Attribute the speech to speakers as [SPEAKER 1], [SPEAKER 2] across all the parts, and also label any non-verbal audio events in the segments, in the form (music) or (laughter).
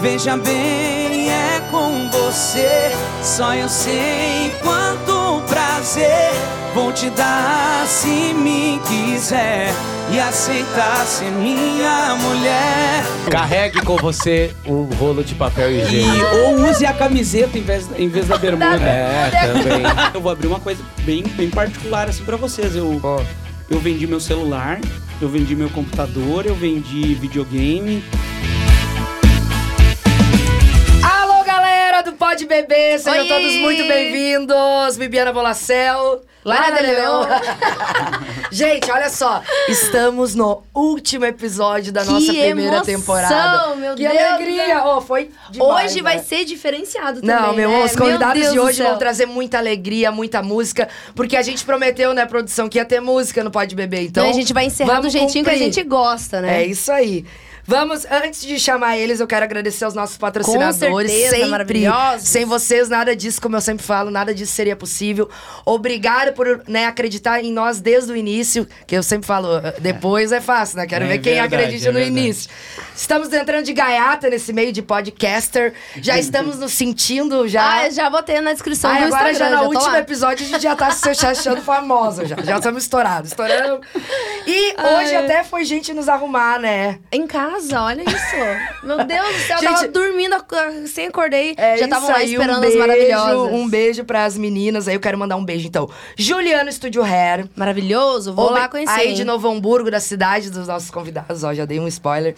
[SPEAKER 1] Veja bem, é com você. Só eu sei quanto prazer vou te dar se me quiser e aceitar ser minha mulher.
[SPEAKER 2] Carregue com você um rolo de papel
[SPEAKER 3] E
[SPEAKER 2] higiênico.
[SPEAKER 3] ou use a camiseta em vez, em vez da
[SPEAKER 2] (laughs)
[SPEAKER 3] bermuda.
[SPEAKER 2] É, também.
[SPEAKER 4] Eu vou abrir uma coisa bem, bem particular assim pra vocês. Eu, eu vendi meu celular, eu vendi meu computador, eu vendi videogame.
[SPEAKER 5] Alô, galera do Pode Beber, sejam
[SPEAKER 6] Oi!
[SPEAKER 5] todos muito bem-vindos. Bibiana Bolacel,
[SPEAKER 6] Lara
[SPEAKER 5] Lara Leão.
[SPEAKER 6] Leão.
[SPEAKER 5] (laughs) Gente, olha só, estamos no último episódio da nossa
[SPEAKER 6] Que
[SPEAKER 5] primeira
[SPEAKER 6] emoção,
[SPEAKER 5] temporada.
[SPEAKER 6] meu
[SPEAKER 5] que
[SPEAKER 6] Deus do
[SPEAKER 5] alegria!
[SPEAKER 6] céu.
[SPEAKER 5] Oh, foi demais,
[SPEAKER 6] hoje vai
[SPEAKER 5] né?
[SPEAKER 6] ser diferenciado também.
[SPEAKER 5] Não, meu,
[SPEAKER 6] né?
[SPEAKER 5] os convidados
[SPEAKER 6] Deus
[SPEAKER 5] de
[SPEAKER 6] do
[SPEAKER 5] hoje
[SPEAKER 6] céu.
[SPEAKER 5] vão trazer muita alegria, muita música, porque a gente prometeu, né, produção, que ia ter música no Pode Beber. Então,
[SPEAKER 6] Então, a gente vai encerrar do
[SPEAKER 5] vamos
[SPEAKER 6] jeitinho que a
[SPEAKER 5] cumprir.
[SPEAKER 6] gente gosta, né?
[SPEAKER 5] É isso aí. Vamos, antes de chamar eles, eu quero agradecer aos nossos patrocinadores.
[SPEAKER 6] certeza,
[SPEAKER 5] sempre.
[SPEAKER 6] maravilhosos.
[SPEAKER 5] Sem vocês, nada disso, como eu sempre falo, nada disso seria possível. Obrigado por né, acreditar em nós desde o início, que eu sempre falo, depois é fácil, né? Quero
[SPEAKER 2] É
[SPEAKER 5] ver quem
[SPEAKER 2] verdade,
[SPEAKER 5] acredita
[SPEAKER 2] é
[SPEAKER 5] no
[SPEAKER 2] verdade.
[SPEAKER 5] início. Estamos entrando de gaiata nesse meio de podcaster. Já estamos nos sentindo já.
[SPEAKER 6] Ah, eu já botei na descrição
[SPEAKER 5] Ai,
[SPEAKER 6] do
[SPEAKER 5] agora
[SPEAKER 6] Instagram.
[SPEAKER 5] já no
[SPEAKER 6] tô
[SPEAKER 5] último
[SPEAKER 6] lá.
[SPEAKER 5] episódio a gente já tá se
[SPEAKER 6] (laughs)
[SPEAKER 5] achando famosa já. Já estamos estourados, estouramos. E hoje até foi gente nos arrumar, né?
[SPEAKER 6] Em casa, olha
[SPEAKER 5] (laughs)
[SPEAKER 6] isso. Meu Deus do céu, eu tava
[SPEAKER 5] Gente-
[SPEAKER 6] dormindo, ac- assim acordei.
[SPEAKER 5] É
[SPEAKER 6] já estavam
[SPEAKER 5] isso
[SPEAKER 6] lá
[SPEAKER 5] aí,
[SPEAKER 6] esperando
[SPEAKER 5] um beijo,
[SPEAKER 6] as maravilhosas.
[SPEAKER 5] Um beijo pras meninas. Aí eu quero mandar um beijo, então. Juliano Studio Hair.
[SPEAKER 6] Maravilhoso, vou
[SPEAKER 5] Obri-
[SPEAKER 6] lá conhecer.
[SPEAKER 5] Aí
[SPEAKER 6] hein?
[SPEAKER 5] de Novo Hamburgo, da cidade dos nossos convidados. Ó, já dei um spoiler.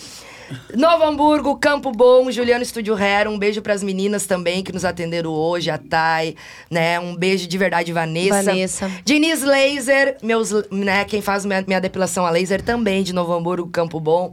[SPEAKER 5] Novo Hamburgo, Campo Bom, Juliano Estúdio Hair. Um beijo pras meninas também que nos atenderam hoje, a Thay, né? Um beijo de verdade, Vanessa.
[SPEAKER 6] Vanessa.
[SPEAKER 5] Diniz Laser, meus, né? Quem faz minha, minha depilação a laser também, de Novo Hamburgo, Campo Bom.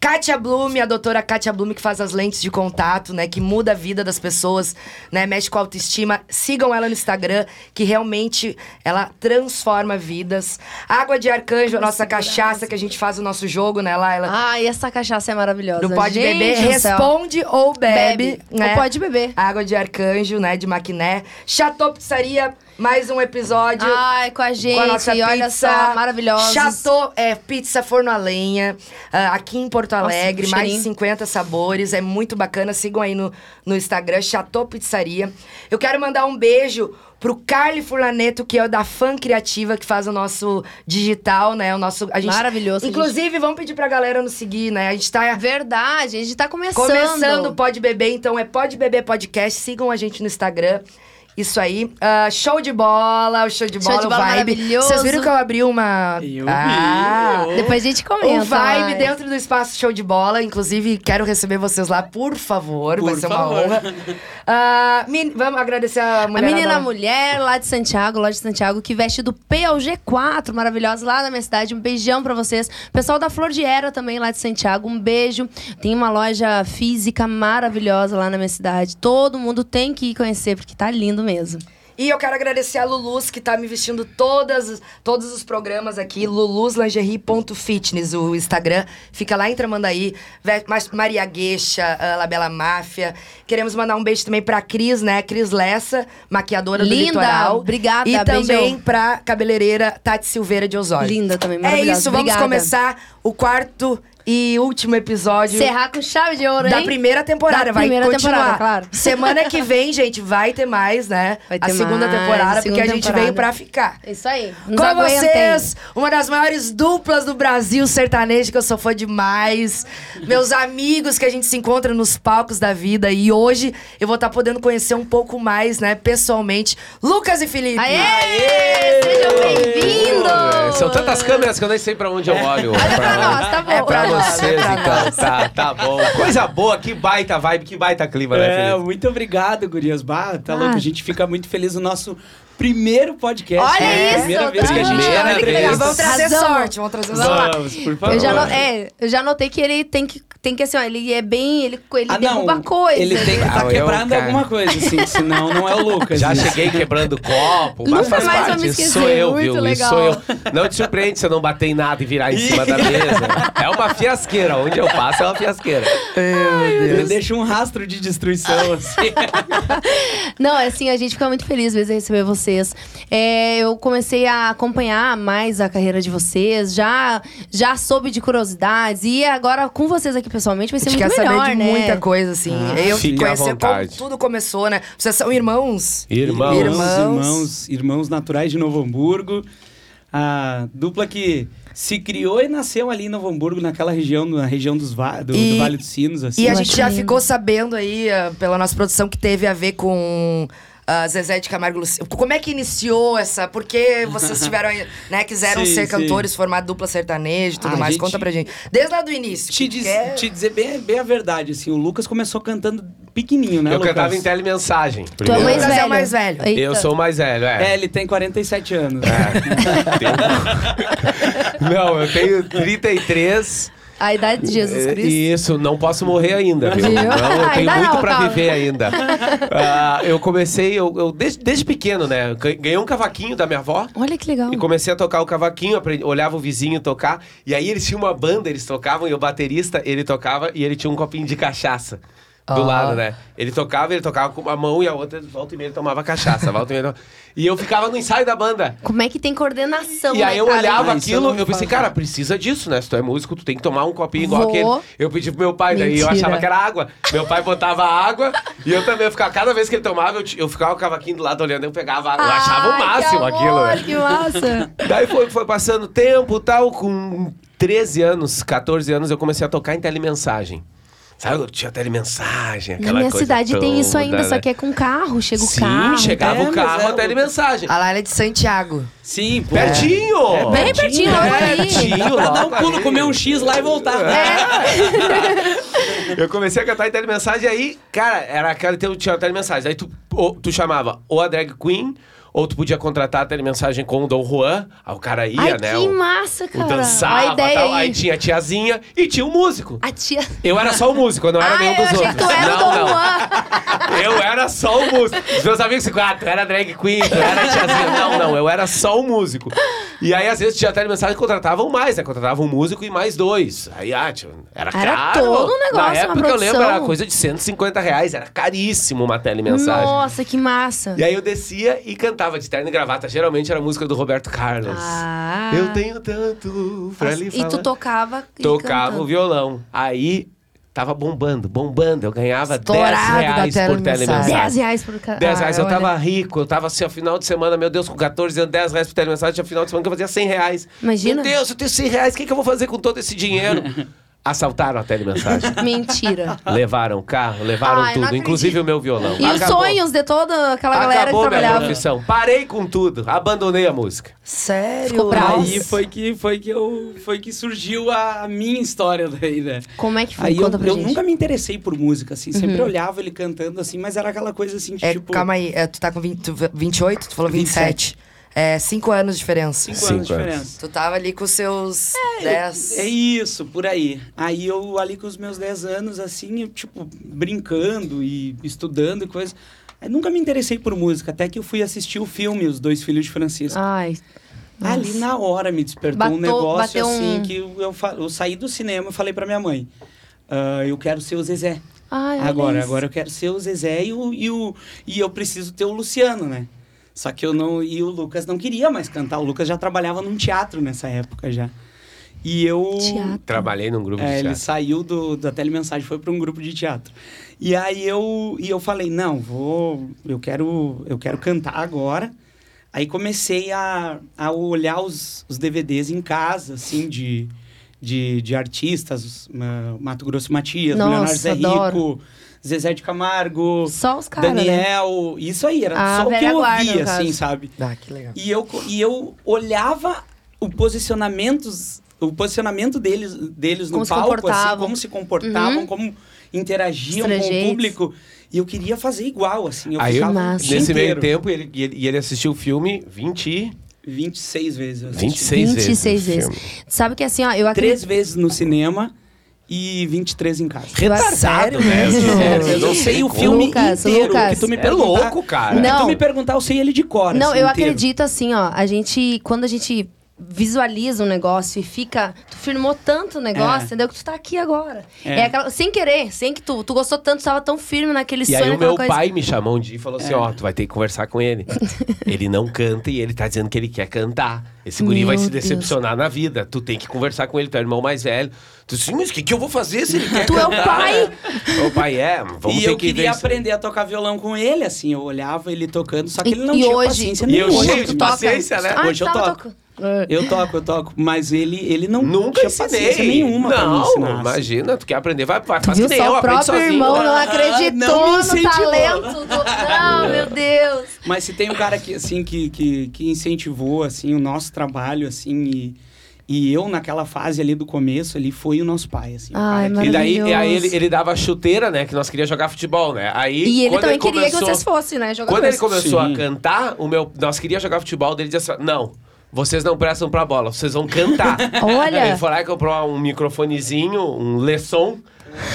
[SPEAKER 5] Kátia Blume, a doutora Kátia Blume, que faz as lentes de contato, né? Que muda a vida das pessoas, né? Mexe com a autoestima. Sigam ela no Instagram, que realmente ela transforma vidas. Água de Arcanjo, a nossa cachaça, que a gente faz o nosso jogo, né, Laila?
[SPEAKER 6] Ai, essa cachaça é maravilhosa.
[SPEAKER 5] do Pode
[SPEAKER 6] Gente
[SPEAKER 5] Beber.
[SPEAKER 6] do céu.
[SPEAKER 5] Responde ou bebe.
[SPEAKER 6] Bebe.
[SPEAKER 5] né?
[SPEAKER 6] Ou pode beber.
[SPEAKER 5] Água de Arcanjo, né? De Maquiné. Chateau Pizzaria, mais um episódio.
[SPEAKER 6] Ai, com a gente,
[SPEAKER 5] com a nossa
[SPEAKER 6] olha
[SPEAKER 5] pizza.
[SPEAKER 6] só, maravilhosa.
[SPEAKER 5] Chateau, é, pizza forno a lenha, ah, aqui em Porto Alegre,
[SPEAKER 6] que
[SPEAKER 5] mais
[SPEAKER 6] cheirinho.
[SPEAKER 5] 50 sabores, é muito bacana. Sigam aí no, no Instagram, Chateau Pizzaria. Eu quero mandar um beijo pro Carly Furlaneto, que é o da Fã Criativa, que faz o nosso digital, né? O nosso, a gente,
[SPEAKER 6] Maravilhoso,
[SPEAKER 5] Inclusive, vamos pedir pra galera nos seguir, né? A gente tá...
[SPEAKER 6] é Verdade, a gente tá começando.
[SPEAKER 5] Começando o Pode Beber, então é Pode Beber Podcast. Sigam a gente no Instagram. Isso aí. Ah, show de bola, o show de
[SPEAKER 6] Show
[SPEAKER 5] bola,
[SPEAKER 6] de bola
[SPEAKER 5] o vibe.
[SPEAKER 6] maravilhoso.
[SPEAKER 5] Vocês viram que eu abri uma.
[SPEAKER 4] Eu
[SPEAKER 5] ah,
[SPEAKER 4] vi, eu-
[SPEAKER 6] Depois a gente comenta.
[SPEAKER 5] O vibe
[SPEAKER 6] mas-
[SPEAKER 5] dentro do espaço show de bola. Inclusive, quero receber vocês lá, por favor. vai
[SPEAKER 4] Por
[SPEAKER 5] ser uma
[SPEAKER 4] favor.
[SPEAKER 5] honra.
[SPEAKER 4] (laughs)
[SPEAKER 5] Ah, men- vamos agradecer a
[SPEAKER 6] A
[SPEAKER 5] mulher.
[SPEAKER 6] menina mulher lá de Santiago, lá de Santiago, que veste do P ao G4, maravilhosa, lá na minha cidade. Um beijão pra vocês. Pessoal da Flor de Era também, lá de Santiago, um beijo. Tem uma loja física maravilhosa lá na minha cidade. Todo mundo tem que ir conhecer, porque tá lindo mesmo.
[SPEAKER 5] E eu quero agradecer a Luluz, que tá me vestindo todas, todos os programas aqui. LuluzLingerie.fitness, o Instagram. Fica lá em Tramandaí. Ve- Mas- Maria Gueixa, ah, Labela Máfia. Queremos mandar um beijo também pra Cris, né? Cris Lessa, maquiadora do
[SPEAKER 6] Linda,
[SPEAKER 5] Litoral.
[SPEAKER 6] obrigada,
[SPEAKER 5] E também
[SPEAKER 6] beijão.
[SPEAKER 5] pra cabeleireira Tati Silveira de Osório.
[SPEAKER 6] Linda também,
[SPEAKER 5] É
[SPEAKER 6] maravilhosa.
[SPEAKER 5] isso, vamos
[SPEAKER 6] Obrigada.
[SPEAKER 5] começar o quarto e último episódio.
[SPEAKER 6] Encerrar com chave de ouro, hein?
[SPEAKER 5] Da primeira temporada,
[SPEAKER 6] Da
[SPEAKER 5] vai
[SPEAKER 6] primeira
[SPEAKER 5] continuar.
[SPEAKER 6] temporada, claro.
[SPEAKER 5] (laughs) Semana que vem, gente, vai ter mais, né?
[SPEAKER 6] Vai
[SPEAKER 5] a
[SPEAKER 6] ter
[SPEAKER 5] segunda
[SPEAKER 6] mais,
[SPEAKER 5] temporada, porque
[SPEAKER 6] segunda
[SPEAKER 5] a gente
[SPEAKER 6] temporada.
[SPEAKER 5] veio pra ficar.
[SPEAKER 6] Isso aí. Nos
[SPEAKER 5] Com
[SPEAKER 6] aguentem.
[SPEAKER 5] vocês, uma das maiores duplas do Brasil sertanejo, que eu sou fã demais. Meus amigos que a gente se encontra nos palcos da vida. E hoje eu vou estar podendo conhecer um pouco mais, né, pessoalmente, Lucas e Felipe.
[SPEAKER 6] Aê! Sejam
[SPEAKER 2] É,
[SPEAKER 6] bem-vindos!
[SPEAKER 2] São tantas câmeras que eu nem sei pra onde eu olho.
[SPEAKER 6] Olha pra nós, tá bom.
[SPEAKER 2] É pra
[SPEAKER 6] Olha pra nós,
[SPEAKER 2] vocês,
[SPEAKER 6] é pra
[SPEAKER 2] então. Tá, tá bom. Coisa boa, que baita vibe, que baita clima, né,
[SPEAKER 4] É,
[SPEAKER 2] Felipe?
[SPEAKER 4] muito obrigado, Gurias Barra. Tá
[SPEAKER 6] Ah.
[SPEAKER 4] louco, a gente fica muito feliz no nosso primeiro podcast.
[SPEAKER 6] Olha
[SPEAKER 4] né?
[SPEAKER 6] isso,
[SPEAKER 4] Primeira
[SPEAKER 6] tá?
[SPEAKER 4] vez que a gente
[SPEAKER 2] Primeira
[SPEAKER 4] tá
[SPEAKER 2] vez.
[SPEAKER 4] entrevista.
[SPEAKER 5] Vamos trazer
[SPEAKER 6] Arrasamos.
[SPEAKER 5] sorte, vamos trazer
[SPEAKER 6] Vamos lá.
[SPEAKER 5] sorte.
[SPEAKER 4] Vamos, por favor.
[SPEAKER 6] Eu já, no- é, eu já notei que ele tem que, tem que assim, ó, ele é bem, ele, ele
[SPEAKER 4] Ah, não.
[SPEAKER 6] derruba coisa.
[SPEAKER 4] Ele tem que
[SPEAKER 2] Ah,
[SPEAKER 4] estar
[SPEAKER 2] eu,
[SPEAKER 4] quebrando
[SPEAKER 2] cara.
[SPEAKER 4] alguma coisa, assim, senão não é o Lucas.
[SPEAKER 2] Já
[SPEAKER 4] isso.
[SPEAKER 2] cheguei quebrando copo, mas
[SPEAKER 6] Nunca
[SPEAKER 2] faz
[SPEAKER 6] mais vou
[SPEAKER 2] parte.
[SPEAKER 6] me
[SPEAKER 2] Isso
[SPEAKER 6] esquecer,
[SPEAKER 2] sou eu,
[SPEAKER 6] muito
[SPEAKER 2] viu? Isso
[SPEAKER 6] legal.
[SPEAKER 2] sou eu. Não te surpreende se eu não bater em nada e virar em cima da mesa. É uma fiasqueira. Onde eu passo é uma fiasqueira.
[SPEAKER 4] Ele deixa um rastro de
[SPEAKER 2] Ah.
[SPEAKER 4] destruição, assim.
[SPEAKER 6] Não, é assim, a gente fica muito feliz mesmo em receber vocês. É, eu comecei a acompanhar mais a carreira de vocês, já, já soube de curiosidades. E agora com vocês aqui pessoalmente vai
[SPEAKER 7] A
[SPEAKER 6] ser
[SPEAKER 7] gente
[SPEAKER 6] muito
[SPEAKER 7] quer
[SPEAKER 6] melhor,
[SPEAKER 7] saber de
[SPEAKER 6] né?
[SPEAKER 7] muita coisa, assim. eu te
[SPEAKER 2] fique à
[SPEAKER 7] conhecer como
[SPEAKER 2] vontade.
[SPEAKER 7] tudo começou, né? Vocês são irmãos?
[SPEAKER 2] Irmãos.
[SPEAKER 7] Irmãos.
[SPEAKER 4] irmãos, irmãos naturais de Novo Hamburgo. A dupla que se criou e nasceu ali em Novo Hamburgo, naquela região, na região dos va- do, do
[SPEAKER 7] E-
[SPEAKER 4] Vale dos Sinos, assim.
[SPEAKER 7] E a
[SPEAKER 6] Eu
[SPEAKER 7] gente
[SPEAKER 6] acho
[SPEAKER 7] já
[SPEAKER 6] lindo.
[SPEAKER 7] ficou sabendo aí, ah, pela nossa produção, que teve a ver com ah, Zezé de Camargo e Luciano. Como é que iniciou essa? Por que
[SPEAKER 4] (laughs)
[SPEAKER 7] vocês tiveram, né, quiseram
[SPEAKER 4] Sim,
[SPEAKER 7] ser
[SPEAKER 4] sim.
[SPEAKER 7] cantores, formar dupla sertaneja e tudo
[SPEAKER 4] Ah,
[SPEAKER 7] mais?
[SPEAKER 4] gente-
[SPEAKER 7] Conta pra gente. Desde lá do início.
[SPEAKER 4] Te,
[SPEAKER 7] que
[SPEAKER 4] diz-
[SPEAKER 7] é-
[SPEAKER 4] te dizer bem, bem a verdade, assim, o Lucas começou cantando pequenininho, né,
[SPEAKER 2] Eu
[SPEAKER 4] Lucas?
[SPEAKER 2] cantava em telemensagem.
[SPEAKER 6] Tu é então. o
[SPEAKER 2] primeiro.
[SPEAKER 6] mais
[SPEAKER 7] Lucas é o
[SPEAKER 6] velho.
[SPEAKER 7] mais velho.
[SPEAKER 6] Eita.
[SPEAKER 2] Eu sou o mais velho,
[SPEAKER 4] É,
[SPEAKER 2] é.
[SPEAKER 4] ele tem 47 anos.
[SPEAKER 2] (laughs) Não, eu tenho 33
[SPEAKER 6] A idade de Jesus
[SPEAKER 2] É,
[SPEAKER 6] Cristo.
[SPEAKER 2] E isso, não posso morrer ainda, viu?
[SPEAKER 6] Viu?
[SPEAKER 2] Não, eu tenho
[SPEAKER 6] Ainda
[SPEAKER 2] muito
[SPEAKER 6] não,
[SPEAKER 2] pra
[SPEAKER 6] calma.
[SPEAKER 2] viver
[SPEAKER 6] (laughs)
[SPEAKER 2] ainda. Ah, eu comecei, eu, eu desde, desde pequeno, né? Eu gan- Ganhei um cavaquinho da minha avó.
[SPEAKER 6] Olha que legal.
[SPEAKER 2] E comecei a tocar o cavaquinho, aprendi- olhava o vizinho tocar. E aí eles tinham uma banda, eles tocavam, e o baterista, ele tocava e ele tinha um copinho de cachaça. Do
[SPEAKER 7] Ah.
[SPEAKER 2] lado, né? Ele tocava, ele tocava com uma mão e a outra, volta e meia, ele tomava cachaça. Volta e meia, ele tomava... E eu ficava no ensaio da banda.
[SPEAKER 6] Como é que tem coordenação?
[SPEAKER 2] E aí
[SPEAKER 6] né,
[SPEAKER 2] eu
[SPEAKER 6] cara?
[SPEAKER 2] olhava
[SPEAKER 4] Ah, isso eu
[SPEAKER 2] aquilo,
[SPEAKER 4] não
[SPEAKER 2] eu pensei,
[SPEAKER 4] faço.
[SPEAKER 2] cara, precisa disso, né? Se tu é músico, tu tem que tomar um copinho igual
[SPEAKER 6] Vou.
[SPEAKER 2] aquele. Eu pedi pro meu pai, daí eu
[SPEAKER 6] Mentira.
[SPEAKER 2] achava que era água. Meu pai botava água e eu também eu ficava, cada vez que ele tomava, eu, ti- eu ficava com o cavaquinho do lado olhando, eu pegava água. Eu achava o
[SPEAKER 6] Ai,
[SPEAKER 2] máximo
[SPEAKER 6] que
[SPEAKER 2] aquilo,
[SPEAKER 6] amor,
[SPEAKER 2] né? (laughs)
[SPEAKER 6] Que massa.
[SPEAKER 2] Daí foi, foi passando tempo tal, com 13 anos, 14 anos, eu comecei a tocar em telemensagem. Sabe, eu tinha telemensagem, aquela
[SPEAKER 6] Na minha
[SPEAKER 2] coisa
[SPEAKER 6] cidade tem isso
[SPEAKER 2] toda,
[SPEAKER 6] ainda,
[SPEAKER 2] né?
[SPEAKER 6] só que é com carro. Chega o
[SPEAKER 2] Sim,
[SPEAKER 6] carro.
[SPEAKER 2] chegava
[SPEAKER 4] É,
[SPEAKER 2] o
[SPEAKER 4] mas
[SPEAKER 2] carro,
[SPEAKER 4] é
[SPEAKER 2] a
[SPEAKER 4] o- é.
[SPEAKER 2] telemensagem.
[SPEAKER 7] A Lara é de Santiago.
[SPEAKER 4] Sim, pô.
[SPEAKER 2] Pertinho!
[SPEAKER 6] Bem pertinho, logo
[SPEAKER 2] né?
[SPEAKER 6] ali.
[SPEAKER 2] Pertinho,
[SPEAKER 4] Dá, dá um
[SPEAKER 2] logo
[SPEAKER 4] pulo,
[SPEAKER 2] ali.
[SPEAKER 4] comer um X lá e voltar. né?
[SPEAKER 2] Eu comecei a cantar em telemensagem, aí, cara, era aquela que tinha uma telemensagem. Aí tu, ou tu chamava ou a drag queen, ou tu podia contratar a telemensagem com o Dom Juan. Aí o cara ia,
[SPEAKER 6] Ai,
[SPEAKER 2] né?
[SPEAKER 6] que
[SPEAKER 2] o,
[SPEAKER 6] massa,
[SPEAKER 2] o
[SPEAKER 6] cara. Olha
[SPEAKER 2] dançava,
[SPEAKER 6] a ideia
[SPEAKER 2] tal. Aí.
[SPEAKER 6] aí.
[SPEAKER 2] tinha a tiazinha e tinha o músico.
[SPEAKER 6] A tia...
[SPEAKER 2] Eu era só o músico, eu não era
[SPEAKER 6] ah,
[SPEAKER 2] nenhum
[SPEAKER 6] eu
[SPEAKER 2] dos
[SPEAKER 6] achei
[SPEAKER 2] outros.
[SPEAKER 6] que tu era
[SPEAKER 2] não,
[SPEAKER 6] o Dom
[SPEAKER 2] não.
[SPEAKER 6] Juan.
[SPEAKER 2] Eu era só o músico. Os meus amigos ficam, ah, tu era drag queen, tu era tiazinha. Não, não, eu era só o músico. E aí, às vezes, tinha até mensagem que contratavam mais, né? Contratavam um músico e mais dois. Aí, ah, tio, era,
[SPEAKER 6] Era
[SPEAKER 2] caro.
[SPEAKER 6] todo um negócio,
[SPEAKER 2] Na
[SPEAKER 6] uma
[SPEAKER 2] época, eu
[SPEAKER 6] produção.
[SPEAKER 2] lembro, era coisa de 150 reais. Era caríssimo uma telemensagem.
[SPEAKER 6] Nossa, que massa.
[SPEAKER 2] E aí, eu descia e cantava de terno e gravata. Geralmente, era música do Roberto Carlos.
[SPEAKER 6] Ah.
[SPEAKER 2] Eu tenho tanto pra lhe
[SPEAKER 6] E
[SPEAKER 2] falar.
[SPEAKER 6] tu tocava e
[SPEAKER 2] Tocava
[SPEAKER 6] cantando.
[SPEAKER 2] o violão. Aí... Tava bombando, bombando. Eu ganhava
[SPEAKER 7] Estourado
[SPEAKER 2] 10 reais
[SPEAKER 7] da
[SPEAKER 2] por
[SPEAKER 7] telemensagem.
[SPEAKER 2] telemensagem.
[SPEAKER 6] 10 reais por Ah, cara.
[SPEAKER 2] 10 reais, eu tava rico, eu tava assim, ó, final de semana, meu Deus, com 14 anos, 10 reais por telemensagem, tinha final de semana que eu fazia 100 reais.
[SPEAKER 6] Imagina.
[SPEAKER 2] Meu Deus, eu tenho 100 reais, o que, que eu vou fazer com todo esse
[SPEAKER 6] (laughs)
[SPEAKER 2] dinheiro? Assaltaram a telemensagem. (laughs)
[SPEAKER 6] Mentira.
[SPEAKER 2] levaram o carro, levaram
[SPEAKER 6] Ai, Ah, não
[SPEAKER 2] tudo,
[SPEAKER 6] acredito.
[SPEAKER 2] inclusive o meu violão.
[SPEAKER 6] E os sonhos de toda aquela galera
[SPEAKER 2] Acabou
[SPEAKER 6] que
[SPEAKER 2] minha
[SPEAKER 6] trabalhava.
[SPEAKER 2] profissão. Parei com tudo, abandonei a música.
[SPEAKER 7] Sério?
[SPEAKER 6] Ficou
[SPEAKER 4] É.
[SPEAKER 6] bravo.
[SPEAKER 4] Aí foi que, foi, que eu, foi que surgiu a minha história daí, né?
[SPEAKER 6] Como é que foi?
[SPEAKER 4] Aí eu,
[SPEAKER 6] Conta pra
[SPEAKER 4] eu
[SPEAKER 6] gente.
[SPEAKER 4] nunca me interessei por música, assim. Sempre olhava ele cantando, assim, mas era aquela coisa assim, de,
[SPEAKER 7] É,
[SPEAKER 4] tipo...
[SPEAKER 7] calma aí, é, tu tá com 20, tu- 28? Tu falou 27.
[SPEAKER 4] 27.
[SPEAKER 7] É, 5 anos de diferença.
[SPEAKER 4] Cinco,
[SPEAKER 2] Cinco
[SPEAKER 4] anos de
[SPEAKER 2] anos.
[SPEAKER 4] diferença.
[SPEAKER 7] Tu tava ali com os seus
[SPEAKER 4] É,
[SPEAKER 7] 10.
[SPEAKER 4] é isso, por aí. Aí eu ali com os meus 10 anos, assim, eu, tipo, brincando e estudando e coisas. Aí nunca me interessei por música, até que eu fui assistir o filme Os Dois Filhos de Francisco.
[SPEAKER 6] Ai.
[SPEAKER 4] Ali na hora me despertou
[SPEAKER 6] Ah, Batou-
[SPEAKER 4] um negócio
[SPEAKER 6] bateu
[SPEAKER 4] assim
[SPEAKER 6] um-
[SPEAKER 4] que eu, eu fa- eu saí do cinema e falei pra minha mãe: "Ah, Eu quero ser o Zezé.
[SPEAKER 6] Ai, olha
[SPEAKER 4] agora,
[SPEAKER 6] isso.
[SPEAKER 4] agora eu quero ser o Zezé e, o, e, o, e eu preciso ter o Luciano, né? Só que eu não. E o Lucas não queria mais cantar. O Lucas já trabalhava num teatro nessa época já. E eu.
[SPEAKER 6] Teatro.
[SPEAKER 2] Trabalhei num grupo
[SPEAKER 4] É,
[SPEAKER 2] de
[SPEAKER 4] ele
[SPEAKER 2] teatro.
[SPEAKER 4] saiu do, da telemensagem, foi para um grupo de teatro. E aí eu, e eu falei, não, vou, eu quero, eu quero cantar agora. Aí comecei a, a olhar os, os DVDs em casa, assim, de, de, de artistas, os, ah, Mato Grosso Matias,
[SPEAKER 6] Nossa,
[SPEAKER 4] Leonardo Zé
[SPEAKER 6] adoro.
[SPEAKER 4] Rico, Zezé de Camargo,
[SPEAKER 6] Só os caras, né?
[SPEAKER 4] Daniel, isso aí, era
[SPEAKER 6] A
[SPEAKER 4] só o que
[SPEAKER 6] velha
[SPEAKER 4] eu
[SPEAKER 6] guarda, no
[SPEAKER 4] ouvia,
[SPEAKER 6] caso.
[SPEAKER 4] assim, sabe?
[SPEAKER 7] Ah, que legal.
[SPEAKER 4] E eu, e eu olhava o posicionamentos, o posicionamento deles, deles
[SPEAKER 6] Como
[SPEAKER 4] no
[SPEAKER 6] se
[SPEAKER 4] palco, assim,
[SPEAKER 6] comportavam. Uhum.
[SPEAKER 4] como se comportavam, como interagiam
[SPEAKER 6] Os
[SPEAKER 4] com o
[SPEAKER 6] trajeitos.
[SPEAKER 4] público. E eu queria fazer igual, assim. Eu
[SPEAKER 2] Aí eu,
[SPEAKER 4] ficava o
[SPEAKER 6] Massa.
[SPEAKER 4] dia
[SPEAKER 2] nesse meio
[SPEAKER 4] inteiro.
[SPEAKER 2] tempo, ele, e ele, e ele assistiu o filme 20, e-
[SPEAKER 4] 26 vezes. eu assisti.
[SPEAKER 2] 26 vezes.
[SPEAKER 6] 26 vezes.
[SPEAKER 2] o filme.
[SPEAKER 6] Sabe que assim, ó, eu acredito.
[SPEAKER 4] Três vezes no cinema e 23 em casa.
[SPEAKER 6] Eu acho- Sério
[SPEAKER 2] né?
[SPEAKER 6] mesmo?
[SPEAKER 2] Eu não sei o filme
[SPEAKER 6] Lucas,
[SPEAKER 4] inteiro
[SPEAKER 6] Lucas.
[SPEAKER 4] que tu me
[SPEAKER 2] É
[SPEAKER 4] perguntar-
[SPEAKER 2] louco, cara.
[SPEAKER 4] que
[SPEAKER 6] Não.
[SPEAKER 4] tu me perguntar, eu sei ele de cor.
[SPEAKER 6] Não,
[SPEAKER 4] assim,
[SPEAKER 6] eu
[SPEAKER 4] inteiro.
[SPEAKER 6] acredito assim, ó. A gente, quando a gente visualiza um negócio e fica. Tu firmou tanto o negócio,
[SPEAKER 4] É.
[SPEAKER 6] entendeu? Que tu tá aqui agora. É,
[SPEAKER 4] É.
[SPEAKER 6] aquela. Sem querer, sem que tu. Tu gostou tanto, tu tava tão firme naquele
[SPEAKER 2] E
[SPEAKER 6] sonho,
[SPEAKER 2] aí o
[SPEAKER 6] naquela
[SPEAKER 2] meu
[SPEAKER 6] coisa. É.
[SPEAKER 2] pai me chamou um dia e falou assim, ó, tu vai ter que conversar com
[SPEAKER 6] (laughs)
[SPEAKER 2] ele. ele não canta e ele tá dizendo que ele quer cantar. Esse guri
[SPEAKER 6] Meu
[SPEAKER 2] vai se
[SPEAKER 6] Deus.
[SPEAKER 2] decepcionar na vida. Tu tem que conversar com ele, teu irmão mais velho. Tu assim, mas o que, que eu vou fazer se ele quer
[SPEAKER 6] Tu é o
[SPEAKER 2] cantar?"
[SPEAKER 6] pai?
[SPEAKER 2] Ô pai, é, vamos
[SPEAKER 4] e
[SPEAKER 2] ter
[SPEAKER 4] eu
[SPEAKER 2] que ver
[SPEAKER 4] queria
[SPEAKER 2] isso.
[SPEAKER 4] aprender a tocar violão com ele, assim. Eu olhava ele tocando, só que
[SPEAKER 6] E-
[SPEAKER 4] ele não
[SPEAKER 6] e
[SPEAKER 4] tinha
[SPEAKER 6] hoje-
[SPEAKER 4] paciência
[SPEAKER 2] E eu
[SPEAKER 4] nenhuma.
[SPEAKER 2] cheio de
[SPEAKER 6] Tu toca?
[SPEAKER 2] paciência, né?
[SPEAKER 6] Ah,
[SPEAKER 4] Hoje eu
[SPEAKER 6] tava
[SPEAKER 4] toco. Eu toco, eu toco. Mas ele, ele não
[SPEAKER 2] Nunca
[SPEAKER 4] tinha
[SPEAKER 2] ensinei.
[SPEAKER 4] paciência nenhuma pra me
[SPEAKER 2] não,
[SPEAKER 4] ensinar. assim.
[SPEAKER 2] imagina, tu quer aprender, vai, vai faz
[SPEAKER 6] Viu
[SPEAKER 2] que nem eu,
[SPEAKER 6] só o
[SPEAKER 2] aprende
[SPEAKER 6] próprio
[SPEAKER 2] sozinho.
[SPEAKER 6] irmão não
[SPEAKER 4] Ah,
[SPEAKER 6] acreditou
[SPEAKER 4] não me
[SPEAKER 6] no
[SPEAKER 4] incentivou.
[SPEAKER 6] talento do. Não,
[SPEAKER 2] (laughs)
[SPEAKER 6] meu Deus.
[SPEAKER 4] Mas se tem um cara que, assim, que, que, que incentivou, assim, o nosso trabalho, assim, e, e eu naquela fase ali do começo, ele foi o nosso pai, assim. o
[SPEAKER 6] Ai,
[SPEAKER 4] cara
[SPEAKER 2] E daí e aí
[SPEAKER 6] Maravilhoso.
[SPEAKER 2] ele, ele dava chuteira, né? Que nós queríamos jogar futebol, né? Aí,
[SPEAKER 6] E ele
[SPEAKER 2] quando
[SPEAKER 6] também queria
[SPEAKER 2] começou-
[SPEAKER 6] que vocês fossem, né? Jogadores.
[SPEAKER 2] Quando ele começou
[SPEAKER 4] Sim.
[SPEAKER 2] a cantar, o meu, nós queríamos jogar futebol, daí ele disse assim: não, vocês não prestam pra bola, vocês vão cantar.
[SPEAKER 6] Olha.
[SPEAKER 2] Ele foi lá e comprou um microfonezinho, um lesson.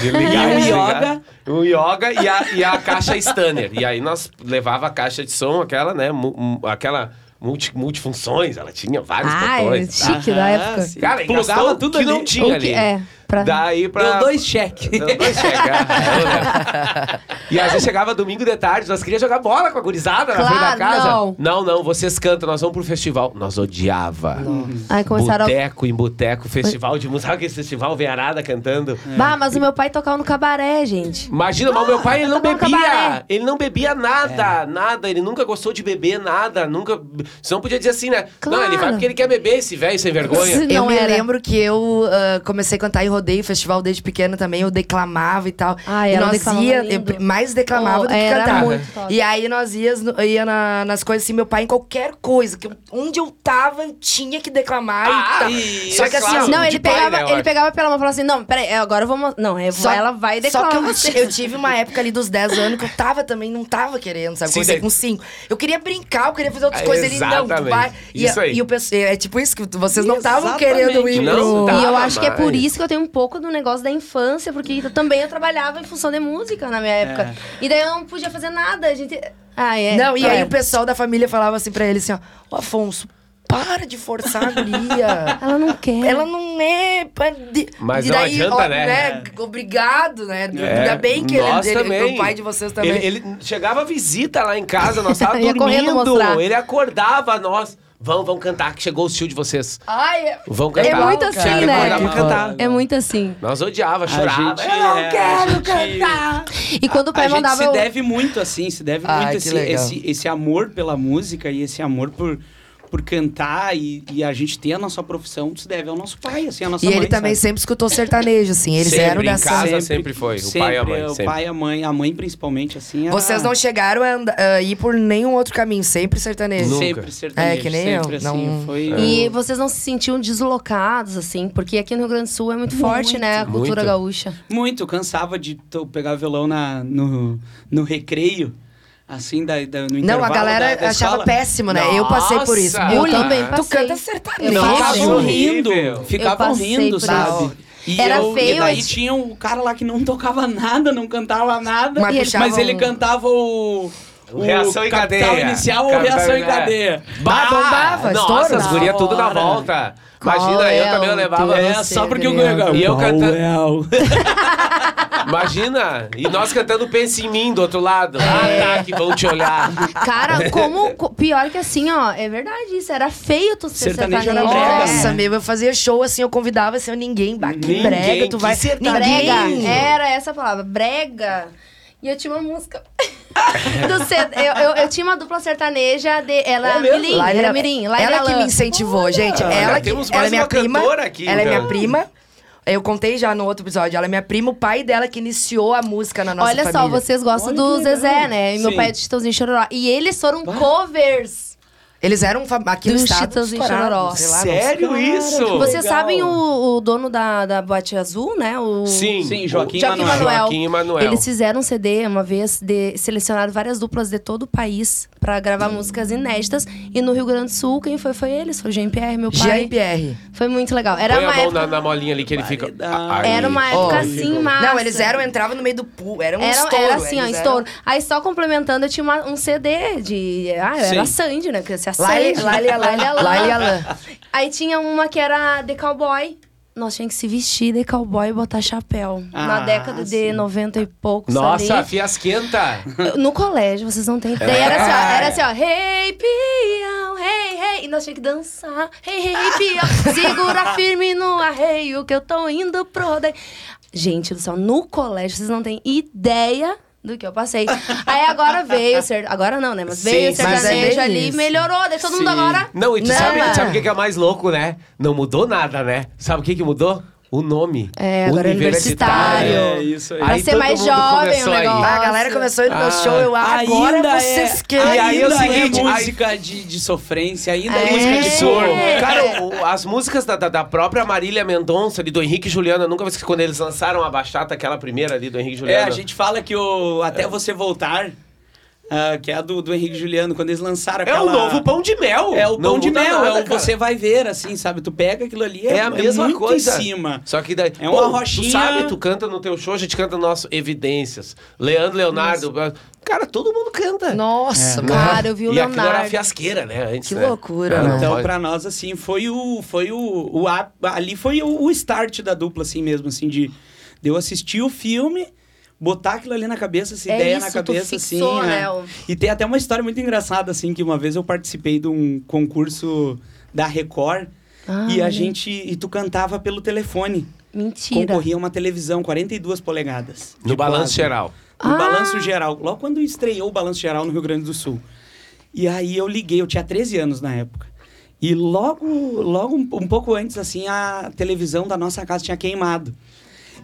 [SPEAKER 2] De
[SPEAKER 4] E
[SPEAKER 2] ligar,
[SPEAKER 4] um
[SPEAKER 2] de ligar.
[SPEAKER 4] yoga.
[SPEAKER 2] Um yoga e a, e a caixa Stunner. E aí nós levava a caixa de som, aquela, né? mu- mu- aquela multi, multifunções, ela tinha vários
[SPEAKER 6] Ah, é
[SPEAKER 2] botões. tá?
[SPEAKER 6] chique da
[SPEAKER 4] Aham,
[SPEAKER 6] época.
[SPEAKER 4] sim.
[SPEAKER 2] Cara, ele
[SPEAKER 4] Plugava
[SPEAKER 2] gastou
[SPEAKER 4] tudo
[SPEAKER 2] que
[SPEAKER 4] ali.
[SPEAKER 2] não tinha
[SPEAKER 6] O que-
[SPEAKER 2] ali.
[SPEAKER 6] é, pra-
[SPEAKER 2] Daí pra...
[SPEAKER 4] Deu dois cheques.
[SPEAKER 2] Não, não chega. ah, e às vezes chegava domingo de tarde, nós queríamos jogar bola com a gurizada na frente da
[SPEAKER 6] Claro,
[SPEAKER 2] casa.
[SPEAKER 6] não.
[SPEAKER 2] não, não, vocês cantam, nós vamos pro festival. Nós odiava.
[SPEAKER 6] Aí começaram a
[SPEAKER 2] Boteco em boteco, festival de música. Sabe aquele festival veiarada cantando?
[SPEAKER 6] Bah, mas o meu pai tocava no cabaré, gente.
[SPEAKER 2] Imagina, mas o meu pai ele não
[SPEAKER 6] tá bom, cabaré.
[SPEAKER 2] bebia. Ele não bebia nada, nada. Ele nunca gostou de beber nada. Nunca. Você não podia dizer assim, né?
[SPEAKER 6] Claro.
[SPEAKER 2] Não, ele vai porque ele quer beber esse velho sem vergonha.
[SPEAKER 6] Não
[SPEAKER 5] eu me
[SPEAKER 6] era.
[SPEAKER 5] lembro que eu ah, comecei a cantar em rodeio, festival desde pequena também, eu declamava e tal.
[SPEAKER 6] Ah,
[SPEAKER 5] e
[SPEAKER 6] ela
[SPEAKER 5] nós
[SPEAKER 6] declamava
[SPEAKER 5] ia,
[SPEAKER 6] lindo.
[SPEAKER 5] eu mais declamava
[SPEAKER 6] Oh,
[SPEAKER 5] do que
[SPEAKER 6] era
[SPEAKER 5] cantava.
[SPEAKER 6] muito top.
[SPEAKER 5] E aí nós ias, no- ia na- nas coisas assim, meu pai em qualquer coisa, que eu- onde eu tava, eu tinha que declamar
[SPEAKER 2] Ah,
[SPEAKER 5] e
[SPEAKER 6] tá.
[SPEAKER 5] tal.
[SPEAKER 2] isso,
[SPEAKER 5] Só que assim,
[SPEAKER 2] claro.
[SPEAKER 5] ó,
[SPEAKER 6] Não,
[SPEAKER 2] de
[SPEAKER 6] ele
[SPEAKER 2] pai,
[SPEAKER 6] pegava,
[SPEAKER 2] né, eu
[SPEAKER 6] ele
[SPEAKER 2] acho.
[SPEAKER 6] pegava pela mão e falava assim: Não, peraí, agora eu vou. mo- Não, eu vou-
[SPEAKER 5] Só-
[SPEAKER 6] ela vai
[SPEAKER 5] Só
[SPEAKER 6] declarar.
[SPEAKER 5] que eu,
[SPEAKER 6] você.
[SPEAKER 5] eu tive uma época ali dos 10 anos que eu tava também, não tava querendo, sabe?
[SPEAKER 2] Sim,
[SPEAKER 5] Comecei
[SPEAKER 2] daí-
[SPEAKER 5] com 5. Eu queria brincar, eu queria fazer outras
[SPEAKER 2] É,
[SPEAKER 5] coisas. Ele, não, tu
[SPEAKER 2] exatamente.
[SPEAKER 5] vai. E,
[SPEAKER 2] Isso aí.
[SPEAKER 5] e o pessoal, é tipo isso, que tu- vocês não estavam
[SPEAKER 4] Exatamente.
[SPEAKER 5] querendo ir
[SPEAKER 2] Não tá.
[SPEAKER 5] pro...
[SPEAKER 2] tava.
[SPEAKER 6] E eu acho que é por
[SPEAKER 2] mas-
[SPEAKER 6] isso que eu tenho um pouco do negócio da infância, porque eu também eu trabalhava em função de música na minha época. E daí eu não podia fazer nada. A gente. Ah, é.
[SPEAKER 5] Não, e aí
[SPEAKER 6] É.
[SPEAKER 5] o pessoal da família falava assim pra ele assim, ó, "Ô, Afonso, para de forçar a
[SPEAKER 4] (laughs)
[SPEAKER 5] guria.
[SPEAKER 6] Ela não quer.
[SPEAKER 5] Ela não é. pa- de-
[SPEAKER 2] Mas
[SPEAKER 5] e
[SPEAKER 2] não
[SPEAKER 5] daí,
[SPEAKER 2] adianta, né?
[SPEAKER 5] Obrigado, né?
[SPEAKER 2] É,
[SPEAKER 5] Ainda bem que
[SPEAKER 2] nós
[SPEAKER 5] ele, ele
[SPEAKER 2] também.
[SPEAKER 5] o pai de vocês também.
[SPEAKER 2] Ele, é ele chegava a visita lá em casa,
[SPEAKER 6] (laughs)
[SPEAKER 2] nós tava
[SPEAKER 6] Ia correndo mostrar.
[SPEAKER 2] dormindo. Ele acordava, nós. Vão, vão cantar, que chegou o tio de vocês.
[SPEAKER 5] Ai, é-
[SPEAKER 2] Vão
[SPEAKER 6] É
[SPEAKER 2] cantar.
[SPEAKER 6] muito
[SPEAKER 2] Tinha
[SPEAKER 6] assim,
[SPEAKER 2] que
[SPEAKER 6] né?
[SPEAKER 2] acordar pra cantar.
[SPEAKER 6] É muito assim.
[SPEAKER 2] Nós odiava,
[SPEAKER 4] Tipo, A
[SPEAKER 2] chorava.
[SPEAKER 4] gente-
[SPEAKER 2] Eu não
[SPEAKER 4] é,
[SPEAKER 2] quero.
[SPEAKER 4] a gente-
[SPEAKER 6] E quando o pai
[SPEAKER 4] a gente
[SPEAKER 6] mandava.
[SPEAKER 4] se
[SPEAKER 6] eu-
[SPEAKER 4] deve muito, assim, se deve
[SPEAKER 5] Ai,
[SPEAKER 4] muito
[SPEAKER 5] Ah, que
[SPEAKER 4] esse,
[SPEAKER 5] legal.
[SPEAKER 4] esse, esse amor pela música e esse amor por, por cantar e, e a gente ter a nossa profissão, se deve ao nosso pai, assim, a nossa
[SPEAKER 5] E
[SPEAKER 4] mãe,
[SPEAKER 5] ele também
[SPEAKER 4] sabe?
[SPEAKER 5] sempre escutou sertanejo, assim. Eles
[SPEAKER 2] Sempre
[SPEAKER 5] eram
[SPEAKER 2] em
[SPEAKER 5] dessa.
[SPEAKER 2] casa. sempre foi, o pai e a mãe,
[SPEAKER 4] é O
[SPEAKER 2] sempre.
[SPEAKER 4] pai e a mãe, a mãe principalmente, assim. era-
[SPEAKER 5] Vocês não chegaram a andar- a ir por nenhum outro caminho, sempre sertanejo.
[SPEAKER 2] Nunca.
[SPEAKER 4] Sempre sertanejo,
[SPEAKER 5] É, que nem
[SPEAKER 4] sempre,
[SPEAKER 5] eu,
[SPEAKER 4] assim,
[SPEAKER 5] não- É.
[SPEAKER 4] foi...
[SPEAKER 6] E vocês não se sentiam deslocados, assim? Porque aqui no Rio Grande do Sul é muito, forte, né? A cultura
[SPEAKER 2] Muito.
[SPEAKER 6] gaúcha.
[SPEAKER 4] Muito, eu cansava de to- pegar violão na, no, no recreio, assim, da, da, no
[SPEAKER 5] Não,
[SPEAKER 4] intervalo
[SPEAKER 5] a galera
[SPEAKER 4] da- da
[SPEAKER 5] achava
[SPEAKER 4] escola.
[SPEAKER 5] péssimo, né? Eu passei por isso.
[SPEAKER 2] Nossa!
[SPEAKER 6] Eu
[SPEAKER 5] Bullying.
[SPEAKER 6] também
[SPEAKER 5] Tu
[SPEAKER 6] passei.
[SPEAKER 5] canta
[SPEAKER 6] Eu
[SPEAKER 5] sertanejo.
[SPEAKER 6] passei.
[SPEAKER 4] Ficavam
[SPEAKER 2] Nossa,
[SPEAKER 4] rindo,
[SPEAKER 2] horrível.
[SPEAKER 4] ficavam
[SPEAKER 6] Eu passei
[SPEAKER 4] rindo,
[SPEAKER 6] por
[SPEAKER 4] sabe?
[SPEAKER 6] isso.
[SPEAKER 4] E
[SPEAKER 6] Era
[SPEAKER 4] eu,
[SPEAKER 6] feio,
[SPEAKER 4] E daí
[SPEAKER 6] mas-
[SPEAKER 4] tinha o cara lá que não (laughs) tocava nada, não cantava nada,
[SPEAKER 5] Mas
[SPEAKER 4] mas,
[SPEAKER 5] puxava
[SPEAKER 4] ele
[SPEAKER 5] um-
[SPEAKER 4] cantava o...
[SPEAKER 2] O Reação em
[SPEAKER 4] Capital
[SPEAKER 2] Cadeia.
[SPEAKER 4] Inicial ou
[SPEAKER 2] Capital-
[SPEAKER 4] Reação em
[SPEAKER 2] é.
[SPEAKER 4] Cadeia.
[SPEAKER 2] Bah, então
[SPEAKER 5] bombava,
[SPEAKER 2] Nossa,
[SPEAKER 5] estourava.
[SPEAKER 2] as gurias tudo na
[SPEAKER 4] Hora.
[SPEAKER 2] volta.
[SPEAKER 6] Qual
[SPEAKER 2] Imagina,
[SPEAKER 6] é
[SPEAKER 2] eu também
[SPEAKER 6] o
[SPEAKER 2] eu levava.
[SPEAKER 6] teu-
[SPEAKER 4] É,
[SPEAKER 6] você,
[SPEAKER 4] só porque o
[SPEAKER 6] Adriano.
[SPEAKER 4] Goiânia...
[SPEAKER 2] E eu cantando-
[SPEAKER 4] Qual é o-
[SPEAKER 2] Imagina. E nós cantando Pensa em mim do outro lado.
[SPEAKER 6] É.
[SPEAKER 2] Ah, tá, que vão te
[SPEAKER 6] (laughs)
[SPEAKER 2] olhar.
[SPEAKER 4] (laughs)
[SPEAKER 6] Cara, como. co- Pior que assim, ó, é verdade isso. Era feio tu ser sertanejo.
[SPEAKER 4] Sertanejo era brega,
[SPEAKER 5] Nossa,
[SPEAKER 4] né?
[SPEAKER 5] meu, eu fazia show assim, eu convidava assim, eu, ninguém, bah, que
[SPEAKER 2] Ninguém,
[SPEAKER 5] brega, tu
[SPEAKER 2] que
[SPEAKER 5] vai.
[SPEAKER 2] sertanejo.
[SPEAKER 5] Ninguém.
[SPEAKER 6] Brega. Era essa a palavra. Brega. E eu tinha uma música. (laughs) do ser- eu, eu, eu tinha uma dupla sertaneja de. Ela
[SPEAKER 4] É mesmo?
[SPEAKER 6] Mirim.
[SPEAKER 5] Laila-
[SPEAKER 6] era Mirim. Laila
[SPEAKER 5] ela que
[SPEAKER 6] Alain.
[SPEAKER 5] me incentivou, gente. Ela, que,
[SPEAKER 2] Ah, temos
[SPEAKER 5] ela é
[SPEAKER 2] mais
[SPEAKER 5] minha
[SPEAKER 2] uma
[SPEAKER 5] prima.
[SPEAKER 2] cantora aqui,
[SPEAKER 5] ela é
[SPEAKER 2] então.
[SPEAKER 5] minha prima. Eu contei já no outro episódio. Ela é minha prima, o pai dela que iniciou a música na nossa
[SPEAKER 6] Olha
[SPEAKER 5] família.
[SPEAKER 6] só, vocês gostam
[SPEAKER 4] Olha
[SPEAKER 6] do
[SPEAKER 4] que legal.
[SPEAKER 6] Zezé, né? E meu
[SPEAKER 4] Sim.
[SPEAKER 6] pai é do Chitãozinho e Chororó. E eles foram covers.
[SPEAKER 5] Eles eram fa- aqui no
[SPEAKER 6] Do
[SPEAKER 5] estado
[SPEAKER 6] Chitãozinho
[SPEAKER 5] estourados,
[SPEAKER 6] Chororó.
[SPEAKER 5] sei lá, não sei.
[SPEAKER 2] Sério isso?
[SPEAKER 4] legal.
[SPEAKER 6] Vocês sabem o, o dono da, da Boate Azul, né? O...
[SPEAKER 2] Sim.
[SPEAKER 4] Tipo, Sim, Joaquim
[SPEAKER 6] Joaquim
[SPEAKER 4] Manoel.
[SPEAKER 6] Manoel.
[SPEAKER 2] Joaquim e Manuel.
[SPEAKER 6] Eles fizeram um CD uma vez, de, selecionaram várias duplas de todo o país pra gravar músicas inéditas. E no Rio Grande do Sul, quem foi foi eles, foi o Jean-Pierre, meu pai.
[SPEAKER 5] Jean-Pierre.
[SPEAKER 6] Foi muito legal. Era
[SPEAKER 2] Põe a
[SPEAKER 6] uma
[SPEAKER 2] mão na,
[SPEAKER 6] época,
[SPEAKER 2] na molinha ali que ele fica.
[SPEAKER 4] Variedade.
[SPEAKER 2] Aí.
[SPEAKER 6] era uma
[SPEAKER 5] Ó,
[SPEAKER 6] época assim, massa.
[SPEAKER 5] Não, eles eram, entravam no meio do pool. Era um
[SPEAKER 6] Era,
[SPEAKER 5] estouro.
[SPEAKER 6] era assim, ó,
[SPEAKER 5] eles eram-
[SPEAKER 6] estouro. Aí só complementando, eu tinha uma- um CD de. Ah, era
[SPEAKER 4] Sim.
[SPEAKER 6] Sandy, né? Que se
[SPEAKER 5] se acende.
[SPEAKER 7] Laila Laila e Alan.
[SPEAKER 6] Laila e Alan.
[SPEAKER 7] Laila e Alan.
[SPEAKER 6] Aí tinha uma que era de cowboy. Nós tínhamos que se vestir de cowboy e botar chapéu. Na
[SPEAKER 4] Ah,
[SPEAKER 6] década de
[SPEAKER 4] sim.
[SPEAKER 6] 90 e poucos
[SPEAKER 2] Nossa,
[SPEAKER 6] ali.
[SPEAKER 2] fiasquenta!
[SPEAKER 6] Eu- (laughs) No colégio, vocês não têm ideia. Era assim, ó, era assim, ó. Hey, peão, hey, hey. E nós tínhamos que dançar. Hey, hey, peão. (laughs) Segura firme no arreio que eu tô indo pro... De... Gente do céu, no colégio, vocês não têm ideia do que eu passei. Aí agora veio o ser... Agora não, né? Mas veio o
[SPEAKER 7] Sim, mas é bem
[SPEAKER 6] sertanejo ali,
[SPEAKER 7] isso.
[SPEAKER 6] melhorou. Daí todo mundo
[SPEAKER 4] Sim.
[SPEAKER 6] agora...
[SPEAKER 2] Não, e tu
[SPEAKER 7] Não,
[SPEAKER 2] sabe,
[SPEAKER 7] é.
[SPEAKER 2] sabe o que que é mais louco, né? Não mudou nada, né? Sabe o que, que mudou? O nome.
[SPEAKER 6] É, agora é universitário.
[SPEAKER 4] É isso aí.
[SPEAKER 6] Pra
[SPEAKER 2] Aí
[SPEAKER 6] ser
[SPEAKER 2] todo
[SPEAKER 6] mais
[SPEAKER 2] mundo
[SPEAKER 6] jovem o
[SPEAKER 2] começou a ir.
[SPEAKER 6] negócio.
[SPEAKER 7] Ah, a galera começou a ir no meu
[SPEAKER 2] Ah,
[SPEAKER 7] show, eu agora
[SPEAKER 3] ainda
[SPEAKER 7] vocês
[SPEAKER 3] é,
[SPEAKER 7] querem.
[SPEAKER 3] ainda
[SPEAKER 2] aí é o seguinte,
[SPEAKER 3] é
[SPEAKER 2] aí-
[SPEAKER 3] música de, de sofrência, ainda
[SPEAKER 6] É.
[SPEAKER 3] é, música de
[SPEAKER 2] Tipo,
[SPEAKER 3] soro.
[SPEAKER 2] cara, o- as músicas da, da- da própria Marília Mendonça ali, do Henrique e Juliana, eu nunca vi que quando eles lançaram a bachata, aquela primeira ali do Henrique e
[SPEAKER 4] É,
[SPEAKER 2] Juliana.
[SPEAKER 4] a gente fala que o Até Você Voltar, ah, que é a do, do Henrique e Juliano, quando eles lançaram
[SPEAKER 2] É
[SPEAKER 4] aquela...
[SPEAKER 2] o novo pão de mel.
[SPEAKER 4] É o
[SPEAKER 2] Não
[SPEAKER 4] pão de
[SPEAKER 2] muda
[SPEAKER 4] mel,
[SPEAKER 2] nada,
[SPEAKER 4] é o
[SPEAKER 2] cara.
[SPEAKER 4] você vai ver, assim, sabe? Tu pega aquilo ali, é,
[SPEAKER 2] É a mesma
[SPEAKER 4] muito
[SPEAKER 2] coisa.
[SPEAKER 4] em cima.
[SPEAKER 2] Só que daí.
[SPEAKER 4] É uma
[SPEAKER 2] Pô, Tu
[SPEAKER 4] rochinha.
[SPEAKER 2] sabe, tu canta no teu show, a gente canta no nosso Evidências. Leandro Leonardo. Cara, todo mundo canta.
[SPEAKER 7] É.
[SPEAKER 2] Né?
[SPEAKER 6] Nossa, cara, eu vi o
[SPEAKER 2] e aquilo era
[SPEAKER 6] Leonardo.
[SPEAKER 2] fiasqueira, né? Antes,
[SPEAKER 7] Que
[SPEAKER 2] né?
[SPEAKER 7] loucura,
[SPEAKER 2] Era,
[SPEAKER 7] né?
[SPEAKER 2] não
[SPEAKER 4] Então,
[SPEAKER 2] pode.
[SPEAKER 4] pra nós, assim, foi o. Foi o, o a- ali foi o, o start da dupla, assim mesmo, assim, de, de eu assistir o filme, botar aquilo ali na cabeça, essa
[SPEAKER 6] É
[SPEAKER 4] ideia
[SPEAKER 6] isso,
[SPEAKER 4] na
[SPEAKER 6] tu
[SPEAKER 4] cabeça,
[SPEAKER 6] fixou,
[SPEAKER 4] assim.
[SPEAKER 6] né,
[SPEAKER 4] é.
[SPEAKER 6] o-
[SPEAKER 4] E tem até uma história muito engraçada, assim, que uma vez eu participei de um concurso da Record.
[SPEAKER 6] Ah,
[SPEAKER 4] e a
[SPEAKER 6] olha.
[SPEAKER 4] gente. E tu cantava pelo telefone.
[SPEAKER 6] Mentira.
[SPEAKER 4] Concorria uma televisão, 42 polegadas.
[SPEAKER 2] No
[SPEAKER 4] de
[SPEAKER 2] balanço
[SPEAKER 4] plasma.
[SPEAKER 2] geral.
[SPEAKER 4] No Balanço Geral, logo quando estreou o Balanço Geral no Rio Grande do Sul. E aí eu liguei, eu tinha 13 anos na época. E logo, logo um, um pouco antes, assim, a televisão da nossa casa tinha queimado.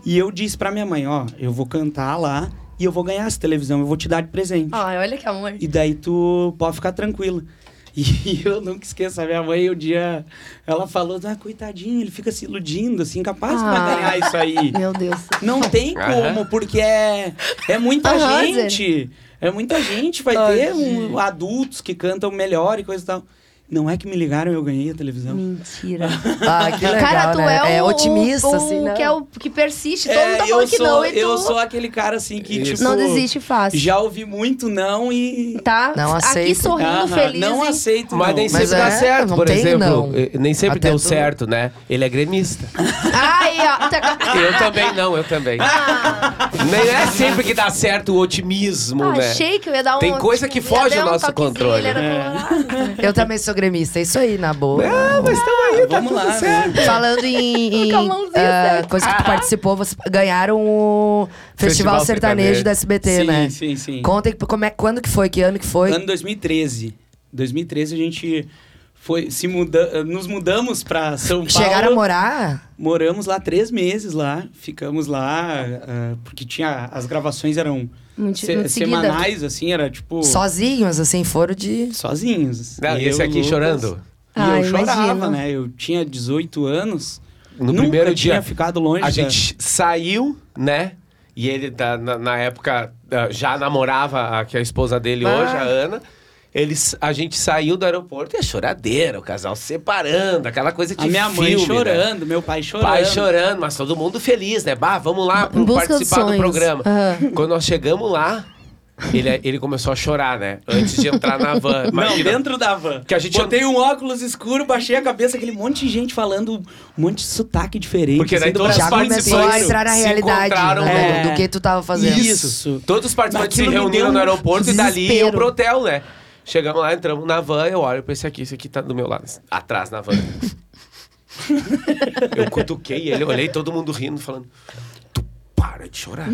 [SPEAKER 4] E eu disse pra minha mãe, ó, eu vou cantar lá e eu vou ganhar essa televisão, eu vou te dar de presente.
[SPEAKER 6] Ai, olha que amor.
[SPEAKER 4] E daí tu pode ficar tranquila. (laughs) E eu nunca esqueço, a minha mãe, um dia, ela falou, ah, coitadinho, ele fica se iludindo, assim, capaz de
[SPEAKER 6] Ah.
[SPEAKER 4] ganhar isso aí.
[SPEAKER 6] Meu Deus.
[SPEAKER 4] Não tem
[SPEAKER 2] Aham.
[SPEAKER 4] como, porque é, é muita
[SPEAKER 6] Aham,
[SPEAKER 4] gente. É muita gente. Vai ter um- adultos que cantam melhor e coisa e tal. Não é que me ligaram e eu ganhei a televisão.
[SPEAKER 6] Mentira.
[SPEAKER 7] Ah, que legal,
[SPEAKER 6] cara, tu
[SPEAKER 7] né?
[SPEAKER 6] é, o,
[SPEAKER 7] é otimista,
[SPEAKER 6] o, o
[SPEAKER 7] assim, né?
[SPEAKER 6] que é o que persiste. Todo mundo
[SPEAKER 4] É,
[SPEAKER 6] tá
[SPEAKER 4] eu,
[SPEAKER 6] falando que
[SPEAKER 4] sou,
[SPEAKER 6] não, e tu
[SPEAKER 4] eu sou aquele cara assim que,
[SPEAKER 2] Isso.
[SPEAKER 4] tipo.
[SPEAKER 6] não desiste fácil.
[SPEAKER 4] Já ouvi muito não e.
[SPEAKER 6] Tá?
[SPEAKER 7] Não
[SPEAKER 6] Aqui
[SPEAKER 7] aceito.
[SPEAKER 6] sorrindo,
[SPEAKER 4] Aham,
[SPEAKER 6] feliz.
[SPEAKER 4] não
[SPEAKER 6] hein?
[SPEAKER 4] aceito.
[SPEAKER 2] Mas
[SPEAKER 4] não.
[SPEAKER 2] nem
[SPEAKER 7] Mas
[SPEAKER 2] sempre dá
[SPEAKER 7] é,
[SPEAKER 2] certo,
[SPEAKER 7] não
[SPEAKER 2] por
[SPEAKER 7] tem,
[SPEAKER 2] exemplo.
[SPEAKER 7] não.
[SPEAKER 2] Eh, Nem sempre
[SPEAKER 7] Até
[SPEAKER 2] deu
[SPEAKER 7] tu-
[SPEAKER 2] certo, né? Ele é (laughs) gremista.
[SPEAKER 6] Aí,
[SPEAKER 4] (laughs)
[SPEAKER 6] ó. tá-
[SPEAKER 2] eu também não, eu também.
[SPEAKER 6] Ah,
[SPEAKER 2] Nem é sempre que dá certo o otimismo,
[SPEAKER 7] Ah,
[SPEAKER 2] né?
[SPEAKER 6] achei que eu ia dar um.
[SPEAKER 2] Tem coisa que
[SPEAKER 6] tipo, ia
[SPEAKER 2] foge
[SPEAKER 6] dar
[SPEAKER 2] do
[SPEAKER 6] um
[SPEAKER 2] nosso
[SPEAKER 6] toquezinho,
[SPEAKER 2] controle.
[SPEAKER 6] ele era
[SPEAKER 4] né?
[SPEAKER 6] colorado.
[SPEAKER 7] Eu também sou gremista, é isso aí, na boa.
[SPEAKER 2] Ah, mas tamo aí, tá
[SPEAKER 4] Vamos lá,
[SPEAKER 2] tudo
[SPEAKER 4] né?
[SPEAKER 2] certo.
[SPEAKER 7] Falando (laughs) em, em
[SPEAKER 6] Com a mãozinha
[SPEAKER 7] ah,
[SPEAKER 6] certa.
[SPEAKER 7] coisa que tu participou, vocês ganharam o Festival,
[SPEAKER 2] Festival
[SPEAKER 7] Sertanejo
[SPEAKER 2] Sertanejo.
[SPEAKER 7] da SBT,
[SPEAKER 4] Sim,
[SPEAKER 7] né?
[SPEAKER 4] sim, sim.
[SPEAKER 7] Conta que- como é, quando que foi, que ano que foi.
[SPEAKER 4] Ano 2013. 2013 a gente foi se muda, nos mudamos pra São Paulo.
[SPEAKER 7] Chegaram a morar?
[SPEAKER 4] Moramos lá três meses lá, ficamos lá, ah, porque tinha. As gravações eram
[SPEAKER 6] Muito-
[SPEAKER 4] se-
[SPEAKER 6] muito seguida.
[SPEAKER 4] semanais, assim, era tipo.
[SPEAKER 7] Sozinhos, assim, foram de...
[SPEAKER 4] Sozinhos.
[SPEAKER 2] Não,
[SPEAKER 4] E
[SPEAKER 2] e esse
[SPEAKER 4] eu,
[SPEAKER 2] aqui
[SPEAKER 4] Lucas,
[SPEAKER 2] chorando.
[SPEAKER 4] E
[SPEAKER 6] Ah,
[SPEAKER 4] eu chorava,
[SPEAKER 6] imagino.
[SPEAKER 4] né? Eu tinha 18 anos.
[SPEAKER 2] No
[SPEAKER 4] nunca
[SPEAKER 2] primeiro
[SPEAKER 4] tinha
[SPEAKER 2] dia.
[SPEAKER 4] ficado longe.
[SPEAKER 2] A
[SPEAKER 4] da-
[SPEAKER 2] gente saiu, né? E ele, da- na, na época, da- já namorava a, que é a esposa dele
[SPEAKER 4] Ah.
[SPEAKER 2] hoje, a Ana. Eles, a gente saiu do aeroporto e a choradeira, o casal se separando, aquela coisa de
[SPEAKER 4] A minha mãe
[SPEAKER 2] filme, né?
[SPEAKER 4] chorando, meu pai chorando.
[SPEAKER 2] Pai chorando, mas todo mundo feliz, né? Bah, vamos lá pro-
[SPEAKER 6] Em busca dos
[SPEAKER 2] participar do
[SPEAKER 6] sonhos. Ah.
[SPEAKER 2] programa.
[SPEAKER 6] Aham.
[SPEAKER 2] Quando nós chegamos lá, ele, é, ele começou a chorar, né? Antes de entrar na van.
[SPEAKER 4] Não,
[SPEAKER 2] Imagina.
[SPEAKER 4] dentro da van.
[SPEAKER 2] Que a gente-
[SPEAKER 4] Botei um óculos escuro, baixei a cabeça, aquele monte de gente falando, um monte de sotaque diferente.
[SPEAKER 2] Porque daí
[SPEAKER 4] do
[SPEAKER 2] todos
[SPEAKER 7] Já
[SPEAKER 2] os
[SPEAKER 4] Brasil.
[SPEAKER 7] começou a
[SPEAKER 2] participantes
[SPEAKER 7] entrar na
[SPEAKER 2] se
[SPEAKER 7] realidade
[SPEAKER 2] encontraram,
[SPEAKER 7] né,
[SPEAKER 5] É.
[SPEAKER 4] né?
[SPEAKER 7] do que tu tava fazendo.
[SPEAKER 4] Isso.
[SPEAKER 2] Todos os participantes
[SPEAKER 4] Aquilo
[SPEAKER 2] se
[SPEAKER 4] me
[SPEAKER 2] reuniram
[SPEAKER 4] deu
[SPEAKER 2] no
[SPEAKER 4] um
[SPEAKER 2] aeroporto e dali iam
[SPEAKER 6] desespero.
[SPEAKER 2] pro hotel, né? Chegamos lá, entramos na van, eu olho pra esse aqui, esse aqui tá do meu lado, atrás na
[SPEAKER 4] (laughs)
[SPEAKER 2] van. eu cutuquei ele, olhei todo mundo rindo, falando: Tu para de chorar.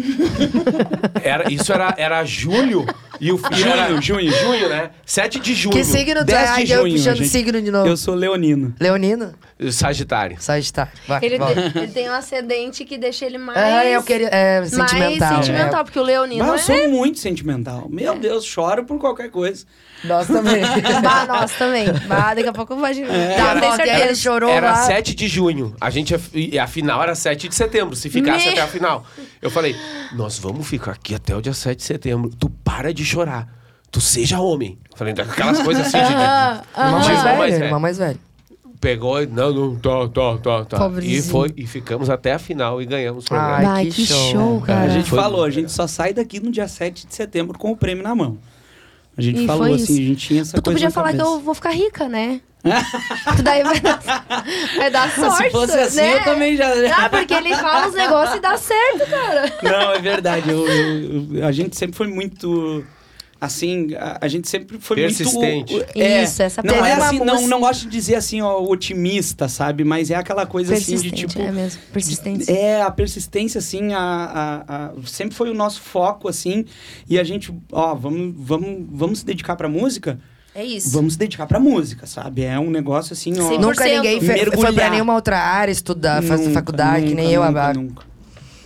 [SPEAKER 2] Era, isso era, era julho. E o e era-
[SPEAKER 4] Junho, junho,
[SPEAKER 2] junho, né? 7 de junho.
[SPEAKER 7] Que signo tu é?
[SPEAKER 4] 10 de
[SPEAKER 7] Ai, deu
[SPEAKER 4] junho,
[SPEAKER 7] puxando
[SPEAKER 4] gente.
[SPEAKER 7] signo de novo.
[SPEAKER 4] Eu sou leonino.
[SPEAKER 7] Leonino?
[SPEAKER 2] Sagitário.
[SPEAKER 7] Sagitário. Vai,
[SPEAKER 6] Ele,
[SPEAKER 7] volta.
[SPEAKER 6] te- ele tem um acidente que deixa ele mais.
[SPEAKER 7] Ah, eu queria... É,
[SPEAKER 6] mais
[SPEAKER 7] sentimental.
[SPEAKER 6] sentimental, porque o Leonino
[SPEAKER 4] Mas eu
[SPEAKER 6] é.
[SPEAKER 4] sou muito sentimental. Meu Deus, choro por qualquer coisa.
[SPEAKER 7] É. Nós também.
[SPEAKER 6] (laughs) Bah, nós também. Bah, daqui a pouco vai girar.
[SPEAKER 4] É.
[SPEAKER 7] Tá,
[SPEAKER 6] Tá, tem
[SPEAKER 7] bom, e aí ele
[SPEAKER 6] certeza.
[SPEAKER 7] chorou
[SPEAKER 2] Era
[SPEAKER 7] lá.
[SPEAKER 2] 7 de junho. A gente e a final era 7 de setembro, se ficasse
[SPEAKER 6] Meu-
[SPEAKER 2] até a final. Eu falei: "Nós vamos ficar aqui até o dia 7 de setembro. Tu para de chorar. Tu seja homem". Eu falei aquelas coisas assim,
[SPEAKER 6] Ah,
[SPEAKER 2] gente.
[SPEAKER 7] Irmão mais
[SPEAKER 2] Diz, mas
[SPEAKER 7] velho,
[SPEAKER 2] é.
[SPEAKER 7] irmão mais velho.
[SPEAKER 2] Pegou, e, não, não, tá, tá, tá, tá. E
[SPEAKER 6] Pobrezinho.
[SPEAKER 2] foi e ficamos até a final e ganhamos o
[SPEAKER 7] Ai,
[SPEAKER 2] programa.
[SPEAKER 6] Bah,
[SPEAKER 7] que
[SPEAKER 6] que
[SPEAKER 7] show, né?
[SPEAKER 6] show,
[SPEAKER 7] cara.
[SPEAKER 6] cara.
[SPEAKER 4] A gente
[SPEAKER 2] É, Foi
[SPEAKER 4] falou,
[SPEAKER 2] muito
[SPEAKER 4] a gente só sai daqui no dia 7 de setembro com o prêmio na mão. A gente
[SPEAKER 6] E
[SPEAKER 4] falou
[SPEAKER 6] foi
[SPEAKER 4] assim,
[SPEAKER 6] isso.
[SPEAKER 4] a gente tinha essa
[SPEAKER 6] Tu
[SPEAKER 4] coisa
[SPEAKER 6] podia
[SPEAKER 4] na
[SPEAKER 6] falar que
[SPEAKER 4] cabeça.
[SPEAKER 6] eu vou ficar rica, né? (laughs) que daí vai dar, (laughs) vai dar sorte.
[SPEAKER 4] (laughs) Se fosse assim,
[SPEAKER 6] né?
[SPEAKER 4] eu também
[SPEAKER 6] (laughs)
[SPEAKER 4] já...
[SPEAKER 6] Ah, porque ele fala os negócios e dá certo, cara.
[SPEAKER 4] Não, é verdade. Eu- eu- eu- a gente sempre foi muito. Assim, a, a gente sempre foi
[SPEAKER 2] Persistente.
[SPEAKER 4] muito. o- é,
[SPEAKER 6] Isso, essa
[SPEAKER 4] não
[SPEAKER 6] palavra
[SPEAKER 4] é
[SPEAKER 6] é uma
[SPEAKER 4] assim,
[SPEAKER 6] boa,
[SPEAKER 4] não,
[SPEAKER 6] assim.
[SPEAKER 4] não gosto de dizer assim, ó, otimista, sabe? Mas é aquela coisa assim de
[SPEAKER 6] Persistente,
[SPEAKER 4] tipo.
[SPEAKER 6] é mesmo. Persistente.
[SPEAKER 4] É, a persistência, assim, a, a- a- sempre foi o nosso foco, assim. E a gente, ó, vamos, vamos, vamos se dedicar pra música?
[SPEAKER 6] É, isso.
[SPEAKER 4] Vamos se dedicar pra música, sabe? É um negócio assim, ó.
[SPEAKER 6] Sim, não
[SPEAKER 5] Nunca ninguém fe- foi
[SPEAKER 4] Mergulhar.
[SPEAKER 5] pra nenhuma outra área estudar, fazer
[SPEAKER 4] Nunca,
[SPEAKER 5] faculdade, que nem eu.
[SPEAKER 4] nunca,
[SPEAKER 5] a-
[SPEAKER 4] nunca.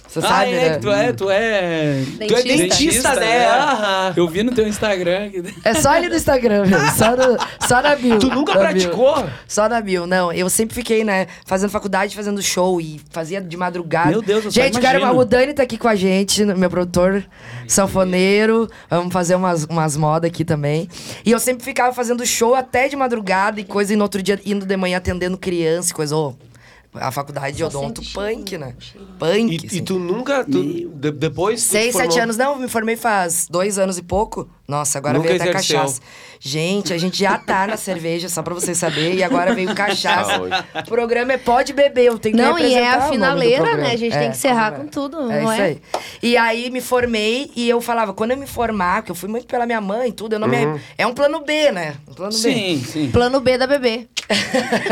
[SPEAKER 5] Você
[SPEAKER 4] Ah,
[SPEAKER 5] sabe,
[SPEAKER 4] é,
[SPEAKER 5] né?
[SPEAKER 4] que tu é, tu é. Tu é
[SPEAKER 6] Dentista.
[SPEAKER 4] dentista, né?
[SPEAKER 6] é.
[SPEAKER 2] é.
[SPEAKER 8] Dentista, né?
[SPEAKER 4] Aham. Eu vi no teu Instagram. que-
[SPEAKER 5] É só ali no Instagram, (laughs) velho. Só, no, só na bio.
[SPEAKER 2] Tu nunca
[SPEAKER 5] Na bio.
[SPEAKER 2] praticou?
[SPEAKER 5] Só na bio, não. Eu sempre fiquei, né, fazendo faculdade, fazendo show e fazia de madrugada.
[SPEAKER 4] Meu Deus, eu só
[SPEAKER 5] Gente, quero,
[SPEAKER 4] imagino.
[SPEAKER 5] o Dani tá aqui com a gente, meu produtor, sanfoneiro. Vamos fazer umas, umas modas aqui também. E eu sempre ficava fazendo show até de madrugada e coisa, e no outro dia indo de manhã atendendo criança e coisa. Ô, a faculdade de odonto,
[SPEAKER 6] sente
[SPEAKER 5] punk,
[SPEAKER 6] cheirinho,
[SPEAKER 5] né? Punk,
[SPEAKER 2] E, e
[SPEAKER 5] assim.
[SPEAKER 2] tu nunca. Tu, de- depois. tu
[SPEAKER 5] Seis,
[SPEAKER 2] formou-
[SPEAKER 5] sete anos. Não, me formei faz dois anos e pouco. Nossa, agora
[SPEAKER 2] Nunca
[SPEAKER 5] veio até
[SPEAKER 2] exerceu.
[SPEAKER 5] cachaça. Gente, a gente já tá na cerveja, só pra vocês saberem. E agora veio
[SPEAKER 2] Ah,
[SPEAKER 5] cachaça. o programa é Pode Beber, eu tenho que
[SPEAKER 6] Não, e é
[SPEAKER 5] representar o
[SPEAKER 6] a
[SPEAKER 5] nome do
[SPEAKER 6] finaleira, né?
[SPEAKER 5] programa.
[SPEAKER 6] A gente
[SPEAKER 5] É,
[SPEAKER 6] tem que encerrar
[SPEAKER 5] é.
[SPEAKER 6] com tudo,
[SPEAKER 5] É
[SPEAKER 6] não
[SPEAKER 5] isso
[SPEAKER 6] é?
[SPEAKER 5] aí. E aí me formei e eu falava, quando eu me formar, que eu fui muito pela minha mãe e tudo, eu não me
[SPEAKER 2] Uhum.
[SPEAKER 5] arrep- É um plano B, né? Um plano B.
[SPEAKER 4] Sim, sim.
[SPEAKER 6] Plano B da bebê.
[SPEAKER 5] (laughs)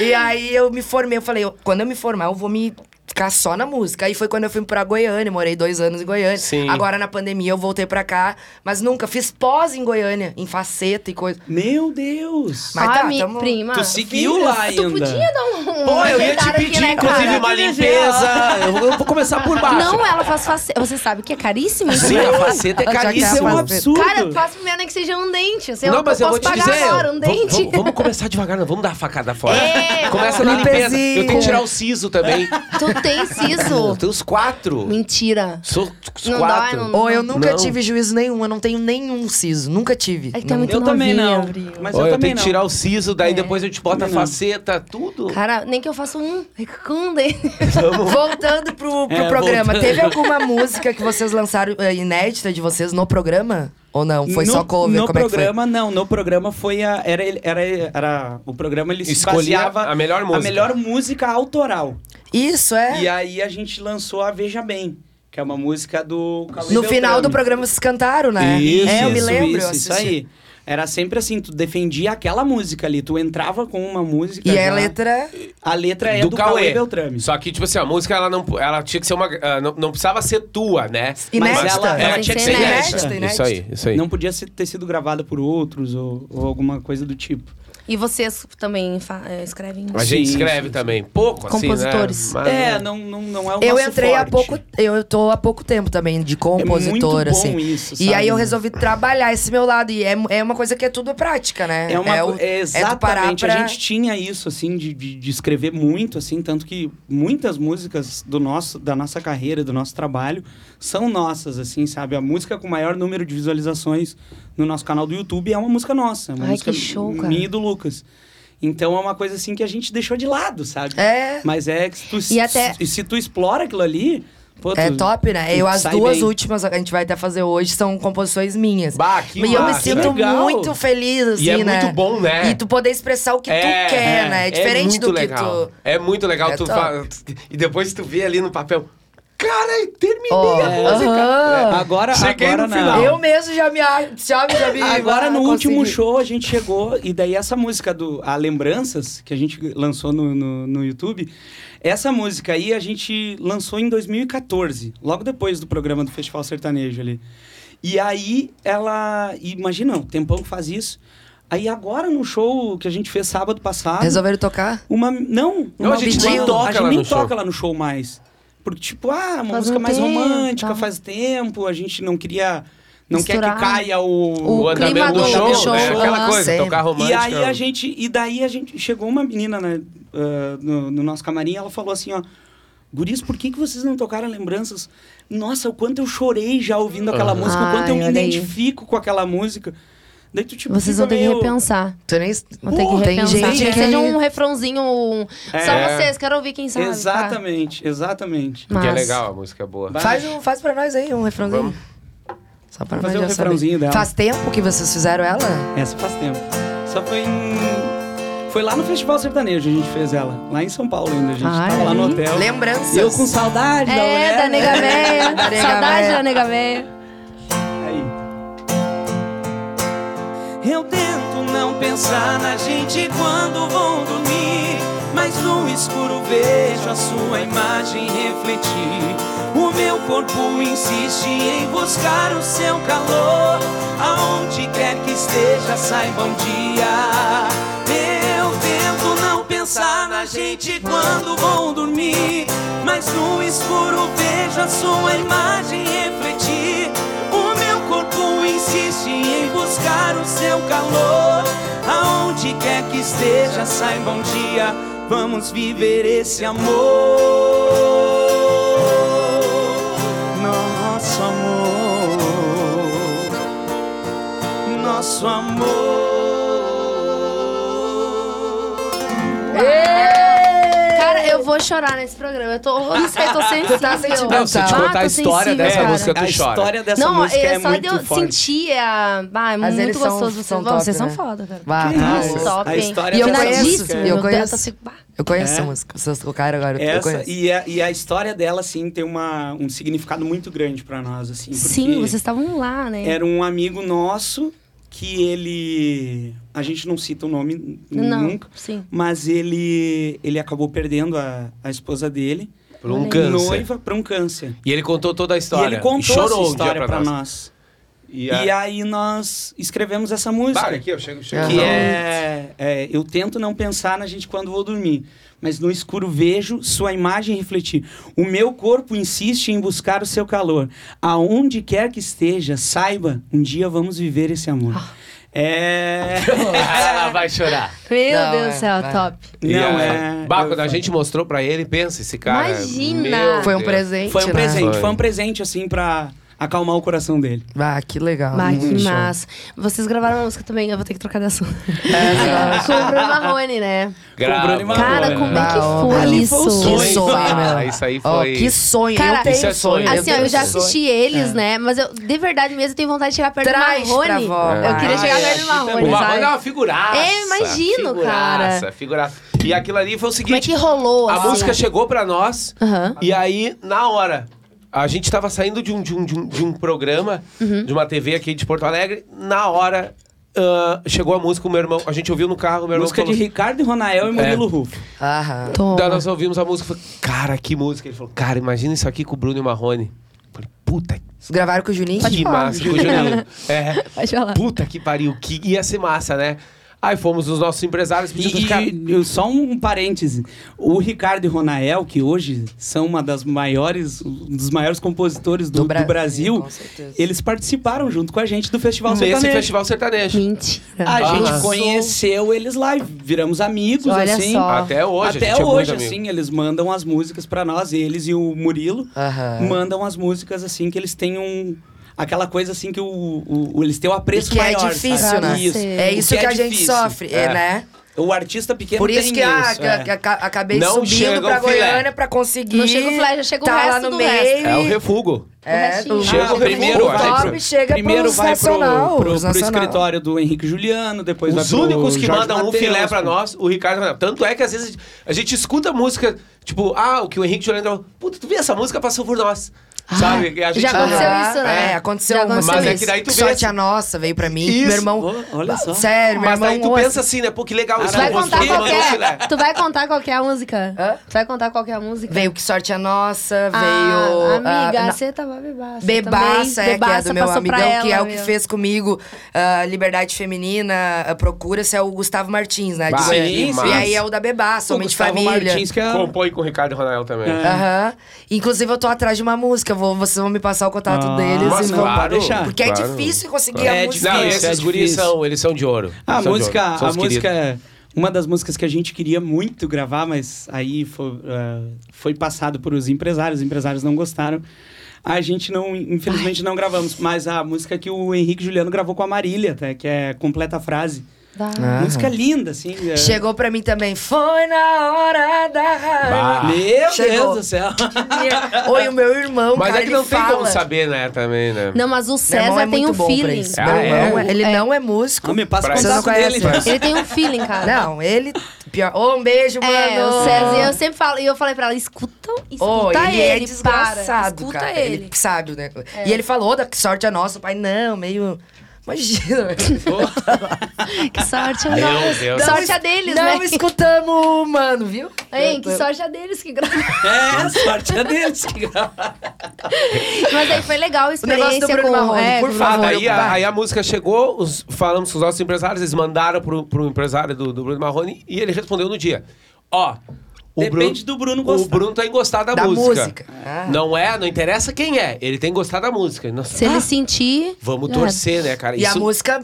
[SPEAKER 5] E aí eu me formei, eu falei, eu- quando eu me formar, eu vou me ficar só na música. Aí foi quando eu fui pra Goiânia, morei dois anos em Goiânia.
[SPEAKER 2] Sim.
[SPEAKER 5] Agora na pandemia eu voltei pra cá, mas nunca fiz pós em Goiânia, em faceta e coisa.
[SPEAKER 4] Meu Deus!
[SPEAKER 5] Mas
[SPEAKER 6] ah,
[SPEAKER 5] tá,
[SPEAKER 6] minha
[SPEAKER 5] tamo-
[SPEAKER 6] prima.
[SPEAKER 4] tu seguiu lá ainda.
[SPEAKER 6] Tu podia dar um.
[SPEAKER 2] Pô, eu ia te
[SPEAKER 6] ajeitada aqui,
[SPEAKER 2] pedir,
[SPEAKER 6] né, cara?
[SPEAKER 2] inclusive, uma limpeza. Eu vou, eu vou começar por baixo.
[SPEAKER 6] Não, ela faz faceta. Você sabe que é caríssimo isso?
[SPEAKER 2] Sim,
[SPEAKER 6] né?
[SPEAKER 2] a faceta é
[SPEAKER 5] Já que é
[SPEAKER 4] Isso é um
[SPEAKER 5] Mas-
[SPEAKER 2] caríssima.
[SPEAKER 4] absurdo!
[SPEAKER 6] Cara, faz primeiro nem que seja um dente. Assim,
[SPEAKER 2] não,
[SPEAKER 6] eu
[SPEAKER 2] mas eu vou
[SPEAKER 6] posso
[SPEAKER 2] te
[SPEAKER 6] pagar
[SPEAKER 2] dizer.
[SPEAKER 6] agora, um
[SPEAKER 2] vamos,
[SPEAKER 6] dente.
[SPEAKER 2] vamos- vamos começar devagar, não. Vamos dar a facada fora.
[SPEAKER 6] É,
[SPEAKER 2] Começa na
[SPEAKER 5] vamos lá.
[SPEAKER 2] limpeza. Eu tenho que
[SPEAKER 5] Limpezinho.
[SPEAKER 2] tirar o siso também.
[SPEAKER 6] Tu tens (laughs) isso.
[SPEAKER 2] Tem os quatro.
[SPEAKER 6] Então Mentira.
[SPEAKER 2] Sou os
[SPEAKER 6] Não dói,
[SPEAKER 2] quatro.
[SPEAKER 6] não-
[SPEAKER 5] Ou eu nunca
[SPEAKER 2] Não.
[SPEAKER 5] tive juízo nenhum, eu não tenho nenhum siso, nunca tive.
[SPEAKER 6] É que tá
[SPEAKER 5] Não.
[SPEAKER 6] muito
[SPEAKER 4] eu também
[SPEAKER 6] novinha,
[SPEAKER 4] não.
[SPEAKER 6] Abril.
[SPEAKER 4] Mas
[SPEAKER 2] Olha,
[SPEAKER 4] eu
[SPEAKER 2] eu
[SPEAKER 4] também
[SPEAKER 2] tenho
[SPEAKER 4] não.
[SPEAKER 2] que tirar o siso, daí depois eu te boto a
[SPEAKER 4] Também não.
[SPEAKER 2] faceta, tudo.
[SPEAKER 6] É. Cara, nem que eu faça um (laughs) com um dente.
[SPEAKER 5] Voltando pro, pro
[SPEAKER 4] É,
[SPEAKER 5] programa,
[SPEAKER 4] voltando.
[SPEAKER 5] teve alguma música que vocês lançaram eh, inédita de vocês no programa? Ou não? Foi
[SPEAKER 4] no,
[SPEAKER 5] só cover?
[SPEAKER 4] No
[SPEAKER 5] Como
[SPEAKER 4] programa, não. No programa foi a. Era, ele- era, era, o programa ele se
[SPEAKER 2] Escolhia
[SPEAKER 4] baseava
[SPEAKER 2] a melhor música.
[SPEAKER 4] A melhor música autoral.
[SPEAKER 5] é que foi? Isso, é.
[SPEAKER 4] E aí a gente lançou a Veja Bem, que é uma música do. Cauê
[SPEAKER 5] No
[SPEAKER 4] Beltrame.
[SPEAKER 5] final do programa vocês cantaram, né?
[SPEAKER 2] Isso,
[SPEAKER 5] é, eu me
[SPEAKER 4] isso,
[SPEAKER 5] lembro. eu
[SPEAKER 4] Isso, isso
[SPEAKER 5] assisti.
[SPEAKER 4] aí. Era sempre assim, tu defendia aquela música ali, tu entrava com uma música.
[SPEAKER 5] E é
[SPEAKER 4] já.
[SPEAKER 5] a letra.
[SPEAKER 4] A letra é do, Cauê. Beltrame.
[SPEAKER 2] Só que, tipo assim, a música ela não, ela tinha que ser uma. ah, não, não precisava ser tua, né?
[SPEAKER 5] Inédita.
[SPEAKER 4] Mas ela-
[SPEAKER 2] Ela
[SPEAKER 6] Tem
[SPEAKER 2] tinha que
[SPEAKER 6] que
[SPEAKER 2] ser
[SPEAKER 6] ser
[SPEAKER 2] inédita.
[SPEAKER 5] inédita,
[SPEAKER 2] Isso aí, isso aí.
[SPEAKER 4] Não podia ser- ter sido gravada por outros ou, ou alguma coisa do tipo.
[SPEAKER 6] E vocês também fa- eh, escrevem?
[SPEAKER 2] a gente
[SPEAKER 4] Sim,
[SPEAKER 2] escreve
[SPEAKER 4] sim,
[SPEAKER 2] também. Pouco, assim,
[SPEAKER 6] Compositores.
[SPEAKER 2] Né? Mas-
[SPEAKER 4] É, não, não, não é o
[SPEAKER 5] Eu
[SPEAKER 4] nosso
[SPEAKER 5] entrei
[SPEAKER 4] forte.
[SPEAKER 5] há
[SPEAKER 4] É
[SPEAKER 5] pouco. Eu tô há pouco tempo também de
[SPEAKER 4] muito
[SPEAKER 5] compositor,
[SPEAKER 4] bom
[SPEAKER 5] assim.
[SPEAKER 4] isso,
[SPEAKER 5] E
[SPEAKER 4] sabe?
[SPEAKER 5] aí eu resolvi trabalhar esse meu lado. E é, é uma coisa que é tudo prática, né?
[SPEAKER 4] É uma
[SPEAKER 5] o-
[SPEAKER 4] co- é
[SPEAKER 5] é tu parar
[SPEAKER 4] exatamente.
[SPEAKER 5] pra-
[SPEAKER 4] A gente tinha isso assim de, de, de escrever muito assim, tanto que muitas músicas do nosso da nossa carreira, do nosso trabalho são nossas assim, sabe? A música com maior número de visualizações no nosso canal do YouTube é uma música nossa, é uma
[SPEAKER 6] Ai,
[SPEAKER 4] música
[SPEAKER 6] que show, cara.
[SPEAKER 4] minha e do Lucas. Então é uma coisa assim que a gente deixou de lado, sabe?
[SPEAKER 5] É.
[SPEAKER 4] Mas é que se tu,
[SPEAKER 6] E até-
[SPEAKER 4] se, se tu explora aquilo ali, pô,
[SPEAKER 5] É
[SPEAKER 4] tu-
[SPEAKER 5] top, né?
[SPEAKER 4] tu
[SPEAKER 5] Eu, as
[SPEAKER 4] sai
[SPEAKER 5] duas
[SPEAKER 4] bem.
[SPEAKER 5] últimas, a gente vai até fazer hoje, são composições minhas.
[SPEAKER 2] Bah, que
[SPEAKER 5] e eu me
[SPEAKER 2] massa.
[SPEAKER 5] sinto
[SPEAKER 4] Legal.
[SPEAKER 5] muito feliz, assim,
[SPEAKER 2] E é
[SPEAKER 5] né?
[SPEAKER 2] muito bom, né?
[SPEAKER 5] E tu poder expressar o que
[SPEAKER 2] É,
[SPEAKER 5] tu quer,
[SPEAKER 4] é,
[SPEAKER 5] né? É diferente
[SPEAKER 2] muito
[SPEAKER 5] do que
[SPEAKER 2] legal.
[SPEAKER 5] tu.
[SPEAKER 2] É muito legal.
[SPEAKER 5] É
[SPEAKER 2] tu
[SPEAKER 5] top.
[SPEAKER 2] fa- (laughs) E depois tu vê ali no papel. Cara, eu terminei
[SPEAKER 5] Ó,
[SPEAKER 2] a música.
[SPEAKER 5] aham.
[SPEAKER 4] Agora,
[SPEAKER 2] Cheguei
[SPEAKER 4] agora
[SPEAKER 2] no
[SPEAKER 4] na-
[SPEAKER 2] final.
[SPEAKER 5] Eu mesmo já me acho, já, já me
[SPEAKER 4] Agora,
[SPEAKER 5] ah,
[SPEAKER 4] no
[SPEAKER 5] consegui.
[SPEAKER 4] último show, a gente chegou, e daí essa música do A Lembranças, que a gente lançou no, no, no YouTube, essa música aí a gente lançou em 2014, logo depois do programa do Festival Sertanejo ali. E aí ela. Imagina, o tempão que faz isso. Aí agora no show que a gente fez sábado passado.
[SPEAKER 5] Resolveram tocar?
[SPEAKER 4] Uma. Não,
[SPEAKER 2] Não,
[SPEAKER 4] uma
[SPEAKER 2] a gente
[SPEAKER 5] nem
[SPEAKER 4] menina-
[SPEAKER 2] toca
[SPEAKER 4] a gente
[SPEAKER 2] lá
[SPEAKER 4] nem
[SPEAKER 2] no show.
[SPEAKER 4] toca lá no show mais. Porque, tipo, ah, uma
[SPEAKER 6] Faz
[SPEAKER 4] música
[SPEAKER 6] um
[SPEAKER 4] mais
[SPEAKER 6] tempo,
[SPEAKER 4] romântica,
[SPEAKER 6] tá.
[SPEAKER 4] faz tempo, a gente não queria. Não quer
[SPEAKER 6] Misturar.
[SPEAKER 4] que caia o.
[SPEAKER 6] O
[SPEAKER 2] O andamento
[SPEAKER 6] clima
[SPEAKER 2] do
[SPEAKER 6] do
[SPEAKER 2] show,
[SPEAKER 6] show,
[SPEAKER 2] né? Aquela
[SPEAKER 5] aham,
[SPEAKER 2] coisa,
[SPEAKER 5] sempre.
[SPEAKER 2] tocar romântica.
[SPEAKER 4] E aí a gente. E daí a gente. Chegou uma menina né, ah, no, no nosso camarim e ela falou assim, ó. Guris, por que, que vocês não tocaram lembranças? Nossa, o quanto eu chorei já ouvindo aquela
[SPEAKER 2] Aham.
[SPEAKER 4] música, o quanto eu
[SPEAKER 6] Ai,
[SPEAKER 4] me
[SPEAKER 6] olha aí.
[SPEAKER 4] identifico com aquela música. Daí tu, tipo,
[SPEAKER 6] Vocês vão
[SPEAKER 4] fica
[SPEAKER 6] ter que
[SPEAKER 4] meio-
[SPEAKER 6] repensar.
[SPEAKER 5] Tu nem.
[SPEAKER 6] Vão ter que
[SPEAKER 5] Pô, tem
[SPEAKER 6] repensar.
[SPEAKER 5] gente
[SPEAKER 6] que
[SPEAKER 5] que- é
[SPEAKER 6] seja um refrãozinho. um- Só
[SPEAKER 2] É.
[SPEAKER 6] vocês, quero ouvir quem sabe. tá?
[SPEAKER 4] Exatamente, exatamente.
[SPEAKER 2] Porque é
[SPEAKER 6] Mas-
[SPEAKER 2] legal, a música é boa.
[SPEAKER 4] Vai.
[SPEAKER 5] Faz, um, faz pra nós aí um refrãozinho.
[SPEAKER 2] Vamos.
[SPEAKER 5] Só pra
[SPEAKER 4] Vou fazer
[SPEAKER 5] nós
[SPEAKER 4] um
[SPEAKER 5] já saber.
[SPEAKER 4] refrãozinho dela.
[SPEAKER 5] Faz tempo que vocês fizeram ela?
[SPEAKER 4] Essa faz tempo. Só foi em... Foi lá no Festival Sertanejo a gente fez ela. Lá em São Paulo ainda, a gente.
[SPEAKER 6] Ah,
[SPEAKER 4] tava lá no
[SPEAKER 6] aí.
[SPEAKER 4] hotel.
[SPEAKER 5] Lembranças.
[SPEAKER 4] E eu com saudade da
[SPEAKER 6] É,
[SPEAKER 4] mulher. né?
[SPEAKER 6] da Nega Meia.
[SPEAKER 5] Da Nega
[SPEAKER 6] Saudade
[SPEAKER 5] Meia.
[SPEAKER 6] da Nega Meia.
[SPEAKER 4] Aí.
[SPEAKER 9] Eu tento não pensar na gente quando vou dormir, mas no escuro vejo a sua imagem refletir. O meu corpo insiste em buscar o seu calor, aonde quer que esteja, saiba um dia. Eu tento não pensar na gente quando vou dormir, mas no escuro vejo a sua imagem refletir. O meu corpo insiste em buscar o seu calor. Aonde quer que esteja, saiba um dia, vamos viver esse amor. Nosso amor. Nosso amor.
[SPEAKER 6] Cara, eu vou chorar nesse programa. Eu, tô, eu não sei, eu tô sensível.
[SPEAKER 5] tá sensível.
[SPEAKER 2] Não, se eu te
[SPEAKER 6] Ah,
[SPEAKER 2] contar
[SPEAKER 6] tô
[SPEAKER 2] a história
[SPEAKER 6] sensível,
[SPEAKER 2] dessa
[SPEAKER 6] cara.
[SPEAKER 2] música, tu
[SPEAKER 4] A
[SPEAKER 2] chora.
[SPEAKER 4] história dessa
[SPEAKER 6] não,
[SPEAKER 4] música
[SPEAKER 6] é
[SPEAKER 4] é,
[SPEAKER 6] só de
[SPEAKER 4] muito
[SPEAKER 6] eu
[SPEAKER 4] forte.
[SPEAKER 6] sentir a. Ah, é
[SPEAKER 5] Mas
[SPEAKER 6] muito
[SPEAKER 5] eles são-
[SPEAKER 6] gostoso.
[SPEAKER 5] são
[SPEAKER 6] vocês,
[SPEAKER 5] top,
[SPEAKER 6] vocês são
[SPEAKER 5] né?
[SPEAKER 6] foda, cara.
[SPEAKER 5] Bah,
[SPEAKER 4] Que
[SPEAKER 5] arrasa.
[SPEAKER 4] Ah, isso?
[SPEAKER 6] top,
[SPEAKER 4] A
[SPEAKER 6] hein?
[SPEAKER 4] história né?
[SPEAKER 5] E eu
[SPEAKER 4] dessa
[SPEAKER 5] conheço, assim,
[SPEAKER 4] música.
[SPEAKER 5] eu
[SPEAKER 6] Meu Deus,
[SPEAKER 5] conheço.
[SPEAKER 6] tá se- bah.
[SPEAKER 5] Eu conheço
[SPEAKER 4] É.
[SPEAKER 5] essa música. Vocês colocaram agora, eu
[SPEAKER 4] Essa,
[SPEAKER 5] conheço.
[SPEAKER 4] e, a, e a história dela, assim, tem uma, um significado muito grande pra nós, assim. Porque
[SPEAKER 6] Sim, vocês estavam lá, né?
[SPEAKER 4] Era um amigo nosso que ele... A gente não cita o nome n-
[SPEAKER 6] não,
[SPEAKER 4] nunca.
[SPEAKER 6] sim.
[SPEAKER 4] Mas ele, ele acabou perdendo a, a esposa dele.
[SPEAKER 2] Por um câncer.
[SPEAKER 4] Noiva pra um câncer.
[SPEAKER 2] E ele contou toda a
[SPEAKER 4] E
[SPEAKER 2] história.
[SPEAKER 4] ele contou
[SPEAKER 2] chorou
[SPEAKER 4] essa
[SPEAKER 2] um dia
[SPEAKER 4] história pra, nós.
[SPEAKER 2] E
[SPEAKER 4] E,
[SPEAKER 2] a-
[SPEAKER 4] aí nós escrevemos essa música.
[SPEAKER 2] Para, aqui, eu chego, chego.
[SPEAKER 4] Que
[SPEAKER 5] Aham.
[SPEAKER 4] é, é, Eu tento não pensar na gente quando vou dormir, mas no escuro vejo sua imagem refletir. O meu corpo insiste em buscar o seu calor. Aonde quer que esteja, saiba, um dia vamos viver esse amor. É.
[SPEAKER 2] Ela vai chorar.
[SPEAKER 6] Meu
[SPEAKER 5] Não,
[SPEAKER 6] Deus
[SPEAKER 5] é,
[SPEAKER 6] do céu,
[SPEAKER 5] vai.
[SPEAKER 6] top.
[SPEAKER 4] Não, é.
[SPEAKER 2] Bah,
[SPEAKER 4] eu-
[SPEAKER 2] quando a gente mostrou pra ele, pensa, esse cara.
[SPEAKER 6] Imagina!
[SPEAKER 2] meu
[SPEAKER 5] Foi um
[SPEAKER 2] Deus.
[SPEAKER 5] presente,
[SPEAKER 4] Foi um
[SPEAKER 5] né?
[SPEAKER 4] presente,
[SPEAKER 2] Foi.
[SPEAKER 4] foi um presente, assim, pra acalmar o coração dele.
[SPEAKER 5] Ah, que legal.
[SPEAKER 6] Bah, que
[SPEAKER 5] Muito show.
[SPEAKER 6] massa. Vocês gravaram uma música também, eu vou ter que trocar de assunto.
[SPEAKER 5] É,
[SPEAKER 6] (laughs) com o Bruno Marrone, né?
[SPEAKER 2] Grava,
[SPEAKER 4] Bruno e
[SPEAKER 6] Cara,
[SPEAKER 2] né?
[SPEAKER 6] como
[SPEAKER 5] Bah, ó.
[SPEAKER 6] é que
[SPEAKER 4] Ali
[SPEAKER 6] foi
[SPEAKER 4] foi o
[SPEAKER 6] isso?
[SPEAKER 5] Que
[SPEAKER 4] sonho.
[SPEAKER 5] sonho,
[SPEAKER 2] Ah,
[SPEAKER 5] meu.
[SPEAKER 2] isso aí
[SPEAKER 5] Ó,
[SPEAKER 2] foi-
[SPEAKER 5] que sonho.
[SPEAKER 6] Cara,
[SPEAKER 5] eu tenho
[SPEAKER 2] Isso é sonho.
[SPEAKER 6] Assim, ó, eu
[SPEAKER 5] tenho
[SPEAKER 6] já
[SPEAKER 5] sonho.
[SPEAKER 6] assisti
[SPEAKER 4] É.
[SPEAKER 6] eles, né? Mas eu, de verdade mesmo, eu tenho vontade de chegar perto
[SPEAKER 5] Traz
[SPEAKER 6] do Marrone.
[SPEAKER 5] pra vó,
[SPEAKER 6] Eu queria
[SPEAKER 5] vai.
[SPEAKER 6] chegar
[SPEAKER 5] Ai,
[SPEAKER 6] perto do
[SPEAKER 2] O
[SPEAKER 6] Marrone,
[SPEAKER 2] Marrone é uma
[SPEAKER 6] sabe?
[SPEAKER 2] figuraça.
[SPEAKER 6] É, imagino,
[SPEAKER 2] figuraça,
[SPEAKER 6] cara.
[SPEAKER 2] Figuraça, E aquilo ali foi o seguinte.
[SPEAKER 6] Como é que rolou,
[SPEAKER 2] A
[SPEAKER 6] assim?
[SPEAKER 2] música chegou pra nós
[SPEAKER 6] Aham.
[SPEAKER 2] e aí, na hora, a gente tava saindo de um, de um, de um, de um programa,
[SPEAKER 6] Uhum.
[SPEAKER 2] de uma TV aqui de Porto Alegre, na hora ah, chegou a música, o meu irmão, a gente ouviu no carro, o meu irmão
[SPEAKER 4] Música de
[SPEAKER 2] falou...
[SPEAKER 4] Ricardo Ronael e Murilo Rufo.
[SPEAKER 5] Aham.
[SPEAKER 6] Toma.
[SPEAKER 2] Daí nós ouvimos a música e falei, cara, que música. Ele falou, cara, imagina isso aqui com o Bruno e o Marrone. Eu Falei, puta
[SPEAKER 5] Vocês gravaram com o Juninho?
[SPEAKER 2] que massa, com o Juninho.
[SPEAKER 6] (laughs)
[SPEAKER 2] É.
[SPEAKER 6] Pode falar.
[SPEAKER 2] Puta que pariu, que ia ser massa, né? Aí fomos os nossos empresários
[SPEAKER 4] E,
[SPEAKER 2] pedimos, cara,
[SPEAKER 4] e- e só um parêntese. O Ricardo e Ronael, que hoje são uma das maiores, um dos maiores compositores do, do
[SPEAKER 5] Brasil,
[SPEAKER 4] Brasil,
[SPEAKER 5] com certeza.
[SPEAKER 4] eles participaram junto com a gente do Festival
[SPEAKER 2] nesse
[SPEAKER 4] Sertanejo.
[SPEAKER 2] festival sertanejo.
[SPEAKER 6] Mentira.
[SPEAKER 5] Ah,
[SPEAKER 4] A gente
[SPEAKER 2] Arrasou.
[SPEAKER 4] conheceu eles lá, e viramos amigos,
[SPEAKER 6] Olha
[SPEAKER 4] assim.
[SPEAKER 6] só.
[SPEAKER 2] Até hoje, a
[SPEAKER 4] Até hoje,
[SPEAKER 2] gente é muito amigo.
[SPEAKER 4] assim, eles mandam as músicas pra nós, eles e o Murilo
[SPEAKER 5] Aham.
[SPEAKER 4] mandam as músicas, assim, que eles têm um... Aquela coisa, assim, que o, o- o- eles têm o apreço
[SPEAKER 5] E que é
[SPEAKER 4] maior,
[SPEAKER 5] difícil,
[SPEAKER 4] sabe?
[SPEAKER 5] né?
[SPEAKER 4] Isso.
[SPEAKER 5] É
[SPEAKER 4] O
[SPEAKER 5] isso
[SPEAKER 4] que
[SPEAKER 5] que,
[SPEAKER 4] é
[SPEAKER 5] a gente
[SPEAKER 4] difícil.
[SPEAKER 5] sofre, é, né?
[SPEAKER 4] O artista pequeno
[SPEAKER 5] Por isso
[SPEAKER 4] tem
[SPEAKER 5] que ah, que-
[SPEAKER 4] é.
[SPEAKER 5] que aca- acabei
[SPEAKER 2] Não
[SPEAKER 5] subindo
[SPEAKER 2] chega
[SPEAKER 5] pra
[SPEAKER 2] o filé.
[SPEAKER 5] Goiânia pra conseguir.
[SPEAKER 6] Não chega o filé, já chega o
[SPEAKER 5] tá lá
[SPEAKER 6] resto
[SPEAKER 5] no
[SPEAKER 6] do
[SPEAKER 5] meio.
[SPEAKER 6] resto.
[SPEAKER 2] É o refugo.
[SPEAKER 5] É,
[SPEAKER 6] restinho.
[SPEAKER 5] o-
[SPEAKER 2] Chega
[SPEAKER 5] o
[SPEAKER 2] primeiro,
[SPEAKER 5] o
[SPEAKER 2] vai
[SPEAKER 5] top
[SPEAKER 2] pro-
[SPEAKER 5] chega
[SPEAKER 4] Primeiro
[SPEAKER 5] pros
[SPEAKER 4] vai
[SPEAKER 5] nacional.
[SPEAKER 4] pro, pro,
[SPEAKER 5] os
[SPEAKER 4] pro
[SPEAKER 5] nacional.
[SPEAKER 4] escritório do Henrique Juliano, depois vai
[SPEAKER 2] Os
[SPEAKER 4] pro
[SPEAKER 2] únicos que
[SPEAKER 4] Jorge
[SPEAKER 2] mandam um
[SPEAKER 4] Mateus,
[SPEAKER 2] filé pra
[SPEAKER 4] pro-
[SPEAKER 2] nós, o Ricardo Renato. Tanto é que às vezes a gente escuta música, tipo, ah, o que o Henrique Juliano gravou. Puta, tu vê essa música passou por nós. sabe? E a gente
[SPEAKER 6] Ah, já aconteceu
[SPEAKER 5] Aham.
[SPEAKER 6] isso, né?
[SPEAKER 5] É, aconteceu
[SPEAKER 6] Já
[SPEAKER 5] uma.
[SPEAKER 6] aconteceu
[SPEAKER 5] sim.
[SPEAKER 6] isso.
[SPEAKER 2] Mas é que daí tu vê
[SPEAKER 5] Sorte
[SPEAKER 2] assim-
[SPEAKER 5] a nossa veio pra mim.
[SPEAKER 2] Isso.
[SPEAKER 5] Meu irmão.
[SPEAKER 4] Oh, olha só.
[SPEAKER 5] Sério,
[SPEAKER 2] é."
[SPEAKER 5] meu
[SPEAKER 2] Mas
[SPEAKER 5] irmão.
[SPEAKER 2] daí tu
[SPEAKER 5] ou-
[SPEAKER 2] pensa assim, né? Pô, que legal isso.
[SPEAKER 6] Tu vai
[SPEAKER 2] não
[SPEAKER 6] contar
[SPEAKER 2] gostei, mandou um filé.
[SPEAKER 6] qualquer. Tu vai contar qualquer música?
[SPEAKER 5] Hã?
[SPEAKER 6] Tu vai contar qualquer música?
[SPEAKER 5] Veio que sorte a nossa,
[SPEAKER 6] Ah,
[SPEAKER 5] veio. ah,
[SPEAKER 6] Amiga,
[SPEAKER 5] na-
[SPEAKER 6] você tava bebaça.
[SPEAKER 5] Bebaça,
[SPEAKER 6] também.
[SPEAKER 5] é, que é do meu
[SPEAKER 6] passou pra
[SPEAKER 5] amigão, que é
[SPEAKER 6] ela,
[SPEAKER 5] o que
[SPEAKER 6] meu.
[SPEAKER 5] fez comigo ah, Liberdade Feminina, ah, Procura-se, é o Gustavo Martins, né? de
[SPEAKER 2] Bah,
[SPEAKER 5] Goiânia.
[SPEAKER 2] sim,
[SPEAKER 5] e
[SPEAKER 2] massa.
[SPEAKER 5] aí é o da Bebaça,
[SPEAKER 4] O
[SPEAKER 5] Homem de
[SPEAKER 4] Gustavo
[SPEAKER 5] Família.
[SPEAKER 4] Martins, que é...
[SPEAKER 2] Compõe com o Ricardo Ronaldo também.
[SPEAKER 4] É.
[SPEAKER 5] Aham. Inclusive, eu tô atrás de uma música. Vou, vocês vão me passar o contato
[SPEAKER 4] Ah,
[SPEAKER 5] deles.
[SPEAKER 2] Mas
[SPEAKER 5] e vão...
[SPEAKER 2] claro,
[SPEAKER 4] deixar.
[SPEAKER 5] Porque é
[SPEAKER 2] claro.
[SPEAKER 5] difícil conseguir
[SPEAKER 4] Claro.
[SPEAKER 5] a
[SPEAKER 4] É
[SPEAKER 5] música.
[SPEAKER 2] Não,
[SPEAKER 4] Difícil,
[SPEAKER 2] esses
[SPEAKER 4] é
[SPEAKER 2] guris
[SPEAKER 4] difícil.
[SPEAKER 2] são, eles são de ouro.
[SPEAKER 4] A
[SPEAKER 2] São de
[SPEAKER 4] música,
[SPEAKER 2] ouro. São
[SPEAKER 4] a
[SPEAKER 2] os queridos.
[SPEAKER 4] música é uma das músicas que a gente queria muito gravar, mas aí foi, ah, foi passado por os empresários, os empresários não gostaram. A gente não, infelizmente, não gravamos, mas a música que o Henrique Juliano gravou com a Marília, tá? que é Completa Frase.
[SPEAKER 6] Dá.
[SPEAKER 2] Ah.
[SPEAKER 4] Música linda, assim. é-
[SPEAKER 5] Chegou pra mim também, foi na hora da raiva.
[SPEAKER 2] Bah.
[SPEAKER 4] Meu
[SPEAKER 5] Chegou.
[SPEAKER 4] Deus do céu.
[SPEAKER 5] Oi, o meu
[SPEAKER 4] um
[SPEAKER 5] irmão,
[SPEAKER 2] Mas
[SPEAKER 5] cara,
[SPEAKER 2] é que
[SPEAKER 5] ele
[SPEAKER 2] não tem
[SPEAKER 5] fala.
[SPEAKER 2] como saber, né, também, né?
[SPEAKER 6] Não, mas o
[SPEAKER 5] Meu irmão
[SPEAKER 6] César
[SPEAKER 5] é
[SPEAKER 6] tem
[SPEAKER 5] muito
[SPEAKER 6] um
[SPEAKER 5] bom pra
[SPEAKER 6] feeling.
[SPEAKER 5] isso.
[SPEAKER 2] Ah,
[SPEAKER 5] Meu
[SPEAKER 2] é?
[SPEAKER 5] irmão, ele
[SPEAKER 6] É.
[SPEAKER 5] não é músico.
[SPEAKER 4] Ah, me passa o
[SPEAKER 2] Pra-
[SPEAKER 5] Vocês não
[SPEAKER 4] contato dele.
[SPEAKER 5] conhecem.
[SPEAKER 6] Ele tem um feeling, cara.
[SPEAKER 5] Não, ele... Pior. Ô, um beijo, mano.
[SPEAKER 6] É, o César, e eu sempre falo, e eu falei pra ela, escuta, escuta
[SPEAKER 5] Ô, ele, é
[SPEAKER 6] para,
[SPEAKER 5] desgraçado,
[SPEAKER 6] escuta
[SPEAKER 5] cara.
[SPEAKER 6] ele. É.
[SPEAKER 5] que sabe, né? E ele falou, da que sorte a nossa. O pai, não, meio... Imagina.
[SPEAKER 6] Que sorte a
[SPEAKER 2] Meu
[SPEAKER 6] nossa.
[SPEAKER 2] Deus.
[SPEAKER 6] (laughs) Sorte a deles,
[SPEAKER 5] tá- não
[SPEAKER 6] né?
[SPEAKER 5] escutamos o humano, viu?
[SPEAKER 6] Hein, que sorte a deles que gra-
[SPEAKER 4] (laughs)
[SPEAKER 6] (laughs)
[SPEAKER 4] É, sorte é deles.
[SPEAKER 6] Mas aí foi legal a
[SPEAKER 5] do
[SPEAKER 6] experiência
[SPEAKER 5] Bruno
[SPEAKER 6] com
[SPEAKER 5] Marrone,
[SPEAKER 6] é,
[SPEAKER 5] por
[SPEAKER 6] Bruno
[SPEAKER 5] favor,
[SPEAKER 2] Ah,
[SPEAKER 6] Marrone.
[SPEAKER 2] daí a, aí a música chegou, os- falamos com os nossos empresários, eles mandaram pro, pro empresário do, do Bruno Marrone e ele respondeu no dia. Ó, o
[SPEAKER 4] Depende do Bruno
[SPEAKER 2] O
[SPEAKER 4] gostar.
[SPEAKER 2] Bruno tem gostado da,
[SPEAKER 5] Da
[SPEAKER 2] música.
[SPEAKER 5] música. Ah.
[SPEAKER 2] Não é, não interessa quem é, ele tem gostado da música. Nossa,
[SPEAKER 6] Se ele sentir.
[SPEAKER 2] Ah, vamos
[SPEAKER 6] É.
[SPEAKER 2] torcer, né, cara?
[SPEAKER 5] E a
[SPEAKER 2] Isso-
[SPEAKER 5] música,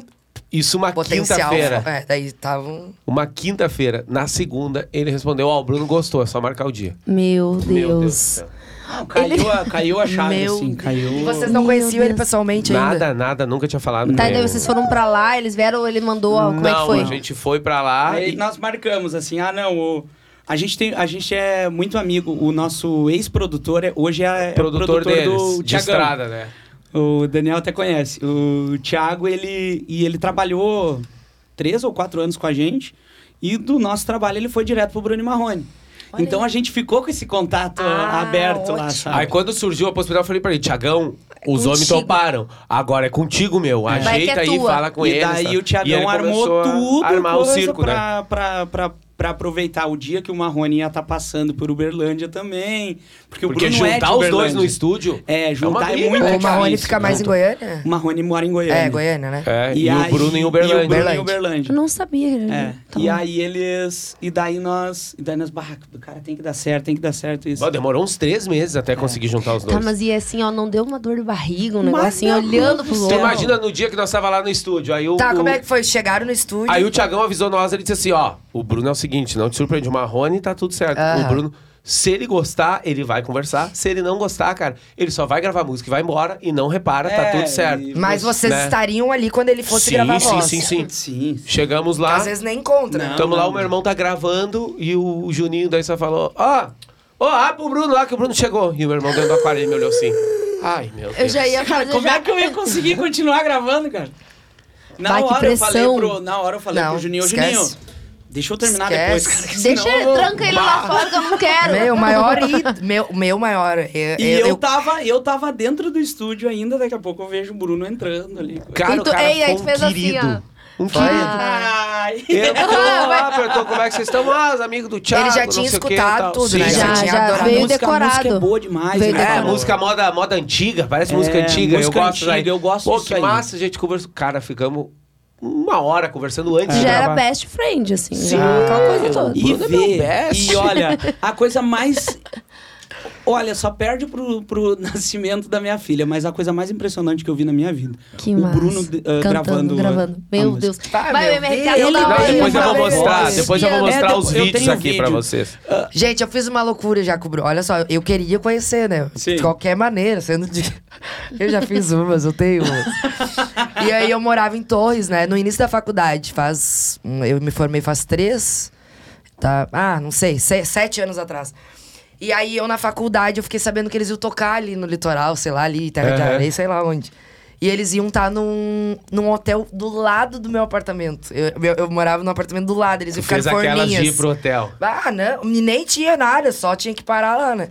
[SPEAKER 2] Isso uma
[SPEAKER 5] potencial.
[SPEAKER 2] quinta-feira.
[SPEAKER 5] É, daí estavam...
[SPEAKER 2] Uma quinta-feira. Na segunda, ele respondeu: Ó, o Bruno gostou, é só marcar o dia.
[SPEAKER 6] Meu Deus.
[SPEAKER 2] Meu Deus do céu.
[SPEAKER 4] Não, caiu, a, caiu a chave,
[SPEAKER 5] Meu
[SPEAKER 4] assim.
[SPEAKER 5] Deus.
[SPEAKER 4] Caiu.
[SPEAKER 5] E vocês não
[SPEAKER 6] Meu
[SPEAKER 5] conheciam ele
[SPEAKER 6] Deus.
[SPEAKER 5] pessoalmente ainda?
[SPEAKER 2] Nada, nada, nunca tinha falado.
[SPEAKER 6] Tá,
[SPEAKER 2] com
[SPEAKER 6] daí
[SPEAKER 2] ele.
[SPEAKER 6] vocês foram pra lá, eles vieram, ele mandou, ó, como é que
[SPEAKER 2] Não,
[SPEAKER 6] foi?
[SPEAKER 2] a gente foi pra lá.
[SPEAKER 4] Aí
[SPEAKER 2] e-
[SPEAKER 4] Ah, nós marcamos assim, ah não, o- a gente tem, a gente é muito amigo, o nosso ex-produtor é- hoje é, é o
[SPEAKER 2] produtor, deles,
[SPEAKER 4] do
[SPEAKER 2] de
[SPEAKER 4] Thiagão.
[SPEAKER 2] estrada, né?
[SPEAKER 4] O Daniel até conhece. O Thiago, ele e ele trabalhou três ou quatro anos com a gente e do nosso trabalho ele foi direto pro Bruno Marrone. então a gente ficou com esse contato
[SPEAKER 5] Ah,
[SPEAKER 4] aberto lá,
[SPEAKER 5] ótimo.
[SPEAKER 4] sabe?
[SPEAKER 2] Tá. Aí quando surgiu a possibilidade, eu falei pra ele, Tiagão, os
[SPEAKER 6] contigo.
[SPEAKER 2] homens toparam. Agora é contigo, meu.
[SPEAKER 6] Vai que é
[SPEAKER 2] Ajeita aí,
[SPEAKER 6] tua."
[SPEAKER 2] fala com tá."
[SPEAKER 4] e
[SPEAKER 2] ele.
[SPEAKER 4] daí o Thiagão armou tudo
[SPEAKER 2] Armar o
[SPEAKER 4] coisa
[SPEAKER 2] circo, né?
[SPEAKER 4] pra, pra, pra, pra aproveitar o dia que o Marrone ia estar passando por Uberlândia também. Porque,
[SPEAKER 2] Porque
[SPEAKER 4] o Bruno é de
[SPEAKER 2] juntar os dois
[SPEAKER 4] Uberlândia.
[SPEAKER 2] no estúdio.
[SPEAKER 4] É,
[SPEAKER 2] uma
[SPEAKER 4] juntar é,
[SPEAKER 2] briga,
[SPEAKER 4] muito
[SPEAKER 2] né?
[SPEAKER 5] O Marrone
[SPEAKER 4] difícil.
[SPEAKER 5] fica mais em Goiânia?
[SPEAKER 4] O Marrone mora em Goiânia.
[SPEAKER 5] É, Goiânia, né?
[SPEAKER 2] É, e, o
[SPEAKER 4] aí-
[SPEAKER 2] Bruno em
[SPEAKER 4] E o Bruno
[SPEAKER 2] Uberlândia.
[SPEAKER 4] em Uberlândia.
[SPEAKER 6] Eu não sabia.
[SPEAKER 4] É.
[SPEAKER 6] Tá
[SPEAKER 4] e
[SPEAKER 6] bom.
[SPEAKER 4] aí eles. E daí nós. E daí nós barracos. Cara, tem que dar certo, tem que dar certo isso.
[SPEAKER 2] Bah, demorou uns três meses
[SPEAKER 4] É.
[SPEAKER 2] até conseguir juntar os dois.
[SPEAKER 6] Tá, mas e assim, ó, não deu uma dor de barriga, um
[SPEAKER 4] Mas
[SPEAKER 6] negócio assim,
[SPEAKER 4] não,
[SPEAKER 6] olhando pro
[SPEAKER 4] não.
[SPEAKER 2] Tu
[SPEAKER 6] outro.
[SPEAKER 2] imagina no dia que nós tava lá no estúdio, aí o...
[SPEAKER 5] é. Tá,
[SPEAKER 2] o-
[SPEAKER 5] como é que foi? Chegaram no estúdio.
[SPEAKER 2] Aí o Tiagão avisou nós, ele disse assim, ó, o Bruno é o seguinte, não te surpreende, o Marrone tá tudo certo.
[SPEAKER 5] Aham.
[SPEAKER 2] O Bruno, se ele gostar, ele vai conversar. Se ele não gostar, cara, ele só vai gravar música e vai embora e não repara, tá
[SPEAKER 4] É,
[SPEAKER 2] tudo certo.
[SPEAKER 4] e-
[SPEAKER 5] Mas vocês
[SPEAKER 2] né?
[SPEAKER 5] estariam ali quando ele fosse
[SPEAKER 2] Sim,
[SPEAKER 5] gravar a
[SPEAKER 2] sim,
[SPEAKER 5] voz. é
[SPEAKER 2] sim, sim.
[SPEAKER 4] Sim.
[SPEAKER 2] Chegamos lá,
[SPEAKER 5] Às vezes nem encontra.
[SPEAKER 4] Não.
[SPEAKER 2] estamos lá, o meu irmão tá gravando e o Juninho daí só falou, ó, ó, abre o Bruno lá que o Bruno chegou. E o meu irmão dentro do aquário, ele me olhou assim, ai meu Deus.
[SPEAKER 6] Eu já ia
[SPEAKER 4] Cara,
[SPEAKER 6] fazer.
[SPEAKER 4] como
[SPEAKER 6] já-
[SPEAKER 4] é que eu
[SPEAKER 6] (laughs)
[SPEAKER 4] ia conseguir continuar gravando, cara? Na
[SPEAKER 6] Vai, que
[SPEAKER 4] hora eu falei
[SPEAKER 6] pressão.
[SPEAKER 4] pro. Na hora eu falei
[SPEAKER 5] Não,
[SPEAKER 4] pro Juninho, ô,
[SPEAKER 5] esquece.
[SPEAKER 4] Juninho. Deixa eu terminar
[SPEAKER 5] Esquece.
[SPEAKER 4] depois, cara. Que é?
[SPEAKER 6] Deixa
[SPEAKER 4] senão eu
[SPEAKER 6] ele,
[SPEAKER 4] vou-
[SPEAKER 6] tranca ele lá fora que eu não quero.
[SPEAKER 5] Meu maior ídolo. Meu, meu maior. Eu,
[SPEAKER 4] E eu, tava, eu tava dentro do estúdio ainda, daqui a pouco eu vejo o Bruno entrando ali.
[SPEAKER 2] Cara,
[SPEAKER 6] E
[SPEAKER 2] o
[SPEAKER 6] tu-
[SPEAKER 2] cara
[SPEAKER 6] ei, aí
[SPEAKER 2] foi
[SPEAKER 6] tu
[SPEAKER 2] um
[SPEAKER 6] fez assim,
[SPEAKER 2] querido. um
[SPEAKER 6] Foi?
[SPEAKER 2] querido.
[SPEAKER 4] Ah. Ai. (laughs)
[SPEAKER 2] Entrou lá, apertou como é que vocês estão, ah, os amigos do Thiago,
[SPEAKER 5] Ele já
[SPEAKER 2] não
[SPEAKER 5] tinha
[SPEAKER 2] sei o quê,
[SPEAKER 5] escutado
[SPEAKER 2] tal.
[SPEAKER 5] tudo,
[SPEAKER 2] Sim,
[SPEAKER 5] né?
[SPEAKER 2] sim.
[SPEAKER 5] Já
[SPEAKER 6] Já,
[SPEAKER 5] tinha
[SPEAKER 6] já
[SPEAKER 5] adorado.
[SPEAKER 6] veio
[SPEAKER 4] música,
[SPEAKER 6] decorado.
[SPEAKER 4] música é boa demais,
[SPEAKER 6] Veio
[SPEAKER 4] né,
[SPEAKER 2] É,
[SPEAKER 4] cara?
[SPEAKER 6] decorado.
[SPEAKER 2] música moda, moda antiga, parece
[SPEAKER 4] É,
[SPEAKER 2] música antiga.
[SPEAKER 4] música
[SPEAKER 2] eu gosto
[SPEAKER 4] antiga,
[SPEAKER 2] daí.
[SPEAKER 4] eu gosto
[SPEAKER 2] Pô,
[SPEAKER 4] disso
[SPEAKER 2] que
[SPEAKER 4] aí.
[SPEAKER 2] massa, a gente conversou. Cara, ficamos uma hora conversando antes de
[SPEAKER 6] Já era
[SPEAKER 2] gravar.
[SPEAKER 6] best friend, assim. Já, aquela coisa toda.
[SPEAKER 4] E
[SPEAKER 2] Bruno é meu
[SPEAKER 4] vê,
[SPEAKER 2] best.
[SPEAKER 4] e (laughs) olha, a coisa mais... Olha, só perde pro, pro (laughs) nascimento da minha filha, mas a coisa mais impressionante que eu vi na minha vida.
[SPEAKER 6] Que
[SPEAKER 4] o
[SPEAKER 6] massa.
[SPEAKER 4] Bruno de- ah,
[SPEAKER 6] Cantando,
[SPEAKER 4] gravando,
[SPEAKER 6] gravando.
[SPEAKER 4] a
[SPEAKER 6] Meu
[SPEAKER 4] música.
[SPEAKER 6] Deus.
[SPEAKER 5] Vai,
[SPEAKER 6] Vai, o
[SPEAKER 5] meu
[SPEAKER 6] MRK
[SPEAKER 5] Deus.
[SPEAKER 6] não
[SPEAKER 5] Ele
[SPEAKER 6] dá
[SPEAKER 2] Não,
[SPEAKER 5] vai-
[SPEAKER 6] uma-
[SPEAKER 2] depois eu vou
[SPEAKER 5] vai-
[SPEAKER 2] mostrar,
[SPEAKER 5] vai-
[SPEAKER 2] depois eu vou
[SPEAKER 6] espiando.
[SPEAKER 2] mostrar
[SPEAKER 4] É,
[SPEAKER 2] os
[SPEAKER 4] eu
[SPEAKER 2] vídeos
[SPEAKER 4] tenho
[SPEAKER 2] aqui
[SPEAKER 4] vídeo.
[SPEAKER 2] pra vocês.
[SPEAKER 5] Gente, eu fiz uma loucura já com o Bruno. Olha só, eu queria conhecer, né?
[SPEAKER 4] Sim.
[SPEAKER 5] De qualquer maneira, sendo de. Eu já fiz umas, eu tenho umas. e aí eu morava em Torres, né? No início da faculdade, faz. hum, Eu me formei faz três. Tá? Ah, não sei, se- sete anos atrás. E aí eu na faculdade, eu fiquei sabendo que eles iam tocar ali no litoral, sei lá, ali, Terra de
[SPEAKER 2] Aham.
[SPEAKER 5] Areia, sei lá onde. E eles iam estar num, num hotel do lado do meu apartamento. Eu, eu, eu morava num apartamento do lado, eles iam ficar em
[SPEAKER 2] Fez aquelas de ir
[SPEAKER 5] forninhas.
[SPEAKER 2] pro hotel.
[SPEAKER 5] Ah, não. E nem tinha nada, só tinha que parar lá, né?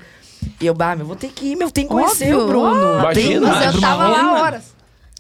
[SPEAKER 5] E eu, bah, meu, vou ter que ir, meu, tem que conhecer
[SPEAKER 6] Óbvio.
[SPEAKER 5] o Bruno.
[SPEAKER 2] Imagina.
[SPEAKER 5] Tem-
[SPEAKER 6] Mas eu tava lá horas.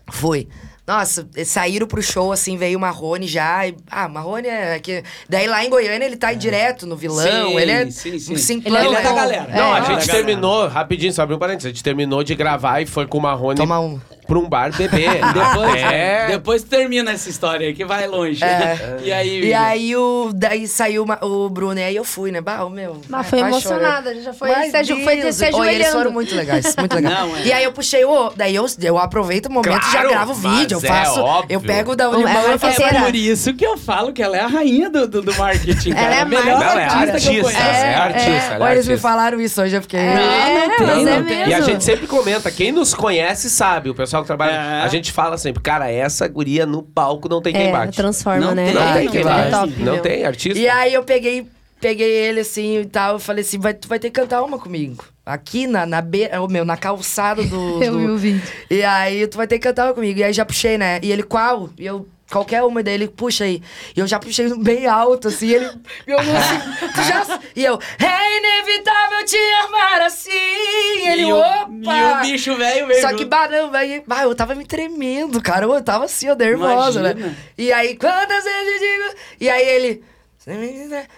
[SPEAKER 5] Foi. Nossa, eles saíram pro show, assim, veio o Marrone já. e- ah, Marrone é que. Daí lá em Goiânia ele
[SPEAKER 2] É.
[SPEAKER 5] tá direto no vilão.
[SPEAKER 4] Sim,
[SPEAKER 5] ele é
[SPEAKER 4] sim, sim.
[SPEAKER 5] um simplão.
[SPEAKER 6] Ele é
[SPEAKER 5] né?
[SPEAKER 6] da
[SPEAKER 4] galera.
[SPEAKER 5] É.
[SPEAKER 2] Não, a
[SPEAKER 4] olha,
[SPEAKER 2] gente
[SPEAKER 4] galera.
[SPEAKER 2] terminou, rapidinho, só abrir um parênteses. A gente terminou de gravar e foi com o Marrone
[SPEAKER 5] Toma um.
[SPEAKER 2] pra um bar beber.
[SPEAKER 4] Depois,
[SPEAKER 2] é,
[SPEAKER 4] depois termina essa história aí, que vai longe. (laughs) E aí...
[SPEAKER 5] E aí o. Daí saiu uma- o Bruno, e aí eu fui, né? Bah, o meu.
[SPEAKER 6] Mas foi
[SPEAKER 5] vai
[SPEAKER 6] emocionada,
[SPEAKER 5] chorar.
[SPEAKER 6] já foi
[SPEAKER 5] Mas
[SPEAKER 6] se aju- foi
[SPEAKER 5] Deus,
[SPEAKER 6] se
[SPEAKER 5] Oi, eles
[SPEAKER 6] ajoelhando.
[SPEAKER 5] foram muito legais, muito legais.
[SPEAKER 4] Não, é.
[SPEAKER 5] E aí eu puxei o. Daí eu, eu aproveito o momento e já
[SPEAKER 2] Claro,
[SPEAKER 5] gravo o vídeo. Eu
[SPEAKER 2] mas é
[SPEAKER 5] faço.
[SPEAKER 2] óbvio.
[SPEAKER 5] eu pego da
[SPEAKER 6] Não,
[SPEAKER 5] Unimão
[SPEAKER 6] é
[SPEAKER 5] e eu faço.
[SPEAKER 6] marqueteira.
[SPEAKER 5] "Ah,
[SPEAKER 4] Por isso que eu falo que ela é a rainha do, do, do marketing, cara.
[SPEAKER 6] Ela é
[SPEAKER 4] a melhor
[SPEAKER 2] Não, ela é
[SPEAKER 4] artista, que eu
[SPEAKER 2] artista,
[SPEAKER 4] conheço.
[SPEAKER 2] é, artista. ela
[SPEAKER 5] Olha,
[SPEAKER 2] é
[SPEAKER 5] eles me
[SPEAKER 2] artista.
[SPEAKER 5] falaram isso hoje, eu fiquei.
[SPEAKER 6] É,
[SPEAKER 4] não tem,
[SPEAKER 6] mas é
[SPEAKER 4] não tem.
[SPEAKER 6] mesmo.
[SPEAKER 2] E a gente sempre comenta, quem nos conhece sabe. O pessoal pessoal que trabalha.
[SPEAKER 4] É.
[SPEAKER 2] A gente fala sempre, cara, essa guria no palco não tem quem
[SPEAKER 6] É,
[SPEAKER 2] bate.
[SPEAKER 6] transforma,
[SPEAKER 4] Não
[SPEAKER 6] né?
[SPEAKER 4] tem,
[SPEAKER 2] Não
[SPEAKER 4] Ah,
[SPEAKER 2] tem
[SPEAKER 4] não
[SPEAKER 2] quem
[SPEAKER 4] vai.
[SPEAKER 6] É
[SPEAKER 2] bate.
[SPEAKER 6] top,
[SPEAKER 2] não
[SPEAKER 6] meu.
[SPEAKER 2] tem artista.
[SPEAKER 5] E aí eu peguei, peguei ele assim e tal. Eu falei assim: vai, tu vai ter que cantar uma comigo. Aqui na, na beira, ô, meu, na calçada do.
[SPEAKER 6] (laughs) Eu
[SPEAKER 5] do-
[SPEAKER 6] vi o vídeo.
[SPEAKER 5] E aí tu vai ter que cantar uma comigo. E aí já puxei, né? E ele, qual? E eu. Qualquer uma dele, puxa aí. E eu já puxei bem alto,
[SPEAKER 4] (laughs)
[SPEAKER 5] assim, e ele. E eu não assim, tu já. E eu, é inevitável te amar assim. E ele,
[SPEAKER 4] E o-
[SPEAKER 5] opa!
[SPEAKER 4] E o bicho velho veio.
[SPEAKER 5] Só que
[SPEAKER 4] junto.
[SPEAKER 5] baramba, aí, bah, eu tava me tremendo, cara. Eu tava assim, ó, nervosa,
[SPEAKER 4] Imagina.
[SPEAKER 5] né? E aí, quantas vezes eu digo. E aí ele.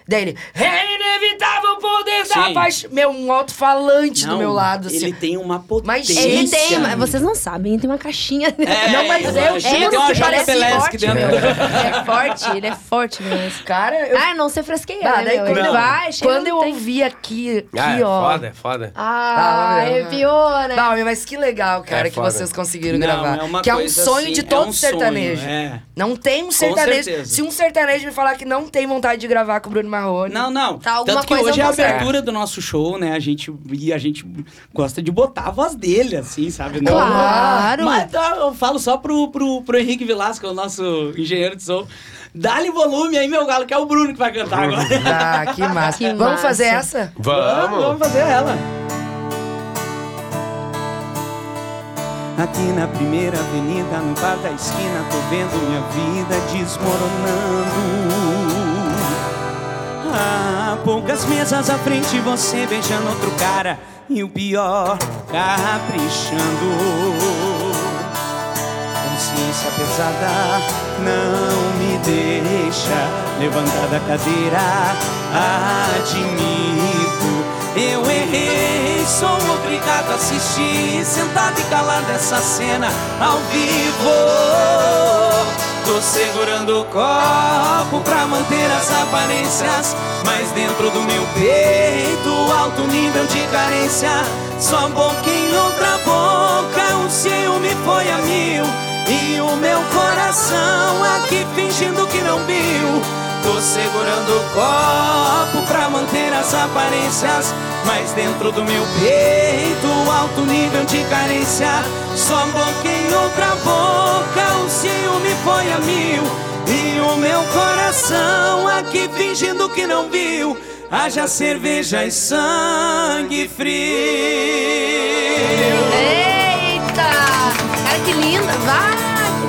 [SPEAKER 5] Daí ele. É inevitável o poder da
[SPEAKER 4] Sim.
[SPEAKER 5] paixão. Meu, um alto-falante do
[SPEAKER 4] Não,
[SPEAKER 5] meu lado, assim.
[SPEAKER 4] Ele tem uma potência.
[SPEAKER 5] Mas
[SPEAKER 6] Ele
[SPEAKER 5] Gente,
[SPEAKER 6] tem,
[SPEAKER 5] amigo.
[SPEAKER 6] mas vocês não sabem, ele tem uma caixinha.
[SPEAKER 4] É,
[SPEAKER 5] Não, mas
[SPEAKER 4] eu
[SPEAKER 5] eu
[SPEAKER 4] acho.
[SPEAKER 5] juro
[SPEAKER 4] Tem uma
[SPEAKER 5] que
[SPEAKER 4] chata
[SPEAKER 5] parece
[SPEAKER 4] Belesque
[SPEAKER 6] forte,
[SPEAKER 4] dentro.
[SPEAKER 6] meu. Ele é forte, ele é forte mesmo.
[SPEAKER 5] Cara, eu.
[SPEAKER 6] Ah, não ser fresqueira,
[SPEAKER 5] Bah,
[SPEAKER 6] né,
[SPEAKER 5] daí
[SPEAKER 6] meu?
[SPEAKER 5] quando,
[SPEAKER 6] Ele
[SPEAKER 5] eu-
[SPEAKER 6] vai, chega,
[SPEAKER 5] quando eu
[SPEAKER 6] não tem-
[SPEAKER 5] ouvi aqui, aqui
[SPEAKER 2] Ah, é
[SPEAKER 5] ó.
[SPEAKER 2] foda, é foda.
[SPEAKER 6] Ah,
[SPEAKER 5] Ah, meu.
[SPEAKER 6] arrepiou, né?
[SPEAKER 5] Não, mas que legal, cara,
[SPEAKER 2] É
[SPEAKER 5] que
[SPEAKER 2] foda.
[SPEAKER 5] vocês conseguiram
[SPEAKER 4] Não,
[SPEAKER 5] gravar.
[SPEAKER 4] é uma
[SPEAKER 5] que é um
[SPEAKER 4] coisa
[SPEAKER 5] sonho
[SPEAKER 4] assim,
[SPEAKER 5] de
[SPEAKER 4] é
[SPEAKER 5] todo
[SPEAKER 4] um sonho,
[SPEAKER 5] sertanejo.
[SPEAKER 4] é.
[SPEAKER 5] Não tem um sertanejo.
[SPEAKER 4] certeza.
[SPEAKER 5] Se um sertanejo me falar que não tem vontade de gravar com o Bruno Marrone.
[SPEAKER 4] Não, não.
[SPEAKER 6] Tá, alguma
[SPEAKER 4] Tanto que
[SPEAKER 6] coisa
[SPEAKER 4] hoje é
[SPEAKER 6] eu
[SPEAKER 4] a
[SPEAKER 6] conserto.
[SPEAKER 4] abertura do nosso show, né? A gente, e a gente gosta de botar a voz dele, assim, sabe? Não-
[SPEAKER 6] Claro.
[SPEAKER 4] Mas tá, eu falo só pro, pro, pro Henrique Vilasco, o nosso engenheiro de som. Dá-lhe volume aí, meu galo, que é o Bruno que vai cantar agora.
[SPEAKER 5] Ah, que massa.
[SPEAKER 6] Que
[SPEAKER 5] Vamos
[SPEAKER 6] massa.
[SPEAKER 5] fazer essa?
[SPEAKER 2] Vamos.
[SPEAKER 4] fazer ela. Aqui na primeira avenida, no bar da esquina, tô vendo minha vida desmoronando. Há Ah, poucas mesas à frente, você beijando outro cara e o pior, caprichando consciência pesada não me deixa levantar da cadeira. Admito, eu errei. Sou obrigado a assistir, sentado e calado essa cena ao vivo. Tô segurando o copo pra manter as aparências, mas dentro do meu peito, alto nível de carência. Só boca em outra boca, o um ciúme foi a mil. E o meu coração aqui fingindo que não viu. Tô segurando o copo pra manter as aparências, mas dentro do meu peito, alto nível de carência. Só boca em outra boca, o ciúme foi a mil. E o meu coração aqui fingindo que não viu. Haja cerveja e sangue frio.
[SPEAKER 6] Eita! Cara, que linda! Vai!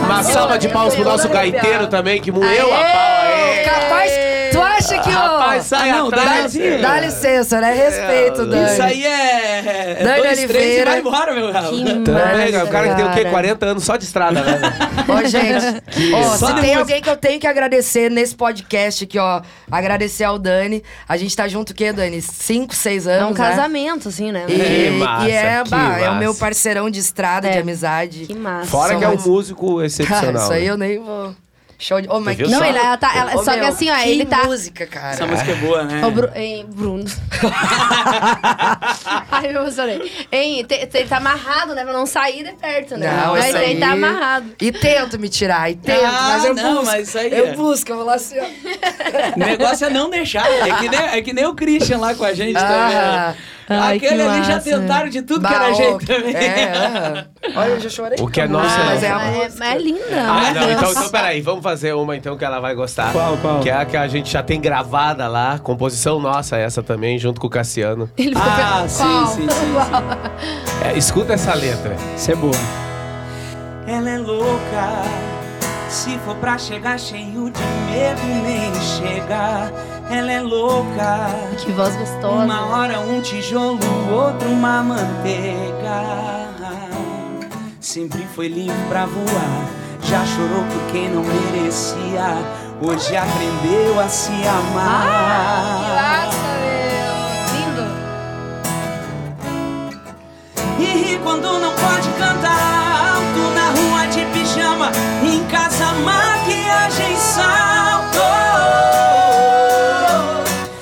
[SPEAKER 2] Uma salva de palmas pro nosso gaiteiro também, que moeu a pau aí.
[SPEAKER 5] Capaz. Tu acha que, ó.
[SPEAKER 2] Rapaz, sai
[SPEAKER 4] Ah, não, dá
[SPEAKER 5] dá,
[SPEAKER 2] atrás.
[SPEAKER 4] licença.
[SPEAKER 5] dá licença, né? Respeito, Dani.
[SPEAKER 4] Isso aí é. é
[SPEAKER 5] Dani
[SPEAKER 4] dois, três e
[SPEAKER 5] Oliveira.
[SPEAKER 4] vai embora, meu galo.
[SPEAKER 6] Que
[SPEAKER 2] Também,
[SPEAKER 6] massa,
[SPEAKER 2] Ah, então, né, cara, o cara que tem o quê?
[SPEAKER 6] cara.
[SPEAKER 2] 40 anos só de estrada, né? (laughs)
[SPEAKER 5] Ó, gente. ó,
[SPEAKER 4] Só
[SPEAKER 5] se tem
[SPEAKER 4] depois-
[SPEAKER 5] alguém que eu tenho que agradecer nesse podcast aqui, ó. Agradecer ao Dani. A gente tá junto o quê, Dani? Cinco, seis anos.
[SPEAKER 6] É um
[SPEAKER 5] né?
[SPEAKER 6] casamento, assim, né?
[SPEAKER 5] E,
[SPEAKER 2] Que massa,
[SPEAKER 5] e é,
[SPEAKER 2] que
[SPEAKER 5] bah, é o
[SPEAKER 2] massa.
[SPEAKER 5] meu parceirão de estrada,
[SPEAKER 6] É.
[SPEAKER 5] de amizade.
[SPEAKER 6] Que massa.
[SPEAKER 2] Fora
[SPEAKER 5] São
[SPEAKER 2] que é um
[SPEAKER 5] mais-
[SPEAKER 2] músico
[SPEAKER 5] Cara,
[SPEAKER 2] excepcional.
[SPEAKER 5] isso aí
[SPEAKER 2] né?
[SPEAKER 5] eu nem vou. Show de. Oh, mas
[SPEAKER 2] viu
[SPEAKER 5] que-
[SPEAKER 2] só?
[SPEAKER 6] Não, ele, ela tá, ela-
[SPEAKER 5] Ô,
[SPEAKER 6] só que
[SPEAKER 5] meu,
[SPEAKER 6] assim, ó,
[SPEAKER 5] que
[SPEAKER 6] ele tá...
[SPEAKER 5] música, cara.
[SPEAKER 4] Essa música é boa, né?
[SPEAKER 6] Ô, Bru- hein, Bruno. Ai, eu emocionei. Hein, te- te- ele tá amarrado, né? Pra não sair de perto, né?
[SPEAKER 5] Não,
[SPEAKER 6] Mas
[SPEAKER 5] essa
[SPEAKER 6] ele
[SPEAKER 5] aí-
[SPEAKER 6] tá amarrado.
[SPEAKER 5] E tento me tirar, e tento,
[SPEAKER 4] Ah,
[SPEAKER 5] mas eu
[SPEAKER 4] não,
[SPEAKER 5] busco.
[SPEAKER 4] mas isso aí
[SPEAKER 5] eu
[SPEAKER 4] é.
[SPEAKER 5] busco, eu vou lá assim, ó.
[SPEAKER 4] O negócio é não deixar. É que nem, é que nem o Christian lá com a
[SPEAKER 2] é
[SPEAKER 4] gente também.
[SPEAKER 5] Ah,
[SPEAKER 4] né?
[SPEAKER 6] ai, que
[SPEAKER 4] Aquele ali já
[SPEAKER 6] massa.
[SPEAKER 4] tentaram de tudo que
[SPEAKER 5] Bah,
[SPEAKER 4] era
[SPEAKER 5] ó,
[SPEAKER 4] jeito também. (laughs)
[SPEAKER 5] É, aham. Olha, eu já chorei.
[SPEAKER 2] O que é
[SPEAKER 5] tanto,
[SPEAKER 2] nosso é
[SPEAKER 5] Mas é a
[SPEAKER 6] Mas
[SPEAKER 5] música.
[SPEAKER 6] mas é linda.
[SPEAKER 2] Ah,
[SPEAKER 6] meu
[SPEAKER 2] não, então,
[SPEAKER 6] Deus.
[SPEAKER 2] então peraí, vamos fazer uma então que ela vai gostar.
[SPEAKER 4] Qual, qual?
[SPEAKER 2] Que é a que a gente já tem gravada lá, composição nossa essa também, junto com o Cassiano.
[SPEAKER 6] Ele ficou
[SPEAKER 4] Ah,
[SPEAKER 6] pensando,
[SPEAKER 4] sim,
[SPEAKER 6] qual?
[SPEAKER 4] sim, sim, sim.
[SPEAKER 2] É, escuta essa letra.
[SPEAKER 4] Isso é boa. Ela é louca. Se for pra chegar cheio de medo, nem chega. Ela é louca.
[SPEAKER 5] então-
[SPEAKER 6] Que voz gostosa.
[SPEAKER 4] Uma hora um tijolo, outro uma manteiga. Sempre foi livre pra voar, já chorou por quem não merecia. Hoje aprendeu a se
[SPEAKER 6] Ah, Que
[SPEAKER 4] amar.
[SPEAKER 6] massa, meu. Lindo.
[SPEAKER 4] E ri quando não pode cantar alto na rua de pijama, em casa maquiagem salto.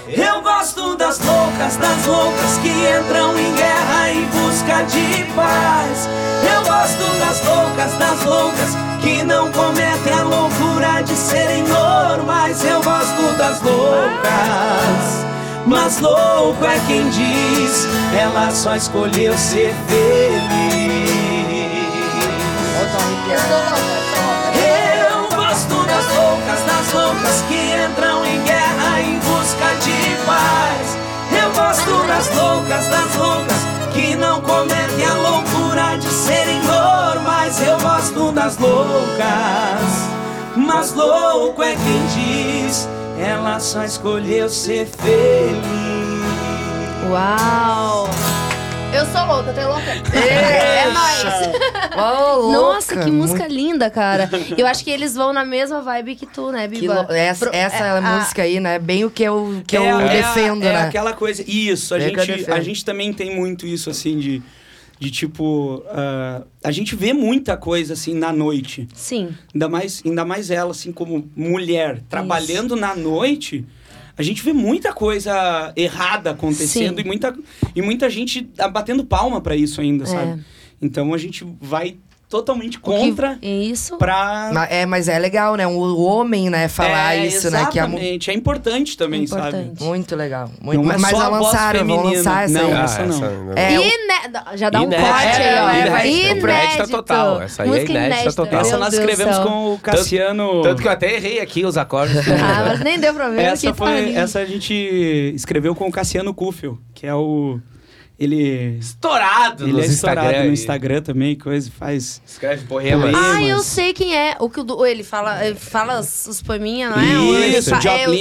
[SPEAKER 4] Eu gosto das loucas, das loucas que entram em guerra em busca de paz. Eu gosto das loucas, das loucas que não cometem a loucura de serem normais. Eu gosto das loucas. Mas louco é quem diz, ela só escolheu ser feliz.
[SPEAKER 5] é né?
[SPEAKER 10] Eu gosto das loucas, das loucas que entram em guerra em busca de paz. Eu gosto das loucas, das loucas que não cometem a loucura de serem normais. Eu gosto das loucas, mas louco é quem diz, ela só escolheu ser feliz.
[SPEAKER 6] Uau! Eu sou louca, tu é louca? é nóis!
[SPEAKER 5] Ó, louca,
[SPEAKER 6] Nossa, que música
[SPEAKER 5] muito-
[SPEAKER 6] linda, cara. Eu acho que eles vão na mesma vibe que tu, né,
[SPEAKER 5] que
[SPEAKER 6] Biba?
[SPEAKER 5] lou- Essa,
[SPEAKER 6] Pro-
[SPEAKER 5] essa
[SPEAKER 6] é, a-
[SPEAKER 5] música aí, né? Bem o que eu, que eu
[SPEAKER 4] a-
[SPEAKER 5] defendo,
[SPEAKER 4] é,
[SPEAKER 5] né?
[SPEAKER 4] aquela coisa. Isso, a
[SPEAKER 5] Bem que eu
[SPEAKER 4] gente,
[SPEAKER 5] defendo.
[SPEAKER 4] a gente também tem muito isso, assim, de, de tipo. ah, a gente vê muita coisa, assim, na noite.
[SPEAKER 6] Sim.
[SPEAKER 4] Ainda mais, ainda mais ela, assim, como mulher, trabalhando na noite. A gente vê muita coisa errada acontecendo
[SPEAKER 6] Sim.
[SPEAKER 4] e muita, e muita gente tá batendo palma pra isso ainda,
[SPEAKER 6] É.
[SPEAKER 4] sabe? Então a gente vai totalmente
[SPEAKER 6] O que- é
[SPEAKER 4] contra
[SPEAKER 6] Isso.
[SPEAKER 4] pra.
[SPEAKER 5] Ma- É, mas é legal, né? O o homem, né, falar
[SPEAKER 4] É,
[SPEAKER 5] isso, né? Que é mu-
[SPEAKER 4] exatamente. É importante também,
[SPEAKER 6] Importante.
[SPEAKER 4] sabe?
[SPEAKER 5] muito legal. Muito,
[SPEAKER 4] Não é
[SPEAKER 5] mas
[SPEAKER 4] só
[SPEAKER 5] já
[SPEAKER 4] a voz
[SPEAKER 5] lançaram, vão
[SPEAKER 4] feminina.
[SPEAKER 5] lançar essa
[SPEAKER 4] Não,
[SPEAKER 5] aí.
[SPEAKER 4] essa não.
[SPEAKER 2] Ah, ainda
[SPEAKER 5] É, o-
[SPEAKER 6] Iné- Já dá um
[SPEAKER 2] Inédita.
[SPEAKER 6] corte aí, ó.
[SPEAKER 5] É,
[SPEAKER 6] É,
[SPEAKER 5] vai-
[SPEAKER 6] inédito.
[SPEAKER 2] inédita total. Essa aí é
[SPEAKER 6] Música
[SPEAKER 2] inédita total.
[SPEAKER 4] Essa
[SPEAKER 6] Meu
[SPEAKER 4] nós
[SPEAKER 6] Deus
[SPEAKER 4] escrevemos
[SPEAKER 6] do céu.
[SPEAKER 4] com o Cassiano.
[SPEAKER 2] Tanto que eu até errei aqui os acordes. né?
[SPEAKER 6] Ah, mas nem deu pra ver
[SPEAKER 4] essa,
[SPEAKER 6] aqui, tá
[SPEAKER 4] foi,
[SPEAKER 6] lindo.
[SPEAKER 4] essa a gente escreveu com o Cassiano Kufel, que é o. Ele.
[SPEAKER 2] Estourado
[SPEAKER 4] Ele é
[SPEAKER 2] nos
[SPEAKER 4] estourado
[SPEAKER 2] Instagram.
[SPEAKER 4] no Instagram também, coisa, faz.
[SPEAKER 2] Escreve poemas.
[SPEAKER 4] Poema.
[SPEAKER 6] Ah, eu
[SPEAKER 4] mas-
[SPEAKER 6] sei quem é. O que o Du- ele fala, ele fala os, os poeminha, não é? O- ele
[SPEAKER 4] Isso,
[SPEAKER 6] fa-
[SPEAKER 4] Joplin.
[SPEAKER 6] é, o-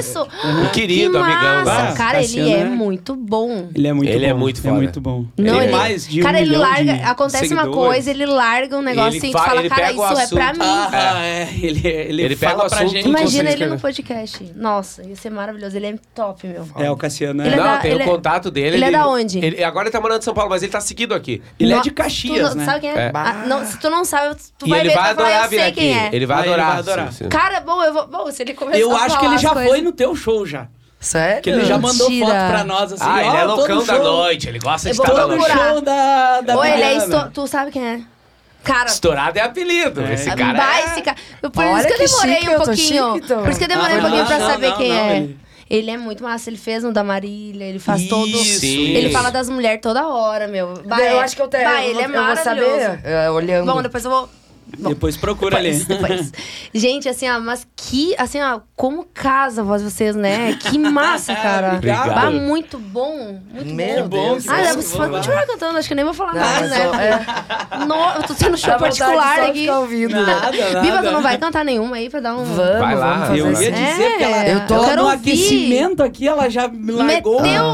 [SPEAKER 6] Isso. Ah,
[SPEAKER 2] Um querido
[SPEAKER 6] que
[SPEAKER 2] amigão
[SPEAKER 6] massa.
[SPEAKER 2] nosso.
[SPEAKER 6] Cara, ele
[SPEAKER 4] Cassiano
[SPEAKER 6] é
[SPEAKER 4] é-
[SPEAKER 6] muito bom.
[SPEAKER 4] Ele é muito
[SPEAKER 2] Ele
[SPEAKER 4] bom.
[SPEAKER 2] é muito
[SPEAKER 4] é
[SPEAKER 2] foda.
[SPEAKER 4] muito bom.
[SPEAKER 6] Não,
[SPEAKER 4] Ele tem
[SPEAKER 6] ele-
[SPEAKER 4] mais de um
[SPEAKER 6] cara, ele
[SPEAKER 4] milhão de
[SPEAKER 6] larga. Acontece uma
[SPEAKER 4] seguidores.
[SPEAKER 6] coisa, ele larga um negócio
[SPEAKER 2] Ele
[SPEAKER 6] e tu
[SPEAKER 2] fa-
[SPEAKER 6] fala,
[SPEAKER 2] ele
[SPEAKER 6] cara,
[SPEAKER 2] pega o
[SPEAKER 6] isso é pra
[SPEAKER 2] assunto.
[SPEAKER 6] mim.
[SPEAKER 2] Ah,
[SPEAKER 4] Ah, é. Ele, ele,
[SPEAKER 2] Ele pega
[SPEAKER 4] fala
[SPEAKER 2] o
[SPEAKER 4] pra
[SPEAKER 2] assunto
[SPEAKER 4] gente.
[SPEAKER 2] e
[SPEAKER 6] Imagina
[SPEAKER 2] consegue
[SPEAKER 6] ele no
[SPEAKER 2] escrever.
[SPEAKER 6] podcast. Nossa, ia ser maravilhoso. Ele é top, meu.
[SPEAKER 4] É, o Cassiano é.
[SPEAKER 6] Ele é
[SPEAKER 2] não,
[SPEAKER 6] da-
[SPEAKER 2] tem
[SPEAKER 6] ele é-
[SPEAKER 2] o contato dele.
[SPEAKER 6] ele é da onde?
[SPEAKER 2] Ele, agora ele tá morando em São Paulo, mas ele tá seguido aqui.
[SPEAKER 4] Ele é
[SPEAKER 6] No-
[SPEAKER 4] de Caxias,
[SPEAKER 6] tu não-
[SPEAKER 4] né?
[SPEAKER 6] Sabe quem é?
[SPEAKER 2] É.
[SPEAKER 6] Ah, não, se tu não sabe, tu
[SPEAKER 2] e
[SPEAKER 6] vai
[SPEAKER 2] ele
[SPEAKER 6] ver
[SPEAKER 2] vai
[SPEAKER 6] e tu vai
[SPEAKER 2] adorar
[SPEAKER 6] falar, eu
[SPEAKER 2] vir
[SPEAKER 6] sei
[SPEAKER 2] aqui.
[SPEAKER 6] quem é.
[SPEAKER 2] Ele vai
[SPEAKER 4] Ah, ele
[SPEAKER 2] adorar.
[SPEAKER 4] vai adorar.
[SPEAKER 2] sim, sim.
[SPEAKER 6] Cara, bom, eu vou. Bom, se ele começar
[SPEAKER 4] Eu
[SPEAKER 6] a
[SPEAKER 4] acho que
[SPEAKER 6] falar
[SPEAKER 4] ele
[SPEAKER 6] as
[SPEAKER 4] já
[SPEAKER 6] coisas-
[SPEAKER 4] foi no teu show já.
[SPEAKER 5] Sério?
[SPEAKER 4] Que ele já mandou
[SPEAKER 6] Mentira.
[SPEAKER 4] foto pra nós assim.
[SPEAKER 2] Ah,
[SPEAKER 4] ó,
[SPEAKER 2] ele é
[SPEAKER 4] tô no
[SPEAKER 2] loucão da
[SPEAKER 4] show.
[SPEAKER 2] noite. tá Ele gosta
[SPEAKER 6] Eu
[SPEAKER 2] de
[SPEAKER 6] vou
[SPEAKER 2] estar na
[SPEAKER 4] No
[SPEAKER 2] noite.
[SPEAKER 6] procurar.
[SPEAKER 4] show da, da
[SPEAKER 6] Ou ele é
[SPEAKER 4] Adriana.
[SPEAKER 6] esto... Tu sabe quem é? Cara,
[SPEAKER 2] Estourado é apelido.
[SPEAKER 4] É.
[SPEAKER 2] Esse
[SPEAKER 4] É
[SPEAKER 2] cara
[SPEAKER 6] vai
[SPEAKER 2] é...
[SPEAKER 6] esse cara. Por
[SPEAKER 5] Olha
[SPEAKER 6] isso que
[SPEAKER 5] que
[SPEAKER 6] eu demorei
[SPEAKER 5] chique,
[SPEAKER 6] um
[SPEAKER 5] eu tô
[SPEAKER 6] pouquinho.
[SPEAKER 5] chique, então.
[SPEAKER 6] Por isso que eu demorei
[SPEAKER 4] Ah,
[SPEAKER 6] um pouquinho
[SPEAKER 4] não,
[SPEAKER 6] pra
[SPEAKER 4] não,
[SPEAKER 6] saber
[SPEAKER 4] não,
[SPEAKER 6] quem
[SPEAKER 4] não,
[SPEAKER 6] é. Ele...
[SPEAKER 4] ele-
[SPEAKER 6] é muito massa, ele fez um da Marília, ele faz todo.
[SPEAKER 4] Isso,
[SPEAKER 6] Ele
[SPEAKER 2] isso.
[SPEAKER 6] fala das mulheres toda hora, meu. Bah,
[SPEAKER 5] eu
[SPEAKER 6] é-
[SPEAKER 5] acho que eu tenho.
[SPEAKER 6] Bah,
[SPEAKER 5] eu
[SPEAKER 6] ele
[SPEAKER 5] vou,
[SPEAKER 6] é
[SPEAKER 5] eu vou saber,
[SPEAKER 6] maravilhoso.
[SPEAKER 5] é, olhando.
[SPEAKER 6] Bom, depois eu vou.
[SPEAKER 4] Depois procura
[SPEAKER 5] É.
[SPEAKER 4] ali.
[SPEAKER 6] Depois, depois. Gente, assim, ó, mas que, assim, ó, como casa a voz de vocês, né? Que massa, (laughs) cara.
[SPEAKER 2] Obrigado.
[SPEAKER 6] Bah, muito bom, muito
[SPEAKER 5] Meu
[SPEAKER 6] bom.
[SPEAKER 5] Deus.
[SPEAKER 6] Ah,
[SPEAKER 4] Nossa,
[SPEAKER 6] você
[SPEAKER 4] que
[SPEAKER 6] pode
[SPEAKER 4] bom.
[SPEAKER 6] continuar cantando, acho que eu nem vou falar
[SPEAKER 5] Não,
[SPEAKER 6] nada,
[SPEAKER 5] mas
[SPEAKER 6] né?
[SPEAKER 5] eu-
[SPEAKER 4] Tá
[SPEAKER 5] é,
[SPEAKER 6] No, eu tô tendo show
[SPEAKER 5] a vontade
[SPEAKER 6] particular
[SPEAKER 5] só de
[SPEAKER 6] aqui.
[SPEAKER 5] ficar ouvindo, né?
[SPEAKER 4] Nada, nada.
[SPEAKER 6] Biba, tu não vai cantar nenhuma aí pra dar um.
[SPEAKER 5] Vamos,
[SPEAKER 2] Vai lá,
[SPEAKER 5] vamos fazer
[SPEAKER 4] Eu
[SPEAKER 2] vai lá.
[SPEAKER 4] ia
[SPEAKER 5] isso.
[SPEAKER 4] dizer que ela,
[SPEAKER 6] É,
[SPEAKER 5] eu tô-
[SPEAKER 4] ela
[SPEAKER 6] quero
[SPEAKER 4] no
[SPEAKER 6] ouvir.
[SPEAKER 4] aquecimento aqui, ela já me largou.
[SPEAKER 6] Meteu!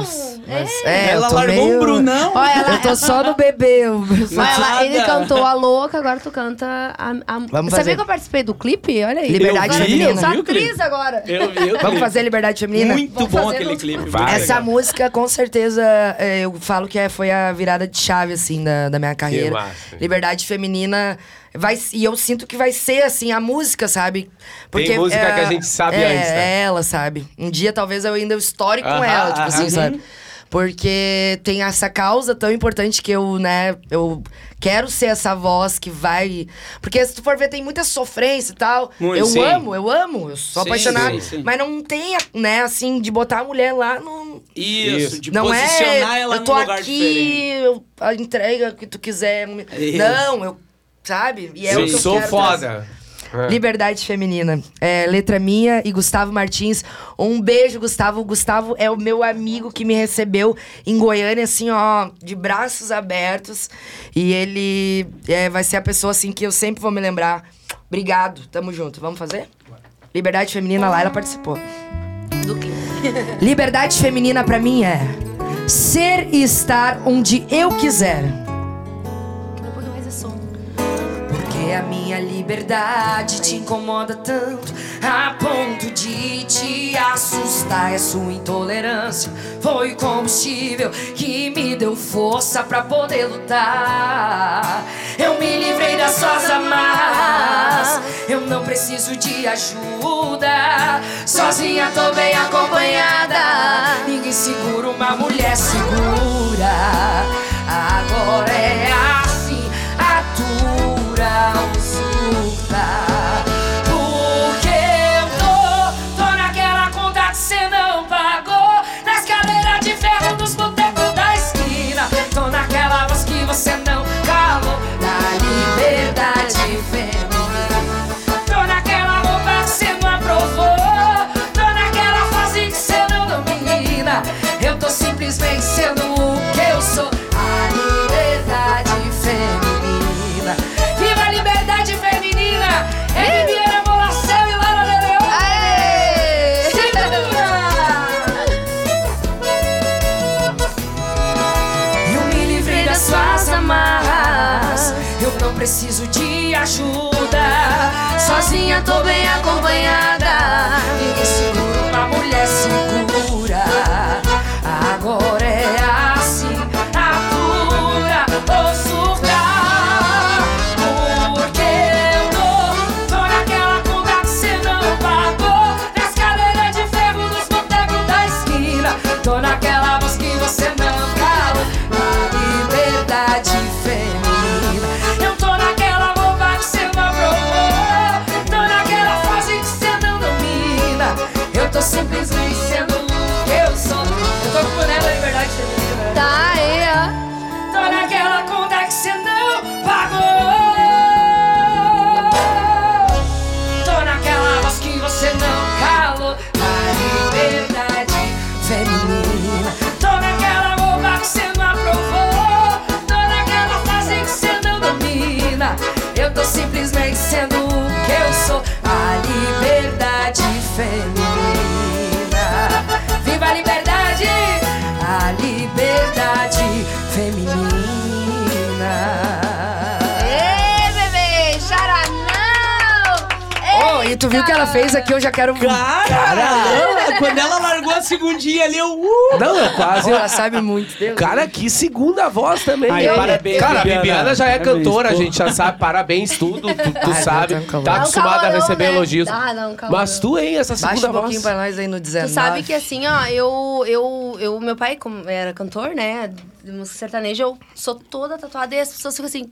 [SPEAKER 5] Mas, é,
[SPEAKER 4] ela
[SPEAKER 5] eu tô
[SPEAKER 4] largou
[SPEAKER 5] meio...
[SPEAKER 4] um Brunão.
[SPEAKER 6] Olha, ela,
[SPEAKER 5] Eu tô só no bebê.
[SPEAKER 4] (laughs)
[SPEAKER 5] eu-
[SPEAKER 6] olha lá, ele
[SPEAKER 4] Nada.
[SPEAKER 6] cantou a louca, agora tu canta a. a...
[SPEAKER 5] Vamos
[SPEAKER 6] Sabia
[SPEAKER 5] fazer.
[SPEAKER 6] que eu participei do clipe? Olha aí.
[SPEAKER 5] Liberdade
[SPEAKER 6] eu vi,
[SPEAKER 5] feminina.
[SPEAKER 6] Eu sou
[SPEAKER 4] Viu,
[SPEAKER 6] atriz
[SPEAKER 4] clipe?
[SPEAKER 6] agora.
[SPEAKER 4] Eu vi o
[SPEAKER 5] Vamos
[SPEAKER 4] clipe.
[SPEAKER 5] fazer Liberdade Feminina?
[SPEAKER 4] Muito
[SPEAKER 6] Vamos
[SPEAKER 4] bom
[SPEAKER 6] fazer
[SPEAKER 4] aquele
[SPEAKER 6] outro.
[SPEAKER 4] clipe.
[SPEAKER 2] Vai.
[SPEAKER 4] muito
[SPEAKER 5] Essa
[SPEAKER 4] legal.
[SPEAKER 5] música, com certeza, é, eu falo que é- foi a virada de chave, assim, da, da minha carreira.
[SPEAKER 2] massa.
[SPEAKER 5] Liberdade feminina. Vai, e eu sinto que vai ser, assim, a música, sabe?
[SPEAKER 2] música que a gente sabe
[SPEAKER 5] é,
[SPEAKER 2] antes, né?
[SPEAKER 5] É ela, sabe? Um dia, talvez, eu ainda estoure com
[SPEAKER 2] Aham,
[SPEAKER 5] ela, tipo assim,
[SPEAKER 2] aham.
[SPEAKER 5] sabe? Porque tem essa causa tão importante que eu, né, eu quero ser essa voz que vai. Porque se tu for ver, tem muita sofrência e tal.
[SPEAKER 4] Muito,
[SPEAKER 5] eu
[SPEAKER 4] sim.
[SPEAKER 5] amo, eu amo, eu sou
[SPEAKER 4] Sim,
[SPEAKER 5] apaixonada.
[SPEAKER 4] sim, sim.
[SPEAKER 5] Mas não tem, né, assim, de botar a mulher lá no.
[SPEAKER 4] Isso, de
[SPEAKER 5] não
[SPEAKER 4] posicionar
[SPEAKER 5] é,
[SPEAKER 4] ela
[SPEAKER 5] eu tô
[SPEAKER 4] num lugar
[SPEAKER 5] aqui,
[SPEAKER 4] diferente. É
[SPEAKER 5] eu- a entrega que tu quiser.
[SPEAKER 4] Isso.
[SPEAKER 5] Não, eu. Sabe? E é o
[SPEAKER 2] eu
[SPEAKER 5] que eu
[SPEAKER 2] sou
[SPEAKER 5] quero trazer.
[SPEAKER 2] foda.
[SPEAKER 6] É.
[SPEAKER 5] Liberdade Feminina. É, letra minha e Gustavo Martins. Um beijo, Gustavo. O Gustavo é o meu amigo que me recebeu em Goiânia, assim, ó, de braços abertos. E ele é, vai ser a pessoa, assim, que eu sempre vou me lembrar. Obrigado, tamo junto. Vamos fazer? Liberdade Feminina, lá ela participou.
[SPEAKER 6] Do clipe.
[SPEAKER 5] Liberdade feminina pra mim é ser e estar onde eu quiser.
[SPEAKER 6] Um pouquinho mais de som.
[SPEAKER 5] Porque a minha liberdade te incomoda tanto a ponto de te assustar. É sua intolerância foi o combustível que me deu força pra poder lutar. Eu me livrei das suas amarras. Eu não preciso de ajuda. Sozinha tô bem acompanhada. Ninguém segura uma mulher segura. Agora é assim a dura usurpa. Porque eu tô, tô naquela conta que cê não pagou. Nas cadeiras de ferro dos botecos da esquina. Tô naquela voz que você não calou. Na liberdade preciso de ajuda. Sozinha tô bem acompanhada. Ninguém segura uma mulher segura. Agora é assim, apura ou surta. Porque eu tô, tô naquela conga que cê não pagou. Nas cadeiras de ferro, nos botecos da esquina. Tô naquela voz que você não calou. Na liberdade feminina. Eu tô naquela roupa que cê não aprovou. Tô naquela fase que cê não domina. Eu tô simplesmente sendo o que eu sou. Eu tô com boné da liberdade feminina.
[SPEAKER 6] Tá aí,
[SPEAKER 5] Tô naquela conta que cê não pagou. Tô naquela voz que você não calou. A liberdade feminina. Tô naquela roupa que cê não aprovou. Tô naquela fase que cê não domina. Eu tô simplesmente sendo o que eu sou. A liberdade feminina. Viva a liberdade! A liberdade feminina.
[SPEAKER 6] ó. Ê, bebê, chora não!
[SPEAKER 7] Oh, e tu viu o que ela fez aqui? Eu já quero.
[SPEAKER 4] Cara, quando ela largou a segundinha ali, eu. Uh!
[SPEAKER 2] Não, é
[SPEAKER 7] Oh,
[SPEAKER 2] quase.
[SPEAKER 7] ela sabe muito. Deus.
[SPEAKER 2] Cara, que segunda voz também.
[SPEAKER 4] Ai,
[SPEAKER 2] hein?
[SPEAKER 4] parabéns,
[SPEAKER 2] Cara, a
[SPEAKER 4] Bibiana.
[SPEAKER 2] Bibiana já é
[SPEAKER 4] Parabéns,
[SPEAKER 2] cantora, a
[SPEAKER 4] pô.
[SPEAKER 2] gente já sabe. Parabéns, tudo. Tu, tu
[SPEAKER 7] Ai,
[SPEAKER 2] sabe.
[SPEAKER 7] não, calma.
[SPEAKER 2] Tá
[SPEAKER 7] Dá um
[SPEAKER 2] acostumada a
[SPEAKER 6] calorão,
[SPEAKER 2] receber
[SPEAKER 6] né?
[SPEAKER 2] elogios.
[SPEAKER 6] Dá, dá um calorão.
[SPEAKER 2] Mas tu, hein, essa
[SPEAKER 7] Baixa
[SPEAKER 2] segunda
[SPEAKER 7] um
[SPEAKER 2] voz.
[SPEAKER 7] pouquinho pra nós aí no 19.
[SPEAKER 6] Tu sabe que assim, ó, eu, eu, eu, meu pai, como era cantor, né, de música sertaneja, eu sou toda tatuada e as pessoas ficam assim.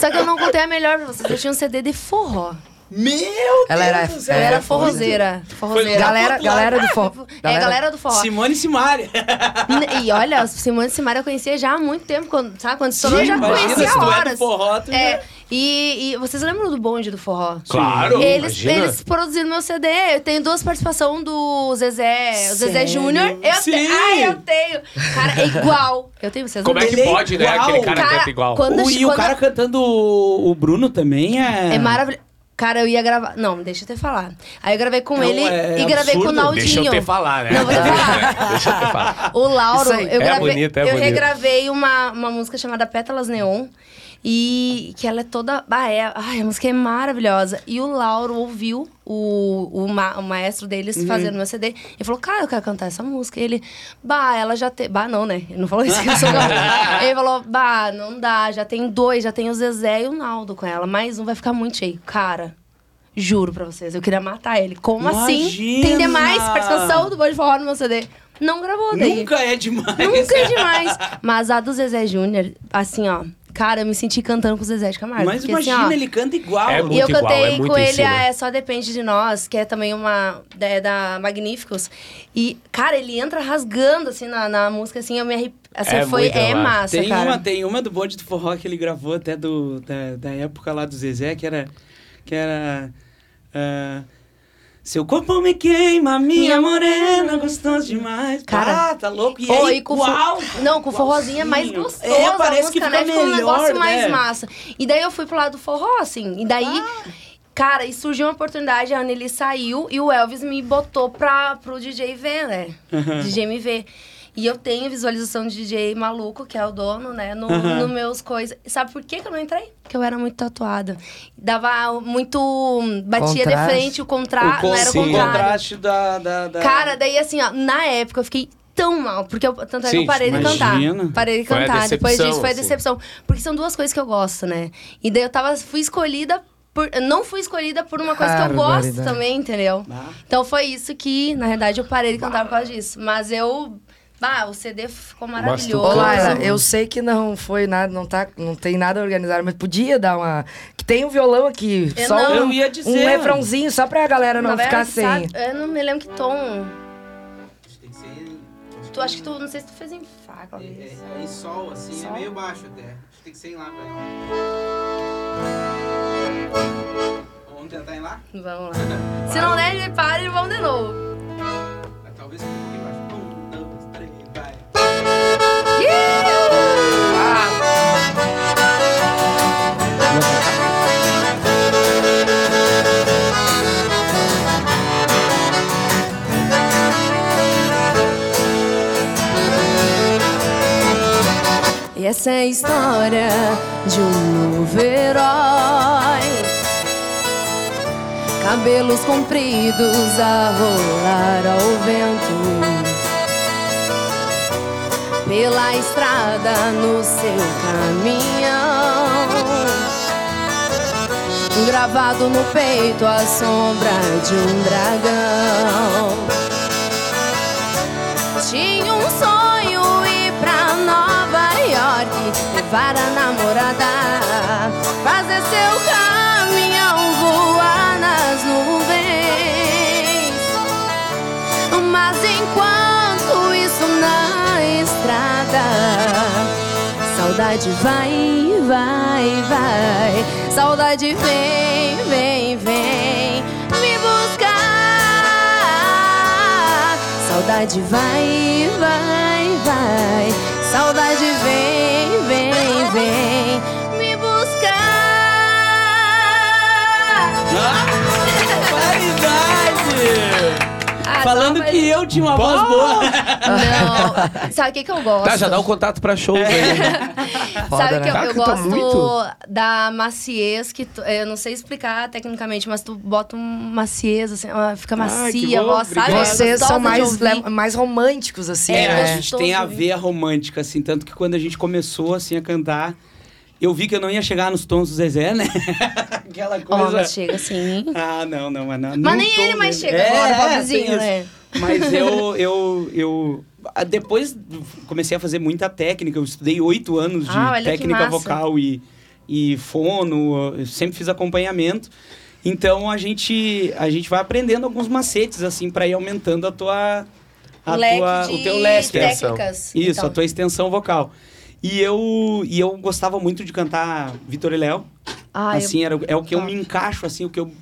[SPEAKER 6] Só que eu não contei a melhor pra vocês. Eu tinha um CD de forró.
[SPEAKER 4] Meu!
[SPEAKER 7] Ela era.
[SPEAKER 6] Eu
[SPEAKER 7] é,
[SPEAKER 6] era forrozeira. Forrozeira.
[SPEAKER 7] Galera, galera do
[SPEAKER 4] (laughs)
[SPEAKER 7] forró.
[SPEAKER 6] É, galera do forró.
[SPEAKER 4] Simone e Simaria.
[SPEAKER 6] N- E olha, o Simone e Simaria eu conhecia já há muito tempo, quando, sabe? Quando estourou, eu já
[SPEAKER 4] imagina,
[SPEAKER 6] conhecia
[SPEAKER 4] se tu é do
[SPEAKER 6] horas.
[SPEAKER 4] forró, tu
[SPEAKER 6] é. E, e vocês lembram do bonde do forró?
[SPEAKER 2] (laughs) Claro,
[SPEAKER 6] Eles,
[SPEAKER 2] imagina.
[SPEAKER 6] eles produziram meu CD. Eu tenho duas participações um do Zezé, o Zezé Júnior. Eu
[SPEAKER 4] Sim.
[SPEAKER 6] tenho. Ai, eu tenho. Cara, é igual. Eu tenho vocês.
[SPEAKER 2] Como é
[SPEAKER 6] não
[SPEAKER 2] que
[SPEAKER 6] têm?
[SPEAKER 4] Ele é
[SPEAKER 2] pode, né?
[SPEAKER 4] igual.
[SPEAKER 2] Aquele cara,
[SPEAKER 6] Cara,
[SPEAKER 2] canta igual.
[SPEAKER 6] quando-
[SPEAKER 4] O- e o
[SPEAKER 6] quando-
[SPEAKER 4] cara cantando o, o Bruno também é.
[SPEAKER 6] É maravilhoso. Cara, eu ia gravar. Não, deixa eu te falar. Aí eu gravei com
[SPEAKER 4] Não,
[SPEAKER 6] ele
[SPEAKER 4] é
[SPEAKER 6] e gravei com o
[SPEAKER 4] absurdo.
[SPEAKER 6] Naldinho.
[SPEAKER 2] Deixa eu te falar, né?
[SPEAKER 6] Não, vou te falar.
[SPEAKER 2] Deixa eu te falar.
[SPEAKER 6] O Lauro,
[SPEAKER 7] Isso aí.
[SPEAKER 6] eu,
[SPEAKER 2] É
[SPEAKER 6] gravei,
[SPEAKER 2] bonito, é
[SPEAKER 6] eu
[SPEAKER 2] bonito.
[SPEAKER 6] regravei uma, uma música chamada Pétalas Neon. E que ela é toda. Ah, é, ai, a música é maravilhosa. E o Lauro ouviu o, o, ma- o maestro deles
[SPEAKER 2] Uhum.
[SPEAKER 6] fazendo meu CD e falou: Cara, eu quero cantar essa música. E ele, bah, ela já tem. Bah, não, né? Ele não falou isso. isso
[SPEAKER 2] (laughs)
[SPEAKER 6] não. Ele falou: Bah, não dá, já tem dois, já tem o Zezé e o Naldo com ela. Mais um vai ficar muito cheio. Cara. Juro pra vocês, eu queria matar ele. Como assim? Tem
[SPEAKER 4] Imagina!
[SPEAKER 6] demais participação do Boi de Forró no meu CD. Não gravou daí.
[SPEAKER 4] Nunca é demais.
[SPEAKER 6] Nunca é demais. Mas a do Zezé Júnior, assim, ó. Cara, eu me senti cantando com o Zezé de Camargo.
[SPEAKER 4] Mas
[SPEAKER 6] porque,
[SPEAKER 4] imagina,
[SPEAKER 6] assim, ó,
[SPEAKER 4] ele canta igual.
[SPEAKER 2] É
[SPEAKER 6] E
[SPEAKER 2] muito
[SPEAKER 6] eu
[SPEAKER 2] igual,
[SPEAKER 6] cantei
[SPEAKER 2] é muito
[SPEAKER 6] com
[SPEAKER 2] em
[SPEAKER 6] ele
[SPEAKER 2] cima.
[SPEAKER 6] a Só Depende de Nós, que é também uma. da- É da Magníficos. E, cara, ele entra rasgando, assim, na, na música, assim, eu me arrepio. Assim,
[SPEAKER 2] É
[SPEAKER 6] foi.
[SPEAKER 2] muito
[SPEAKER 6] É
[SPEAKER 2] legal.
[SPEAKER 6] massa,
[SPEAKER 4] Tem
[SPEAKER 6] cara.
[SPEAKER 4] uma, tem uma do bonde do forró que ele gravou até do, da, da época lá do Zezé, que era. Que era ah, seu corpo me queima, minha morena, gostoso demais.
[SPEAKER 6] Cara,
[SPEAKER 4] ah, tá louco? E
[SPEAKER 6] Ô,
[SPEAKER 4] aí,
[SPEAKER 6] e com
[SPEAKER 4] igual,
[SPEAKER 6] fo- Não, com forrozinho é mais
[SPEAKER 4] igualzinho.
[SPEAKER 6] gostoso.
[SPEAKER 4] É,
[SPEAKER 6] a
[SPEAKER 4] parece que
[SPEAKER 6] música,
[SPEAKER 4] fica
[SPEAKER 6] né? Ficou um negócio
[SPEAKER 4] melhor,
[SPEAKER 6] mais
[SPEAKER 4] né?
[SPEAKER 6] massa. E daí eu fui pro lado do forró, assim. E daí,
[SPEAKER 4] Ah.
[SPEAKER 6] cara, e surgiu uma oportunidade, a Anneli saiu e o Elvis me botou pra, pro DJ V, né? DJ me ver. E eu tenho visualização de DJ maluco, que é o dono, né? No,
[SPEAKER 4] Aham.
[SPEAKER 6] no meus coisas. Sabe por que que eu não entrei? Porque eu era muito tatuada. Dava muito. Batia de
[SPEAKER 7] Contraste.
[SPEAKER 6] frente o contrato. Não era o
[SPEAKER 2] sim,
[SPEAKER 4] o
[SPEAKER 6] contrário.
[SPEAKER 4] contraste da. da, da-
[SPEAKER 6] Cara, daí assim, ó, na época eu fiquei tão mal, porque eu, tanto é que
[SPEAKER 2] Sim,
[SPEAKER 6] eu parei de cantar.
[SPEAKER 4] imagina.
[SPEAKER 6] Parei de
[SPEAKER 2] Foi a
[SPEAKER 6] cantar, depois
[SPEAKER 2] decepção,
[SPEAKER 6] disso foi a
[SPEAKER 2] assim.
[SPEAKER 6] decepção. Porque são duas coisas que eu gosto, né? E daí eu tava, fui escolhida por. eu Não fui escolhida por uma coisa que eu gosto
[SPEAKER 7] Barbaridade.
[SPEAKER 6] também, entendeu?
[SPEAKER 4] Ah.
[SPEAKER 6] Então foi isso que, na verdade, eu parei de cantar por causa disso. Mas eu. Ah, o CD ficou
[SPEAKER 2] tu
[SPEAKER 6] maravilhoso.
[SPEAKER 7] Ô, Laila,
[SPEAKER 2] Claro.
[SPEAKER 7] eu sei que não foi nada, não, tá, não tem nada organizado, mas podia dar uma. Que tem um violão aqui,
[SPEAKER 6] Eu
[SPEAKER 7] só
[SPEAKER 6] não-
[SPEAKER 4] Eu
[SPEAKER 7] um,
[SPEAKER 4] ia
[SPEAKER 7] um
[SPEAKER 4] dizer.
[SPEAKER 7] refrãozinho, só pra galera não
[SPEAKER 6] Na
[SPEAKER 7] ficar
[SPEAKER 6] verdade,
[SPEAKER 7] sem.
[SPEAKER 6] sabe? Eu não me lembro que tom. Tu acha que tu. Não sei se tu fez em Fá, talvez.
[SPEAKER 3] É, é, em sol, assim, é meio baixo até. Acho que tem que ser em lá pra ela. Vamos tentar em lá?
[SPEAKER 6] Vamos lá. Se não der, ele para e vamos de novo.
[SPEAKER 3] Ah, Talvez fique um pouquinho baixo. Um, dois, três, vai.
[SPEAKER 6] E essa Essa é a história de um novo herói. Cabelos compridos a rolar ao vento. Pela estrada no seu caminhão. Gravado no peito a sombra de um dragão. Tinha um sonho ir pra Nova York Levar a namorada Fazer seu caminhão voar nas nuvens Mas enquanto isso na estrada Saudade vai, vai, vai Saudade vem, vem, vem Me buscar Saudade vai, vai, vai. Saudade vem, vem, vem me buscar.
[SPEAKER 4] Qualidade!
[SPEAKER 6] Ah,
[SPEAKER 4] Falando
[SPEAKER 6] não, mas-
[SPEAKER 4] que eu tinha uma voz boa.
[SPEAKER 6] Não. Sabe o que, que eu gosto?
[SPEAKER 2] Tá, já dá o contato pra
[SPEAKER 4] É.
[SPEAKER 2] show, velho.
[SPEAKER 6] Sabe
[SPEAKER 7] Foda,
[SPEAKER 6] o
[SPEAKER 7] né?
[SPEAKER 6] que eu, eu
[SPEAKER 2] Caraca, tá
[SPEAKER 6] gosto
[SPEAKER 2] muito.
[SPEAKER 6] da maciez que tu- eu não sei explicar tecnicamente, mas tu bota um maciez assim, ela fica
[SPEAKER 4] que
[SPEAKER 6] macia,
[SPEAKER 4] bom,
[SPEAKER 6] a voz, sabe?
[SPEAKER 4] obrigado.
[SPEAKER 6] É
[SPEAKER 7] Vocês
[SPEAKER 6] gostosa
[SPEAKER 7] são
[SPEAKER 6] de
[SPEAKER 7] mais,
[SPEAKER 6] ouvir.
[SPEAKER 7] le- mais românticos, assim,
[SPEAKER 4] É, a
[SPEAKER 7] né?
[SPEAKER 6] gostoso,
[SPEAKER 4] gente tem a
[SPEAKER 6] né?
[SPEAKER 4] veia romântica, assim, tanto que quando a gente começou, assim, a cantar, eu vi que eu não ia chegar nos tons do Zezé, né? (laughs) Aquela
[SPEAKER 6] Ó,
[SPEAKER 4] coisa...
[SPEAKER 6] mas chega assim.
[SPEAKER 4] Ah, não, não, mas não. É,
[SPEAKER 6] Mas nem ele mais chega agora, pobrezinho,
[SPEAKER 4] tem isso.
[SPEAKER 6] né?
[SPEAKER 4] Mas
[SPEAKER 6] (laughs)
[SPEAKER 4] eu, eu, eu. ah, Depois comecei a fazer muita técnica. Eu estudei oito anos de
[SPEAKER 6] Ah, olha que
[SPEAKER 4] técnica
[SPEAKER 6] massa.
[SPEAKER 4] vocal e, e fono. Eu sempre fiz acompanhamento. Então a gente, a gente vai aprendendo alguns macetes, assim, para ir aumentando a tua. A
[SPEAKER 6] Leque
[SPEAKER 4] tua,
[SPEAKER 6] de
[SPEAKER 4] o teu leque.
[SPEAKER 6] técnicas.
[SPEAKER 4] Isso,
[SPEAKER 6] Então.
[SPEAKER 4] a tua extensão vocal. E eu, e eu gostava muito de cantar Vitor e Léo.
[SPEAKER 6] Ah, eu-
[SPEAKER 4] assim, era, é o que eu
[SPEAKER 6] top.
[SPEAKER 4] me encaixo, assim, o que eu,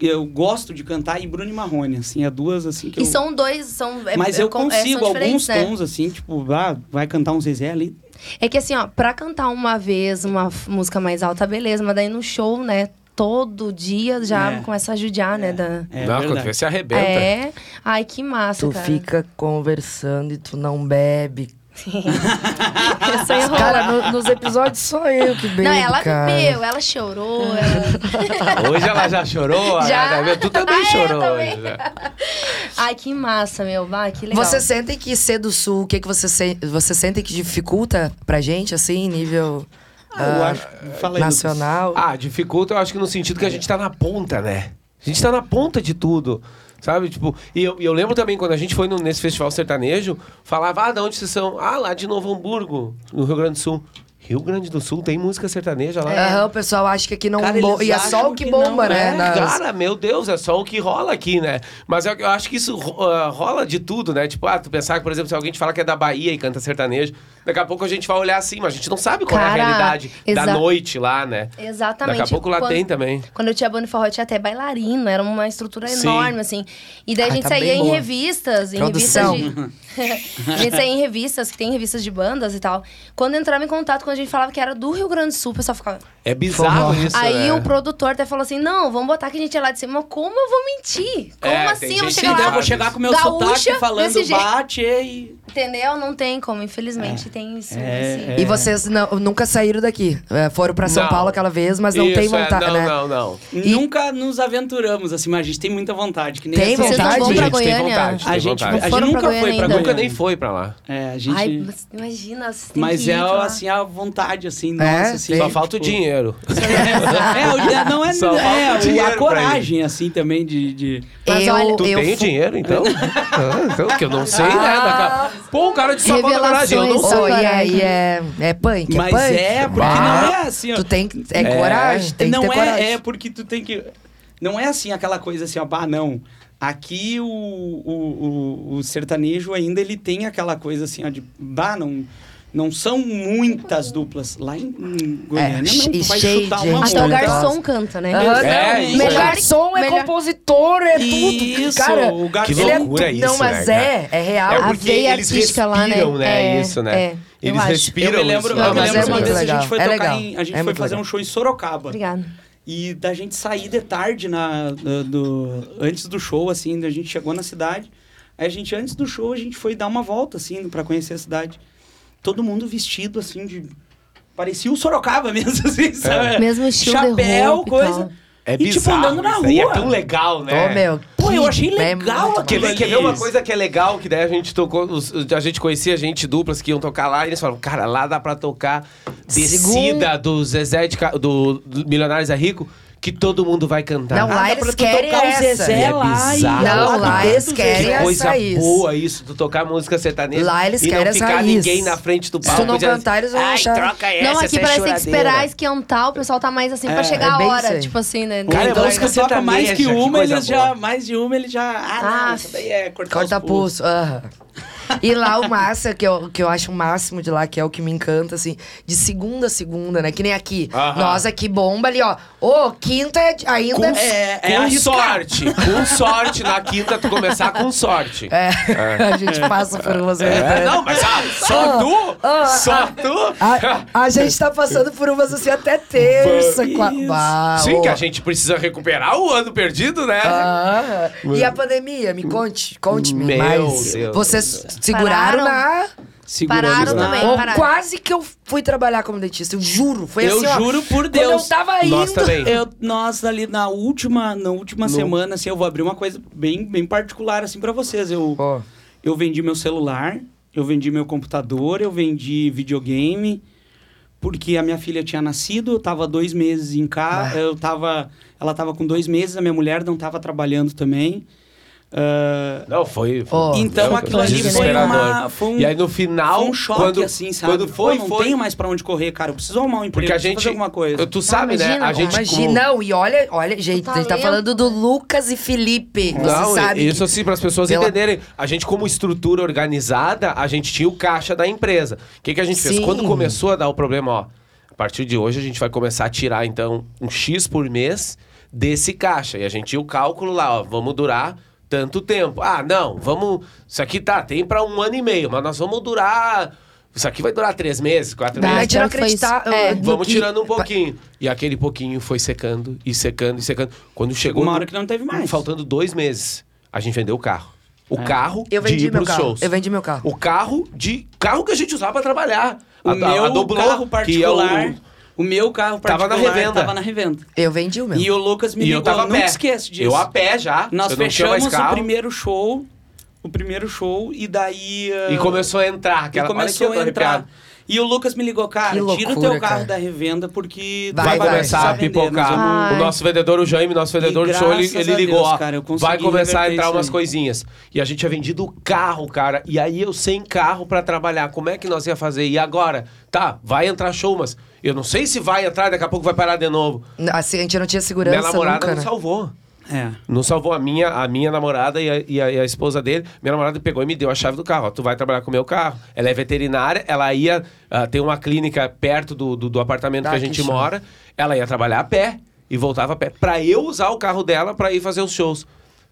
[SPEAKER 4] eu gosto de cantar. E Bruno e Marrone, assim, é duas, assim, que
[SPEAKER 6] E
[SPEAKER 4] eu...
[SPEAKER 6] são dois, são. é-
[SPEAKER 4] Mas
[SPEAKER 6] é
[SPEAKER 4] eu
[SPEAKER 6] com- é, são
[SPEAKER 4] consigo alguns
[SPEAKER 6] diferentes, né?
[SPEAKER 4] tons, assim, tipo, ah, vai cantar um Zezé ali.
[SPEAKER 6] É que assim, ó, pra cantar uma vez uma f- música mais alta, beleza, mas daí no show, né? Todo dia já
[SPEAKER 4] É.
[SPEAKER 6] começa a judiar, né? Da...
[SPEAKER 4] É
[SPEAKER 2] não, quando
[SPEAKER 4] verdade.
[SPEAKER 2] vê, se arrebenta.
[SPEAKER 6] É. Ai, que massa,
[SPEAKER 7] Tu
[SPEAKER 6] cara.
[SPEAKER 7] fica conversando e tu não bebe.
[SPEAKER 6] (laughs) Eu sou enrolada.
[SPEAKER 7] Cara, no- nos episódios só eu que bebo,
[SPEAKER 6] Não, ela
[SPEAKER 7] cara.
[SPEAKER 6] bebeu, ela chorou, ela...
[SPEAKER 2] Hoje ela já chorou, a
[SPEAKER 6] Já.
[SPEAKER 2] Arara Bel- tu também
[SPEAKER 6] Ah, eu
[SPEAKER 2] chorou
[SPEAKER 6] também.
[SPEAKER 2] hoje. né?
[SPEAKER 6] Ai, que massa, meu. Vai, que é legal.
[SPEAKER 7] Vocês sentem que ser do sul, o que, que você, se... você sente que dificulta pra gente, assim, nível
[SPEAKER 4] eu
[SPEAKER 7] ah,
[SPEAKER 4] acho. Fala aí,
[SPEAKER 7] nacional?
[SPEAKER 2] Ah, dificulta, eu acho que no sentido que a gente tá na ponta, né? A gente tá na ponta de tudo. Sabe, tipo, e eu, e eu lembro também quando a gente foi no- nesse festival sertanejo, falava, ah, de onde vocês são? Ah, lá de Novo Hamburgo, no Rio Grande do Sul. Rio Grande do Sul tem música sertaneja lá.
[SPEAKER 7] Aham, o pessoal acha que aqui não
[SPEAKER 4] é. Cara,
[SPEAKER 7] bomba.
[SPEAKER 4] eles
[SPEAKER 7] E é só
[SPEAKER 4] acham
[SPEAKER 7] o que
[SPEAKER 4] que
[SPEAKER 7] bomba,
[SPEAKER 4] não,
[SPEAKER 7] né?
[SPEAKER 4] é.
[SPEAKER 7] nas-
[SPEAKER 2] Cara, meu Deus, é só o que rola aqui, né? Mas eu, eu acho que isso ro- ah, rola de tudo, né? Tipo, ah, tu pensar que, por exemplo, se alguém te fala que é da Bahia e canta sertanejo, daqui a pouco a gente vai olhar assim, mas a gente não sabe qual é a
[SPEAKER 6] Cara,
[SPEAKER 2] realidade da
[SPEAKER 6] exa-
[SPEAKER 2] noite lá, né?
[SPEAKER 6] Exatamente.
[SPEAKER 2] Daqui a pouco lá
[SPEAKER 6] Quando-
[SPEAKER 2] tem também.
[SPEAKER 6] Quando eu tinha Boni Forró, eu tinha até bailarina, era uma estrutura
[SPEAKER 2] Sim.
[SPEAKER 6] enorme, assim. E daí
[SPEAKER 7] Ai,
[SPEAKER 6] a gente
[SPEAKER 7] tá
[SPEAKER 6] saía
[SPEAKER 7] bem
[SPEAKER 6] em
[SPEAKER 7] boa.
[SPEAKER 6] revistas, em
[SPEAKER 7] Produção.
[SPEAKER 6] revistas de. (laughs) a gente saía em revistas, que tem revistas de bandas e tal. Quando entrava em contato, quando a gente falava que era do Rio Grande do Sul, o pessoal ficava.
[SPEAKER 2] É bizarro
[SPEAKER 7] Forró.
[SPEAKER 2] isso,
[SPEAKER 6] Aí
[SPEAKER 2] né?
[SPEAKER 6] o produtor até falou assim: não, vamos botar que a gente é lá de cima. Como eu vou mentir? Como
[SPEAKER 2] É,
[SPEAKER 6] assim?
[SPEAKER 2] tem
[SPEAKER 6] Eu vou
[SPEAKER 4] Sim,
[SPEAKER 2] gente Chega
[SPEAKER 6] chegar
[SPEAKER 2] que
[SPEAKER 4] daí
[SPEAKER 6] lá.
[SPEAKER 4] eu vou chegar com o meu
[SPEAKER 6] Gaúcha,
[SPEAKER 4] sotaque falando
[SPEAKER 6] desse jeito.
[SPEAKER 4] bate e.
[SPEAKER 6] Entendeu? Não tem como,
[SPEAKER 7] É.
[SPEAKER 6] infelizmente tem isso. né? esse-
[SPEAKER 2] É.
[SPEAKER 7] E vocês não- nunca saíram daqui. É, foram pra São
[SPEAKER 2] Não.
[SPEAKER 7] Paulo aquela vez, mas não
[SPEAKER 2] Isso,
[SPEAKER 7] tem
[SPEAKER 2] é,
[SPEAKER 7] vontade,
[SPEAKER 2] não,
[SPEAKER 7] né?
[SPEAKER 2] Não, não,
[SPEAKER 4] Nunca nos aventuramos, assim, mas a gente tem muita vontade. Que nem
[SPEAKER 7] Tem
[SPEAKER 4] essa-
[SPEAKER 6] Vocês não
[SPEAKER 7] vontade?
[SPEAKER 6] vão pra
[SPEAKER 7] Gente,
[SPEAKER 2] tem
[SPEAKER 6] Goiânia?
[SPEAKER 2] vontade.
[SPEAKER 4] A gente,
[SPEAKER 2] Vocês
[SPEAKER 4] a gente
[SPEAKER 6] foram pra
[SPEAKER 4] nunca foi
[SPEAKER 6] Goiânia
[SPEAKER 4] pra
[SPEAKER 6] ainda?
[SPEAKER 4] Goiânia.
[SPEAKER 2] Nunca nem foi pra lá.
[SPEAKER 4] É, a gente.
[SPEAKER 6] Ai, então. mas imagina, vocês têm
[SPEAKER 4] mas
[SPEAKER 6] que ir
[SPEAKER 4] é,
[SPEAKER 6] pra lá.
[SPEAKER 4] assim, a vontade, assim, nossa,
[SPEAKER 7] É?
[SPEAKER 4] assim.
[SPEAKER 2] Só falta o
[SPEAKER 4] tipo,
[SPEAKER 2] dinheiro.
[SPEAKER 4] (laughs) É, o dinheiro- não é,
[SPEAKER 2] Só falta
[SPEAKER 4] é,
[SPEAKER 2] o
[SPEAKER 4] o-
[SPEAKER 2] dinheiro
[SPEAKER 4] a
[SPEAKER 2] pra
[SPEAKER 4] coragem, assim, também de. de-
[SPEAKER 6] Mas
[SPEAKER 7] eu,
[SPEAKER 6] olha-
[SPEAKER 2] Tu
[SPEAKER 7] eu
[SPEAKER 2] tem o
[SPEAKER 7] fu-
[SPEAKER 2] dinheiro, então? ah, então? Que eu não sei, né?
[SPEAKER 7] Ah.
[SPEAKER 2] Daqui a- Pô, o cara de São Paulo coragem, eu não
[SPEAKER 6] Revelações.
[SPEAKER 2] sei.
[SPEAKER 7] Oi, e aí
[SPEAKER 6] coragem.
[SPEAKER 7] é, é punk, é
[SPEAKER 4] Mas
[SPEAKER 7] punk?
[SPEAKER 4] é, porque não é assim, ó.
[SPEAKER 7] Tu tem que... É, coragem, tem
[SPEAKER 4] não
[SPEAKER 7] que ter
[SPEAKER 4] é,
[SPEAKER 7] coragem.
[SPEAKER 4] é porque tu tem que. Não é assim aquela coisa assim, ó, bah, não. Aqui o, o, o, o sertanejo ainda ele tem aquela coisa assim, ó, de bah, não. Não são muitas duplas. Lá em em Goiânia, não,
[SPEAKER 7] É, e
[SPEAKER 4] tu vai
[SPEAKER 7] cheio
[SPEAKER 4] chutar
[SPEAKER 7] de
[SPEAKER 4] uma
[SPEAKER 7] gente
[SPEAKER 6] Até o
[SPEAKER 7] Olha,
[SPEAKER 4] outra.
[SPEAKER 6] garçom canta, né?
[SPEAKER 7] Aham,
[SPEAKER 2] É,
[SPEAKER 7] não,
[SPEAKER 2] isso
[SPEAKER 7] melhor
[SPEAKER 2] aí.
[SPEAKER 7] garçom é
[SPEAKER 6] Melhor-
[SPEAKER 7] compositor, é tudo.
[SPEAKER 4] Isso,
[SPEAKER 7] cara,
[SPEAKER 4] o garçom.
[SPEAKER 2] Que
[SPEAKER 7] ele é
[SPEAKER 2] loucura
[SPEAKER 7] tudo.
[SPEAKER 2] isso,
[SPEAKER 7] Não, mas
[SPEAKER 2] né,
[SPEAKER 7] é, é real.
[SPEAKER 2] É
[SPEAKER 6] A
[SPEAKER 2] porque
[SPEAKER 6] veia
[SPEAKER 2] eles
[SPEAKER 6] artística
[SPEAKER 2] respiram,
[SPEAKER 6] lá, né?
[SPEAKER 2] né?
[SPEAKER 6] É,
[SPEAKER 2] isso, né?
[SPEAKER 6] é. Eu
[SPEAKER 2] Eles
[SPEAKER 6] acho.
[SPEAKER 2] respiram
[SPEAKER 4] Eu me lembro,
[SPEAKER 2] isso. né?
[SPEAKER 4] eu me
[SPEAKER 7] Mas
[SPEAKER 4] lembro
[SPEAKER 7] é
[SPEAKER 4] uma
[SPEAKER 7] muito
[SPEAKER 4] vez a
[SPEAKER 7] legal,
[SPEAKER 4] gente foi
[SPEAKER 7] é
[SPEAKER 4] tocar
[SPEAKER 7] legal,
[SPEAKER 4] em. A gente
[SPEAKER 7] é
[SPEAKER 4] foi
[SPEAKER 7] muito
[SPEAKER 4] fazer
[SPEAKER 7] legal.
[SPEAKER 4] um show em Sorocaba.
[SPEAKER 6] Obrigada.
[SPEAKER 4] E da gente sair de tarde na, do, do- antes do show, assim, a gente chegou na cidade. Aí a gente, antes do show, a gente foi dar uma volta, assim, pra conhecer a cidade. todo mundo vestido assim de. Parecia o Sorocaba (laughs) mesmo, assim, sabe?
[SPEAKER 6] Mesmo estilo de
[SPEAKER 4] Chapéu,
[SPEAKER 6] roupa e
[SPEAKER 4] coisa.
[SPEAKER 6] tal.
[SPEAKER 2] É
[SPEAKER 4] e tipo,
[SPEAKER 2] bizarro
[SPEAKER 4] andando na
[SPEAKER 2] isso
[SPEAKER 4] rua.
[SPEAKER 2] aí, é tão legal, né?
[SPEAKER 7] Ô, meu.
[SPEAKER 4] Pô, eu
[SPEAKER 7] que-
[SPEAKER 4] achei
[SPEAKER 7] é
[SPEAKER 4] legal
[SPEAKER 7] muito
[SPEAKER 2] Quer
[SPEAKER 4] aquele
[SPEAKER 2] ver, quer ver uma coisa que é legal, que daí a gente tocou, os- a gente conhecia gente duplas que iam tocar lá, e eles falaram, cara, lá dá pra tocar Descida do Zezé de, Ca- do, do Milionários é Rico, que todo mundo vai cantar.
[SPEAKER 7] Não, lá
[SPEAKER 4] dá
[SPEAKER 7] eles
[SPEAKER 4] pra tu
[SPEAKER 7] querem
[SPEAKER 4] tocar o
[SPEAKER 7] essa.
[SPEAKER 4] Zezé
[SPEAKER 2] É
[SPEAKER 4] lá e
[SPEAKER 2] bizarro.
[SPEAKER 7] Não, lá
[SPEAKER 2] é
[SPEAKER 4] dentro
[SPEAKER 7] eles
[SPEAKER 4] do
[SPEAKER 7] querem
[SPEAKER 4] Zezé.
[SPEAKER 2] que
[SPEAKER 7] essa
[SPEAKER 2] coisa
[SPEAKER 7] raiz.
[SPEAKER 2] boa isso, tu tocar música sertaneja
[SPEAKER 7] Lá eles
[SPEAKER 2] e não
[SPEAKER 7] querem as
[SPEAKER 2] ficar
[SPEAKER 7] raiz.
[SPEAKER 2] ninguém na frente do
[SPEAKER 7] Se
[SPEAKER 2] palco.
[SPEAKER 7] tu não
[SPEAKER 2] dizendo, assim,
[SPEAKER 7] cantar, eles vão
[SPEAKER 2] Ai,
[SPEAKER 7] achar-
[SPEAKER 2] troca essa,
[SPEAKER 6] Não, aqui
[SPEAKER 2] essa é
[SPEAKER 6] parece que tem que
[SPEAKER 2] choradeira."
[SPEAKER 6] esperar esquentar, o pessoal tá mais assim pra
[SPEAKER 7] é
[SPEAKER 6] chegar a
[SPEAKER 7] bem
[SPEAKER 6] hora.
[SPEAKER 7] isso aí.
[SPEAKER 6] Tipo assim, né?
[SPEAKER 2] Cara, é
[SPEAKER 4] então,
[SPEAKER 2] música
[SPEAKER 4] os que tocam mais que
[SPEAKER 2] sertaneja, que
[SPEAKER 4] uma,
[SPEAKER 2] coisa
[SPEAKER 4] eles
[SPEAKER 2] boa.
[SPEAKER 4] já. Mais de uma, eles já. Ah, não,
[SPEAKER 6] Ah,
[SPEAKER 4] isso daí é cortar
[SPEAKER 7] Corta
[SPEAKER 4] os pulsos.
[SPEAKER 7] pulso. aham. E lá o massa, que eu, que eu acho o máximo de lá, que é o que me encanta, assim, de segunda a segunda, né? Que nem aqui.
[SPEAKER 2] Aham.
[SPEAKER 7] Nós aqui bomba ali, ó. Ô, quinta é de- ainda.
[SPEAKER 2] Com,
[SPEAKER 4] É, é
[SPEAKER 2] com
[SPEAKER 4] arriscar.
[SPEAKER 2] sorte, com sorte, na quinta tu começar com sorte.
[SPEAKER 7] É, (laughs) a gente passa por umas
[SPEAKER 2] É,
[SPEAKER 7] vergonhas.
[SPEAKER 2] não, mas ah, só
[SPEAKER 7] Ah,
[SPEAKER 2] tu?
[SPEAKER 7] ah,
[SPEAKER 2] só tu?
[SPEAKER 7] A, a gente tá passando por umas assim até terça.
[SPEAKER 4] Isso.
[SPEAKER 7] quarta.
[SPEAKER 2] (laughs)
[SPEAKER 7] Bah,
[SPEAKER 2] Sim,
[SPEAKER 7] ô.
[SPEAKER 2] que a gente precisa recuperar o ano perdido, né?
[SPEAKER 7] Ah, e a pandemia? Me conte, conte-me
[SPEAKER 2] Meu
[SPEAKER 7] mais.
[SPEAKER 2] Deus.
[SPEAKER 7] Vocês seguraram
[SPEAKER 6] Pararam?
[SPEAKER 7] na.
[SPEAKER 4] Seguramos
[SPEAKER 6] Pararam
[SPEAKER 4] na-
[SPEAKER 6] também.
[SPEAKER 7] Ou
[SPEAKER 6] pararam.
[SPEAKER 7] quase que eu fui trabalhar como dentista, eu juro. Foi
[SPEAKER 4] Eu
[SPEAKER 7] assim, ó,
[SPEAKER 4] juro por
[SPEAKER 7] Quando eu
[SPEAKER 4] Deus.
[SPEAKER 7] tava indo.
[SPEAKER 2] Nós também.
[SPEAKER 4] Eu, nós ali na última, na última semana, assim, eu vou abrir uma coisa bem, bem particular assim para vocês. Eu,
[SPEAKER 7] Ó.
[SPEAKER 4] eu vendi meu celular, eu vendi meu computador, eu vendi videogame, porque a minha filha tinha nascido, eu tava dois meses em casa, eu tava, ela tava com dois meses, a minha mulher não tava trabalhando também. Ah,
[SPEAKER 2] Não, foi. foi-
[SPEAKER 7] Ó.
[SPEAKER 4] Então,
[SPEAKER 2] foi
[SPEAKER 4] aquilo ali foi
[SPEAKER 2] desesperador.
[SPEAKER 4] uma- foi um-
[SPEAKER 2] E aí no final.
[SPEAKER 4] foi um choque
[SPEAKER 2] quando,
[SPEAKER 4] assim, sabe?
[SPEAKER 2] Quando foi,
[SPEAKER 4] Pô, não
[SPEAKER 2] foi.
[SPEAKER 4] tenho mais pra onde correr, cara. Eu preciso arrumar um emprego,
[SPEAKER 2] Porque a
[SPEAKER 4] preciso
[SPEAKER 2] gente.
[SPEAKER 4] fazer alguma coisa.
[SPEAKER 2] Tu sabe, né?
[SPEAKER 6] imagina,
[SPEAKER 2] A gente.
[SPEAKER 7] Ah, Imagina,
[SPEAKER 2] como-
[SPEAKER 7] não, e olha, olha, gente, a gente tá
[SPEAKER 6] talento.
[SPEAKER 7] falando do Lucas e Felipe.
[SPEAKER 2] Não,
[SPEAKER 7] você sabe
[SPEAKER 2] isso
[SPEAKER 7] que-
[SPEAKER 2] assim, para as pessoas
[SPEAKER 7] pela-
[SPEAKER 2] entenderem. A gente, como estrutura organizada, a gente tinha o caixa da empresa. O que, que a gente fez?
[SPEAKER 7] Sim.
[SPEAKER 2] Quando começou a dar o problema, ó, a partir de hoje a gente vai começar a tirar, então, um X por mês desse caixa. E a gente tinha o cálculo lá, ó, vamos durar tanto tempo. Ah, não, vamos. Isso aqui tá, tem para um ano e meio, mas nós vamos durar. Isso aqui vai durar três meses, quatro
[SPEAKER 6] Vai,
[SPEAKER 7] Ah,
[SPEAKER 2] meses.
[SPEAKER 7] eu não
[SPEAKER 6] Espero que foi isso.
[SPEAKER 7] acreditar.
[SPEAKER 6] É.
[SPEAKER 7] eu- no
[SPEAKER 2] Vamos
[SPEAKER 7] que-
[SPEAKER 2] tirando um pouquinho. E aquele pouquinho foi secando e secando e secando. Quando chegou.
[SPEAKER 4] Uma hora que não teve mais. É.
[SPEAKER 2] Faltando dois meses, a gente vendeu o carro. O carro
[SPEAKER 7] Eu
[SPEAKER 2] de
[SPEAKER 7] vendi
[SPEAKER 2] ir
[SPEAKER 7] meu
[SPEAKER 2] pros
[SPEAKER 7] carro.
[SPEAKER 2] shows.
[SPEAKER 7] Eu vendi meu carro.
[SPEAKER 2] O carro de. Carro que a gente usava pra trabalhar.
[SPEAKER 4] O
[SPEAKER 2] a, a-
[SPEAKER 4] meu
[SPEAKER 2] a Doblô,
[SPEAKER 4] carro
[SPEAKER 2] que é o-
[SPEAKER 4] particular. O meu carro
[SPEAKER 2] Tava
[SPEAKER 4] particular
[SPEAKER 2] na revenda.
[SPEAKER 4] tava na revenda.
[SPEAKER 7] Eu vendi o meu.
[SPEAKER 4] E o Lucas me
[SPEAKER 2] E eu
[SPEAKER 4] ligou,
[SPEAKER 2] tava a
[SPEAKER 4] nunca
[SPEAKER 2] pé.
[SPEAKER 4] esqueço disso.
[SPEAKER 2] Eu a pé já.
[SPEAKER 4] Nós
[SPEAKER 2] eu não tinha mais
[SPEAKER 4] fechamos o
[SPEAKER 2] carro.
[SPEAKER 4] primeiro show, o primeiro show, e daí... ah,
[SPEAKER 2] E começou a entrar.
[SPEAKER 4] e
[SPEAKER 2] Aquela,
[SPEAKER 4] começou
[SPEAKER 2] olha que eu
[SPEAKER 4] a
[SPEAKER 2] tô
[SPEAKER 4] entrar.
[SPEAKER 2] arrepiado.
[SPEAKER 4] E o Lucas me ligou, cara,
[SPEAKER 7] Que
[SPEAKER 4] tira o
[SPEAKER 7] loucura,
[SPEAKER 4] teu carro
[SPEAKER 7] cara.
[SPEAKER 4] da revenda porque... tu
[SPEAKER 2] Vai,
[SPEAKER 7] Vai, Ah. vai,
[SPEAKER 2] começar
[SPEAKER 4] precisar
[SPEAKER 2] a
[SPEAKER 4] vender, nós
[SPEAKER 2] pipocar.
[SPEAKER 4] vamos-
[SPEAKER 6] vamos-
[SPEAKER 2] O nosso vendedor, o Jaime, nosso vendedor
[SPEAKER 4] E
[SPEAKER 2] do show, ele,
[SPEAKER 4] graças
[SPEAKER 2] ele
[SPEAKER 4] a
[SPEAKER 2] ligou,
[SPEAKER 4] Deus,
[SPEAKER 2] ó.
[SPEAKER 4] cara, eu consegui
[SPEAKER 2] vai começar a
[SPEAKER 4] reverter
[SPEAKER 2] entrar
[SPEAKER 4] isso
[SPEAKER 2] umas
[SPEAKER 4] aí.
[SPEAKER 2] coisinhas. E a gente tinha vendido o carro, cara. E aí eu sem carro pra trabalhar. Como é que nós ia fazer? E agora? Tá, vai entrar show, mas eu não sei se vai entrar, daqui a pouco vai parar de novo.
[SPEAKER 7] Assim, a gente não tinha segurança
[SPEAKER 2] Minha namorada
[SPEAKER 7] nunca,
[SPEAKER 2] não
[SPEAKER 7] né?
[SPEAKER 2] salvou.
[SPEAKER 4] É.
[SPEAKER 2] Não salvou a minha, a minha namorada e a, e a- e a esposa dele. Minha namorada pegou e me deu a chave do carro. Ó, tu vai trabalhar com o meu carro. Ela é veterinária, ela ia ah, ter uma clínica perto do, do, do apartamento
[SPEAKER 7] Ah,
[SPEAKER 2] que a
[SPEAKER 7] que
[SPEAKER 2] gente
[SPEAKER 7] show.
[SPEAKER 2] mora. Ela ia trabalhar a pé e voltava a pé. Pra eu usar o carro dela pra ir fazer os shows.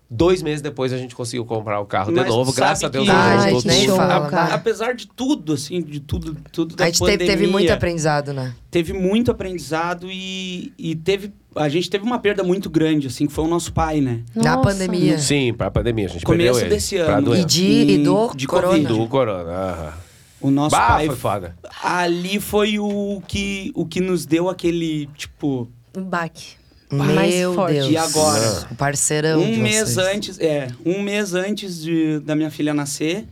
[SPEAKER 2] Dois meses depois a gente conseguiu comprar o carro de
[SPEAKER 4] Mas
[SPEAKER 2] novo,
[SPEAKER 4] sabe
[SPEAKER 2] graças a
[SPEAKER 4] que-
[SPEAKER 2] Deus.
[SPEAKER 7] Ah,
[SPEAKER 2] ajudou
[SPEAKER 7] gente, nem
[SPEAKER 2] tudo.
[SPEAKER 7] fala.
[SPEAKER 4] A-
[SPEAKER 7] cara.
[SPEAKER 4] Apesar de tudo, assim, de tudo, tudo da
[SPEAKER 7] A gente teve, teve
[SPEAKER 4] pandemia,
[SPEAKER 7] muito aprendizado, né?
[SPEAKER 4] teve muito aprendizado e, e teve... A gente teve uma perda muito grande, assim, que foi o nosso pai, né?
[SPEAKER 7] Na
[SPEAKER 6] Nossa.
[SPEAKER 7] pandemia.
[SPEAKER 2] Sim, pra pandemia, a gente
[SPEAKER 4] Começo
[SPEAKER 2] perdeu ele. Tá
[SPEAKER 4] desse
[SPEAKER 2] Pra
[SPEAKER 4] ano.
[SPEAKER 7] E
[SPEAKER 2] doença.
[SPEAKER 7] de- e do
[SPEAKER 4] de
[SPEAKER 7] corona.
[SPEAKER 4] Covid.
[SPEAKER 2] Do corona. aham.
[SPEAKER 4] O nosso
[SPEAKER 2] Bah,
[SPEAKER 4] pai
[SPEAKER 2] foi foda.
[SPEAKER 4] ali foi o que o que nos deu aquele tipo
[SPEAKER 6] Um baque. Mais
[SPEAKER 7] Meu
[SPEAKER 6] forte.
[SPEAKER 7] Deus.
[SPEAKER 4] E agora?
[SPEAKER 7] O parceirão. de
[SPEAKER 4] um mês
[SPEAKER 7] vocês.
[SPEAKER 4] antes, é, um mês antes de, da minha filha nascer.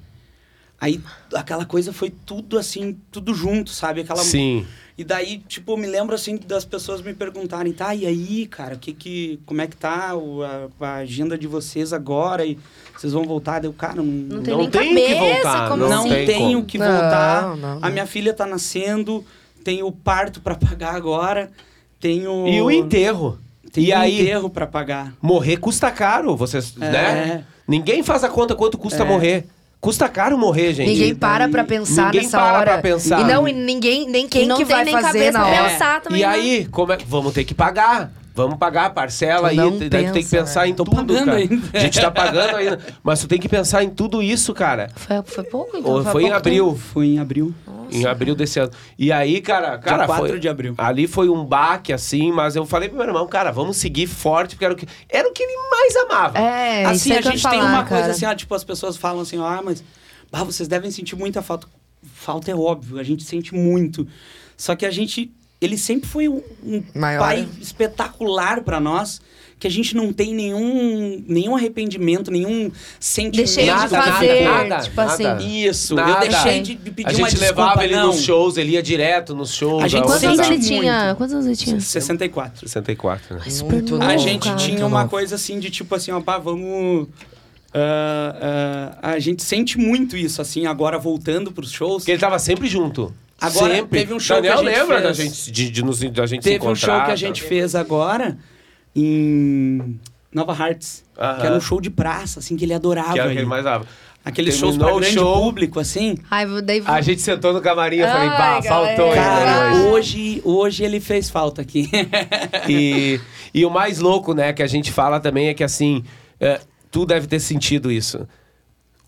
[SPEAKER 4] Aí aquela coisa foi tudo assim, tudo junto, sabe? Aquela
[SPEAKER 2] Sim.
[SPEAKER 4] E daí, tipo, eu me lembro assim das pessoas me perguntarem, tá, e aí, cara, que que como é que tá o- a, a agenda de vocês agora e vocês vão voltar? Deu, cara, não,
[SPEAKER 6] Não tem
[SPEAKER 2] Não
[SPEAKER 6] nem
[SPEAKER 2] tem que
[SPEAKER 6] cabeça,
[SPEAKER 2] voltar,
[SPEAKER 6] como
[SPEAKER 4] não,
[SPEAKER 2] não
[SPEAKER 6] assim?
[SPEAKER 2] tem
[SPEAKER 4] tenho
[SPEAKER 2] como.
[SPEAKER 4] que
[SPEAKER 7] Não,
[SPEAKER 4] voltar.
[SPEAKER 7] não, não.
[SPEAKER 4] A minha filha tá nascendo, tenho o parto pra pagar agora, tenho
[SPEAKER 2] E o enterro.
[SPEAKER 4] tenho
[SPEAKER 2] e aí,
[SPEAKER 4] Tipo, um enterro para pagar.
[SPEAKER 2] Morrer custa caro, vocês,
[SPEAKER 4] É.
[SPEAKER 2] né? Ninguém faz a conta quanto custa morrer. Custa caro morrer, gente.
[SPEAKER 7] Ninguém para pra pensar
[SPEAKER 2] Ninguém
[SPEAKER 7] nessa
[SPEAKER 2] para
[SPEAKER 7] hora.
[SPEAKER 2] pra pensar.
[SPEAKER 7] E não, e ninguém, nem quem
[SPEAKER 6] não
[SPEAKER 7] que
[SPEAKER 6] tem
[SPEAKER 7] vai
[SPEAKER 6] nem
[SPEAKER 7] fazer
[SPEAKER 6] cabeça
[SPEAKER 7] na
[SPEAKER 6] pra
[SPEAKER 7] hora.
[SPEAKER 6] pensar também.
[SPEAKER 2] E
[SPEAKER 6] né?
[SPEAKER 2] aí, como é- vamos ter que pagar. Vamos pagar a parcela
[SPEAKER 7] Tu
[SPEAKER 2] aí,
[SPEAKER 7] não
[SPEAKER 2] daí tu tem que
[SPEAKER 7] pensa,
[SPEAKER 2] pensar
[SPEAKER 7] né?
[SPEAKER 2] em
[SPEAKER 4] Tô
[SPEAKER 2] tudo,
[SPEAKER 4] pagando
[SPEAKER 2] cara.
[SPEAKER 4] ainda.
[SPEAKER 2] A gente tá pagando ainda. Mas tu tem que pensar em tudo isso, cara.
[SPEAKER 6] Foi, foi pouco, então.
[SPEAKER 2] Ou Foi em
[SPEAKER 6] pouco
[SPEAKER 2] abril.
[SPEAKER 4] Foi em abril.
[SPEAKER 2] Em abril desse ano. E aí, cara, cara,
[SPEAKER 4] 4
[SPEAKER 2] foi,
[SPEAKER 4] de abril.
[SPEAKER 2] Ali foi um baque assim, mas eu falei pro meu irmão, cara, vamos seguir forte, porque era o que era o que ele mais amava.
[SPEAKER 6] É,
[SPEAKER 4] assim,
[SPEAKER 6] isso é
[SPEAKER 4] a
[SPEAKER 6] que eu
[SPEAKER 4] gente
[SPEAKER 6] ia
[SPEAKER 4] tem
[SPEAKER 6] falar,
[SPEAKER 4] uma coisa
[SPEAKER 6] cara.
[SPEAKER 4] "Ah, assim, ó, tipo, as pessoas falam assim, ah, mas bah, vocês devem sentir muita falta. falta é óbvio, a gente sente muito. Só que a gente. Ele sempre foi um, um
[SPEAKER 7] Maior.
[SPEAKER 4] pai espetacular pra nós, que a gente não tem nenhum, nenhum arrependimento, nenhum sentimento.
[SPEAKER 6] Deixei
[SPEAKER 2] Nada,
[SPEAKER 6] de
[SPEAKER 2] nada,
[SPEAKER 6] fazer,
[SPEAKER 2] nada,
[SPEAKER 6] tipo
[SPEAKER 2] nada.
[SPEAKER 6] assim.
[SPEAKER 4] Isso, eu
[SPEAKER 2] Nada.
[SPEAKER 4] deixei de, de pedir
[SPEAKER 2] A gente
[SPEAKER 4] uma desculpa,
[SPEAKER 2] levava ele
[SPEAKER 4] não.
[SPEAKER 2] nos shows, ele ia direto nos shows.
[SPEAKER 4] A gente
[SPEAKER 2] aonde
[SPEAKER 6] Quantos anos
[SPEAKER 4] sempre-
[SPEAKER 2] dava.
[SPEAKER 6] ele tinha?
[SPEAKER 4] muito.
[SPEAKER 6] Quantos anos ele tinha?
[SPEAKER 4] 64.
[SPEAKER 2] 64, né?
[SPEAKER 6] Super
[SPEAKER 7] Muito
[SPEAKER 6] novo,
[SPEAKER 4] A
[SPEAKER 7] Não,
[SPEAKER 4] gente
[SPEAKER 6] é cara.
[SPEAKER 4] tinha
[SPEAKER 7] Muito
[SPEAKER 4] uma
[SPEAKER 7] novo.
[SPEAKER 4] coisa assim de tipo assim, ó, pá, vamos. ah, ah, a gente sente muito isso, assim, agora voltando pros shows.
[SPEAKER 2] Porque ele tava sempre junto.
[SPEAKER 4] Agora,
[SPEAKER 2] sempre.
[SPEAKER 4] teve um show
[SPEAKER 2] Daniel
[SPEAKER 4] que a gente
[SPEAKER 2] lembra
[SPEAKER 4] fez.
[SPEAKER 2] da gente, de, de nos, da gente se
[SPEAKER 4] Teve
[SPEAKER 2] encontrar.
[SPEAKER 4] um show que a
[SPEAKER 2] tá?
[SPEAKER 4] gente fez agora em Nova Hearts,
[SPEAKER 2] Aham.
[SPEAKER 4] que era um show de praça, assim, que ele adorava.
[SPEAKER 2] Que era o que
[SPEAKER 4] ir.
[SPEAKER 2] ele mais dava.
[SPEAKER 4] Aqueles
[SPEAKER 2] Terminou
[SPEAKER 4] shows pra
[SPEAKER 2] o
[SPEAKER 4] grande
[SPEAKER 2] show.
[SPEAKER 4] público, assim.
[SPEAKER 6] Ai, vou- daí...
[SPEAKER 2] A gente sentou no camarim, eu falei,
[SPEAKER 6] Ai,
[SPEAKER 2] pá, faltou
[SPEAKER 4] é,
[SPEAKER 2] ele
[SPEAKER 4] Cara,
[SPEAKER 2] ali hoje.
[SPEAKER 4] hoje, hoje ele fez falta aqui. (laughs)
[SPEAKER 2] E, e o mais louco, né, que a gente fala também é que assim, é, tu deve ter sentido isso.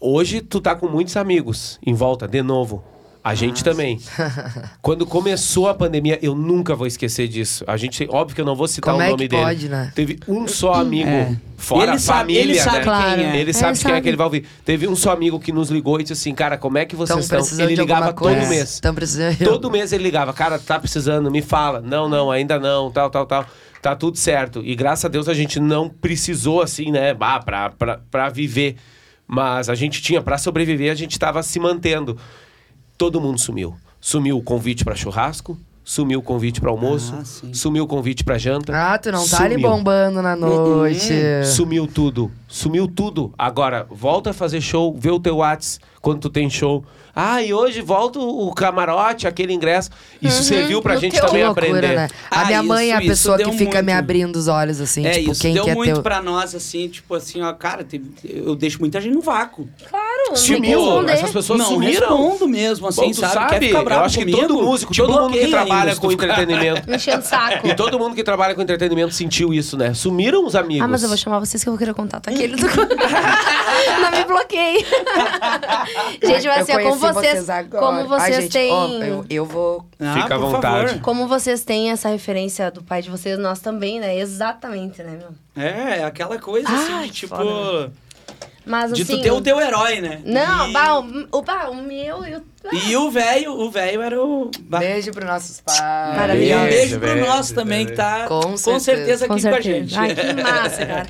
[SPEAKER 2] Hoje tu tá com muitos amigos em volta, de novo. A gente
[SPEAKER 7] Ah,
[SPEAKER 2] também. (laughs)
[SPEAKER 7] (laughs)
[SPEAKER 2] Quando começou a pandemia, eu nunca vou esquecer disso. A gente, óbvio que eu não vou citar
[SPEAKER 7] Como
[SPEAKER 2] o
[SPEAKER 7] é
[SPEAKER 2] nome
[SPEAKER 7] que
[SPEAKER 2] dele.
[SPEAKER 7] pode, né?
[SPEAKER 2] Teve um só amigo,
[SPEAKER 4] É.
[SPEAKER 2] fora
[SPEAKER 4] Ele
[SPEAKER 2] a
[SPEAKER 4] sabe-
[SPEAKER 2] família,
[SPEAKER 4] ele sabe
[SPEAKER 2] né?
[SPEAKER 6] Claro. quem é.
[SPEAKER 2] Ele sabe
[SPEAKER 6] Ele
[SPEAKER 2] de quem é que
[SPEAKER 6] sabe.
[SPEAKER 2] ele vai ouvir. Teve um só amigo que nos ligou e disse assim, cara, como é que vocês
[SPEAKER 7] Tão
[SPEAKER 2] estão?
[SPEAKER 7] precisando
[SPEAKER 2] Ele
[SPEAKER 7] de alguma
[SPEAKER 2] ligava todo
[SPEAKER 7] coisa.
[SPEAKER 2] mês.
[SPEAKER 7] Tão precisando de-
[SPEAKER 2] Todo mês ele ligava, cara, tá precisando, me fala. Não, não, ainda não, tal, tal, tal. Tá tudo certo. E graças a Deus a gente não precisou, assim, né, bah, pra, pra, pra viver. Mas a gente tinha, pra sobreviver, a gente tava se mantendo. Todo mundo sumiu. Sumiu o convite pra churrasco, sumiu o convite pra almoço,
[SPEAKER 4] Ah, sim.
[SPEAKER 2] sumiu o convite pra janta.
[SPEAKER 7] Ah, tu não tá ali
[SPEAKER 2] sumiu.
[SPEAKER 7] bombando na noite.
[SPEAKER 2] Sumiu tudo. Sumiu tudo. Agora, volta a fazer show, vê o teu Whats quando tu tem show. Ah, e hoje volta o camarote, aquele ingresso. Isso serviu pra
[SPEAKER 6] Uhum. no
[SPEAKER 2] gente
[SPEAKER 6] teu-
[SPEAKER 7] Que
[SPEAKER 2] também
[SPEAKER 7] loucura,
[SPEAKER 2] aprender.
[SPEAKER 7] né? A
[SPEAKER 4] Ah,
[SPEAKER 7] minha mãe é a
[SPEAKER 4] isso- isso
[SPEAKER 7] pessoa que
[SPEAKER 4] deu
[SPEAKER 7] fica me
[SPEAKER 4] muito.
[SPEAKER 7] abrindo os olhos, assim.
[SPEAKER 4] é
[SPEAKER 7] tipo,
[SPEAKER 4] isso,
[SPEAKER 7] quem
[SPEAKER 4] deu
[SPEAKER 7] quer
[SPEAKER 4] muito
[SPEAKER 7] ter... o-
[SPEAKER 4] pra nós, assim, tipo assim, ó, cara, teve- eu deixo muita gente no vácuo.
[SPEAKER 6] Claro,
[SPEAKER 2] Sumiu. Essas pessoas
[SPEAKER 4] não
[SPEAKER 2] sumiram.
[SPEAKER 4] respondo mesmo, assim,
[SPEAKER 2] Bom, tu
[SPEAKER 4] sabe?
[SPEAKER 2] sabe?
[SPEAKER 4] Quer ficar
[SPEAKER 2] Eu
[SPEAKER 4] bravo
[SPEAKER 2] acho que
[SPEAKER 4] comigo?
[SPEAKER 2] todo músico,
[SPEAKER 4] Te
[SPEAKER 2] todo mundo que
[SPEAKER 4] bloqueio
[SPEAKER 2] trabalha
[SPEAKER 4] ainda, se
[SPEAKER 2] com
[SPEAKER 4] tu ficar-
[SPEAKER 2] entretenimento.
[SPEAKER 6] (laughs) Mexendo o saco.
[SPEAKER 2] E todo mundo que trabalha com entretenimento sentiu isso, né? Sumiram os amigos.
[SPEAKER 6] Ah, mas eu vou chamar vocês que eu vou querer contar, tá? Aquele do... (laughs) Não me bloqueei.
[SPEAKER 7] (laughs)
[SPEAKER 6] gente, mas
[SPEAKER 7] Eu
[SPEAKER 6] assim, ó, como
[SPEAKER 7] conheci
[SPEAKER 6] vocês,
[SPEAKER 7] agora.
[SPEAKER 6] como vocês
[SPEAKER 7] Ai, gente,
[SPEAKER 6] têm...
[SPEAKER 7] ó, eu, eu vou...
[SPEAKER 4] Ah,
[SPEAKER 2] Fica à
[SPEAKER 4] por
[SPEAKER 2] vontade.
[SPEAKER 4] favor.
[SPEAKER 6] Como vocês têm essa referência do pai de vocês, nós também, né? Exatamente, né, meu?
[SPEAKER 4] É, aquela coisa, assim,
[SPEAKER 6] Ai,
[SPEAKER 4] de, tipo...
[SPEAKER 6] foda. Mas
[SPEAKER 4] De
[SPEAKER 6] assim...
[SPEAKER 4] tu ter o teu herói, né?
[SPEAKER 6] Não,
[SPEAKER 4] e...
[SPEAKER 6] bah, o, o, bah, o meu e o...
[SPEAKER 4] E o velho, o velho era o... bah,
[SPEAKER 7] Beijo pros nossos pais.
[SPEAKER 6] Maravilhoso.
[SPEAKER 4] Um beijo pro
[SPEAKER 2] Beijo,
[SPEAKER 4] nosso também,
[SPEAKER 2] beijo.
[SPEAKER 4] que tá
[SPEAKER 7] Com
[SPEAKER 4] com certeza,
[SPEAKER 7] certeza.
[SPEAKER 4] aqui com, a gente. (laughs)
[SPEAKER 6] Ai, que massa, cara.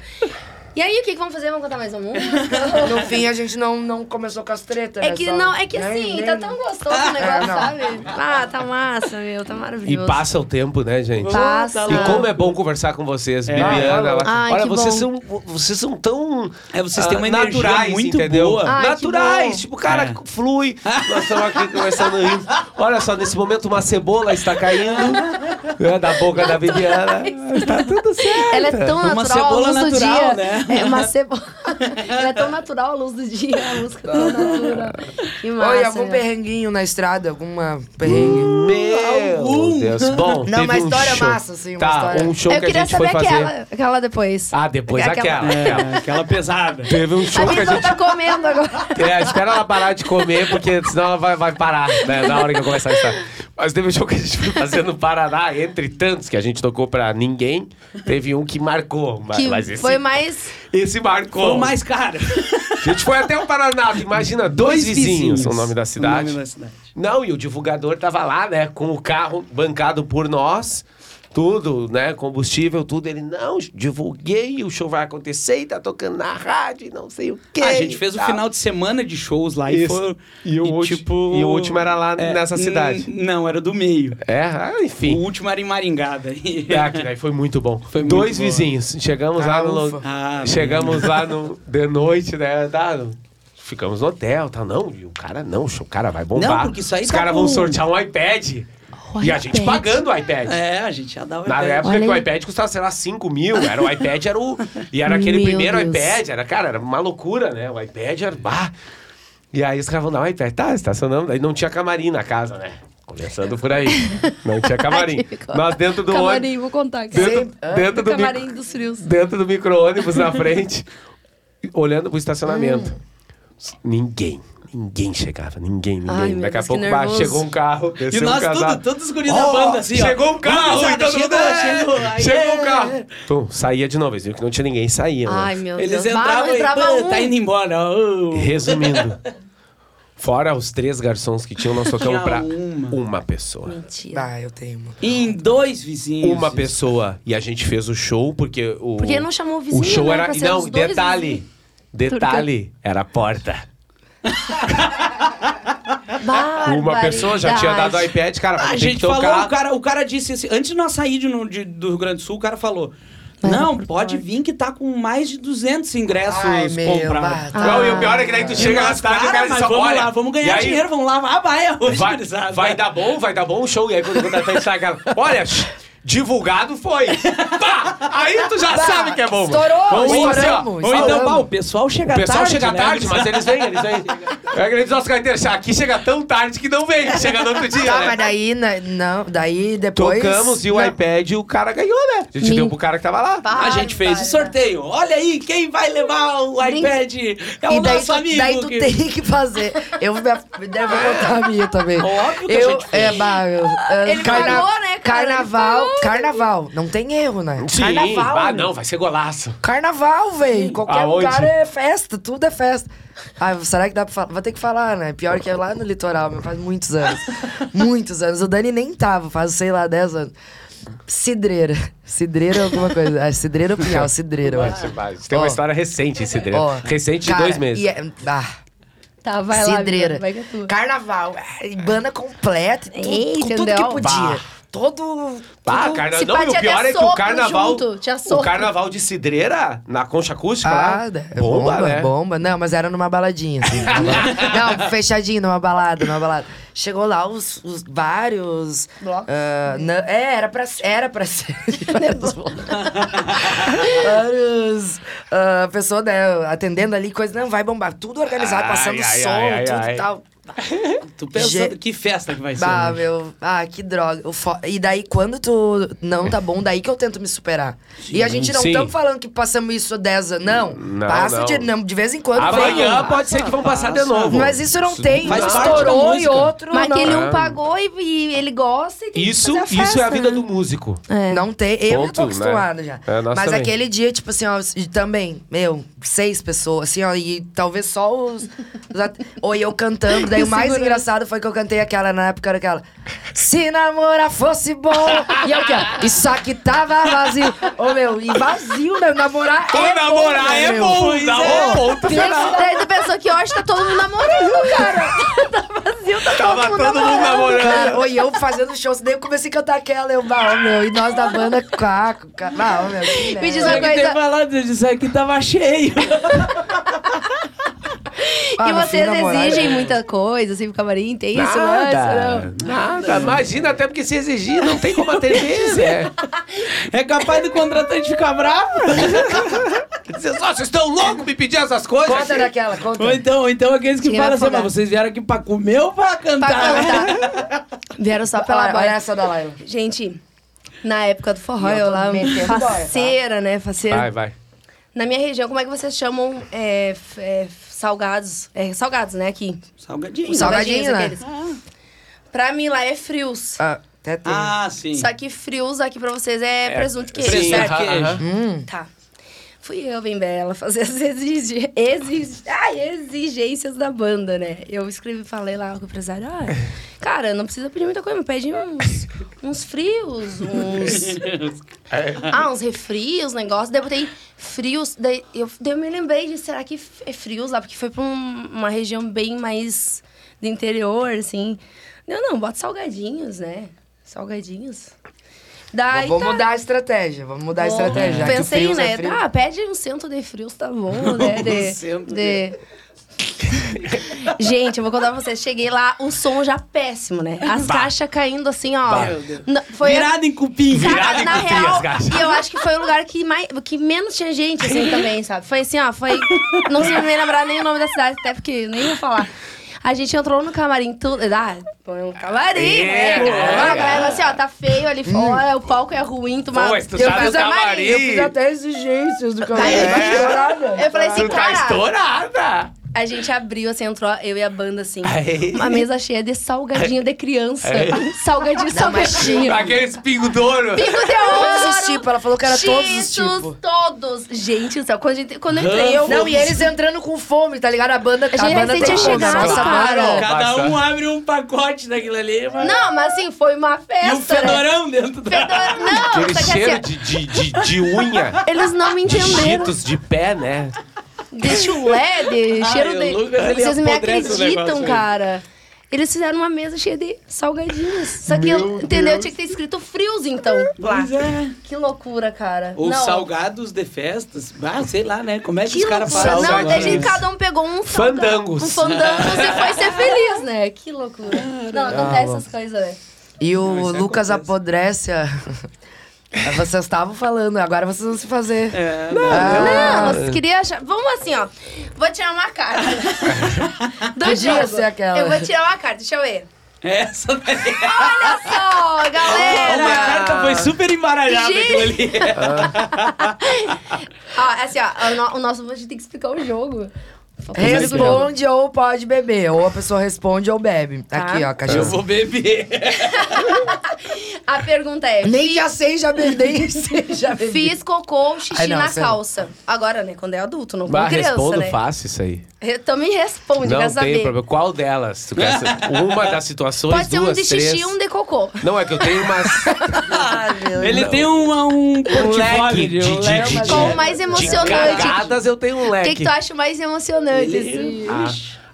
[SPEAKER 6] E aí, o que, que vamos fazer? Vamos contar mais uma
[SPEAKER 7] (laughs)
[SPEAKER 6] música?
[SPEAKER 7] No fim, a gente não, não começou com as tretas,
[SPEAKER 6] É
[SPEAKER 7] né?
[SPEAKER 6] que
[SPEAKER 7] Só-
[SPEAKER 6] não, é que
[SPEAKER 7] nem-
[SPEAKER 6] assim,
[SPEAKER 7] nem-
[SPEAKER 6] tá tão gostoso o negócio,
[SPEAKER 7] não.
[SPEAKER 6] sabe? Ah, tá massa, meu, tá
[SPEAKER 2] E
[SPEAKER 6] maravilhoso.
[SPEAKER 2] passa o tempo, né, gente?
[SPEAKER 6] Passa.
[SPEAKER 2] E como é bom conversar com
[SPEAKER 4] É.
[SPEAKER 2] vocês, Bibiana. ela-
[SPEAKER 6] Ai,
[SPEAKER 2] Olha,
[SPEAKER 6] que
[SPEAKER 2] vocês
[SPEAKER 6] bom.
[SPEAKER 2] são, vocês são tão
[SPEAKER 4] Ah, É, vocês
[SPEAKER 2] ah,
[SPEAKER 4] têm uma energia
[SPEAKER 2] naturais,
[SPEAKER 4] muito
[SPEAKER 2] entendeu?
[SPEAKER 4] boa.
[SPEAKER 6] Ai, que bom.
[SPEAKER 2] naturais, tipo, cara,
[SPEAKER 4] É.
[SPEAKER 2] flui. Nós estamos aqui conversando rindo. Olha só, nesse momento uma cebola está caindo né, da boca da Bibiana. Está tudo certo.
[SPEAKER 6] Ela é tão
[SPEAKER 4] Uma
[SPEAKER 6] natural à
[SPEAKER 4] cebola
[SPEAKER 6] luz do
[SPEAKER 4] natural,
[SPEAKER 6] dia.
[SPEAKER 4] né?
[SPEAKER 6] É
[SPEAKER 2] (laughs)
[SPEAKER 6] uma cebola. Ela é tão natural à luz do dia, a música tão natural. Que massa.
[SPEAKER 7] Oi, algum
[SPEAKER 6] meu.
[SPEAKER 7] perrenguinho na estrada, alguma perrengue.
[SPEAKER 2] Meu
[SPEAKER 4] Algum.
[SPEAKER 2] Deus. Bom,
[SPEAKER 7] Não,
[SPEAKER 2] teve
[SPEAKER 7] uma história
[SPEAKER 2] um show.
[SPEAKER 7] massa, assim, uma
[SPEAKER 2] tá,
[SPEAKER 7] história.
[SPEAKER 2] um show
[SPEAKER 6] Eu
[SPEAKER 2] que a
[SPEAKER 6] queria
[SPEAKER 2] gente
[SPEAKER 6] saber
[SPEAKER 2] foi fazer.
[SPEAKER 6] aquela, aquela depois.
[SPEAKER 2] Ah, depois
[SPEAKER 6] Aquela.
[SPEAKER 2] aquela. aquela.
[SPEAKER 4] aquela pesada.
[SPEAKER 2] Teve um
[SPEAKER 6] a
[SPEAKER 2] show que a
[SPEAKER 6] Vitor
[SPEAKER 2] gente...
[SPEAKER 6] tá comendo
[SPEAKER 2] (laughs)
[SPEAKER 6] agora.
[SPEAKER 2] É, espera ela parar de comer, porque senão ela vai, vai parar, né? Na hora que eu começar a história. Mas teve um show que a gente foi fazer no Paraná, entre tantos que a gente tocou pra ninguém. Teve um que marcou. Mas,
[SPEAKER 6] Que
[SPEAKER 2] mas esse,
[SPEAKER 6] foi mais.
[SPEAKER 2] esse marcou.
[SPEAKER 4] Foi (laughs) o mais caro.
[SPEAKER 2] A gente foi até o Paraná, tu imagina, dois, vizinhos, o nome da cidade.
[SPEAKER 4] O nome da cidade.
[SPEAKER 2] Não, e o divulgador tava lá, né, com o carro bancado por nós, tudo, né, combustível, tudo. Ele, não, divulguei, o show vai acontecer, e tá tocando na rádio, e não sei o quê.
[SPEAKER 4] Ah, a gente fez
[SPEAKER 2] e
[SPEAKER 4] o
[SPEAKER 2] tal.
[SPEAKER 4] final de semana de shows lá e
[SPEAKER 2] tá. Isso.
[SPEAKER 4] foi.
[SPEAKER 2] E o ulti- e o último era lá nessa cidade.
[SPEAKER 4] n- Não, era do meio.
[SPEAKER 2] É, ah,
[SPEAKER 4] O
[SPEAKER 2] enfim.
[SPEAKER 4] último era em Maringá. daí.
[SPEAKER 2] Ah, que daí foi muito bom.
[SPEAKER 4] Foi muito
[SPEAKER 2] Dois
[SPEAKER 4] bom.
[SPEAKER 2] vizinhos. Chegamos lá
[SPEAKER 7] Ah,
[SPEAKER 2] no.
[SPEAKER 7] ufa.
[SPEAKER 2] lo-
[SPEAKER 4] Ah,
[SPEAKER 2] Chegamos lá no. De noite, né? Tá, ficamos no hotel, tá? Não, e o cara não, o cara vai bombar.
[SPEAKER 4] Não, porque isso aí
[SPEAKER 2] Os
[SPEAKER 4] tá
[SPEAKER 2] caras
[SPEAKER 4] com-
[SPEAKER 2] vão sortear um iPad.
[SPEAKER 6] O
[SPEAKER 2] e a gente
[SPEAKER 6] iPad.
[SPEAKER 2] pagando o iPad.
[SPEAKER 4] É, a gente ia dar o
[SPEAKER 2] Na
[SPEAKER 4] iPad.
[SPEAKER 2] época que
[SPEAKER 6] Olha
[SPEAKER 2] o
[SPEAKER 6] aí.
[SPEAKER 2] iPad custava, sei lá, 5 mil. Era o iPad, era o. E
[SPEAKER 6] (laughs)
[SPEAKER 2] era aquele
[SPEAKER 6] Meu
[SPEAKER 2] primeiro
[SPEAKER 6] Deus.
[SPEAKER 2] iPad. Era, cara, era uma loucura, né? O iPad era. bah. E aí os caras vão dar o iPad. Tá, estacionamos. Aí não tinha camarim na casa, né? Começando por aí. Não
[SPEAKER 6] (laughs)
[SPEAKER 2] tinha camarim.
[SPEAKER 6] Típico.
[SPEAKER 2] Nós dentro do ônibus.
[SPEAKER 6] Camarim, vou contar. cara.
[SPEAKER 2] Dentro- dentro do
[SPEAKER 6] Ah, camarim
[SPEAKER 2] micro-
[SPEAKER 6] dos frios.
[SPEAKER 2] Dentro do micro-ônibus na frente, (laughs) olhando pro estacionamento.
[SPEAKER 4] Ah.
[SPEAKER 2] Ninguém. Ninguém chegava, ninguém, ninguém.
[SPEAKER 6] Ai, meu
[SPEAKER 2] Daqui a
[SPEAKER 6] Deus, que
[SPEAKER 2] pouco bah,
[SPEAKER 6] nervoso.
[SPEAKER 2] chegou um carro,
[SPEAKER 4] E
[SPEAKER 2] desceu um
[SPEAKER 4] nós,
[SPEAKER 2] casal.
[SPEAKER 4] tudo, todos os guris da
[SPEAKER 2] Ó,
[SPEAKER 4] banda, assim, ó.
[SPEAKER 2] Chegou um carro
[SPEAKER 4] Vamos,
[SPEAKER 2] e todo mundo.
[SPEAKER 4] chegou,
[SPEAKER 2] é,
[SPEAKER 4] chegou, aí,
[SPEAKER 2] Chegou
[SPEAKER 4] é.
[SPEAKER 2] um carro. Pum, saía de novo. Eles viram que não tinha ninguém, saía. né?
[SPEAKER 6] Ai, meu
[SPEAKER 4] Eles
[SPEAKER 6] Deus. Bah, não
[SPEAKER 2] um."
[SPEAKER 7] tá
[SPEAKER 4] entravam e tá
[SPEAKER 6] entrava
[SPEAKER 4] "Pô,
[SPEAKER 6] um.
[SPEAKER 4] (laughs) tá indo embora. ó, ô".
[SPEAKER 2] Resumindo. Fora os três garçons que tinham, nós tocamos
[SPEAKER 4] Tinha
[SPEAKER 2] pra
[SPEAKER 4] uma.
[SPEAKER 2] uma pessoa.
[SPEAKER 6] Mentira.
[SPEAKER 7] Ah, eu tenho uma.
[SPEAKER 4] Em dois vizinhos.
[SPEAKER 2] Uma pessoa. E a gente fez o show porque o.
[SPEAKER 6] Porque não chamou o vizinho,
[SPEAKER 2] O show
[SPEAKER 6] né?
[SPEAKER 2] era.
[SPEAKER 6] Pra ser
[SPEAKER 2] Não,
[SPEAKER 6] os dois
[SPEAKER 2] detalhe.
[SPEAKER 6] vizinhos.
[SPEAKER 2] Detalhe, era a porta. Uma
[SPEAKER 6] Barbaridade.
[SPEAKER 2] pessoa já tinha dado o iPad, cara,
[SPEAKER 4] A
[SPEAKER 2] tem
[SPEAKER 4] gente
[SPEAKER 2] que tocar.
[SPEAKER 4] falou, o cara, o cara disse assim, antes de nós sair de no- de- do Rio Grande do Sul, o cara falou:
[SPEAKER 6] Vai lá
[SPEAKER 4] Não,
[SPEAKER 6] pro
[SPEAKER 4] pode
[SPEAKER 6] quarto."
[SPEAKER 4] vir que tá com mais de 200 ingressos
[SPEAKER 7] Ai, meu, Ah,
[SPEAKER 4] comprados.
[SPEAKER 7] bata.
[SPEAKER 2] Não, e o pior é que daí tu
[SPEAKER 4] E
[SPEAKER 2] chega na
[SPEAKER 4] nós,
[SPEAKER 2] tarde e o
[SPEAKER 4] "Cara,
[SPEAKER 2] cara
[SPEAKER 4] mas
[SPEAKER 2] só
[SPEAKER 4] vamos
[SPEAKER 2] olha.
[SPEAKER 4] lá, vamos
[SPEAKER 2] E
[SPEAKER 4] ganhar
[SPEAKER 2] aí,
[SPEAKER 4] dinheiro, vamos lá, vai, vai hoje,
[SPEAKER 2] Vai,
[SPEAKER 4] gurizada.
[SPEAKER 2] vai dar bom, vai dar bom o show. E aí quando eu tá Instagram, olha, shh, divulgado foi. Pá! Aí tu já
[SPEAKER 7] Bah,
[SPEAKER 2] sabe que é bom.
[SPEAKER 7] estourou,
[SPEAKER 2] Vamos assim, ó.
[SPEAKER 7] estouramos,
[SPEAKER 4] Ou então,
[SPEAKER 6] Tá
[SPEAKER 7] Falamos.
[SPEAKER 4] "Bah, o pessoal chega
[SPEAKER 2] O
[SPEAKER 4] tarde.
[SPEAKER 2] pessoal chega
[SPEAKER 4] né,
[SPEAKER 2] tarde, mas eles vêm, eles
[SPEAKER 6] (laughs)
[SPEAKER 2] vêm. É que nem os nossos carteiros, aqui chega tão tarde que não vem, chega no outro dia.
[SPEAKER 7] Tá,
[SPEAKER 2] né?
[SPEAKER 7] mas daí, na- não, daí depois...
[SPEAKER 2] Tocamos e o
[SPEAKER 7] Não.
[SPEAKER 2] iPad o cara ganhou, né? A gente
[SPEAKER 6] Sim.
[SPEAKER 2] deu pro cara que tava lá.
[SPEAKER 4] A gente fez o sorteio. Olha aí, quem vai levar o iPad? É o
[SPEAKER 7] e daí,
[SPEAKER 4] nosso
[SPEAKER 7] tu-
[SPEAKER 4] amigo.
[SPEAKER 7] daí tu
[SPEAKER 4] que-
[SPEAKER 7] tem que fazer. Eu me- devo contar a minha também.
[SPEAKER 4] Óbvio que a
[SPEAKER 7] eu,
[SPEAKER 4] gente fez.
[SPEAKER 7] É, bah, eu- é,
[SPEAKER 6] Ele falou, né, cara? Ele
[SPEAKER 7] Carnaval,
[SPEAKER 6] falou.
[SPEAKER 7] carnaval. Não tem erro, né?
[SPEAKER 2] Sim,
[SPEAKER 7] Carnaval.
[SPEAKER 2] ah, não, vai ser golaço.
[SPEAKER 7] Carnaval, velho. Qualquer
[SPEAKER 2] Aonde?
[SPEAKER 7] lugar é festa, tudo é festa. Ah, será que dá pra falar? Vou ter que falar, né? Pior que é lá no litoral, meu, faz muitos anos. muitos anos. O Dani nem tava, faz, sei lá, 10 anos. Cidreira. Cidreira é alguma coisa. É, cidreira ou pinhal? Cidreira, eu acho.
[SPEAKER 2] Tem uma
[SPEAKER 7] Ó.
[SPEAKER 2] história recente em Cidreira.
[SPEAKER 7] Ó,
[SPEAKER 2] recente de
[SPEAKER 7] cara,
[SPEAKER 2] dois meses.
[SPEAKER 7] e é- ah,
[SPEAKER 6] Tá, vai lá.
[SPEAKER 7] Cidreira.
[SPEAKER 6] amiga, vai que é tua.
[SPEAKER 7] Carnaval. é, e Banda completa. e Tudo,
[SPEAKER 6] Ei,
[SPEAKER 7] com tudo
[SPEAKER 6] entendeu?
[SPEAKER 7] que podia.
[SPEAKER 2] Bah.
[SPEAKER 7] Todo.
[SPEAKER 2] Bah,
[SPEAKER 7] tudo-
[SPEAKER 2] Ah, carna...
[SPEAKER 6] se
[SPEAKER 2] Não,
[SPEAKER 6] pá,
[SPEAKER 2] e o
[SPEAKER 6] tinha
[SPEAKER 2] pior
[SPEAKER 6] até
[SPEAKER 2] é que o
[SPEAKER 6] sopro
[SPEAKER 2] carnaval.
[SPEAKER 6] junto, tinha
[SPEAKER 2] o
[SPEAKER 6] sopro.
[SPEAKER 2] carnaval de cidreira na concha acústica
[SPEAKER 7] Ah,
[SPEAKER 2] lá.
[SPEAKER 7] é bomba, bomba,
[SPEAKER 2] né?
[SPEAKER 7] Não, mas era numa baladinha, assim. numa
[SPEAKER 2] (laughs)
[SPEAKER 7] balada. Não, fechadinho, numa balada, numa balada. Chegou lá os, os vários.
[SPEAKER 6] Blocos.
[SPEAKER 7] ah, não- é, era pra, era pra (laughs) ser. vários. ah, pessoa, né, atendendo ali, coisa. Não, vai bombar. Tudo organizado,
[SPEAKER 2] Ai,
[SPEAKER 7] passando
[SPEAKER 2] ai,
[SPEAKER 7] som,
[SPEAKER 2] ai, ai,
[SPEAKER 7] tudo
[SPEAKER 2] ai.
[SPEAKER 7] e tal.
[SPEAKER 4] Tu pensando
[SPEAKER 7] Ge-
[SPEAKER 4] que festa que vai ser. né?
[SPEAKER 7] Bah,
[SPEAKER 4] hoje.
[SPEAKER 7] meu. Ah, que droga. O fo- E daí, quando tu não tá bom, daí que eu tento me superar. E a gente não
[SPEAKER 2] Sim.
[SPEAKER 7] estamos falando que passamos isso 10 anos. Não.
[SPEAKER 2] Não,
[SPEAKER 7] Passa
[SPEAKER 2] não.
[SPEAKER 7] De... não, de vez em quando
[SPEAKER 2] Amanhã
[SPEAKER 7] vem.
[SPEAKER 2] pode ser que vão passar de novo.
[SPEAKER 7] Mas isso não tem.
[SPEAKER 4] faz
[SPEAKER 7] um
[SPEAKER 4] parte da
[SPEAKER 7] estourou e
[SPEAKER 4] música.
[SPEAKER 7] outro
[SPEAKER 6] Mas
[SPEAKER 7] não.
[SPEAKER 6] aquele um
[SPEAKER 2] Ah.
[SPEAKER 6] pagou e, e ele gosta e tem que
[SPEAKER 2] Isso,
[SPEAKER 6] fazer a
[SPEAKER 2] isso é a
[SPEAKER 6] festa,
[SPEAKER 2] vida
[SPEAKER 6] né?
[SPEAKER 2] do músico.
[SPEAKER 7] Não tem. Eu já tô
[SPEAKER 2] Ponto, né?
[SPEAKER 7] acostumada já.
[SPEAKER 2] É, nós
[SPEAKER 7] Mas
[SPEAKER 2] também.
[SPEAKER 7] aquele dia, tipo assim, ó, e também, meu, seis pessoas, assim, ó, e talvez só os. os at- Ou eu
[SPEAKER 6] (laughs)
[SPEAKER 7] cantando. Daí o mais
[SPEAKER 6] Segurança.
[SPEAKER 7] engraçado foi que eu cantei aquela, na época era aquela. Se namorar fosse bom. E eu que, ó, isso aqui tava vazio. Ô, meu, e vazio, meu, namorar
[SPEAKER 2] Pô,
[SPEAKER 7] é bom.
[SPEAKER 2] namorar
[SPEAKER 7] né,
[SPEAKER 2] é
[SPEAKER 7] meu?
[SPEAKER 2] bom,
[SPEAKER 7] Pois
[SPEAKER 2] dá
[SPEAKER 7] é.
[SPEAKER 2] um ponto
[SPEAKER 6] Tem
[SPEAKER 2] final.
[SPEAKER 6] esse- Daí tu pensou que hoje tá todo mundo namorando, cara. tá vazio, tá
[SPEAKER 2] Tava
[SPEAKER 6] todo mundo
[SPEAKER 2] todo mundo
[SPEAKER 6] namorando.
[SPEAKER 2] namorando.
[SPEAKER 7] Cara, ou eu fazendo show, daí eu comecei a cantar aquela, eu, bah, ô, meu, e nós da banda, caco, caco, bah, ô, meu, que
[SPEAKER 6] Me diz
[SPEAKER 7] merda.
[SPEAKER 6] uma
[SPEAKER 4] Só que
[SPEAKER 6] coisa-
[SPEAKER 4] tem falado disso aqui tava cheio.
[SPEAKER 7] Ah,
[SPEAKER 6] e
[SPEAKER 7] no fim,
[SPEAKER 6] vocês
[SPEAKER 7] namorar,
[SPEAKER 6] exigem
[SPEAKER 7] né?
[SPEAKER 6] muita coisa, assim, pro camarim, tem isso, né? não, isso não.
[SPEAKER 2] Nada, nada. Ah, Imagina, até porque se exigir, não tem
[SPEAKER 4] (laughs)
[SPEAKER 2] como atender. né?
[SPEAKER 4] É capaz do contratante ficar bravo.
[SPEAKER 2] Dizer só, vocês estão loucos me pedir essas coisas?
[SPEAKER 7] Conta daquela, conta.
[SPEAKER 4] Ou então, ou então aqueles que
[SPEAKER 6] Quem vai
[SPEAKER 4] falam assim,
[SPEAKER 6] afogar?
[SPEAKER 4] mas vocês vieram aqui pra comer ou pra
[SPEAKER 6] Pra
[SPEAKER 4] cantar?
[SPEAKER 6] contar. Vieram só pela
[SPEAKER 7] Olha,
[SPEAKER 6] boia.
[SPEAKER 7] olha essa da live.
[SPEAKER 6] Gente, na época do forró,
[SPEAKER 7] E eu
[SPEAKER 6] eu
[SPEAKER 7] tô
[SPEAKER 6] lá,
[SPEAKER 7] metendo boia, tá?
[SPEAKER 6] faceira, né, faceira.
[SPEAKER 2] Vai, vai.
[SPEAKER 6] Na minha região, como é que vocês chamam é, f- é, f- salgados? É, salgados, né, aqui.
[SPEAKER 4] (laughs) Salgadinho.
[SPEAKER 7] Sal- Salgadinho, né?
[SPEAKER 6] aqueles. Pra mim lá é frios.
[SPEAKER 7] Ah, até tem.
[SPEAKER 4] Ah, sim.
[SPEAKER 6] Só que frios aqui pra vocês é, presunto e queijo.
[SPEAKER 4] Sim,
[SPEAKER 6] certo?
[SPEAKER 4] aham,
[SPEAKER 2] queijo.
[SPEAKER 4] aham.
[SPEAKER 6] Tá. Fui eu, bem bela, fazer as exige... exige- Ai, exigências da banda, né? Eu escrevi, falei lá com o empresário, "Ah, cara, não precisa pedir muita coisa, mas pede uns, uns frios, uns... Ah, uns refrios, negócio. Daí eu botei frios, daí eu, daí eu me lembrei de, será que é frios lá? Porque foi pra um- uma região bem mais do interior, assim. Eu, não, bota salgadinhos, né? Salgadinhos. Daí
[SPEAKER 7] vou
[SPEAKER 6] tá.
[SPEAKER 7] mudar a estratégia, vamos mudar a estratégia. já que o
[SPEAKER 6] Pensei,
[SPEAKER 7] frios é
[SPEAKER 6] né?
[SPEAKER 7] frio.
[SPEAKER 6] Ah, pede um cento de frios, tá bom,
[SPEAKER 2] (laughs) Um
[SPEAKER 6] né? De, de- Gente, eu vou contar pra vocês. Cheguei lá, o som já péssimo, né? As caixas caindo assim, ó. Na- Foi
[SPEAKER 4] Virado em cupim.
[SPEAKER 6] Cara,
[SPEAKER 2] virada em
[SPEAKER 6] na
[SPEAKER 2] cupim, as
[SPEAKER 6] real,
[SPEAKER 2] caixas.
[SPEAKER 6] e eu acho que foi o lugar que, mais, que menos tinha
[SPEAKER 2] (laughs)
[SPEAKER 6] gente, assim, também, sabe? Foi assim, ó, foi... Não sei me lembrar nem o nome da cidade, até porque nem vou falar. A gente entrou no camarim, tudo... Ah, põe um camarim,
[SPEAKER 2] É,
[SPEAKER 6] né? Ah, A galera falou assim, ó, tá feio ali fora, o palco é ruim, tu
[SPEAKER 2] Pô, mas Hum. tu tá no camarim.
[SPEAKER 7] Eu fiz até exigências do
[SPEAKER 6] Aí
[SPEAKER 7] camarim.
[SPEAKER 6] Tá, eu-
[SPEAKER 7] não tinha nada.
[SPEAKER 6] Eu falei assim,
[SPEAKER 2] Tu tá
[SPEAKER 6] cara,
[SPEAKER 2] estourada.
[SPEAKER 6] a gente abriu, assim, entrou eu e a banda, assim,
[SPEAKER 2] Ai.
[SPEAKER 6] uma mesa cheia de salgadinho de criança. Salgadinho, salgadinho.
[SPEAKER 2] Aqueles pingo douro.
[SPEAKER 6] Pico de
[SPEAKER 7] Todos os
[SPEAKER 6] ouro,
[SPEAKER 7] tipos, tipo, ela falou que era todos os
[SPEAKER 6] Cheetos,
[SPEAKER 7] tipos.
[SPEAKER 6] todos. Gente do céu, quando, a gente, quando eu entrei, eu...
[SPEAKER 7] Não, e eles entrando com fome, tá ligado? A banda, a
[SPEAKER 6] gente
[SPEAKER 7] banda
[SPEAKER 6] recém
[SPEAKER 7] tem
[SPEAKER 6] tinha
[SPEAKER 7] fome.
[SPEAKER 6] chegado,
[SPEAKER 7] Nossa,
[SPEAKER 6] cara.
[SPEAKER 7] Carol.
[SPEAKER 4] Cada
[SPEAKER 2] Basta.
[SPEAKER 4] um abre um pacote daquilo ali. mas-
[SPEAKER 6] Não, mas assim, foi uma festa.
[SPEAKER 4] E o
[SPEAKER 6] né?
[SPEAKER 4] fedorão dentro da...
[SPEAKER 6] (laughs) Fedorão- Não,
[SPEAKER 2] Aquele
[SPEAKER 6] só que
[SPEAKER 2] cheiro
[SPEAKER 6] assim,
[SPEAKER 2] de, de, de, de unha,
[SPEAKER 6] ó, eles não me
[SPEAKER 2] de
[SPEAKER 6] entenderam.
[SPEAKER 2] cheetos de pé, né?
[SPEAKER 6] De chulé, de
[SPEAKER 4] Ai,
[SPEAKER 6] cheiro
[SPEAKER 4] o
[SPEAKER 6] de.
[SPEAKER 4] Lucas, ele
[SPEAKER 6] Vocês me
[SPEAKER 4] apodrece o negócio
[SPEAKER 6] acreditam,
[SPEAKER 4] aí.
[SPEAKER 6] cara. Eles fizeram uma mesa cheia de salgadinhos. Só que, eu, entendeu? Tinha que ter escrito frios, então. Lá.
[SPEAKER 4] Pois é.
[SPEAKER 6] Que loucura, cara.
[SPEAKER 4] Ou
[SPEAKER 6] não.
[SPEAKER 4] salgados de festas. Ah, sei lá, né? Como é que,
[SPEAKER 6] Que
[SPEAKER 4] os caras
[SPEAKER 6] loucura.
[SPEAKER 4] fazem?
[SPEAKER 6] Não,
[SPEAKER 4] agora?
[SPEAKER 6] daí a gente- cada um pegou um salgado,
[SPEAKER 2] Fandangos.
[SPEAKER 6] Um fandangos e foi ser feliz,
[SPEAKER 7] (laughs)
[SPEAKER 6] né? Que loucura. Não, acontece essas coisas, né?
[SPEAKER 7] E o
[SPEAKER 4] isso é
[SPEAKER 7] Lucas
[SPEAKER 4] acontece.
[SPEAKER 7] apodrece. a- (laughs) vocês estavam falando, agora vocês vão se fazer.
[SPEAKER 4] É,
[SPEAKER 7] Ah.
[SPEAKER 6] Não, você queria achar. Vamos assim, ó. Vou tirar uma carta.
[SPEAKER 7] (laughs)
[SPEAKER 6] Do
[SPEAKER 7] Podia
[SPEAKER 6] jogo.
[SPEAKER 7] ser aquela.
[SPEAKER 6] Eu vou tirar uma carta, deixa eu ver.
[SPEAKER 4] É, Essa daí.
[SPEAKER 6] Olha só, galera!
[SPEAKER 4] Uma carta foi super embaralhada aquilo ali. (laughs)
[SPEAKER 6] Ó, assim, ó, o, no- o nosso a gente tem que explicar o jogo.
[SPEAKER 4] é
[SPEAKER 7] Responde ou pode beber. Ou a pessoa responde ou bebe.
[SPEAKER 6] Tá.
[SPEAKER 7] Aqui, ó, a
[SPEAKER 4] Eu
[SPEAKER 7] cachaça.
[SPEAKER 4] vou beber.
[SPEAKER 6] A pergunta
[SPEAKER 7] (laughs)
[SPEAKER 6] é:
[SPEAKER 7] Nem já sei, já bebi. (laughs) Nem sei, já bebi.
[SPEAKER 6] fiz cocô ou xixi
[SPEAKER 7] Ai, não,
[SPEAKER 6] na
[SPEAKER 7] você-
[SPEAKER 6] calça? Agora, né? Quando é adulto, não
[SPEAKER 2] Bah,
[SPEAKER 6] com criança,
[SPEAKER 2] respondo
[SPEAKER 6] né?
[SPEAKER 2] fácil isso aí.
[SPEAKER 6] Eu também responde,
[SPEAKER 2] Não
[SPEAKER 6] quer
[SPEAKER 2] tem
[SPEAKER 6] saber.
[SPEAKER 2] problema. Qual delas? Tu
[SPEAKER 6] (laughs)
[SPEAKER 2] quer saber? Uma das situações,
[SPEAKER 6] Pode ser um
[SPEAKER 2] duas,
[SPEAKER 6] de xixi e
[SPEAKER 2] três.
[SPEAKER 6] um de cocô.
[SPEAKER 2] Não, é que eu tenho
[SPEAKER 6] (laughs)
[SPEAKER 2] umas...
[SPEAKER 4] Ele tem uma, um portfólio
[SPEAKER 2] tipo, de- de-
[SPEAKER 4] leque
[SPEAKER 2] de-
[SPEAKER 6] Qual o mais
[SPEAKER 2] De
[SPEAKER 6] emocionante?
[SPEAKER 2] cagadas eu tenho um
[SPEAKER 6] O
[SPEAKER 2] leque.
[SPEAKER 6] tipo, que, que tu acha mais emocionante? assim?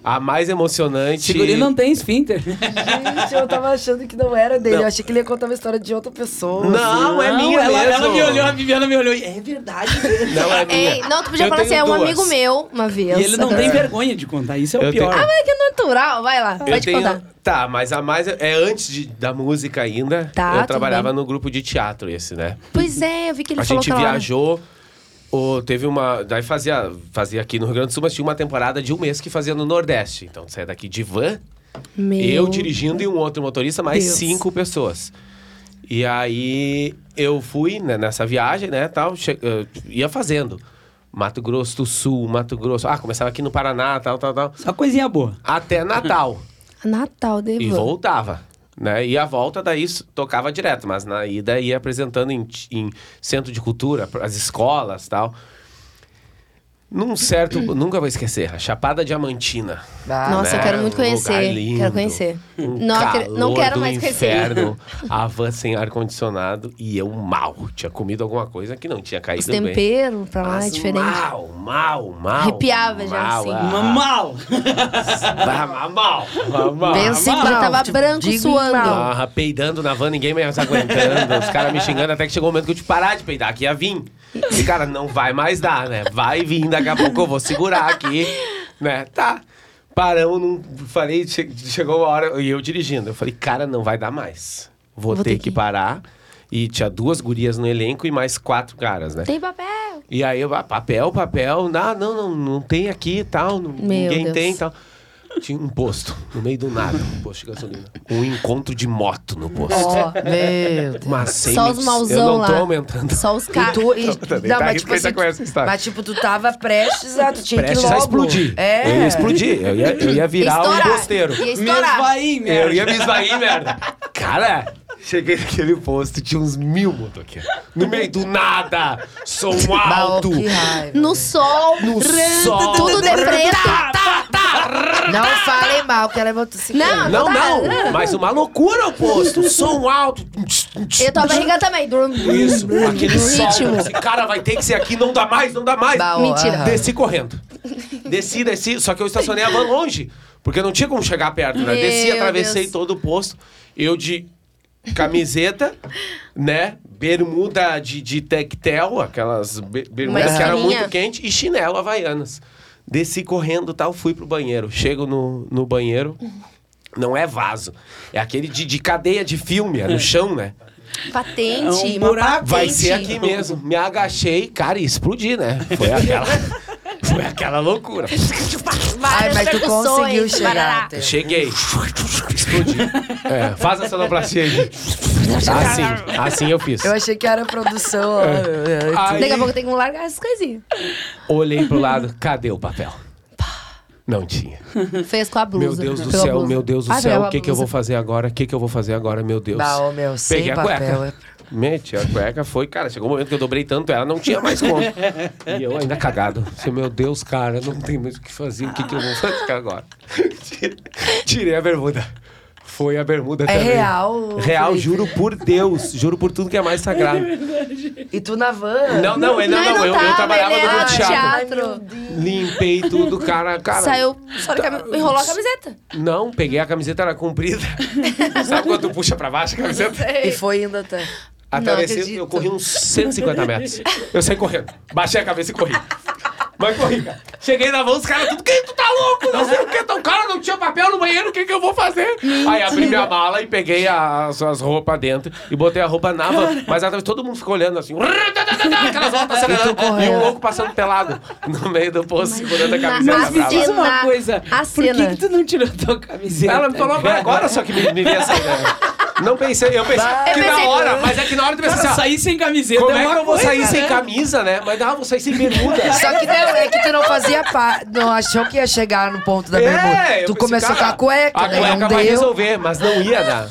[SPEAKER 2] A, a mais emocionante...
[SPEAKER 4] Seguri não tem esfínter.
[SPEAKER 7] Gente, eu tava achando que não era dele. Eu achei que ele ia contar uma história de outra pessoa.
[SPEAKER 2] Não, é minha
[SPEAKER 4] ela,
[SPEAKER 2] mesmo.
[SPEAKER 4] ela me olhou, a Viviana me olhou. e, É verdade. mesmo."
[SPEAKER 2] Não, é minha.
[SPEAKER 6] Ei, não, tu podia
[SPEAKER 2] Eu
[SPEAKER 6] falar assim,
[SPEAKER 2] tenho
[SPEAKER 6] é um
[SPEAKER 2] duas.
[SPEAKER 6] amigo meu, uma vez.
[SPEAKER 4] E ele não tem vergonha de contar, isso é o
[SPEAKER 2] Eu
[SPEAKER 4] pior.
[SPEAKER 2] tenho-
[SPEAKER 6] Ah, mas é que é natural, vai lá,
[SPEAKER 2] Eu
[SPEAKER 6] pode
[SPEAKER 2] tenho...
[SPEAKER 6] contar.
[SPEAKER 2] Tá, mas a mais... É antes de- da música ainda.
[SPEAKER 6] Tá,
[SPEAKER 2] eu
[SPEAKER 6] tudo
[SPEAKER 2] trabalhava
[SPEAKER 6] bem.
[SPEAKER 2] no grupo de teatro esse, né?
[SPEAKER 6] Pois é, eu vi que ele
[SPEAKER 2] a
[SPEAKER 6] falou
[SPEAKER 2] gente
[SPEAKER 6] que ela-
[SPEAKER 2] viajou. ou teve uma. Daí fazia, fazia aqui no Rio Grande do Sul, mas tinha uma temporada de um mês que fazia no Nordeste. Então saia daqui de van,
[SPEAKER 6] Meu
[SPEAKER 2] eu dirigindo e um outro motorista, mais
[SPEAKER 6] Deus.
[SPEAKER 2] cinco pessoas. E aí eu fui né, nessa viagem, né? Tal, che- eh, ia fazendo. Mato Grosso do Sul, Mato Grosso. Ah, começava aqui no Paraná, tal, tal, tal.
[SPEAKER 4] Só coisinha boa.
[SPEAKER 2] Até Natal.
[SPEAKER 6] Natal,
[SPEAKER 2] E
[SPEAKER 6] Devo.
[SPEAKER 2] voltava. Né? E a volta daí s- tocava direto, mas na ida ia apresentando em, ti- em centro de cultura, pr- as escolas tal. Num certo.
[SPEAKER 6] (clears throat)
[SPEAKER 2] nunca vou esquecer, a Chapada Diamantina.
[SPEAKER 7] Ah,
[SPEAKER 6] Nossa, eu quero muito
[SPEAKER 2] Um
[SPEAKER 6] conhecer,
[SPEAKER 2] lugar Um
[SPEAKER 6] quero conhecer. Não acre- não
[SPEAKER 2] calor
[SPEAKER 6] quero
[SPEAKER 2] do
[SPEAKER 6] mais conhecer. (laughs)
[SPEAKER 2] inferno, A van sem ar-condicionado e eu mal. Tinha comido alguma coisa que não tinha caído
[SPEAKER 6] Os
[SPEAKER 2] bem.
[SPEAKER 6] temperos pra lá é
[SPEAKER 2] Mas
[SPEAKER 6] diferente.
[SPEAKER 2] Mal, mal, mal.
[SPEAKER 6] Arrepiava já,
[SPEAKER 2] mal,
[SPEAKER 6] assim.
[SPEAKER 2] ah,
[SPEAKER 4] Mal.
[SPEAKER 2] ah, (laughs) mal, ah, mal.
[SPEAKER 6] Bem assim,
[SPEAKER 7] mal,
[SPEAKER 6] quando tava
[SPEAKER 7] te
[SPEAKER 6] branco,
[SPEAKER 7] digo
[SPEAKER 6] suando.
[SPEAKER 7] mal.
[SPEAKER 2] Ah, peidando na van, ninguém mais aguentando. Os caras me xingando até que chegou o momento que eu te parar de peidar, que ia vir. E, cara, não vai mais dar, né? Vai vir, daqui a pouco eu vou segurar aqui, né? Tá. Paramos, não falei, che- chegou a hora, e eu dirigindo. Eu falei, cara, não vai dar mais. Vou, ter, que parar. E tinha duas gurias no elenco e mais quatro caras, né?
[SPEAKER 6] Tem papel.
[SPEAKER 2] E aí eu, ah, papel, papel, não, não, não, não tem aqui e tal, não- ninguém
[SPEAKER 6] Deus.
[SPEAKER 2] tem e tal. Tinha um posto, no meio do nada, um posto de gasolina. Um encontro de moto no posto.
[SPEAKER 6] Ó,
[SPEAKER 7] Meu Deus.
[SPEAKER 2] Mas sem
[SPEAKER 6] só os mauzão
[SPEAKER 2] Eu não tô
[SPEAKER 6] lá.
[SPEAKER 2] aumentando.
[SPEAKER 6] só os
[SPEAKER 7] E
[SPEAKER 6] caras.
[SPEAKER 7] tu, e,
[SPEAKER 2] também
[SPEAKER 7] não,
[SPEAKER 2] tá
[SPEAKER 7] mas,
[SPEAKER 2] rindo
[SPEAKER 7] tipo,
[SPEAKER 2] porque já
[SPEAKER 7] assim,
[SPEAKER 2] conhece a história.
[SPEAKER 7] mas tipo, tu tava prestes a, tu tinha
[SPEAKER 2] Prestes
[SPEAKER 7] que ir
[SPEAKER 2] a
[SPEAKER 7] logo.
[SPEAKER 2] explodir.
[SPEAKER 7] É.
[SPEAKER 2] Eu ia explodir. Eu ia, eu ia virar
[SPEAKER 6] Estourar.
[SPEAKER 2] um posteiro.
[SPEAKER 6] Ia
[SPEAKER 4] Mesmo
[SPEAKER 6] estourar.
[SPEAKER 4] aí, merda.
[SPEAKER 2] Eu ia me esvair, merda. Cara, cheguei naquele posto, tinha uns mil motoqueiros. No meio do nada, som
[SPEAKER 7] Bah, ó,
[SPEAKER 2] alto.
[SPEAKER 7] que raiva.
[SPEAKER 6] No sol.
[SPEAKER 2] No sol.
[SPEAKER 6] Tudo de preto.
[SPEAKER 2] Tá, tá, tá.
[SPEAKER 7] Não falem mal, que ela é motocicleta.
[SPEAKER 6] Não,
[SPEAKER 2] Não,
[SPEAKER 6] tá-
[SPEAKER 2] não. Mas uma loucura o posto. Som alto.
[SPEAKER 6] Eu tô barriga também.
[SPEAKER 2] Isso, aquele sol.
[SPEAKER 6] ritmo.
[SPEAKER 2] Esse cara vai ter que ser aqui, não dá mais, não dá mais.
[SPEAKER 7] Bah, ó,
[SPEAKER 6] Mentira.
[SPEAKER 7] aham.
[SPEAKER 2] Desci correndo. Desci, desci, só que eu estacionei a van longe, porque não tinha como chegar perto, né?
[SPEAKER 6] Meu
[SPEAKER 2] Desci, atravessei
[SPEAKER 6] Deus.
[SPEAKER 2] todo o posto, eu de camiseta, né? Bermuda de, de tectel, aquelas be- bermudas que eram
[SPEAKER 6] escaminha.
[SPEAKER 2] muito quente, e chinelo havaianas. Desci correndo tal, fui pro banheiro. Chego no, no banheiro, não é vaso, é aquele de, de cadeia de filme, é no chão, né?
[SPEAKER 6] Patente.
[SPEAKER 4] É um
[SPEAKER 6] uma
[SPEAKER 4] buraco.
[SPEAKER 2] Vai
[SPEAKER 6] patente.
[SPEAKER 2] ser aqui mesmo. Me agachei, cara, e explodi, né? Foi aquela. Foi aquela loucura.
[SPEAKER 7] Ai,
[SPEAKER 6] Várias
[SPEAKER 7] mas tu
[SPEAKER 6] percussões,
[SPEAKER 7] conseguiu chegar.
[SPEAKER 6] barará.
[SPEAKER 7] até.
[SPEAKER 2] Cheguei. Explodi. É, faz a sonoplastia aí. Assim, assim eu fiz.
[SPEAKER 7] Eu achei que era produção. ó.
[SPEAKER 6] Daqui a
[SPEAKER 2] Aí,
[SPEAKER 6] pouco tem que largar essas coisinhas.
[SPEAKER 2] olhei pro lado, cadê o papel? Não tinha.
[SPEAKER 6] Fez com a blusa.
[SPEAKER 2] Meu Deus do
[SPEAKER 6] pela
[SPEAKER 2] céu,
[SPEAKER 6] blusa.
[SPEAKER 2] meu Deus do
[SPEAKER 6] Ah,
[SPEAKER 2] céu,
[SPEAKER 6] pela
[SPEAKER 2] o que, que eu vou
[SPEAKER 6] blusa.
[SPEAKER 2] fazer agora? O que, que eu vou fazer agora, meu Deus?
[SPEAKER 7] Bah, ô, meu, sem
[SPEAKER 2] Peguei a cueca.
[SPEAKER 7] papel. é-
[SPEAKER 2] Meti a cueca, foi, cara. Chegou um momento que eu dobrei tanto ela, não tinha mais como. E eu ainda cagado. Assim, meu Deus, cara, não tem mais o que fazer. O que, que eu vou fazer agora? (laughs) Tirei a bermuda. Foi a bermuda
[SPEAKER 7] É
[SPEAKER 2] também.
[SPEAKER 7] real,
[SPEAKER 2] Real,
[SPEAKER 7] Felipe?
[SPEAKER 2] juro por Deus. Juro por tudo que é mais sagrado.
[SPEAKER 7] E tu na van?
[SPEAKER 2] Não, é, não, ele não,
[SPEAKER 6] ele
[SPEAKER 2] não. Eu, eu
[SPEAKER 6] tava,
[SPEAKER 2] trabalhava
[SPEAKER 6] ele
[SPEAKER 2] no
[SPEAKER 6] era
[SPEAKER 2] grupo de teatro.
[SPEAKER 7] Ai, meu
[SPEAKER 6] É, teatro.
[SPEAKER 7] Deus.
[SPEAKER 2] Limpei tudo, cara. cara
[SPEAKER 6] Saiu,
[SPEAKER 2] Tá.
[SPEAKER 6] só de cami- enrolou a camiseta.
[SPEAKER 2] Não, peguei a camiseta,
[SPEAKER 4] (laughs)
[SPEAKER 2] era comprida. Sabe quando tu puxa pra baixo a camiseta?
[SPEAKER 7] E foi indo até.
[SPEAKER 2] Atravessei,
[SPEAKER 6] acredito.
[SPEAKER 2] eu corri uns 150 metros. Eu saí correndo. Baixei a cabeça e corri. Mas corri, cara. Cheguei na mão, os caras tudo, que tu tá louco? Não sei o que, o cara não tinha papel no banheiro, o que que eu vou fazer? Aí abri minha mala e peguei as, as roupas dentro e botei a roupa na van. Mas atrás todo mundo ficou olhando assim,
[SPEAKER 4] (laughs)
[SPEAKER 2] aquelas voltas acelerando e um louco passando pelado no meio do poço, segurando a camiseta.
[SPEAKER 4] Mas me
[SPEAKER 2] brava.
[SPEAKER 4] diz
[SPEAKER 6] cena.
[SPEAKER 4] uma coisa.
[SPEAKER 6] A
[SPEAKER 4] Por que,
[SPEAKER 6] cena.
[SPEAKER 4] que tu não tirou tua camiseta?
[SPEAKER 2] Ela me falou agora, agora só que me, me veio essa ideia. Não pensei, eu pensei
[SPEAKER 7] Tá.
[SPEAKER 2] que
[SPEAKER 6] pensei-
[SPEAKER 2] na hora,
[SPEAKER 7] né?
[SPEAKER 2] mas é que na hora tu pensa assim,
[SPEAKER 4] Cara,
[SPEAKER 2] ah,
[SPEAKER 4] sair sem camiseta
[SPEAKER 2] como
[SPEAKER 4] é
[SPEAKER 2] é
[SPEAKER 4] uma
[SPEAKER 2] que eu vou
[SPEAKER 4] coisa,
[SPEAKER 2] sair sem
[SPEAKER 4] né?
[SPEAKER 2] camisa, né? Mas não, eu vou sair sem
[SPEAKER 7] (laughs)
[SPEAKER 2] bermuda.
[SPEAKER 7] Só que não, é que tu não fazia parte. Não achou que ia chegar no ponto da bermuda.
[SPEAKER 2] É, eu
[SPEAKER 7] Tu
[SPEAKER 2] pensei,
[SPEAKER 7] começou
[SPEAKER 2] cara,
[SPEAKER 7] com a cueca,
[SPEAKER 2] A
[SPEAKER 7] né?
[SPEAKER 2] cueca
[SPEAKER 7] não
[SPEAKER 2] vai
[SPEAKER 7] deu.
[SPEAKER 2] resolver, mas não ia dar.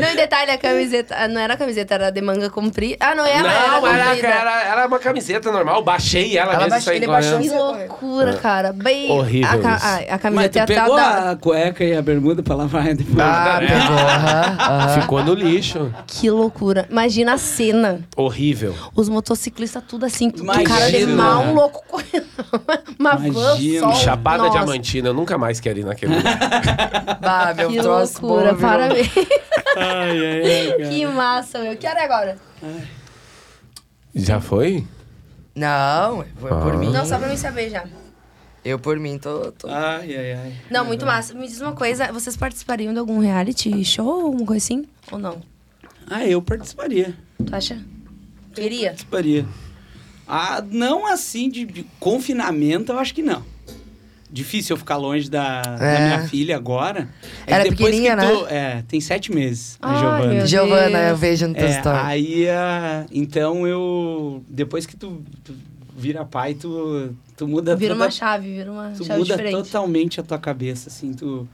[SPEAKER 6] Não, em detalhe, a camiseta. ah, Não era a camiseta, era de manga comprida. Ah, não, ela era
[SPEAKER 2] não, era,
[SPEAKER 6] comprida.
[SPEAKER 2] era, era uma camiseta normal, baixei ela,
[SPEAKER 7] Ela
[SPEAKER 2] mesmo É.
[SPEAKER 7] baixou,
[SPEAKER 2] saí
[SPEAKER 7] ele baixou
[SPEAKER 6] Que
[SPEAKER 2] (laughs) correndo.
[SPEAKER 6] loucura, cara. Bem.
[SPEAKER 2] Horrível
[SPEAKER 6] A, ca-
[SPEAKER 2] isso.
[SPEAKER 6] a, a
[SPEAKER 4] Mas
[SPEAKER 6] camiseta
[SPEAKER 4] tu
[SPEAKER 6] é a tal
[SPEAKER 4] pegou
[SPEAKER 6] da.
[SPEAKER 4] a cueca e a bermuda pra lavar (laughs) depois.
[SPEAKER 7] Ah, pegou. aham, aham.
[SPEAKER 2] Ficou no lixo.
[SPEAKER 6] Que loucura. Imagina a cena.
[SPEAKER 2] Horrível.
[SPEAKER 6] Os motociclistas tudo assim, tudo
[SPEAKER 4] Imagina.
[SPEAKER 6] cara de mal, um louco correndo. (laughs) Uma van
[SPEAKER 4] Imagina.
[SPEAKER 7] Oh,
[SPEAKER 6] sol.
[SPEAKER 2] Chapada
[SPEAKER 6] Nossa,
[SPEAKER 2] Diamantina, eu nunca mais quero ir naquele lugar.
[SPEAKER 7] Bah, meu
[SPEAKER 6] Que
[SPEAKER 7] É um troço bom,
[SPEAKER 6] loucura,
[SPEAKER 7] viu?
[SPEAKER 6] parabéns.
[SPEAKER 4] Ai, ai, ai, cara.
[SPEAKER 6] que massa, meu. Que hora é agora?
[SPEAKER 2] Já foi?
[SPEAKER 7] Não, foi por
[SPEAKER 2] Ah.
[SPEAKER 7] mim.
[SPEAKER 6] Não, só pra mim saber já.
[SPEAKER 7] Eu por mim tô. tô-
[SPEAKER 4] Ai, ai, ai.
[SPEAKER 6] Não, muito massa. Me diz uma coisa, vocês participariam de algum reality show, alguma coisa assim? Ou não?
[SPEAKER 4] Ah, eu participaria.
[SPEAKER 6] Tu acha? Queria?
[SPEAKER 4] Participaria. Ah, não assim de, de confinamento, eu acho que não. Difícil eu ficar longe da, da
[SPEAKER 7] É.
[SPEAKER 4] minha filha agora. É que
[SPEAKER 7] Era
[SPEAKER 4] depois que
[SPEAKER 7] pequenininha,
[SPEAKER 4] tu-
[SPEAKER 6] né?
[SPEAKER 4] É, tem sete meses, a
[SPEAKER 6] Ai,
[SPEAKER 4] Giovana.
[SPEAKER 6] meu
[SPEAKER 7] Giovana, eu
[SPEAKER 6] Deus.
[SPEAKER 7] vejo no teu
[SPEAKER 4] É,
[SPEAKER 7] story.
[SPEAKER 4] aí, ah, então eu... Depois que tu, tu vira pai, tu, tu muda
[SPEAKER 6] Vira
[SPEAKER 4] toda-
[SPEAKER 6] uma chave, vira uma
[SPEAKER 4] Tu
[SPEAKER 6] chave
[SPEAKER 4] muda
[SPEAKER 6] diferente.
[SPEAKER 4] totalmente a tua cabeça, assim, tu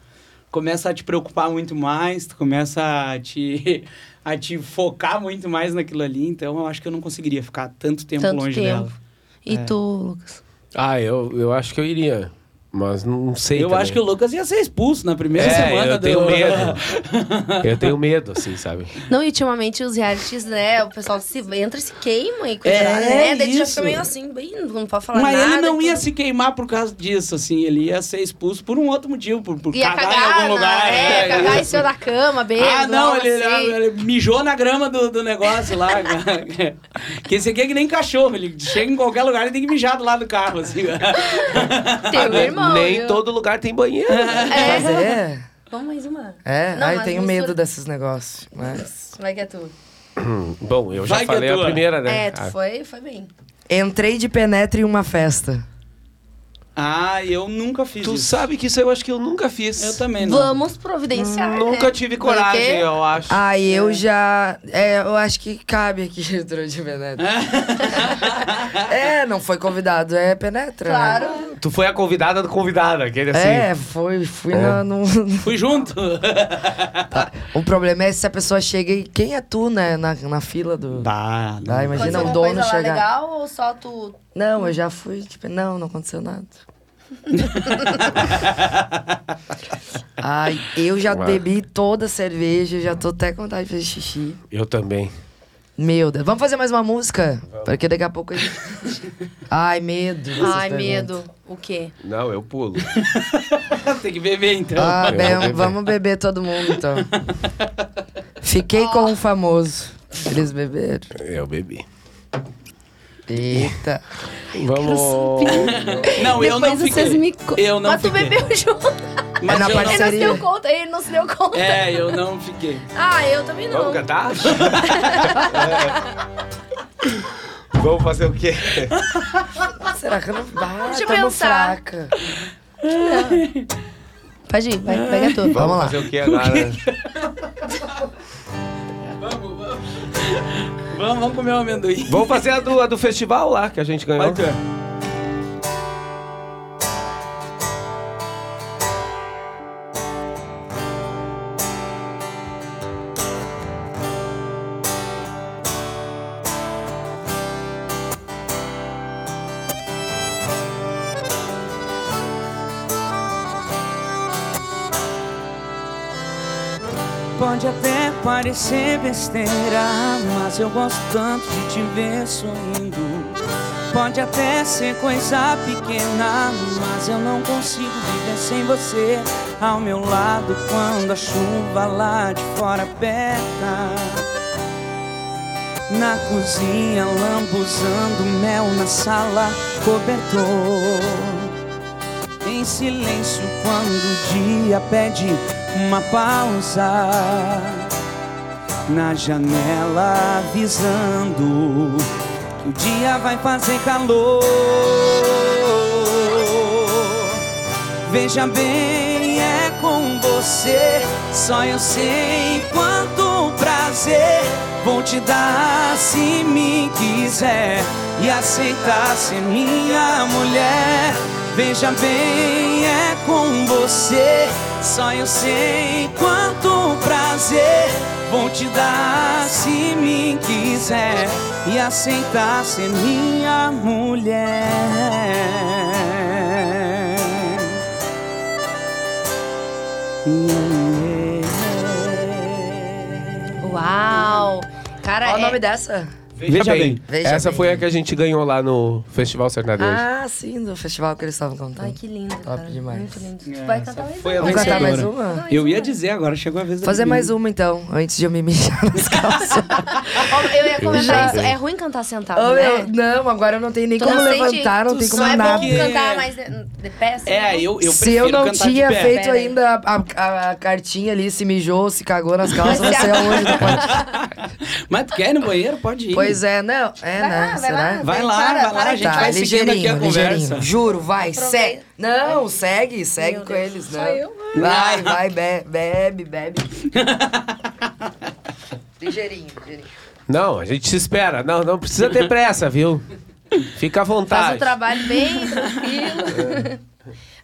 [SPEAKER 4] começa a te preocupar muito mais, tu começa a te, (laughs) a te focar muito mais naquilo ali, então eu acho que eu não conseguiria ficar tanto tempo
[SPEAKER 6] Tanto
[SPEAKER 4] longe
[SPEAKER 6] tempo.
[SPEAKER 4] dela.
[SPEAKER 6] E
[SPEAKER 4] É.
[SPEAKER 6] tu, Lucas?
[SPEAKER 2] Ah, eu, eu acho que eu iria. Mas não sei
[SPEAKER 4] eu
[SPEAKER 2] também.
[SPEAKER 4] acho que o Lucas ia ser expulso na primeira
[SPEAKER 2] É,
[SPEAKER 4] semana
[SPEAKER 2] eu
[SPEAKER 4] do...
[SPEAKER 2] tenho
[SPEAKER 4] (laughs)
[SPEAKER 2] medo. Eu tenho medo, assim,
[SPEAKER 6] (laughs)
[SPEAKER 2] sabe?
[SPEAKER 6] Não, e ultimamente os realities, né? O pessoal se entra e se queima e coisa,
[SPEAKER 4] É,
[SPEAKER 6] né? Daí tu já fica
[SPEAKER 4] isso.
[SPEAKER 6] meio assim, bem, não pode falar
[SPEAKER 4] Mas
[SPEAKER 6] nada. então.
[SPEAKER 4] ele não
[SPEAKER 6] e
[SPEAKER 4] ia
[SPEAKER 6] tudo.
[SPEAKER 4] se queimar por causa disso, assim, ele ia ser expulso por um outro motivo, por, por
[SPEAKER 6] Ia
[SPEAKER 4] cagar, em algum
[SPEAKER 6] na-
[SPEAKER 4] lugar.
[SPEAKER 6] É,
[SPEAKER 4] é,
[SPEAKER 6] cagar em
[SPEAKER 4] isso.
[SPEAKER 6] cima da cama, beijo.
[SPEAKER 4] Ah, não, ele,
[SPEAKER 6] assim.
[SPEAKER 4] ele mijou na grama do, do negócio lá.
[SPEAKER 6] (laughs)
[SPEAKER 4] que esse aqui é que nem cachorro, ele chega em qualquer lugar e tem que mijar do lado do carro, assim.
[SPEAKER 6] Teu um irmão.
[SPEAKER 2] Ah, Nem
[SPEAKER 6] viu?
[SPEAKER 2] todo lugar tem banheiro. né?
[SPEAKER 6] (laughs) É.
[SPEAKER 7] Fazer?
[SPEAKER 6] Vamos mais uma.
[SPEAKER 7] É,
[SPEAKER 6] Não,
[SPEAKER 7] ai,
[SPEAKER 6] mas
[SPEAKER 7] tenho
[SPEAKER 6] mistura-
[SPEAKER 7] medo desses negócios. mas-
[SPEAKER 6] Como é que é tu?
[SPEAKER 2] Bom, eu já
[SPEAKER 4] Vai que é
[SPEAKER 2] falei a
[SPEAKER 4] tua.
[SPEAKER 2] primeira, né?
[SPEAKER 6] É, tu
[SPEAKER 2] Ah,
[SPEAKER 6] foi, foi bem.
[SPEAKER 7] Entrei de penetra em uma festa.
[SPEAKER 4] ah, eu nunca fiz
[SPEAKER 2] tu
[SPEAKER 4] isso.
[SPEAKER 2] sabe que isso eu acho que eu nunca fiz.
[SPEAKER 4] Eu também não.
[SPEAKER 6] Vamos providenciar.
[SPEAKER 2] Nunca
[SPEAKER 6] né?
[SPEAKER 2] tive
[SPEAKER 6] Porque-
[SPEAKER 2] coragem, eu acho.
[SPEAKER 7] Ai, eu já. É, eu acho que cabe aqui (laughs) entrou
[SPEAKER 2] (laughs)
[SPEAKER 7] de penetra. é, não foi convidado, é penetra. né?
[SPEAKER 6] Claro.
[SPEAKER 2] Tu foi a convidada do convidado, aquele assim.
[SPEAKER 7] É, foi, fui na, num-
[SPEAKER 4] Fui junto.
[SPEAKER 7] O problema é se a pessoa chega e quem é tu, né? Na, na fila do.
[SPEAKER 4] Bah,
[SPEAKER 7] Ah, imagina
[SPEAKER 6] Aconteceu
[SPEAKER 7] o
[SPEAKER 6] alguma
[SPEAKER 7] dono
[SPEAKER 6] coisa lá
[SPEAKER 7] chegar.
[SPEAKER 6] legal ou só tu...
[SPEAKER 7] Não, eu já fui, tipo, não, não
[SPEAKER 2] (laughs)
[SPEAKER 7] aconteceu nada. Ai, eu já
[SPEAKER 2] Ué.
[SPEAKER 7] bebi toda a cerveja, já tô até com vontade de fazer xixi.
[SPEAKER 2] Eu também.
[SPEAKER 7] Meu Deus. Vamos fazer mais uma música? Porque daqui a pouco a gente.
[SPEAKER 2] (laughs)
[SPEAKER 7] Ai, medo. dessas
[SPEAKER 6] Ai,
[SPEAKER 7] perguntas.
[SPEAKER 6] medo. O quê?
[SPEAKER 2] Não, eu pulo. (laughs)
[SPEAKER 4] Tem que beber então.
[SPEAKER 7] Ah,
[SPEAKER 2] Eu
[SPEAKER 7] bem,
[SPEAKER 2] vou beber.
[SPEAKER 7] vamos beber todo mundo então. Fiquei com um famoso. Eles beberam.
[SPEAKER 2] Eu bebi.
[SPEAKER 7] Eita.
[SPEAKER 2] Vamos.
[SPEAKER 4] Não, eu não
[SPEAKER 6] Depois
[SPEAKER 4] fiquei.
[SPEAKER 6] vocês me... co-
[SPEAKER 4] Eu não
[SPEAKER 6] Mas tu
[SPEAKER 4] fiquei.
[SPEAKER 6] bebeu (laughs) junto.
[SPEAKER 7] É na
[SPEAKER 4] eu não-
[SPEAKER 6] Ele não se
[SPEAKER 7] parceria.
[SPEAKER 6] deu conta, ele não se deu conta.
[SPEAKER 4] É, eu não fiquei.
[SPEAKER 6] Ah, eu também não.
[SPEAKER 2] Vamos
[SPEAKER 6] (laughs)
[SPEAKER 2] cantar? Vamos fazer o quê?
[SPEAKER 7] Será que eu não. Ah,
[SPEAKER 6] Deixa eu
[SPEAKER 7] tamo
[SPEAKER 6] pensar.
[SPEAKER 7] fraca.
[SPEAKER 6] Pode ir, vai, pega tu.
[SPEAKER 7] Vamos lá.
[SPEAKER 2] Fazer o quê agora?
[SPEAKER 4] Vamos, vamos comer um amendoim.
[SPEAKER 2] Vamos fazer a do, a do festival lá que a gente ganhou.
[SPEAKER 4] Vai, tu.
[SPEAKER 5] Quando
[SPEAKER 1] Pode até parecer besteira, mas eu gosto tanto de te ver sorrindo. Pode até ser coisa pequena, mas eu não consigo viver sem você ao meu lado quando a chuva lá de fora aperta. Na cozinha, lambuzando mel na sala, cobertor. Em silêncio, quando o dia pede uma pausa. Na janela, avisando que o dia vai fazer calor. Veja bem, é com você. Só eu sei quanto prazer vou te dar se me quiser e aceitar ser minha mulher. Veja bem, é com você. Só eu sei quanto prazer vou te dar se me quiser e aceitar ser minha mulher.
[SPEAKER 6] Uau! Cara,
[SPEAKER 7] Qual
[SPEAKER 6] é-
[SPEAKER 7] o nome dessa?
[SPEAKER 2] Veja,
[SPEAKER 4] Veja
[SPEAKER 2] bem.
[SPEAKER 4] bem.
[SPEAKER 7] Veja
[SPEAKER 2] Essa
[SPEAKER 7] bem.
[SPEAKER 2] foi a que a gente ganhou lá no Festival Sertanejo.
[SPEAKER 7] Ah, sim, do festival que eles estavam
[SPEAKER 6] Ai,
[SPEAKER 7] contando.
[SPEAKER 6] que lindo,
[SPEAKER 7] Top
[SPEAKER 6] cara.
[SPEAKER 7] demais.
[SPEAKER 6] Muito lindo. Tu
[SPEAKER 4] É,
[SPEAKER 6] vai
[SPEAKER 4] essa
[SPEAKER 6] cantar mais um?
[SPEAKER 4] foi a
[SPEAKER 6] uma.
[SPEAKER 7] Vamos cantar mais uma?
[SPEAKER 6] Não,
[SPEAKER 4] Eu
[SPEAKER 6] isso
[SPEAKER 4] ia
[SPEAKER 6] não.
[SPEAKER 4] dizer agora, chegou a vez da
[SPEAKER 7] Fazer
[SPEAKER 4] Bibiana.
[SPEAKER 7] mais uma então, antes de eu me mijar (laughs) nas calças.
[SPEAKER 6] Eu ia
[SPEAKER 7] já-
[SPEAKER 6] comentar isso. É ruim cantar sentado,
[SPEAKER 7] Ô,
[SPEAKER 6] né?
[SPEAKER 7] meu, não, agora eu não tenho nem
[SPEAKER 6] Tu
[SPEAKER 7] como
[SPEAKER 6] não sente-
[SPEAKER 7] levantar, não
[SPEAKER 6] tu
[SPEAKER 7] tem como
[SPEAKER 6] só
[SPEAKER 7] nada.
[SPEAKER 6] é bom cantar mais de, de pé, assim,
[SPEAKER 4] É,
[SPEAKER 6] né?
[SPEAKER 4] eu, eu
[SPEAKER 7] um. se eu
[SPEAKER 4] prefiro
[SPEAKER 7] não
[SPEAKER 4] cantar de
[SPEAKER 7] tinha
[SPEAKER 4] pé.
[SPEAKER 7] feito
[SPEAKER 6] Pera aí.
[SPEAKER 7] ainda a, a- a cartinha ali, se mijou, se cagou nas calças, é
[SPEAKER 6] Mas
[SPEAKER 7] não
[SPEAKER 6] se
[SPEAKER 7] sei aonde. não pode.
[SPEAKER 4] Mas tu quer ir no banheiro? Pode ir.
[SPEAKER 7] Pois é, não. É,
[SPEAKER 6] Vai
[SPEAKER 7] né?
[SPEAKER 6] lá, vai
[SPEAKER 7] será?
[SPEAKER 6] lá.
[SPEAKER 4] Vai lá,
[SPEAKER 6] Para,
[SPEAKER 4] vai lá,
[SPEAKER 6] para,
[SPEAKER 4] a gente vai seguindo aqui a conversa.
[SPEAKER 7] Tá, Juro, vai,
[SPEAKER 6] Aproveita.
[SPEAKER 7] segue. Não, segue, segue
[SPEAKER 6] Meu
[SPEAKER 7] com
[SPEAKER 6] Deus,
[SPEAKER 7] eles,
[SPEAKER 6] só
[SPEAKER 7] né?
[SPEAKER 6] eu?
[SPEAKER 7] Vai, vai, be-
[SPEAKER 6] (laughs)
[SPEAKER 7] bebe, bebe. ligeirinho, ligeirinho.
[SPEAKER 2] Não, a gente se espera. Não, não precisa ter pressa, viu? Fica à vontade.
[SPEAKER 6] Faz o trabalho
[SPEAKER 4] (laughs)
[SPEAKER 6] bem
[SPEAKER 4] É.
[SPEAKER 6] tranquilo.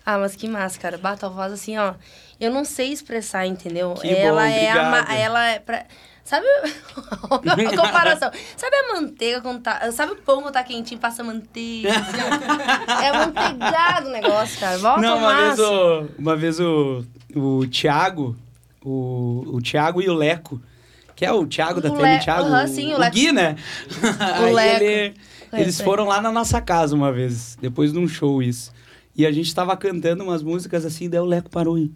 [SPEAKER 6] ah, mas que máscara. Bato a voz assim, ó. Eu não sei expressar, entendeu?
[SPEAKER 4] Que
[SPEAKER 6] ela
[SPEAKER 4] bom,
[SPEAKER 6] é a ma-
[SPEAKER 4] obrigado.
[SPEAKER 6] ela é pra- Sabe (laughs) a comparação? Sabe a manteiga quando tá. Sabe o pão quando tá quentinho,
[SPEAKER 4] (laughs)
[SPEAKER 6] passa manteiga? assim, ó? é manteigado o negócio, cara. Volta
[SPEAKER 4] Não,
[SPEAKER 6] ao
[SPEAKER 4] uma vez,
[SPEAKER 6] máximo.
[SPEAKER 4] o, uma vez o, o Thiago, o, o Thiago e o Leco, que é o Thiago da
[SPEAKER 6] O
[SPEAKER 4] TV,
[SPEAKER 6] Le-
[SPEAKER 4] Thiago,
[SPEAKER 6] aham, sim, o
[SPEAKER 4] o,
[SPEAKER 6] Leco.
[SPEAKER 4] Gui, né?
[SPEAKER 6] O
[SPEAKER 4] (laughs) Aí
[SPEAKER 6] Leco. é.
[SPEAKER 4] ele- eles
[SPEAKER 6] Conheço ele.
[SPEAKER 4] foram lá na nossa casa uma vez, depois de um show isso. E a gente tava cantando umas músicas assim, daí o Leco parou e...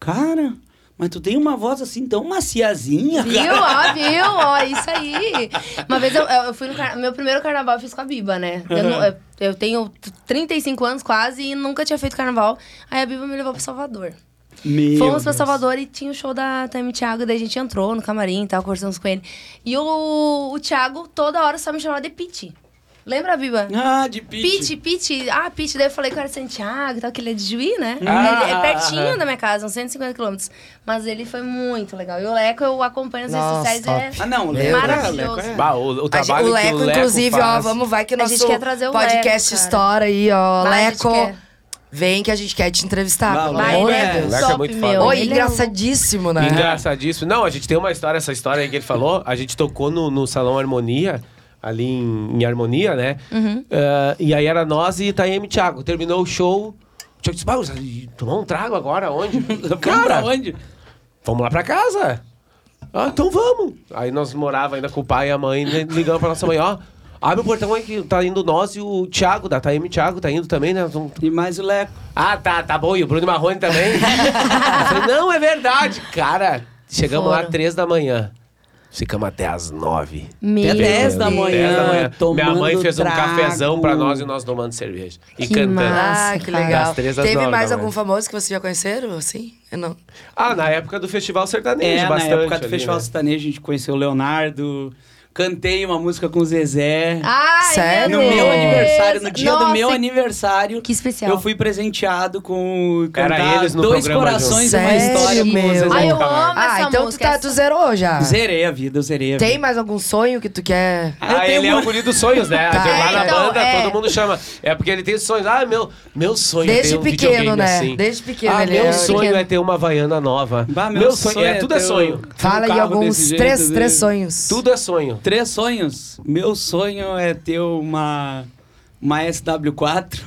[SPEAKER 4] Cara, mas tu tem uma voz assim tão maciazinha, (laughs)
[SPEAKER 6] Viu?
[SPEAKER 4] cara."
[SPEAKER 6] Ó, viu? Ó, isso aí. Uma vez eu, eu eu fui no carna- meu primeiro carnaval eu fiz com a Biba, né? Eu,
[SPEAKER 4] Aham.
[SPEAKER 6] não- eu- eu tenho 35 anos quase e nunca tinha feito carnaval. Aí a Biba me levou pra Salvador.
[SPEAKER 4] Meu
[SPEAKER 6] Fomos pra
[SPEAKER 4] Deus.
[SPEAKER 6] Salvador e tinha o show da Tami Thiago, daí a gente entrou no camarim e tal, conversamos com ele. E o, o Thiago toda hora só me chamava de Pete. Lembra, Biba?
[SPEAKER 4] Ah, de pitch.
[SPEAKER 6] Pete, Pete, ah, Pete, daí eu falei que eu era de Santiago e tal, que ele é de Juí, né?
[SPEAKER 4] Ah,
[SPEAKER 6] ele é pertinho
[SPEAKER 4] ah.
[SPEAKER 6] da minha casa, uns 150 quilômetros. Mas ele foi muito legal. E o Leco, eu acompanho as redes
[SPEAKER 7] Nossa,
[SPEAKER 6] sociais,
[SPEAKER 7] top.
[SPEAKER 6] ele é
[SPEAKER 4] Ah, não, o Leco, é, o
[SPEAKER 6] maravilhoso.
[SPEAKER 4] Leco é...
[SPEAKER 2] Bah, o, o
[SPEAKER 7] A gente-
[SPEAKER 2] trabalho
[SPEAKER 7] o Leco,
[SPEAKER 2] que o Leco
[SPEAKER 7] inclusive, ó,
[SPEAKER 2] faz.
[SPEAKER 7] vamos, vai que
[SPEAKER 6] A
[SPEAKER 7] nosso
[SPEAKER 6] gente quer trazer o
[SPEAKER 7] podcast
[SPEAKER 6] Leco, cara.
[SPEAKER 7] estoura aí, ó.
[SPEAKER 6] Vai, a gente
[SPEAKER 7] Leco,
[SPEAKER 6] quer.
[SPEAKER 7] vem que a gente quer te entrevistar,
[SPEAKER 4] Vai,
[SPEAKER 7] pelo
[SPEAKER 4] vai,
[SPEAKER 7] amor
[SPEAKER 6] ele
[SPEAKER 7] de
[SPEAKER 6] é
[SPEAKER 7] Deus.
[SPEAKER 2] Leco é
[SPEAKER 6] top,
[SPEAKER 2] muito
[SPEAKER 6] meu.
[SPEAKER 2] foda.
[SPEAKER 7] Ô,
[SPEAKER 6] Ele é um-
[SPEAKER 7] engraçadíssimo, né?
[SPEAKER 2] Engraçadíssimo. Não, a gente tem uma história, essa história aí que ele falou. A gente tocou no, no Salão Harmonia, ali em, em Harmonia, né?
[SPEAKER 4] Uhum.
[SPEAKER 2] Eh, e aí era nós e Taeme e Thiago. Terminou o show. O Thiago disse: "Bah, você- tomar um trago
[SPEAKER 4] (laughs)
[SPEAKER 2] agora? Onde?
[SPEAKER 4] Vamos pra
[SPEAKER 2] Cara,
[SPEAKER 4] onde?
[SPEAKER 2] vamos lá pra casa. Ah, então vamos. Aí nós morava ainda com o pai e a mãe, né, ligamos pra nossa mãe, ó. Abre o portão aí que tá indo nós e o Thiago, da Taeme e Thiago, tá indo também, né? Vamos-
[SPEAKER 4] E mais o Leco.
[SPEAKER 2] ah, tá, tá bom. E o Bruno Marrone também? Eu falei, não, é verdade. Cara, chegamos lá
[SPEAKER 6] Foram.
[SPEAKER 2] às três da manhã. Ficamos até às nove.
[SPEAKER 6] Meu
[SPEAKER 4] Até 10 da
[SPEAKER 6] Deus.
[SPEAKER 4] manhã.
[SPEAKER 2] Dez da manhã. Minha
[SPEAKER 4] tomando
[SPEAKER 2] mãe fez um
[SPEAKER 4] trago.
[SPEAKER 2] cafezão pra nós e nós tomando cerveja. E
[SPEAKER 6] Que
[SPEAKER 2] cantando.
[SPEAKER 6] massa.
[SPEAKER 7] Ah, que
[SPEAKER 6] cara.
[SPEAKER 7] legal.
[SPEAKER 2] Das três né? às
[SPEAKER 7] Teve
[SPEAKER 2] nove
[SPEAKER 7] mais
[SPEAKER 2] da
[SPEAKER 7] algum
[SPEAKER 2] manhã.
[SPEAKER 7] famoso que vocês já conheceram, assim? Eu não.
[SPEAKER 2] Ah, na época do Festival Sertanejo,
[SPEAKER 4] É, na
[SPEAKER 2] bastante.
[SPEAKER 4] época do
[SPEAKER 2] ali,
[SPEAKER 4] Festival
[SPEAKER 2] né?
[SPEAKER 4] Sertanejo, a gente conheceu o Leonardo. Cantei uma música com o Zezé.
[SPEAKER 6] Ai,
[SPEAKER 7] Sério?
[SPEAKER 4] no
[SPEAKER 6] Deus.
[SPEAKER 4] meu aniversário, no dia do
[SPEAKER 6] Ah, Nossa,
[SPEAKER 4] meu aniversário,
[SPEAKER 6] Que especial.
[SPEAKER 4] eu fui presenteado com
[SPEAKER 2] Era
[SPEAKER 4] cantar
[SPEAKER 2] eles no
[SPEAKER 4] Dois
[SPEAKER 2] programa,
[SPEAKER 4] Corações e uma
[SPEAKER 7] Sério,
[SPEAKER 4] História com o
[SPEAKER 7] meu?
[SPEAKER 4] Zezé.
[SPEAKER 6] Ai, eu
[SPEAKER 2] Camargo.
[SPEAKER 6] amo
[SPEAKER 7] Ah,
[SPEAKER 6] essa
[SPEAKER 7] então tu,
[SPEAKER 6] música.
[SPEAKER 7] tá, tu zerou já.
[SPEAKER 4] Zerei a vida, eu zerei a
[SPEAKER 7] Tem
[SPEAKER 4] vida.
[SPEAKER 7] mais algum sonho que tu quer?
[SPEAKER 4] Eu
[SPEAKER 2] Ah,
[SPEAKER 4] tenho
[SPEAKER 2] ele é
[SPEAKER 4] uma-
[SPEAKER 2] o guri dos sonhos, né?
[SPEAKER 7] Tá.
[SPEAKER 2] Lá na
[SPEAKER 6] Então,
[SPEAKER 2] banda,
[SPEAKER 6] é.
[SPEAKER 2] todo mundo chama. É porque ele tem sonhos. Ah, meu, meu sonho é ter
[SPEAKER 7] Desde
[SPEAKER 2] um
[SPEAKER 7] pequeno,
[SPEAKER 2] videogame
[SPEAKER 7] né?
[SPEAKER 2] assim.
[SPEAKER 7] Desde pequeno
[SPEAKER 2] ah,
[SPEAKER 7] ele
[SPEAKER 2] meu
[SPEAKER 7] é-
[SPEAKER 2] sonho
[SPEAKER 6] pequeno.
[SPEAKER 2] é ter uma Havaiana nova.
[SPEAKER 4] Bah,
[SPEAKER 2] meu, sonho, é, tudo é
[SPEAKER 4] ter um-
[SPEAKER 2] sonho.
[SPEAKER 7] Fala
[SPEAKER 4] um
[SPEAKER 7] aí
[SPEAKER 4] carro
[SPEAKER 7] alguns
[SPEAKER 4] desse jeito,
[SPEAKER 7] três,
[SPEAKER 4] né?
[SPEAKER 7] três sonhos.
[SPEAKER 2] Tudo é sonho.
[SPEAKER 4] Três sonhos. Meu sonho é ter uma, uma SW4.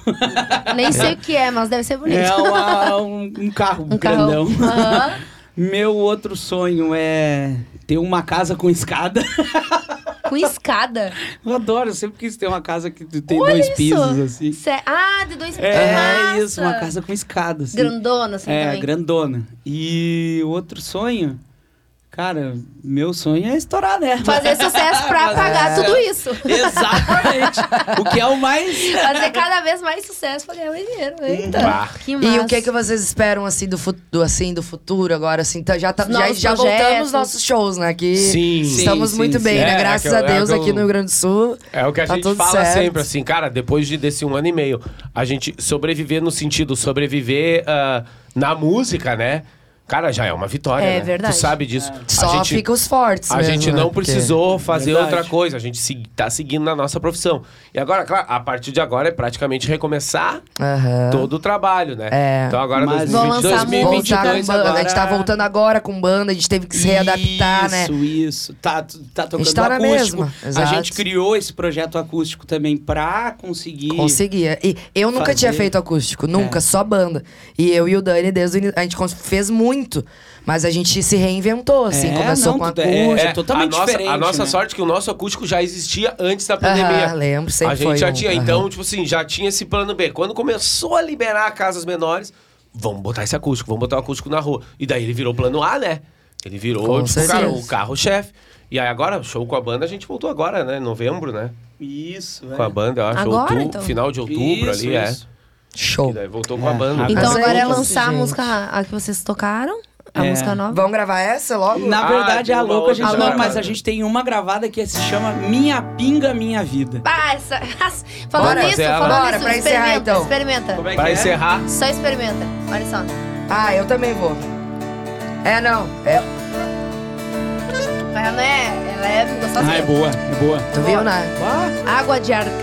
[SPEAKER 4] (laughs)
[SPEAKER 6] Nem sei o que é, mas deve ser bonito.
[SPEAKER 4] é uma- um, um carro
[SPEAKER 6] Um carrão.
[SPEAKER 4] grandão.
[SPEAKER 6] Aham.
[SPEAKER 4] Meu outro sonho é ter uma casa com escada.
[SPEAKER 6] (laughs) Com escada.
[SPEAKER 4] Eu adoro, eu sempre quis ter uma casa que tem
[SPEAKER 6] Olha
[SPEAKER 4] dois
[SPEAKER 6] isso.
[SPEAKER 4] pisos, assim.
[SPEAKER 6] Cé- Ah, de dois pisos.
[SPEAKER 4] É,
[SPEAKER 6] massa.
[SPEAKER 4] isso, uma casa com escada, assim.
[SPEAKER 6] Grandona, assim,
[SPEAKER 4] é,
[SPEAKER 6] também.
[SPEAKER 4] grandona. E outro sonho, cara, meu sonho é estourar, né?
[SPEAKER 6] Fazer sucesso pra
[SPEAKER 4] (laughs) Fazer
[SPEAKER 6] pagar
[SPEAKER 4] sucesso.
[SPEAKER 6] tudo isso.
[SPEAKER 4] Exatamente. o que é o
[SPEAKER 6] (laughs)
[SPEAKER 4] mais...
[SPEAKER 6] Fazer cada vez mais sucesso pra ganhar mais dinheiro. né?
[SPEAKER 7] Uhum.
[SPEAKER 6] Eita,
[SPEAKER 2] Bah.
[SPEAKER 6] que massa.
[SPEAKER 7] E o que é que vocês esperam assim do futuro, assim, do futuro agora assim, tá- já tá,
[SPEAKER 6] Os
[SPEAKER 7] já,
[SPEAKER 6] novos
[SPEAKER 7] já
[SPEAKER 6] projetos.
[SPEAKER 7] voltamos aos nossos shows, né, que
[SPEAKER 2] Sim.
[SPEAKER 7] estamos
[SPEAKER 4] Sim,
[SPEAKER 7] muito
[SPEAKER 4] sim,
[SPEAKER 7] bem,
[SPEAKER 2] sim.
[SPEAKER 7] né?
[SPEAKER 2] É,
[SPEAKER 7] Graças
[SPEAKER 2] é que eu-
[SPEAKER 7] a
[SPEAKER 2] é que
[SPEAKER 7] Deus
[SPEAKER 2] eu-
[SPEAKER 7] aqui no Rio Grande do Sul.
[SPEAKER 2] É o que a
[SPEAKER 7] Tá
[SPEAKER 2] gente
[SPEAKER 7] tudo
[SPEAKER 2] fala
[SPEAKER 7] certo.
[SPEAKER 2] sempre, assim, cara, depois de, desse um ano e meio, a gente sobreviver no sentido, sobreviver ah, na música, né? Cara, já é uma vitória.
[SPEAKER 6] É
[SPEAKER 2] né?
[SPEAKER 6] verdade.
[SPEAKER 2] Tu sabe disso.
[SPEAKER 7] É. Só
[SPEAKER 2] a gente,
[SPEAKER 7] fica os fortes
[SPEAKER 2] a
[SPEAKER 7] mesmo,
[SPEAKER 2] gente
[SPEAKER 7] né?
[SPEAKER 2] não
[SPEAKER 7] Porque-
[SPEAKER 2] precisou fazer
[SPEAKER 4] Verdade.
[SPEAKER 2] outra coisa, a gente se, tá seguindo na nossa profissão. E agora, claro, a partir de agora é praticamente recomeçar
[SPEAKER 7] Aham.
[SPEAKER 2] todo o trabalho, né?
[SPEAKER 7] Tá. É.
[SPEAKER 2] Então agora
[SPEAKER 4] Mas-
[SPEAKER 2] 2020,
[SPEAKER 6] Vão lançar
[SPEAKER 7] Voltar com
[SPEAKER 2] 2022
[SPEAKER 7] banda,
[SPEAKER 2] agora.
[SPEAKER 7] a gente tá voltando agora com banda, a gente teve que se readaptar, né?
[SPEAKER 4] Isso, isso. Tá, tá tocando
[SPEAKER 7] gente tá na
[SPEAKER 4] acústico.
[SPEAKER 7] mesma,
[SPEAKER 4] A
[SPEAKER 7] exato.
[SPEAKER 4] gente criou esse projeto acústico também pra conseguir...
[SPEAKER 7] Conseguia. E eu nunca tinha
[SPEAKER 4] Fazer.
[SPEAKER 7] feito acústico, nunca, só banda. E eu e o Dani, desde o início, a gente cons- fez muito, mas a gente se reinventou, assim,
[SPEAKER 4] É,
[SPEAKER 7] começou
[SPEAKER 4] não,
[SPEAKER 7] com
[SPEAKER 4] tudo- é-
[SPEAKER 7] acústico.
[SPEAKER 4] é totalmente
[SPEAKER 2] a nossa,
[SPEAKER 4] diferente,
[SPEAKER 2] A nossa
[SPEAKER 4] né?
[SPEAKER 2] sorte é que o nosso acústico já existia antes da
[SPEAKER 7] Aham,
[SPEAKER 2] pandemia.
[SPEAKER 7] lembro, sempre
[SPEAKER 2] A gente
[SPEAKER 7] foi
[SPEAKER 2] já
[SPEAKER 7] um,
[SPEAKER 2] tinha,
[SPEAKER 7] aham.
[SPEAKER 2] então, tipo assim, já tinha esse plano B. Quando começou a liberar casas menores, vamos botar esse acústico, vamos botar o acústico na rua. E daí ele virou plano A, né? Ele virou,
[SPEAKER 7] Com
[SPEAKER 2] tipo, cara,
[SPEAKER 7] certeza.
[SPEAKER 2] o carro-chefe. E aí agora, show com a banda, a gente voltou agora, né? Em novembro, né?
[SPEAKER 4] Isso,
[SPEAKER 2] Com a
[SPEAKER 4] é.
[SPEAKER 2] banda, eu acho.
[SPEAKER 6] Agora,
[SPEAKER 2] outubro,
[SPEAKER 6] então?
[SPEAKER 2] Final de outubro
[SPEAKER 4] Isso,
[SPEAKER 2] ali, é.
[SPEAKER 4] isso.
[SPEAKER 2] E
[SPEAKER 7] Show.
[SPEAKER 2] daí voltou com a
[SPEAKER 4] É.
[SPEAKER 2] banda.
[SPEAKER 4] Agora-
[SPEAKER 6] Então
[SPEAKER 7] Mas é
[SPEAKER 6] agora é
[SPEAKER 7] isso,
[SPEAKER 6] lançar a
[SPEAKER 7] gente.
[SPEAKER 6] música a que vocês tocaram, a
[SPEAKER 4] É.
[SPEAKER 6] música nova.
[SPEAKER 7] Vamos gravar essa logo?
[SPEAKER 4] Na
[SPEAKER 2] Ah,
[SPEAKER 4] verdade,
[SPEAKER 2] tem
[SPEAKER 4] a
[SPEAKER 2] uma
[SPEAKER 4] louca a gente
[SPEAKER 2] outra
[SPEAKER 4] não,
[SPEAKER 2] gravada.
[SPEAKER 4] mas a gente tem uma gravada que se chama Minha Pinga Minha Vida.
[SPEAKER 6] Ah, essa... falando
[SPEAKER 7] Bora.
[SPEAKER 6] isso,
[SPEAKER 2] Fazer ela.
[SPEAKER 6] falando
[SPEAKER 7] Bora,
[SPEAKER 6] isso,
[SPEAKER 7] pra encerrar,
[SPEAKER 6] experimenta,
[SPEAKER 7] então.
[SPEAKER 6] experimenta.
[SPEAKER 4] é
[SPEAKER 2] Pra encerrar,
[SPEAKER 6] Só experimenta, olha só.
[SPEAKER 7] Ah, eu também vou. É, não. É,
[SPEAKER 6] Ela não é, ela é gostosa.
[SPEAKER 4] Ah, é boa, é boa.
[SPEAKER 7] tu viu, né?
[SPEAKER 4] Ah,
[SPEAKER 6] Água de arcanjo.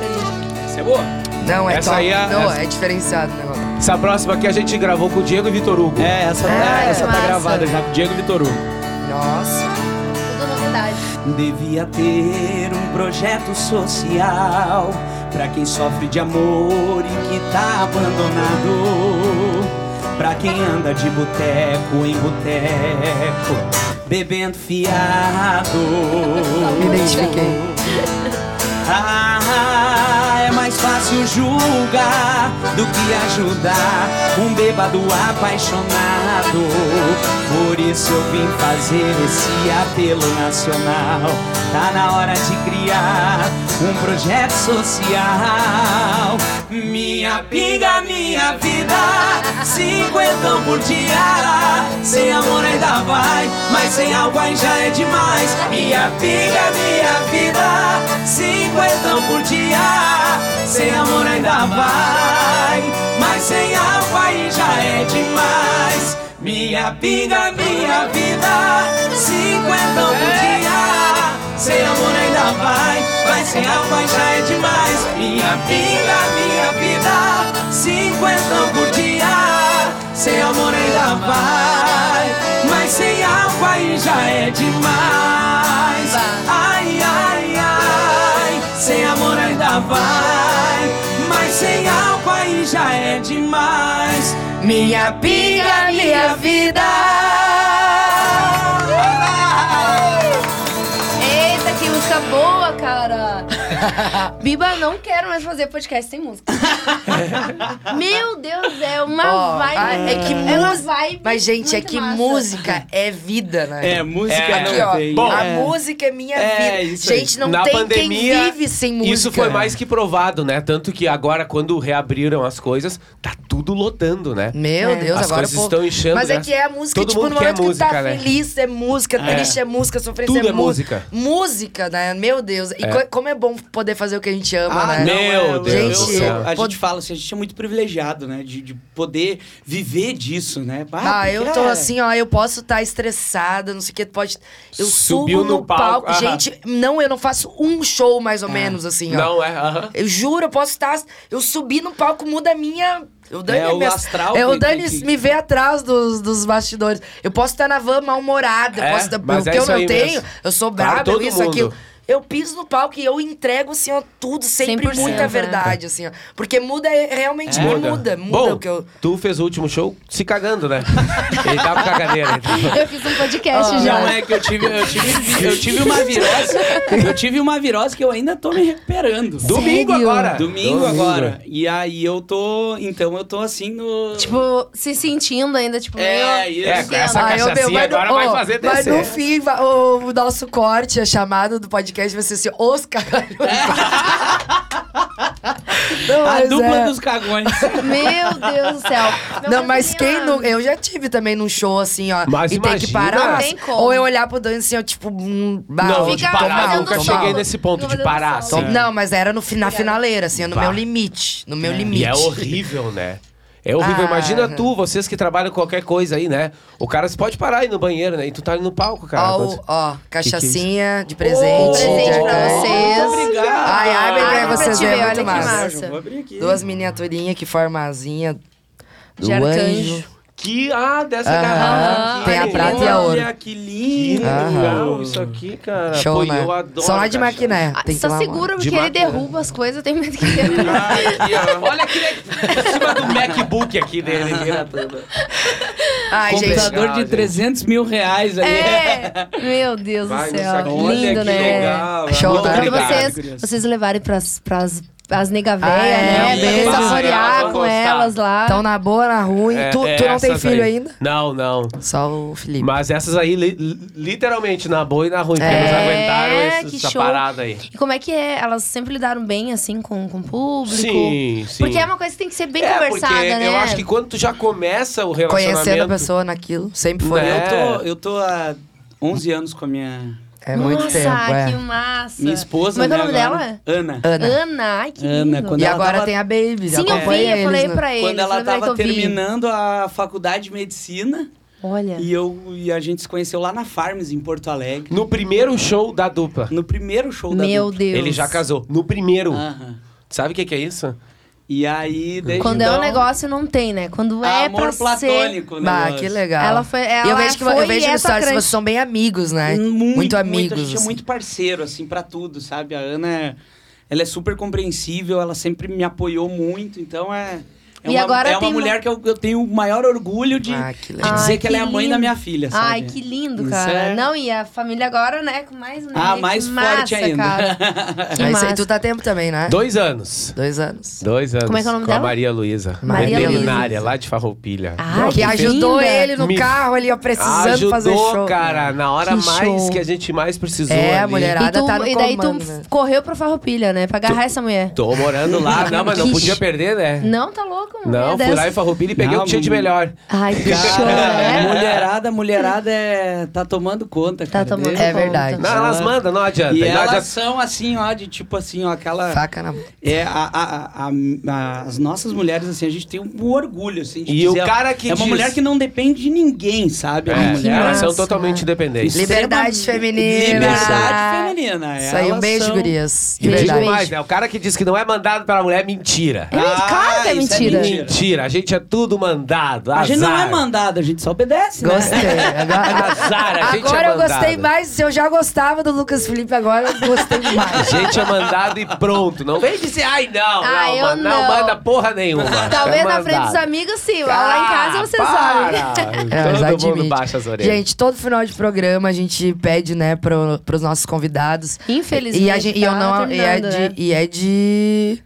[SPEAKER 4] essa é boa.
[SPEAKER 7] Não, é
[SPEAKER 2] Essa
[SPEAKER 7] top.
[SPEAKER 2] aí é-
[SPEAKER 7] não,
[SPEAKER 2] essa-
[SPEAKER 7] é diferenciado o negócio.
[SPEAKER 2] essa próxima aqui a gente gravou com o Diego e Vitor Hugo.
[SPEAKER 4] É, essa,
[SPEAKER 7] Ah,
[SPEAKER 4] é, essa tá
[SPEAKER 6] que massa.
[SPEAKER 4] gravada já com o Diego Vitor Hugo.
[SPEAKER 7] Nossa.
[SPEAKER 6] Tudo novidade.
[SPEAKER 4] Devia ter um projeto social Pra quem sofre de amor e que tá abandonado Pra quem anda de boteco em boteco Bebendo fiado
[SPEAKER 7] Me identifiquei.
[SPEAKER 4] Ah, é mais fácil julgar do que ajudar um bêbado apaixonado. Por isso eu vim fazer esse apelo nacional. Tá na hora de criar um projeto social. Minha pinga, minha vida, cinquentão por dia. Sem amor ainda vai, mas sem água aí já é demais. Minha pinga, minha vida, cinquentão por dia. Sem amor ainda vai, mas sem água aí já é demais. Minha pinga, minha vida, cinquentão por dia. Sem amor ainda vai, mas sem água aí já é demais. Minha pinga, minha vida, cinquentão por dia. Sem amor ainda vai, mas sem água aí já é demais. Ai, ai, ai, sem amor ainda vai, mas sem água aí já é demais. Minha pinga, minha vida.
[SPEAKER 6] Eita, que música boa,
[SPEAKER 7] (laughs)
[SPEAKER 6] cara! Biba, não quero mais fazer podcast sem
[SPEAKER 7] (laughs)
[SPEAKER 6] música. Meu Deus, é uma
[SPEAKER 7] Ó,
[SPEAKER 6] vibe.
[SPEAKER 7] ai, é que
[SPEAKER 6] é uma
[SPEAKER 7] mus-
[SPEAKER 6] vibe.
[SPEAKER 7] Mas, gente, é
[SPEAKER 6] muito
[SPEAKER 7] que
[SPEAKER 6] massa.
[SPEAKER 7] música é vida, né?
[SPEAKER 4] música
[SPEAKER 7] Aqui, ó.
[SPEAKER 2] Bom,
[SPEAKER 7] a
[SPEAKER 2] é.
[SPEAKER 7] música é minha
[SPEAKER 4] É,
[SPEAKER 7] vida.
[SPEAKER 4] isso aí.
[SPEAKER 7] Gente, não
[SPEAKER 2] Na
[SPEAKER 7] tem
[SPEAKER 2] pandemia,
[SPEAKER 7] quem vive sem música.
[SPEAKER 2] Isso foi mais que provado, né? Tanto que agora, quando reabriram as coisas, tá tudo lotando, né?
[SPEAKER 7] Meu Deus,
[SPEAKER 2] As
[SPEAKER 7] agora
[SPEAKER 2] coisas
[SPEAKER 7] pô-
[SPEAKER 2] estão enchendo,
[SPEAKER 7] Mas é
[SPEAKER 2] né?
[SPEAKER 7] que é a música,
[SPEAKER 2] Todo
[SPEAKER 7] tipo,
[SPEAKER 2] mundo
[SPEAKER 7] no
[SPEAKER 2] quer
[SPEAKER 7] momento que tu tá
[SPEAKER 2] música, né?
[SPEAKER 7] feliz, é música, triste é música, sofrência
[SPEAKER 2] Tudo é
[SPEAKER 7] mu-
[SPEAKER 2] música.
[SPEAKER 7] Música, né? Meu Deus. E co- como é bom poder fazer o que a gente ama, né?
[SPEAKER 2] Ah, não, Meu
[SPEAKER 4] é, eu-
[SPEAKER 2] Deus
[SPEAKER 4] eu
[SPEAKER 7] do
[SPEAKER 4] sou-
[SPEAKER 7] céu.
[SPEAKER 4] a
[SPEAKER 7] Pô-
[SPEAKER 4] gente fala assim, a gente é muito privilegiado, né? De, de poder viver disso, né? Bah,
[SPEAKER 7] Ah,
[SPEAKER 4] porque
[SPEAKER 7] eu tô
[SPEAKER 4] é-
[SPEAKER 7] assim, ó, eu posso estar estressada, não sei o que, pode. Eu
[SPEAKER 2] Subiu
[SPEAKER 7] subo
[SPEAKER 2] no
[SPEAKER 7] no, palco.
[SPEAKER 2] palco, aham.
[SPEAKER 7] Gente, não, eu não faço um show mais ou menos, assim, ó.
[SPEAKER 2] Não, é. aham.
[SPEAKER 7] Eu juro, eu posso estar. Eu subi no palco, muda a minha. O Dani,
[SPEAKER 4] É, o
[SPEAKER 7] minha-
[SPEAKER 4] astral
[SPEAKER 7] é, o
[SPEAKER 4] que-
[SPEAKER 7] Dani
[SPEAKER 4] que-
[SPEAKER 7] me vê atrás dos, dos bastidores. Eu posso estar na van mal-humorada, eu
[SPEAKER 2] É,
[SPEAKER 7] posso estar-
[SPEAKER 2] mas é
[SPEAKER 7] porque eu
[SPEAKER 2] isso
[SPEAKER 7] não
[SPEAKER 2] aí
[SPEAKER 7] tenho,
[SPEAKER 2] mesmo.
[SPEAKER 7] eu sou
[SPEAKER 2] Claro,
[SPEAKER 7] brabo,
[SPEAKER 2] todo
[SPEAKER 7] isso,
[SPEAKER 2] mundo.
[SPEAKER 7] aquilo. Eu piso no palco e eu entrego, assim, ó, tudo, sempre
[SPEAKER 6] 100%,
[SPEAKER 7] muita
[SPEAKER 6] né?
[SPEAKER 7] verdade, assim, ó. Porque muda, é- realmente me muda, muda,
[SPEAKER 2] Bom,
[SPEAKER 7] o que eu.
[SPEAKER 2] tu fez o último show se cagando, né? Ele tava com caganeira.
[SPEAKER 7] (laughs)
[SPEAKER 2] então.
[SPEAKER 6] Eu fiz um podcast já.
[SPEAKER 4] Não, é que eu tive, eu, tive, eu tive uma virose. Eu tive uma virose que eu ainda tô me recuperando.
[SPEAKER 2] Domingo
[SPEAKER 6] Sério?
[SPEAKER 2] agora.
[SPEAKER 4] Domingo agora. E aí eu tô. Então eu tô assim no.
[SPEAKER 6] Tipo, se sentindo ainda, tipo,
[SPEAKER 4] É,
[SPEAKER 6] meio...
[SPEAKER 4] isso.
[SPEAKER 2] É, com essa
[SPEAKER 7] Ah, eu, meu,
[SPEAKER 2] cachaçinha
[SPEAKER 7] vai no-
[SPEAKER 2] agora vai
[SPEAKER 7] ó,
[SPEAKER 2] fazer
[SPEAKER 7] Mas
[SPEAKER 2] descer.
[SPEAKER 7] no fim, vai- o, o nosso corte, a chamada do podcast vai ser assim,
[SPEAKER 2] (laughs)
[SPEAKER 7] os cagalhões. Não,
[SPEAKER 4] a
[SPEAKER 7] mas
[SPEAKER 4] dupla
[SPEAKER 7] é.
[SPEAKER 4] dos cagões.
[SPEAKER 6] (laughs) Meu Deus do céu.
[SPEAKER 7] Não, mas quem
[SPEAKER 6] não
[SPEAKER 7] não. Eu já tive também num show assim, ó.
[SPEAKER 2] Mas
[SPEAKER 7] e ter que
[SPEAKER 2] imagina.
[SPEAKER 7] parar.
[SPEAKER 6] Não tem como. tipo,
[SPEAKER 7] Ou eu olhar pro Dan assim, ó, tipo, hum, bah,
[SPEAKER 2] Não,
[SPEAKER 7] ó,
[SPEAKER 2] de
[SPEAKER 6] Fica
[SPEAKER 7] tô
[SPEAKER 2] parar.
[SPEAKER 7] mal,
[SPEAKER 6] fazendo
[SPEAKER 2] nunca
[SPEAKER 7] tô
[SPEAKER 6] solo.
[SPEAKER 2] cheguei
[SPEAKER 7] mal.
[SPEAKER 2] nesse ponto
[SPEAKER 6] Fica
[SPEAKER 2] de
[SPEAKER 6] fazendo
[SPEAKER 2] parar.
[SPEAKER 6] solo.
[SPEAKER 2] assim.
[SPEAKER 7] Tô- Não, mas era no, fi- na
[SPEAKER 6] Obrigada.
[SPEAKER 7] finaleira, assim, ó, no
[SPEAKER 2] Bah.
[SPEAKER 7] meu limite. No meu limite.
[SPEAKER 2] E é horrível, né? É horrível.
[SPEAKER 7] Ah.
[SPEAKER 2] Imagina tu, vocês que trabalham com qualquer coisa aí, né? O cara se pode parar aí no banheiro, né? E tu tá ali no palco, cara.
[SPEAKER 7] Ó,
[SPEAKER 2] Quando-
[SPEAKER 7] o- ó, cachaçinha de presente.
[SPEAKER 6] Oh, presente
[SPEAKER 7] de
[SPEAKER 6] pra
[SPEAKER 7] alcance.
[SPEAKER 6] vocês.
[SPEAKER 4] Obrigado.
[SPEAKER 7] Ai,
[SPEAKER 6] Abre
[SPEAKER 7] abre pra
[SPEAKER 6] pra
[SPEAKER 7] vocês
[SPEAKER 6] te ver,
[SPEAKER 7] verem,
[SPEAKER 6] olha
[SPEAKER 7] muito
[SPEAKER 6] que
[SPEAKER 7] massa.
[SPEAKER 6] massa.
[SPEAKER 4] Eu vou abrir aqui.
[SPEAKER 7] Duas miniaturinhas que forma a asinha do
[SPEAKER 6] De arcanjo.
[SPEAKER 7] anjo.
[SPEAKER 2] Que, ah, dessa
[SPEAKER 7] Aham.
[SPEAKER 2] garrafa.
[SPEAKER 7] Tem a
[SPEAKER 2] Que
[SPEAKER 7] prata e a ouro.
[SPEAKER 4] Olha que
[SPEAKER 2] Que
[SPEAKER 4] lindo.
[SPEAKER 2] legal isso aqui, cara.
[SPEAKER 7] Show,
[SPEAKER 2] Ah, Pô,
[SPEAKER 7] né?
[SPEAKER 2] eu adoro.
[SPEAKER 7] Só lá de
[SPEAKER 2] cara.
[SPEAKER 7] maquiné.
[SPEAKER 6] Ah,
[SPEAKER 7] Tem que
[SPEAKER 6] Só
[SPEAKER 7] tomar
[SPEAKER 6] segura,
[SPEAKER 2] De
[SPEAKER 6] porque ele
[SPEAKER 2] máquina.
[SPEAKER 6] derruba as coisas, eu tenho medo que ele...
[SPEAKER 2] Ai, aqui, ó. Olha aqui, né? Em cima do MacBook aqui dele. aqui na tampa.
[SPEAKER 7] uma. Ai, gente.
[SPEAKER 4] Computador
[SPEAKER 2] legal,
[SPEAKER 4] de
[SPEAKER 2] gente.
[SPEAKER 4] 300 mil reais ali.
[SPEAKER 6] É! Meu Deus
[SPEAKER 2] Vai
[SPEAKER 6] do
[SPEAKER 2] nisso
[SPEAKER 6] céu.
[SPEAKER 2] aqui.
[SPEAKER 4] Olha
[SPEAKER 6] Lindo,
[SPEAKER 4] que
[SPEAKER 6] né?
[SPEAKER 4] legal.
[SPEAKER 7] Show,
[SPEAKER 6] Bom,
[SPEAKER 7] né?
[SPEAKER 6] pra
[SPEAKER 2] Obrigado,
[SPEAKER 6] vocês,
[SPEAKER 4] gurias.
[SPEAKER 6] vocês levarem pras, pras, as nega véia,
[SPEAKER 7] Ah, é, Então,
[SPEAKER 6] né? Bem
[SPEAKER 7] isso.
[SPEAKER 2] Ah,
[SPEAKER 6] saborear
[SPEAKER 2] elas
[SPEAKER 6] com
[SPEAKER 2] vão gostar.
[SPEAKER 6] elas lá.
[SPEAKER 7] Tão na boa, na ruim.
[SPEAKER 2] É,
[SPEAKER 7] tu
[SPEAKER 2] é,
[SPEAKER 7] tu não tem
[SPEAKER 2] essas
[SPEAKER 7] filho
[SPEAKER 2] aí.
[SPEAKER 7] ainda?
[SPEAKER 2] Não, não.
[SPEAKER 7] Só o Felipe.
[SPEAKER 2] Mas essas aí, li- li- literalmente, na boa e na ruim, porque
[SPEAKER 6] É,
[SPEAKER 2] eles aguentaram esse-
[SPEAKER 6] que
[SPEAKER 2] essa
[SPEAKER 6] show.
[SPEAKER 2] parada aí.
[SPEAKER 6] E como é que é? Elas sempre lidaram bem, assim, com, com o público?
[SPEAKER 2] Sim, sim.
[SPEAKER 6] Porque é uma coisa que tem que ser bem
[SPEAKER 2] É,
[SPEAKER 6] conversada,
[SPEAKER 2] porque
[SPEAKER 6] né?
[SPEAKER 2] eu acho que quando tu já começa o relacionamento...
[SPEAKER 7] Conhecendo a pessoa naquilo, sempre foi.
[SPEAKER 2] Né?
[SPEAKER 4] Eu tô, eu tô há 11 anos com a minha,
[SPEAKER 7] É muito
[SPEAKER 6] Nossa,
[SPEAKER 7] tempo, é.
[SPEAKER 6] que massa.
[SPEAKER 4] minha esposa.
[SPEAKER 6] Como é que é o
[SPEAKER 4] né,
[SPEAKER 6] nome
[SPEAKER 4] agora.
[SPEAKER 6] dela?
[SPEAKER 4] Ana.
[SPEAKER 7] Ana.
[SPEAKER 6] Ana. Ai, que
[SPEAKER 4] Ana,
[SPEAKER 6] lindo.
[SPEAKER 4] quando
[SPEAKER 7] E
[SPEAKER 4] ela
[SPEAKER 7] agora
[SPEAKER 4] tava-
[SPEAKER 7] tem a Baby.
[SPEAKER 6] Sim, eu vi,
[SPEAKER 7] acompanha
[SPEAKER 6] eu
[SPEAKER 7] eles,
[SPEAKER 6] falei
[SPEAKER 7] né?
[SPEAKER 6] pra ele.
[SPEAKER 4] Quando ela
[SPEAKER 6] eu falei pra
[SPEAKER 4] tava
[SPEAKER 6] ele É que eu vi.
[SPEAKER 4] terminando a faculdade de medicina
[SPEAKER 6] Olha.
[SPEAKER 4] e, eu, e a gente se conheceu lá na Farms, em Porto Alegre.
[SPEAKER 2] No primeiro show da dupla,
[SPEAKER 4] No primeiro show da
[SPEAKER 6] Meu
[SPEAKER 4] dupla.
[SPEAKER 6] Deus. Ah.
[SPEAKER 2] ele já casou. No primeiro.
[SPEAKER 4] Aham.
[SPEAKER 2] Sabe o que, que é isso?
[SPEAKER 4] E aí, desde
[SPEAKER 6] Quando é um
[SPEAKER 4] então, ah,
[SPEAKER 6] negócio, não tem, né? Quando é pra
[SPEAKER 4] amor platônico, né?
[SPEAKER 7] Bah, que legal.
[SPEAKER 6] Ela foi-
[SPEAKER 7] e eu
[SPEAKER 6] ela
[SPEAKER 7] vejo que
[SPEAKER 6] foi
[SPEAKER 7] eu
[SPEAKER 6] e
[SPEAKER 7] vejo no
[SPEAKER 6] é tua
[SPEAKER 7] stories que
[SPEAKER 6] crush.
[SPEAKER 7] vocês são bem amigos, né?
[SPEAKER 4] A
[SPEAKER 7] amigos.
[SPEAKER 4] gente é muito parceiro, assim, pra tudo, sabe? A Ana, é- ela é super compreensível, ela sempre me apoiou muito, então é... É
[SPEAKER 6] E
[SPEAKER 4] uma,
[SPEAKER 6] agora
[SPEAKER 4] é
[SPEAKER 6] tem um-
[SPEAKER 4] uma
[SPEAKER 6] uma-
[SPEAKER 4] mulher que eu, eu tenho o maior orgulho de,
[SPEAKER 7] Ah, que
[SPEAKER 4] de
[SPEAKER 7] legal.
[SPEAKER 4] dizer
[SPEAKER 6] Ai,
[SPEAKER 4] que, ela é a mãe
[SPEAKER 6] lindo.
[SPEAKER 4] da minha filha, sabe?
[SPEAKER 6] Ai, que lindo,
[SPEAKER 4] Isso
[SPEAKER 6] cara.
[SPEAKER 4] é-
[SPEAKER 6] Não, e a família agora, né? Com mais um
[SPEAKER 4] Ah,
[SPEAKER 6] neném,
[SPEAKER 4] mais
[SPEAKER 6] que
[SPEAKER 4] forte
[SPEAKER 6] massa,
[SPEAKER 4] ainda. (laughs)
[SPEAKER 6] Cara. Que
[SPEAKER 7] Mas
[SPEAKER 6] massa.
[SPEAKER 7] aí tu tá tempo também, né?
[SPEAKER 2] Dois anos.
[SPEAKER 7] Dois anos.
[SPEAKER 2] Dois anos.
[SPEAKER 6] Como é que é o nome
[SPEAKER 2] com a
[SPEAKER 6] dela?
[SPEAKER 2] Maria Luísa.
[SPEAKER 7] Maria
[SPEAKER 2] Veterinária,
[SPEAKER 6] Luísa.
[SPEAKER 2] lá de Farroupilha.
[SPEAKER 6] Ah,
[SPEAKER 7] que ajudou
[SPEAKER 6] linda.
[SPEAKER 7] ele no
[SPEAKER 2] Me-
[SPEAKER 7] carro ali, ó, precisando
[SPEAKER 2] Ajudou,
[SPEAKER 7] fazer show.
[SPEAKER 2] cara, na hora
[SPEAKER 6] Que
[SPEAKER 2] mais
[SPEAKER 6] show.
[SPEAKER 2] que a gente mais precisou
[SPEAKER 7] É,
[SPEAKER 2] ali.
[SPEAKER 7] mulherada.
[SPEAKER 6] E, tu-
[SPEAKER 7] tá no
[SPEAKER 6] e daí
[SPEAKER 7] comando,
[SPEAKER 6] tu
[SPEAKER 7] né?
[SPEAKER 6] correu pra Farroupilha, né? Pra agarrar essa mulher.
[SPEAKER 2] Tô morando
[SPEAKER 6] (laughs)
[SPEAKER 2] lá, não, mas não
[SPEAKER 6] Que
[SPEAKER 2] podia
[SPEAKER 6] ch-
[SPEAKER 2] perder, né?
[SPEAKER 6] Não, tá louco, uma
[SPEAKER 2] Não,
[SPEAKER 6] mulher
[SPEAKER 2] fui lá
[SPEAKER 6] dessa.
[SPEAKER 2] em Farroupilha e peguei o
[SPEAKER 4] Não,
[SPEAKER 2] que tinha de
[SPEAKER 4] menino.
[SPEAKER 2] melhor.
[SPEAKER 6] Ai, que show,
[SPEAKER 4] Cara,
[SPEAKER 6] né?
[SPEAKER 4] (laughs) mulherada, mulherada é, tá tomando conta,
[SPEAKER 6] Tá
[SPEAKER 4] cara.
[SPEAKER 6] tomando
[SPEAKER 4] Deus.
[SPEAKER 7] É verdade.
[SPEAKER 2] Não, elas mandam, não adianta.
[SPEAKER 4] E
[SPEAKER 2] não
[SPEAKER 4] elas
[SPEAKER 2] adianta.
[SPEAKER 4] são assim, ó, de tipo assim, ó, aquela...
[SPEAKER 7] Faca na boca.
[SPEAKER 4] É, a, a- a- a- as nossas mulheres, assim, a gente tem um orgulho, assim, de
[SPEAKER 2] E
[SPEAKER 4] dizer,
[SPEAKER 2] o cara que
[SPEAKER 4] É uma
[SPEAKER 2] diz-
[SPEAKER 4] mulher que não depende de ninguém, sabe? É uma
[SPEAKER 2] É,
[SPEAKER 4] mulher...
[SPEAKER 2] elas são
[SPEAKER 6] massa.
[SPEAKER 2] totalmente independentes.
[SPEAKER 7] Liberdade
[SPEAKER 4] extrema-
[SPEAKER 7] feminina.
[SPEAKER 4] Liberdade feminina. é,
[SPEAKER 7] Isso aí, um
[SPEAKER 4] Elas
[SPEAKER 7] beijo,
[SPEAKER 4] são-
[SPEAKER 7] gurias.
[SPEAKER 2] E
[SPEAKER 7] De
[SPEAKER 2] digo
[SPEAKER 7] verdade.
[SPEAKER 2] mais, né? O cara que diz que não é mandado pela mulher é mentira.
[SPEAKER 6] É mentira, claro que é
[SPEAKER 4] Ah, isso
[SPEAKER 6] mentira.
[SPEAKER 2] Mentira, a gente é tudo mandado.
[SPEAKER 4] A gente não é
[SPEAKER 2] azar.
[SPEAKER 4] mandada, a gente só obedece, né?
[SPEAKER 7] Gostei. Agora,
[SPEAKER 2] Azar, a gente é
[SPEAKER 7] agora eu
[SPEAKER 2] mandado.
[SPEAKER 7] gostei mais. Se eu já gostava do Lucas Felipe, agora eu gostei
[SPEAKER 2] A
[SPEAKER 7] demais.
[SPEAKER 2] gente é mandado e pronto. Não vem dizer, ai não,
[SPEAKER 6] Ah,
[SPEAKER 2] não,
[SPEAKER 6] eu
[SPEAKER 2] mano, não,
[SPEAKER 6] não.
[SPEAKER 2] manda porra nenhuma.
[SPEAKER 6] tá (laughs) Talvez
[SPEAKER 2] É
[SPEAKER 6] na frente dos
[SPEAKER 2] mandado.
[SPEAKER 6] amigos, sim. mas lá em casa você
[SPEAKER 2] Ah, (laughs)
[SPEAKER 6] (laughs) sabe.
[SPEAKER 2] para.
[SPEAKER 7] É, mas
[SPEAKER 2] Todo
[SPEAKER 7] admite.
[SPEAKER 2] mundo baixa as orelhas.
[SPEAKER 7] Gente, todo final de programa a gente pede, né, pro, pros nossos convidados.
[SPEAKER 6] Infelizmente,
[SPEAKER 7] E, a gente, e eu
[SPEAKER 6] tá
[SPEAKER 7] não. E é,
[SPEAKER 6] terminando,
[SPEAKER 7] de,
[SPEAKER 6] né?
[SPEAKER 7] e é de.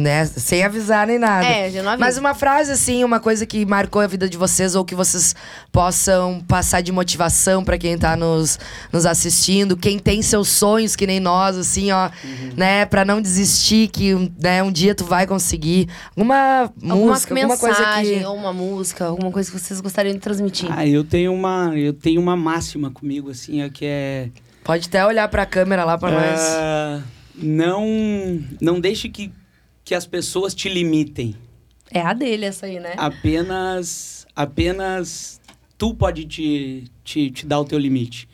[SPEAKER 7] Né, sem avisar nem nada.
[SPEAKER 6] É, já não avisa.
[SPEAKER 7] Mas uma frase, assim, uma coisa que marcou a vida de vocês ou que vocês possam passar de motivação pra quem tá nos, nos assistindo, quem tem seus sonhos, que nem nós, assim, ó,
[SPEAKER 2] Uhum.
[SPEAKER 7] né? Pra não desistir, que né, um dia tu vai conseguir. Alguma música, alguma coisa
[SPEAKER 6] né? mensagem,
[SPEAKER 7] que.
[SPEAKER 6] ou uma música, alguma coisa que vocês gostariam de transmitir.
[SPEAKER 4] (laughs) Ah, eu tenho uma, eu tenho uma máxima comigo assim, é que é
[SPEAKER 7] Pode até olhar pra câmera lá pra
[SPEAKER 2] É.
[SPEAKER 7] nós.
[SPEAKER 4] ah, não não deixe que que as pessoas te limitem.
[SPEAKER 6] É a dele essa aí, né?
[SPEAKER 4] Apenas apenas tu pode te, te, te dar o teu limite.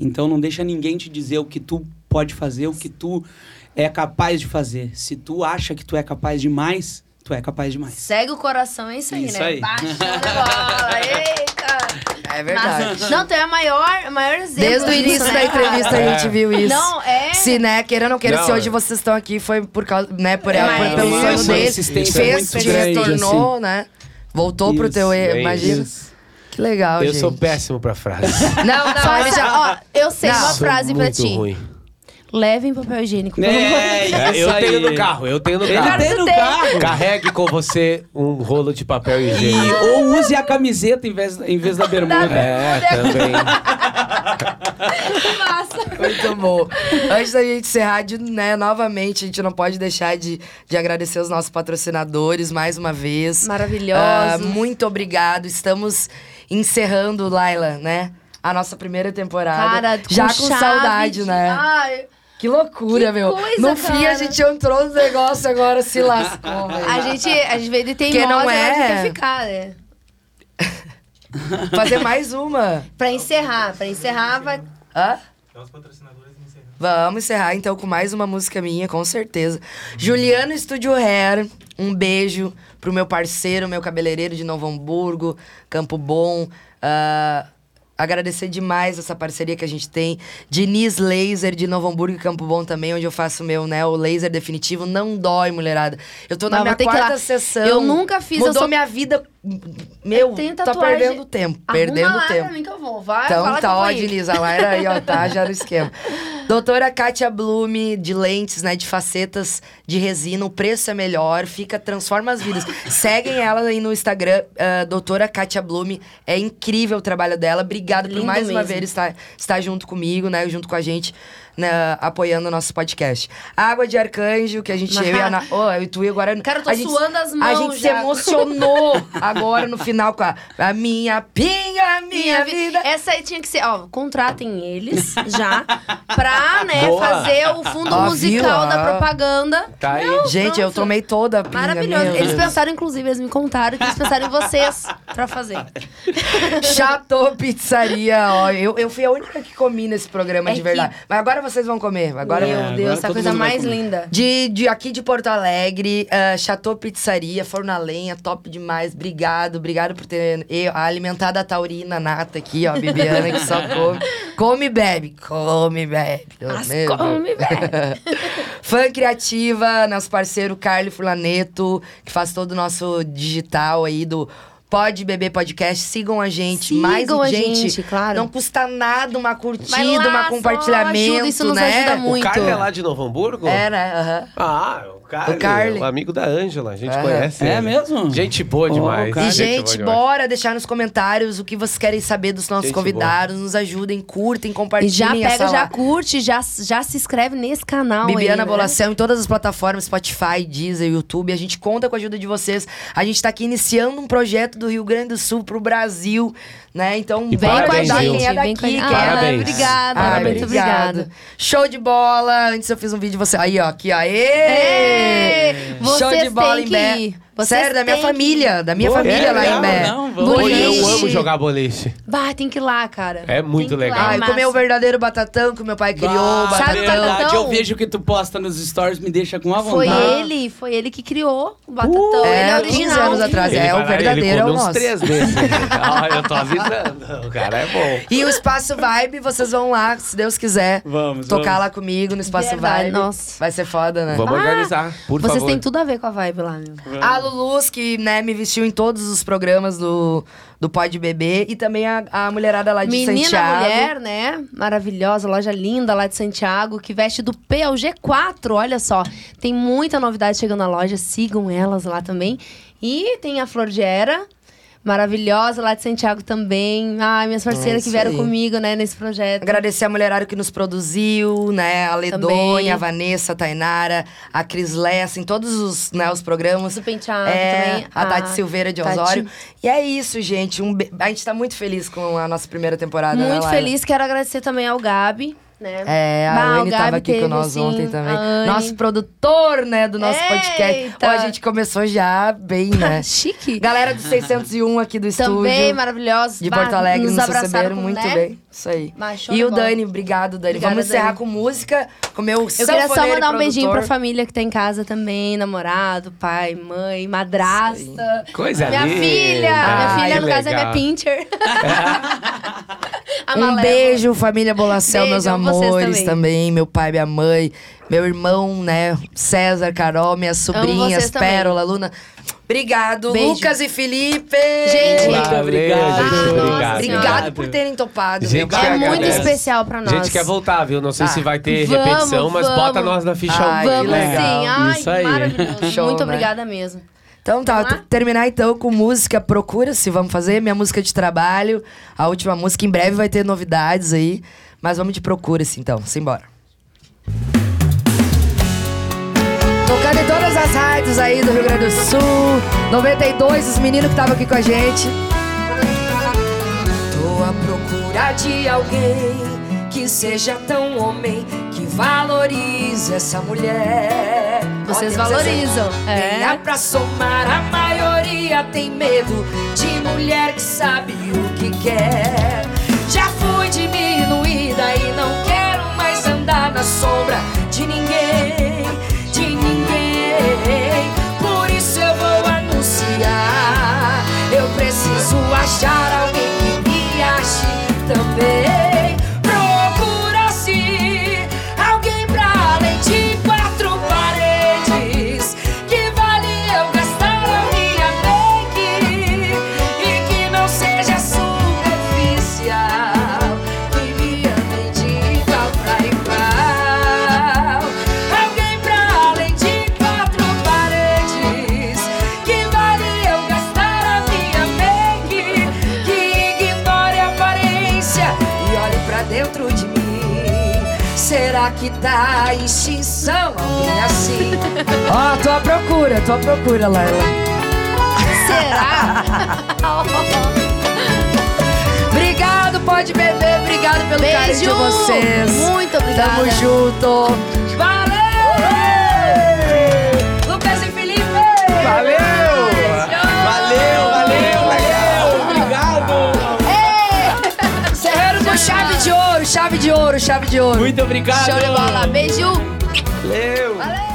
[SPEAKER 4] Então não deixa ninguém te dizer o que tu pode fazer, o que tu é capaz de fazer. Se tu acha que tu é capaz de mais, tu é capaz de mais.
[SPEAKER 6] Segue o coração, é isso aí,
[SPEAKER 4] Isso
[SPEAKER 6] né?
[SPEAKER 4] aí.
[SPEAKER 6] (laughs) Baixou a bola. Eita!
[SPEAKER 7] É verdade.
[SPEAKER 6] Mas- não, tu é a maior, a maior exemplo
[SPEAKER 7] Desde o
[SPEAKER 6] disso,
[SPEAKER 7] início
[SPEAKER 6] né,
[SPEAKER 7] da entrevista
[SPEAKER 2] É.
[SPEAKER 7] a gente viu isso.
[SPEAKER 6] Não, é.
[SPEAKER 7] Se, né, queira ou não queira,
[SPEAKER 2] Não,
[SPEAKER 7] se hoje
[SPEAKER 2] é.
[SPEAKER 7] vocês estão aqui foi por causa, né, por,
[SPEAKER 6] É,
[SPEAKER 7] por- pelo
[SPEAKER 6] mas-
[SPEAKER 7] sonho
[SPEAKER 6] Isso,
[SPEAKER 7] dele.
[SPEAKER 4] insistência
[SPEAKER 2] é
[SPEAKER 7] Fez,
[SPEAKER 4] muito
[SPEAKER 7] te
[SPEAKER 4] grande,
[SPEAKER 7] retornou, né? Voltou pro teu
[SPEAKER 2] assim. Isso,
[SPEAKER 7] erro, imagina.
[SPEAKER 4] Isso.
[SPEAKER 7] Que legal,
[SPEAKER 2] Eu
[SPEAKER 7] gente.
[SPEAKER 2] sou péssimo pra frase.
[SPEAKER 7] (laughs) Não, não,
[SPEAKER 6] Só
[SPEAKER 7] ele
[SPEAKER 6] essa-
[SPEAKER 7] já...
[SPEAKER 6] ó, eu sei
[SPEAKER 7] Não. é
[SPEAKER 6] uma
[SPEAKER 2] Sou
[SPEAKER 6] frase pra
[SPEAKER 2] muito
[SPEAKER 6] ti.
[SPEAKER 2] ruim.
[SPEAKER 6] Levem papel higiênico, pelo amor de
[SPEAKER 4] É,
[SPEAKER 6] Deus.
[SPEAKER 2] É,
[SPEAKER 4] isso
[SPEAKER 2] eu
[SPEAKER 4] aí.
[SPEAKER 2] tenho no carro, eu tenho no
[SPEAKER 4] Ele
[SPEAKER 2] carro.
[SPEAKER 4] tem no
[SPEAKER 6] tem.
[SPEAKER 4] carro.
[SPEAKER 2] Carregue com você um rolo de papel
[SPEAKER 4] (laughs)
[SPEAKER 2] higiênico.
[SPEAKER 4] E, ou use a camiseta em vez, em vez da bermuda.
[SPEAKER 2] É, também.
[SPEAKER 7] (laughs) Muito bom. Antes da gente encerrar, de- né, novamente, a gente não pode deixar de, de agradecer os nossos patrocinadores mais uma vez.
[SPEAKER 6] Maravilhosos.
[SPEAKER 7] Ah, muito obrigado. Estamos encerrando, Laila, né? A nossa primeira temporada.
[SPEAKER 6] Cara,
[SPEAKER 7] Ah, Já com
[SPEAKER 6] chave
[SPEAKER 7] saudade,
[SPEAKER 6] de-
[SPEAKER 7] né?
[SPEAKER 6] Ai,
[SPEAKER 7] Que loucura,
[SPEAKER 6] Que
[SPEAKER 7] meu.
[SPEAKER 6] coisa,
[SPEAKER 7] no fim, a
[SPEAKER 6] cara.
[SPEAKER 7] gente entrou no negócio agora, se lascou, velho.
[SPEAKER 6] a gente, a gente veio de
[SPEAKER 7] Que
[SPEAKER 6] teimosa,
[SPEAKER 7] não
[SPEAKER 6] mas a gente
[SPEAKER 7] é.
[SPEAKER 6] quer ficar, né?
[SPEAKER 7] Fazer mais uma.
[SPEAKER 6] Pra encerrar, pra encerrar, vai...
[SPEAKER 7] Hã?
[SPEAKER 3] os patrocinadores encerrando.
[SPEAKER 7] Vamos encerrar então com mais uma música minha, com certeza. Juliano Studio Hair, um beijo pro meu parceiro, meu cabeleireiro de Novo Hamburgo, Campo Bom. Ah, agradecer demais essa parceria que a gente tem. Diniz Laser de Novo Hamburgo e Campo Bom também, onde eu faço o meu, né? O laser definitivo. Não dói, mulherada. Eu tô na
[SPEAKER 6] Mas
[SPEAKER 7] minha
[SPEAKER 6] vou ter que ir
[SPEAKER 7] quarta
[SPEAKER 6] lá.
[SPEAKER 7] sessão.
[SPEAKER 6] Eu nunca fiz, eu
[SPEAKER 7] Mudou
[SPEAKER 6] sou-
[SPEAKER 7] minha vida. Meu,
[SPEAKER 6] tenho
[SPEAKER 7] tô
[SPEAKER 6] tatuagem.
[SPEAKER 7] perdendo tempo. Perdendo
[SPEAKER 6] Arruma lá
[SPEAKER 7] tempo.
[SPEAKER 6] pra mim que eu vou, vai,
[SPEAKER 7] Então
[SPEAKER 6] fala que
[SPEAKER 7] tá,
[SPEAKER 6] eu vou
[SPEAKER 7] ó,
[SPEAKER 6] ir.
[SPEAKER 7] Diniz, a Laira aí, ó, tá já no
[SPEAKER 6] (laughs)
[SPEAKER 7] esquema. Doutora Kátia Blume, de lentes, né, de facetas de resina, o preço é melhor, fica, transforma as vidas. Seguem ela aí no Instagram, ah, doutora Kátia Blume, é incrível o trabalho dela, obrigado por
[SPEAKER 6] Lindo
[SPEAKER 7] mais uma
[SPEAKER 6] mesmo.
[SPEAKER 7] vez estar, estar junto comigo, né, junto com a gente, né, apoiando o nosso podcast. Água de Arcanjo, que a gente, eu e a
[SPEAKER 6] (laughs)
[SPEAKER 7] Ana, oh, eu e tu e agora...
[SPEAKER 6] Cara, eu tô
[SPEAKER 7] a gente-
[SPEAKER 6] suando as
[SPEAKER 7] A
[SPEAKER 6] mãos
[SPEAKER 7] gente se
[SPEAKER 6] já. (laughs)
[SPEAKER 7] emocionou agora no final com a, a minha pinga, minha,
[SPEAKER 6] vi-
[SPEAKER 7] vida.
[SPEAKER 6] Essa aí tinha que ser, ó, contratem eles
[SPEAKER 7] (laughs)
[SPEAKER 6] já pra, né,
[SPEAKER 2] Boa.
[SPEAKER 6] fazer o fundo
[SPEAKER 7] Ó,
[SPEAKER 6] musical
[SPEAKER 7] viu?
[SPEAKER 6] da
[SPEAKER 7] Ó.
[SPEAKER 6] propaganda.
[SPEAKER 2] Tá aí.
[SPEAKER 7] Gente, eu
[SPEAKER 6] nossa.
[SPEAKER 7] tomei toda a pinga.
[SPEAKER 6] Maravilhoso.
[SPEAKER 7] meu.
[SPEAKER 6] Eles pensaram, inclusive, eles me contaram que eles pensaram em vocês pra fazer. (laughs)
[SPEAKER 7] Chateau Pizzaria, ó. Eu, eu fui a única que comi nesse programa,
[SPEAKER 6] É
[SPEAKER 7] de verdade. Mas agora vocês vão comer. Agora tá
[SPEAKER 6] Meu
[SPEAKER 7] eu.
[SPEAKER 4] agora
[SPEAKER 6] Deus, essa
[SPEAKER 4] todo
[SPEAKER 6] coisa
[SPEAKER 4] mundo vai
[SPEAKER 6] mais
[SPEAKER 4] comer.
[SPEAKER 6] linda.
[SPEAKER 7] De, de aqui de Porto Alegre, ah, Chateau Pizzaria, Forno a Lenha, top demais. Obrigado, obrigado por ter eu, a alimentada taurina nata aqui, ó, a Bibiana, que só
[SPEAKER 6] (laughs)
[SPEAKER 7] come. Come e bebe, come e bebe.
[SPEAKER 6] Mas
[SPEAKER 7] Meu Deus.
[SPEAKER 6] come,
[SPEAKER 7] (laughs)
[SPEAKER 6] velho.
[SPEAKER 7] Fã Criativa, nosso parceiro Carly Fulaneto, que faz todo o nosso digital aí do Pode Beber Podcast. Sigam a gente.
[SPEAKER 6] Sigam
[SPEAKER 7] Mais
[SPEAKER 6] a
[SPEAKER 7] gente,
[SPEAKER 6] gente, claro.
[SPEAKER 7] Não custa nada uma curtida,
[SPEAKER 6] Vai lá,
[SPEAKER 7] uma
[SPEAKER 6] só
[SPEAKER 7] compartilhamento,
[SPEAKER 6] ajuda, isso nos
[SPEAKER 7] né?
[SPEAKER 6] ajuda muito.
[SPEAKER 2] O Carlos é lá de Novo Hamburgo?
[SPEAKER 7] É, né? Aham.
[SPEAKER 2] Ah, o Carly.
[SPEAKER 7] O Carly.
[SPEAKER 2] O amigo da Ângela, a gente
[SPEAKER 7] É.
[SPEAKER 2] conhece.
[SPEAKER 4] É
[SPEAKER 2] ele.
[SPEAKER 4] mesmo?
[SPEAKER 2] Tá, Gente boa
[SPEAKER 4] Oh,
[SPEAKER 2] demais.
[SPEAKER 4] Carly. Cara,
[SPEAKER 7] E, gente,
[SPEAKER 2] boa demais.
[SPEAKER 7] bora deixar nos comentários o que vocês querem saber dos nossos
[SPEAKER 2] Gente
[SPEAKER 7] convidados. Nos ajudem, curtem,
[SPEAKER 6] E
[SPEAKER 7] compartilhem.
[SPEAKER 6] já pega,
[SPEAKER 7] essa
[SPEAKER 6] já
[SPEAKER 7] lá.
[SPEAKER 6] curte, já, já se inscreve nesse canal
[SPEAKER 7] Bibiana
[SPEAKER 6] aí, né?
[SPEAKER 7] Bolacel em todas as plataformas, Spotify, Deezer, YouTube. A gente conta com a ajuda de vocês. A gente tá aqui iniciando um projeto do Rio Grande do Sul pro Brasil, né? Então
[SPEAKER 2] E
[SPEAKER 7] vem
[SPEAKER 2] parabéns,
[SPEAKER 7] ajudar
[SPEAKER 2] viu?
[SPEAKER 7] quem é daqui,
[SPEAKER 6] vem com a
[SPEAKER 7] quem
[SPEAKER 6] gente.
[SPEAKER 7] é
[SPEAKER 6] Ah,
[SPEAKER 2] Parabéns.
[SPEAKER 6] Obrigada,
[SPEAKER 7] Ai,
[SPEAKER 2] Parabéns.
[SPEAKER 6] muito obrigada.
[SPEAKER 7] Show de bola. Antes eu fiz um vídeo de você. Aí, ó, aqui, ó.
[SPEAKER 6] Ei,
[SPEAKER 7] Ê! É. Show
[SPEAKER 6] É. vocês
[SPEAKER 7] de bola
[SPEAKER 6] têm
[SPEAKER 7] em
[SPEAKER 6] que
[SPEAKER 7] Bé.
[SPEAKER 6] ir. Vocês
[SPEAKER 7] Sério, da minha
[SPEAKER 6] têm que
[SPEAKER 7] família. Da minha
[SPEAKER 2] Boa,
[SPEAKER 7] família
[SPEAKER 2] é,
[SPEAKER 7] lá em
[SPEAKER 2] não,
[SPEAKER 7] Bé.
[SPEAKER 4] não, vamos.
[SPEAKER 2] Pô, eu
[SPEAKER 6] Boliche.
[SPEAKER 2] amo jogar boliche.
[SPEAKER 6] Bah, tem que ir lá, cara.
[SPEAKER 2] É muito
[SPEAKER 6] Tem que ir lá,
[SPEAKER 2] legal.
[SPEAKER 6] é
[SPEAKER 7] Ai, comer
[SPEAKER 6] massa.
[SPEAKER 7] o verdadeiro batatão que o meu pai criou.
[SPEAKER 4] Bah,
[SPEAKER 6] Sabe o
[SPEAKER 7] batatão.
[SPEAKER 4] verdade, tá eu
[SPEAKER 6] batatão?
[SPEAKER 4] vejo que tu posta nos stories, me deixa com uma
[SPEAKER 6] Foi
[SPEAKER 4] vontade.
[SPEAKER 6] ele, foi ele que criou o Batatão. ele é
[SPEAKER 7] é, 15
[SPEAKER 6] original.
[SPEAKER 7] anos atrás.
[SPEAKER 2] Ele
[SPEAKER 7] É,
[SPEAKER 2] vai
[SPEAKER 7] o
[SPEAKER 2] lá,
[SPEAKER 7] verdadeiro
[SPEAKER 2] ele
[SPEAKER 7] é o
[SPEAKER 2] come
[SPEAKER 7] nosso.
[SPEAKER 2] uns três
[SPEAKER 6] (laughs)
[SPEAKER 2] desses. Ó, eu tô avisando. O cara é bom.
[SPEAKER 7] E o Espaço Vibe, vocês vão lá, se Deus quiser.
[SPEAKER 4] Vamos,
[SPEAKER 7] Tocar
[SPEAKER 4] vamos.
[SPEAKER 7] lá comigo no Espaço
[SPEAKER 6] Verdade,
[SPEAKER 7] Vibe.
[SPEAKER 6] nossa.
[SPEAKER 7] Vai ser foda, né?
[SPEAKER 2] Vamos
[SPEAKER 6] Ah,
[SPEAKER 2] organizar, por
[SPEAKER 6] Vocês
[SPEAKER 2] favor.
[SPEAKER 6] têm tudo a ver com a vibe lá, meu.
[SPEAKER 7] A Luluz, que né, me vestiu em todos os programas do, do Pode Bebê. E também a, a mulherada lá de
[SPEAKER 6] Menina
[SPEAKER 7] Santiago.
[SPEAKER 6] mulher, né? Maravilhosa, loja linda lá de Santiago, que veste do P ao G4, olha só. Tem muita novidade chegando na loja, sigam elas lá também. E tem a Flor de Era, maravilhosa lá de Santiago também. Ai, minhas parceiras
[SPEAKER 7] É isso
[SPEAKER 6] que vieram
[SPEAKER 7] aí.
[SPEAKER 6] comigo, né, nesse projeto.
[SPEAKER 7] Agradecer a mulherada que nos produziu, né? A
[SPEAKER 6] Também.
[SPEAKER 7] Ledonha, a Vanessa, a Tainara, a Cris Lessa, em todos os, né, os programas.
[SPEAKER 6] Do penteado
[SPEAKER 7] É,
[SPEAKER 6] também. Ah,
[SPEAKER 7] A Tati Silveira de
[SPEAKER 6] Tati.
[SPEAKER 7] Osório. E é isso, gente. Um be- A gente tá muito feliz com a nossa primeira temporada, né,
[SPEAKER 6] Muito
[SPEAKER 7] Laila?
[SPEAKER 6] feliz, quero agradecer também ao Gabi. né?
[SPEAKER 7] É, a
[SPEAKER 6] Bah, o
[SPEAKER 7] Anne tava
[SPEAKER 6] Gabi
[SPEAKER 7] aqui
[SPEAKER 6] teve,
[SPEAKER 7] com nós
[SPEAKER 6] sim,
[SPEAKER 7] ontem também.
[SPEAKER 6] a Anne.
[SPEAKER 7] Nosso produtor, né, do nosso podcast.
[SPEAKER 6] Eita!
[SPEAKER 7] Ó, a gente começou já bem,
[SPEAKER 6] (laughs)
[SPEAKER 7] né?
[SPEAKER 6] Chique.
[SPEAKER 7] Galera do 601 aqui do
[SPEAKER 6] Também
[SPEAKER 7] estúdio.
[SPEAKER 6] maravilhosos.
[SPEAKER 7] De
[SPEAKER 6] bah,
[SPEAKER 7] Porto Alegre, nos,
[SPEAKER 6] abraçaram
[SPEAKER 7] receberam
[SPEAKER 6] com-
[SPEAKER 7] muito
[SPEAKER 6] né?
[SPEAKER 7] bem. Isso aí.
[SPEAKER 6] Bah, show
[SPEAKER 7] E
[SPEAKER 6] de
[SPEAKER 7] o
[SPEAKER 6] bola.
[SPEAKER 7] Dani, obrigado, Dani.
[SPEAKER 6] Obrigada,
[SPEAKER 7] Vamos encerrar
[SPEAKER 6] Dani.
[SPEAKER 7] com música, com o meu
[SPEAKER 6] Eu queria só
[SPEAKER 7] sanfoneiro
[SPEAKER 6] mandar um
[SPEAKER 7] e
[SPEAKER 6] beijinho pra
[SPEAKER 7] produtor.
[SPEAKER 6] família que tá em casa também, namorado, pai, mãe, madrasta.
[SPEAKER 2] Coisa
[SPEAKER 6] Minha
[SPEAKER 2] linda.
[SPEAKER 6] filha!
[SPEAKER 2] Ah,
[SPEAKER 6] minha filha,
[SPEAKER 2] que
[SPEAKER 6] no caso, é
[SPEAKER 2] legal.
[SPEAKER 6] minha pincher. (laughs) A
[SPEAKER 7] Um
[SPEAKER 6] Malévola.
[SPEAKER 7] beijo, família Bolacel,
[SPEAKER 6] Beijo,
[SPEAKER 7] meus
[SPEAKER 6] amo vocês
[SPEAKER 7] amores também.
[SPEAKER 6] também.
[SPEAKER 7] meu pai, minha mãe, meu irmão, né? César, Carol, minhas sobrinhas,
[SPEAKER 6] vocês também.
[SPEAKER 7] Pérola, Luna. Obrigado,
[SPEAKER 6] Beijo.
[SPEAKER 7] Lucas e Felipe.
[SPEAKER 6] Gente,
[SPEAKER 2] Valeu,
[SPEAKER 4] Muito obrigado.
[SPEAKER 2] gente,
[SPEAKER 6] Ah,
[SPEAKER 2] obrigado.
[SPEAKER 6] nossa senhora.
[SPEAKER 7] obrigado por terem topado.
[SPEAKER 2] Gente,
[SPEAKER 7] meu
[SPEAKER 2] que
[SPEAKER 6] É muito
[SPEAKER 2] agradece.
[SPEAKER 6] especial pra nós. Tá.
[SPEAKER 2] Gente quer voltar, viu? Não sei
[SPEAKER 7] Ah,
[SPEAKER 2] se vai ter
[SPEAKER 6] vamos,
[SPEAKER 2] repetição, mas
[SPEAKER 6] vamos.
[SPEAKER 2] bota nós na ficha um né?
[SPEAKER 7] Ai,
[SPEAKER 2] ao vivo.
[SPEAKER 6] Vamos
[SPEAKER 7] legal.
[SPEAKER 6] sim. Ai,
[SPEAKER 2] Isso aí.
[SPEAKER 6] maravilhoso.
[SPEAKER 7] Show,
[SPEAKER 6] muito
[SPEAKER 7] né?
[SPEAKER 6] obrigada mesmo.
[SPEAKER 7] Então tá,
[SPEAKER 6] Vamos lá?
[SPEAKER 7] t- terminar então com música Procura-se, vamos fazer minha música de trabalho, a última música, em breve vai ter novidades aí, mas vamos de Procura-se então, simbora. Tocando em todas as rádios aí do Rio Grande do Sul, 92, os meninos que estavam aqui com a gente.
[SPEAKER 5] Tô à procura de alguém que seja tão homem que valorize essa mulher.
[SPEAKER 6] Vocês
[SPEAKER 5] Ó, tem
[SPEAKER 6] valorizam,
[SPEAKER 5] Zezé.
[SPEAKER 6] é.
[SPEAKER 5] Venha pra somar, a maioria tem medo de mulher que sabe o que quer. Já fui diminuída e não quero mais andar na sombra de ninguém, de ninguém. Por isso eu vou anunciar. Eu preciso achar alguém que me ache também. Procura-se alguém pra além de quatro paredes. Que vale eu gastar a minha make e que não seja superficial. Que me ame de igual pra igual. Alguém pra além de quatro paredes. Que vale eu gastar a minha make que ignore a aparência e olhe pra dentro de mim. Será que tá em extinção alguém
[SPEAKER 7] (laughs)
[SPEAKER 5] assim?
[SPEAKER 7] Ó, Ah, tô à procura, tô à procura, Laila.
[SPEAKER 6] Será?
[SPEAKER 7] Obrigado, pode beber, obrigado pelo carinho de
[SPEAKER 6] Beijo!
[SPEAKER 7] vocês.
[SPEAKER 6] Muito obrigada.
[SPEAKER 7] Tamo junto.
[SPEAKER 5] Valeu! Lucas e Felipe!
[SPEAKER 2] Valeu!
[SPEAKER 5] Valeu,
[SPEAKER 2] Valeu, valeu! Obrigado!
[SPEAKER 7] Encerrando com chave de ouro, chave de ouro, chave de ouro.
[SPEAKER 4] Muito obrigado.
[SPEAKER 6] Show de bola. Beijo.
[SPEAKER 2] Valeu!
[SPEAKER 6] Valeu.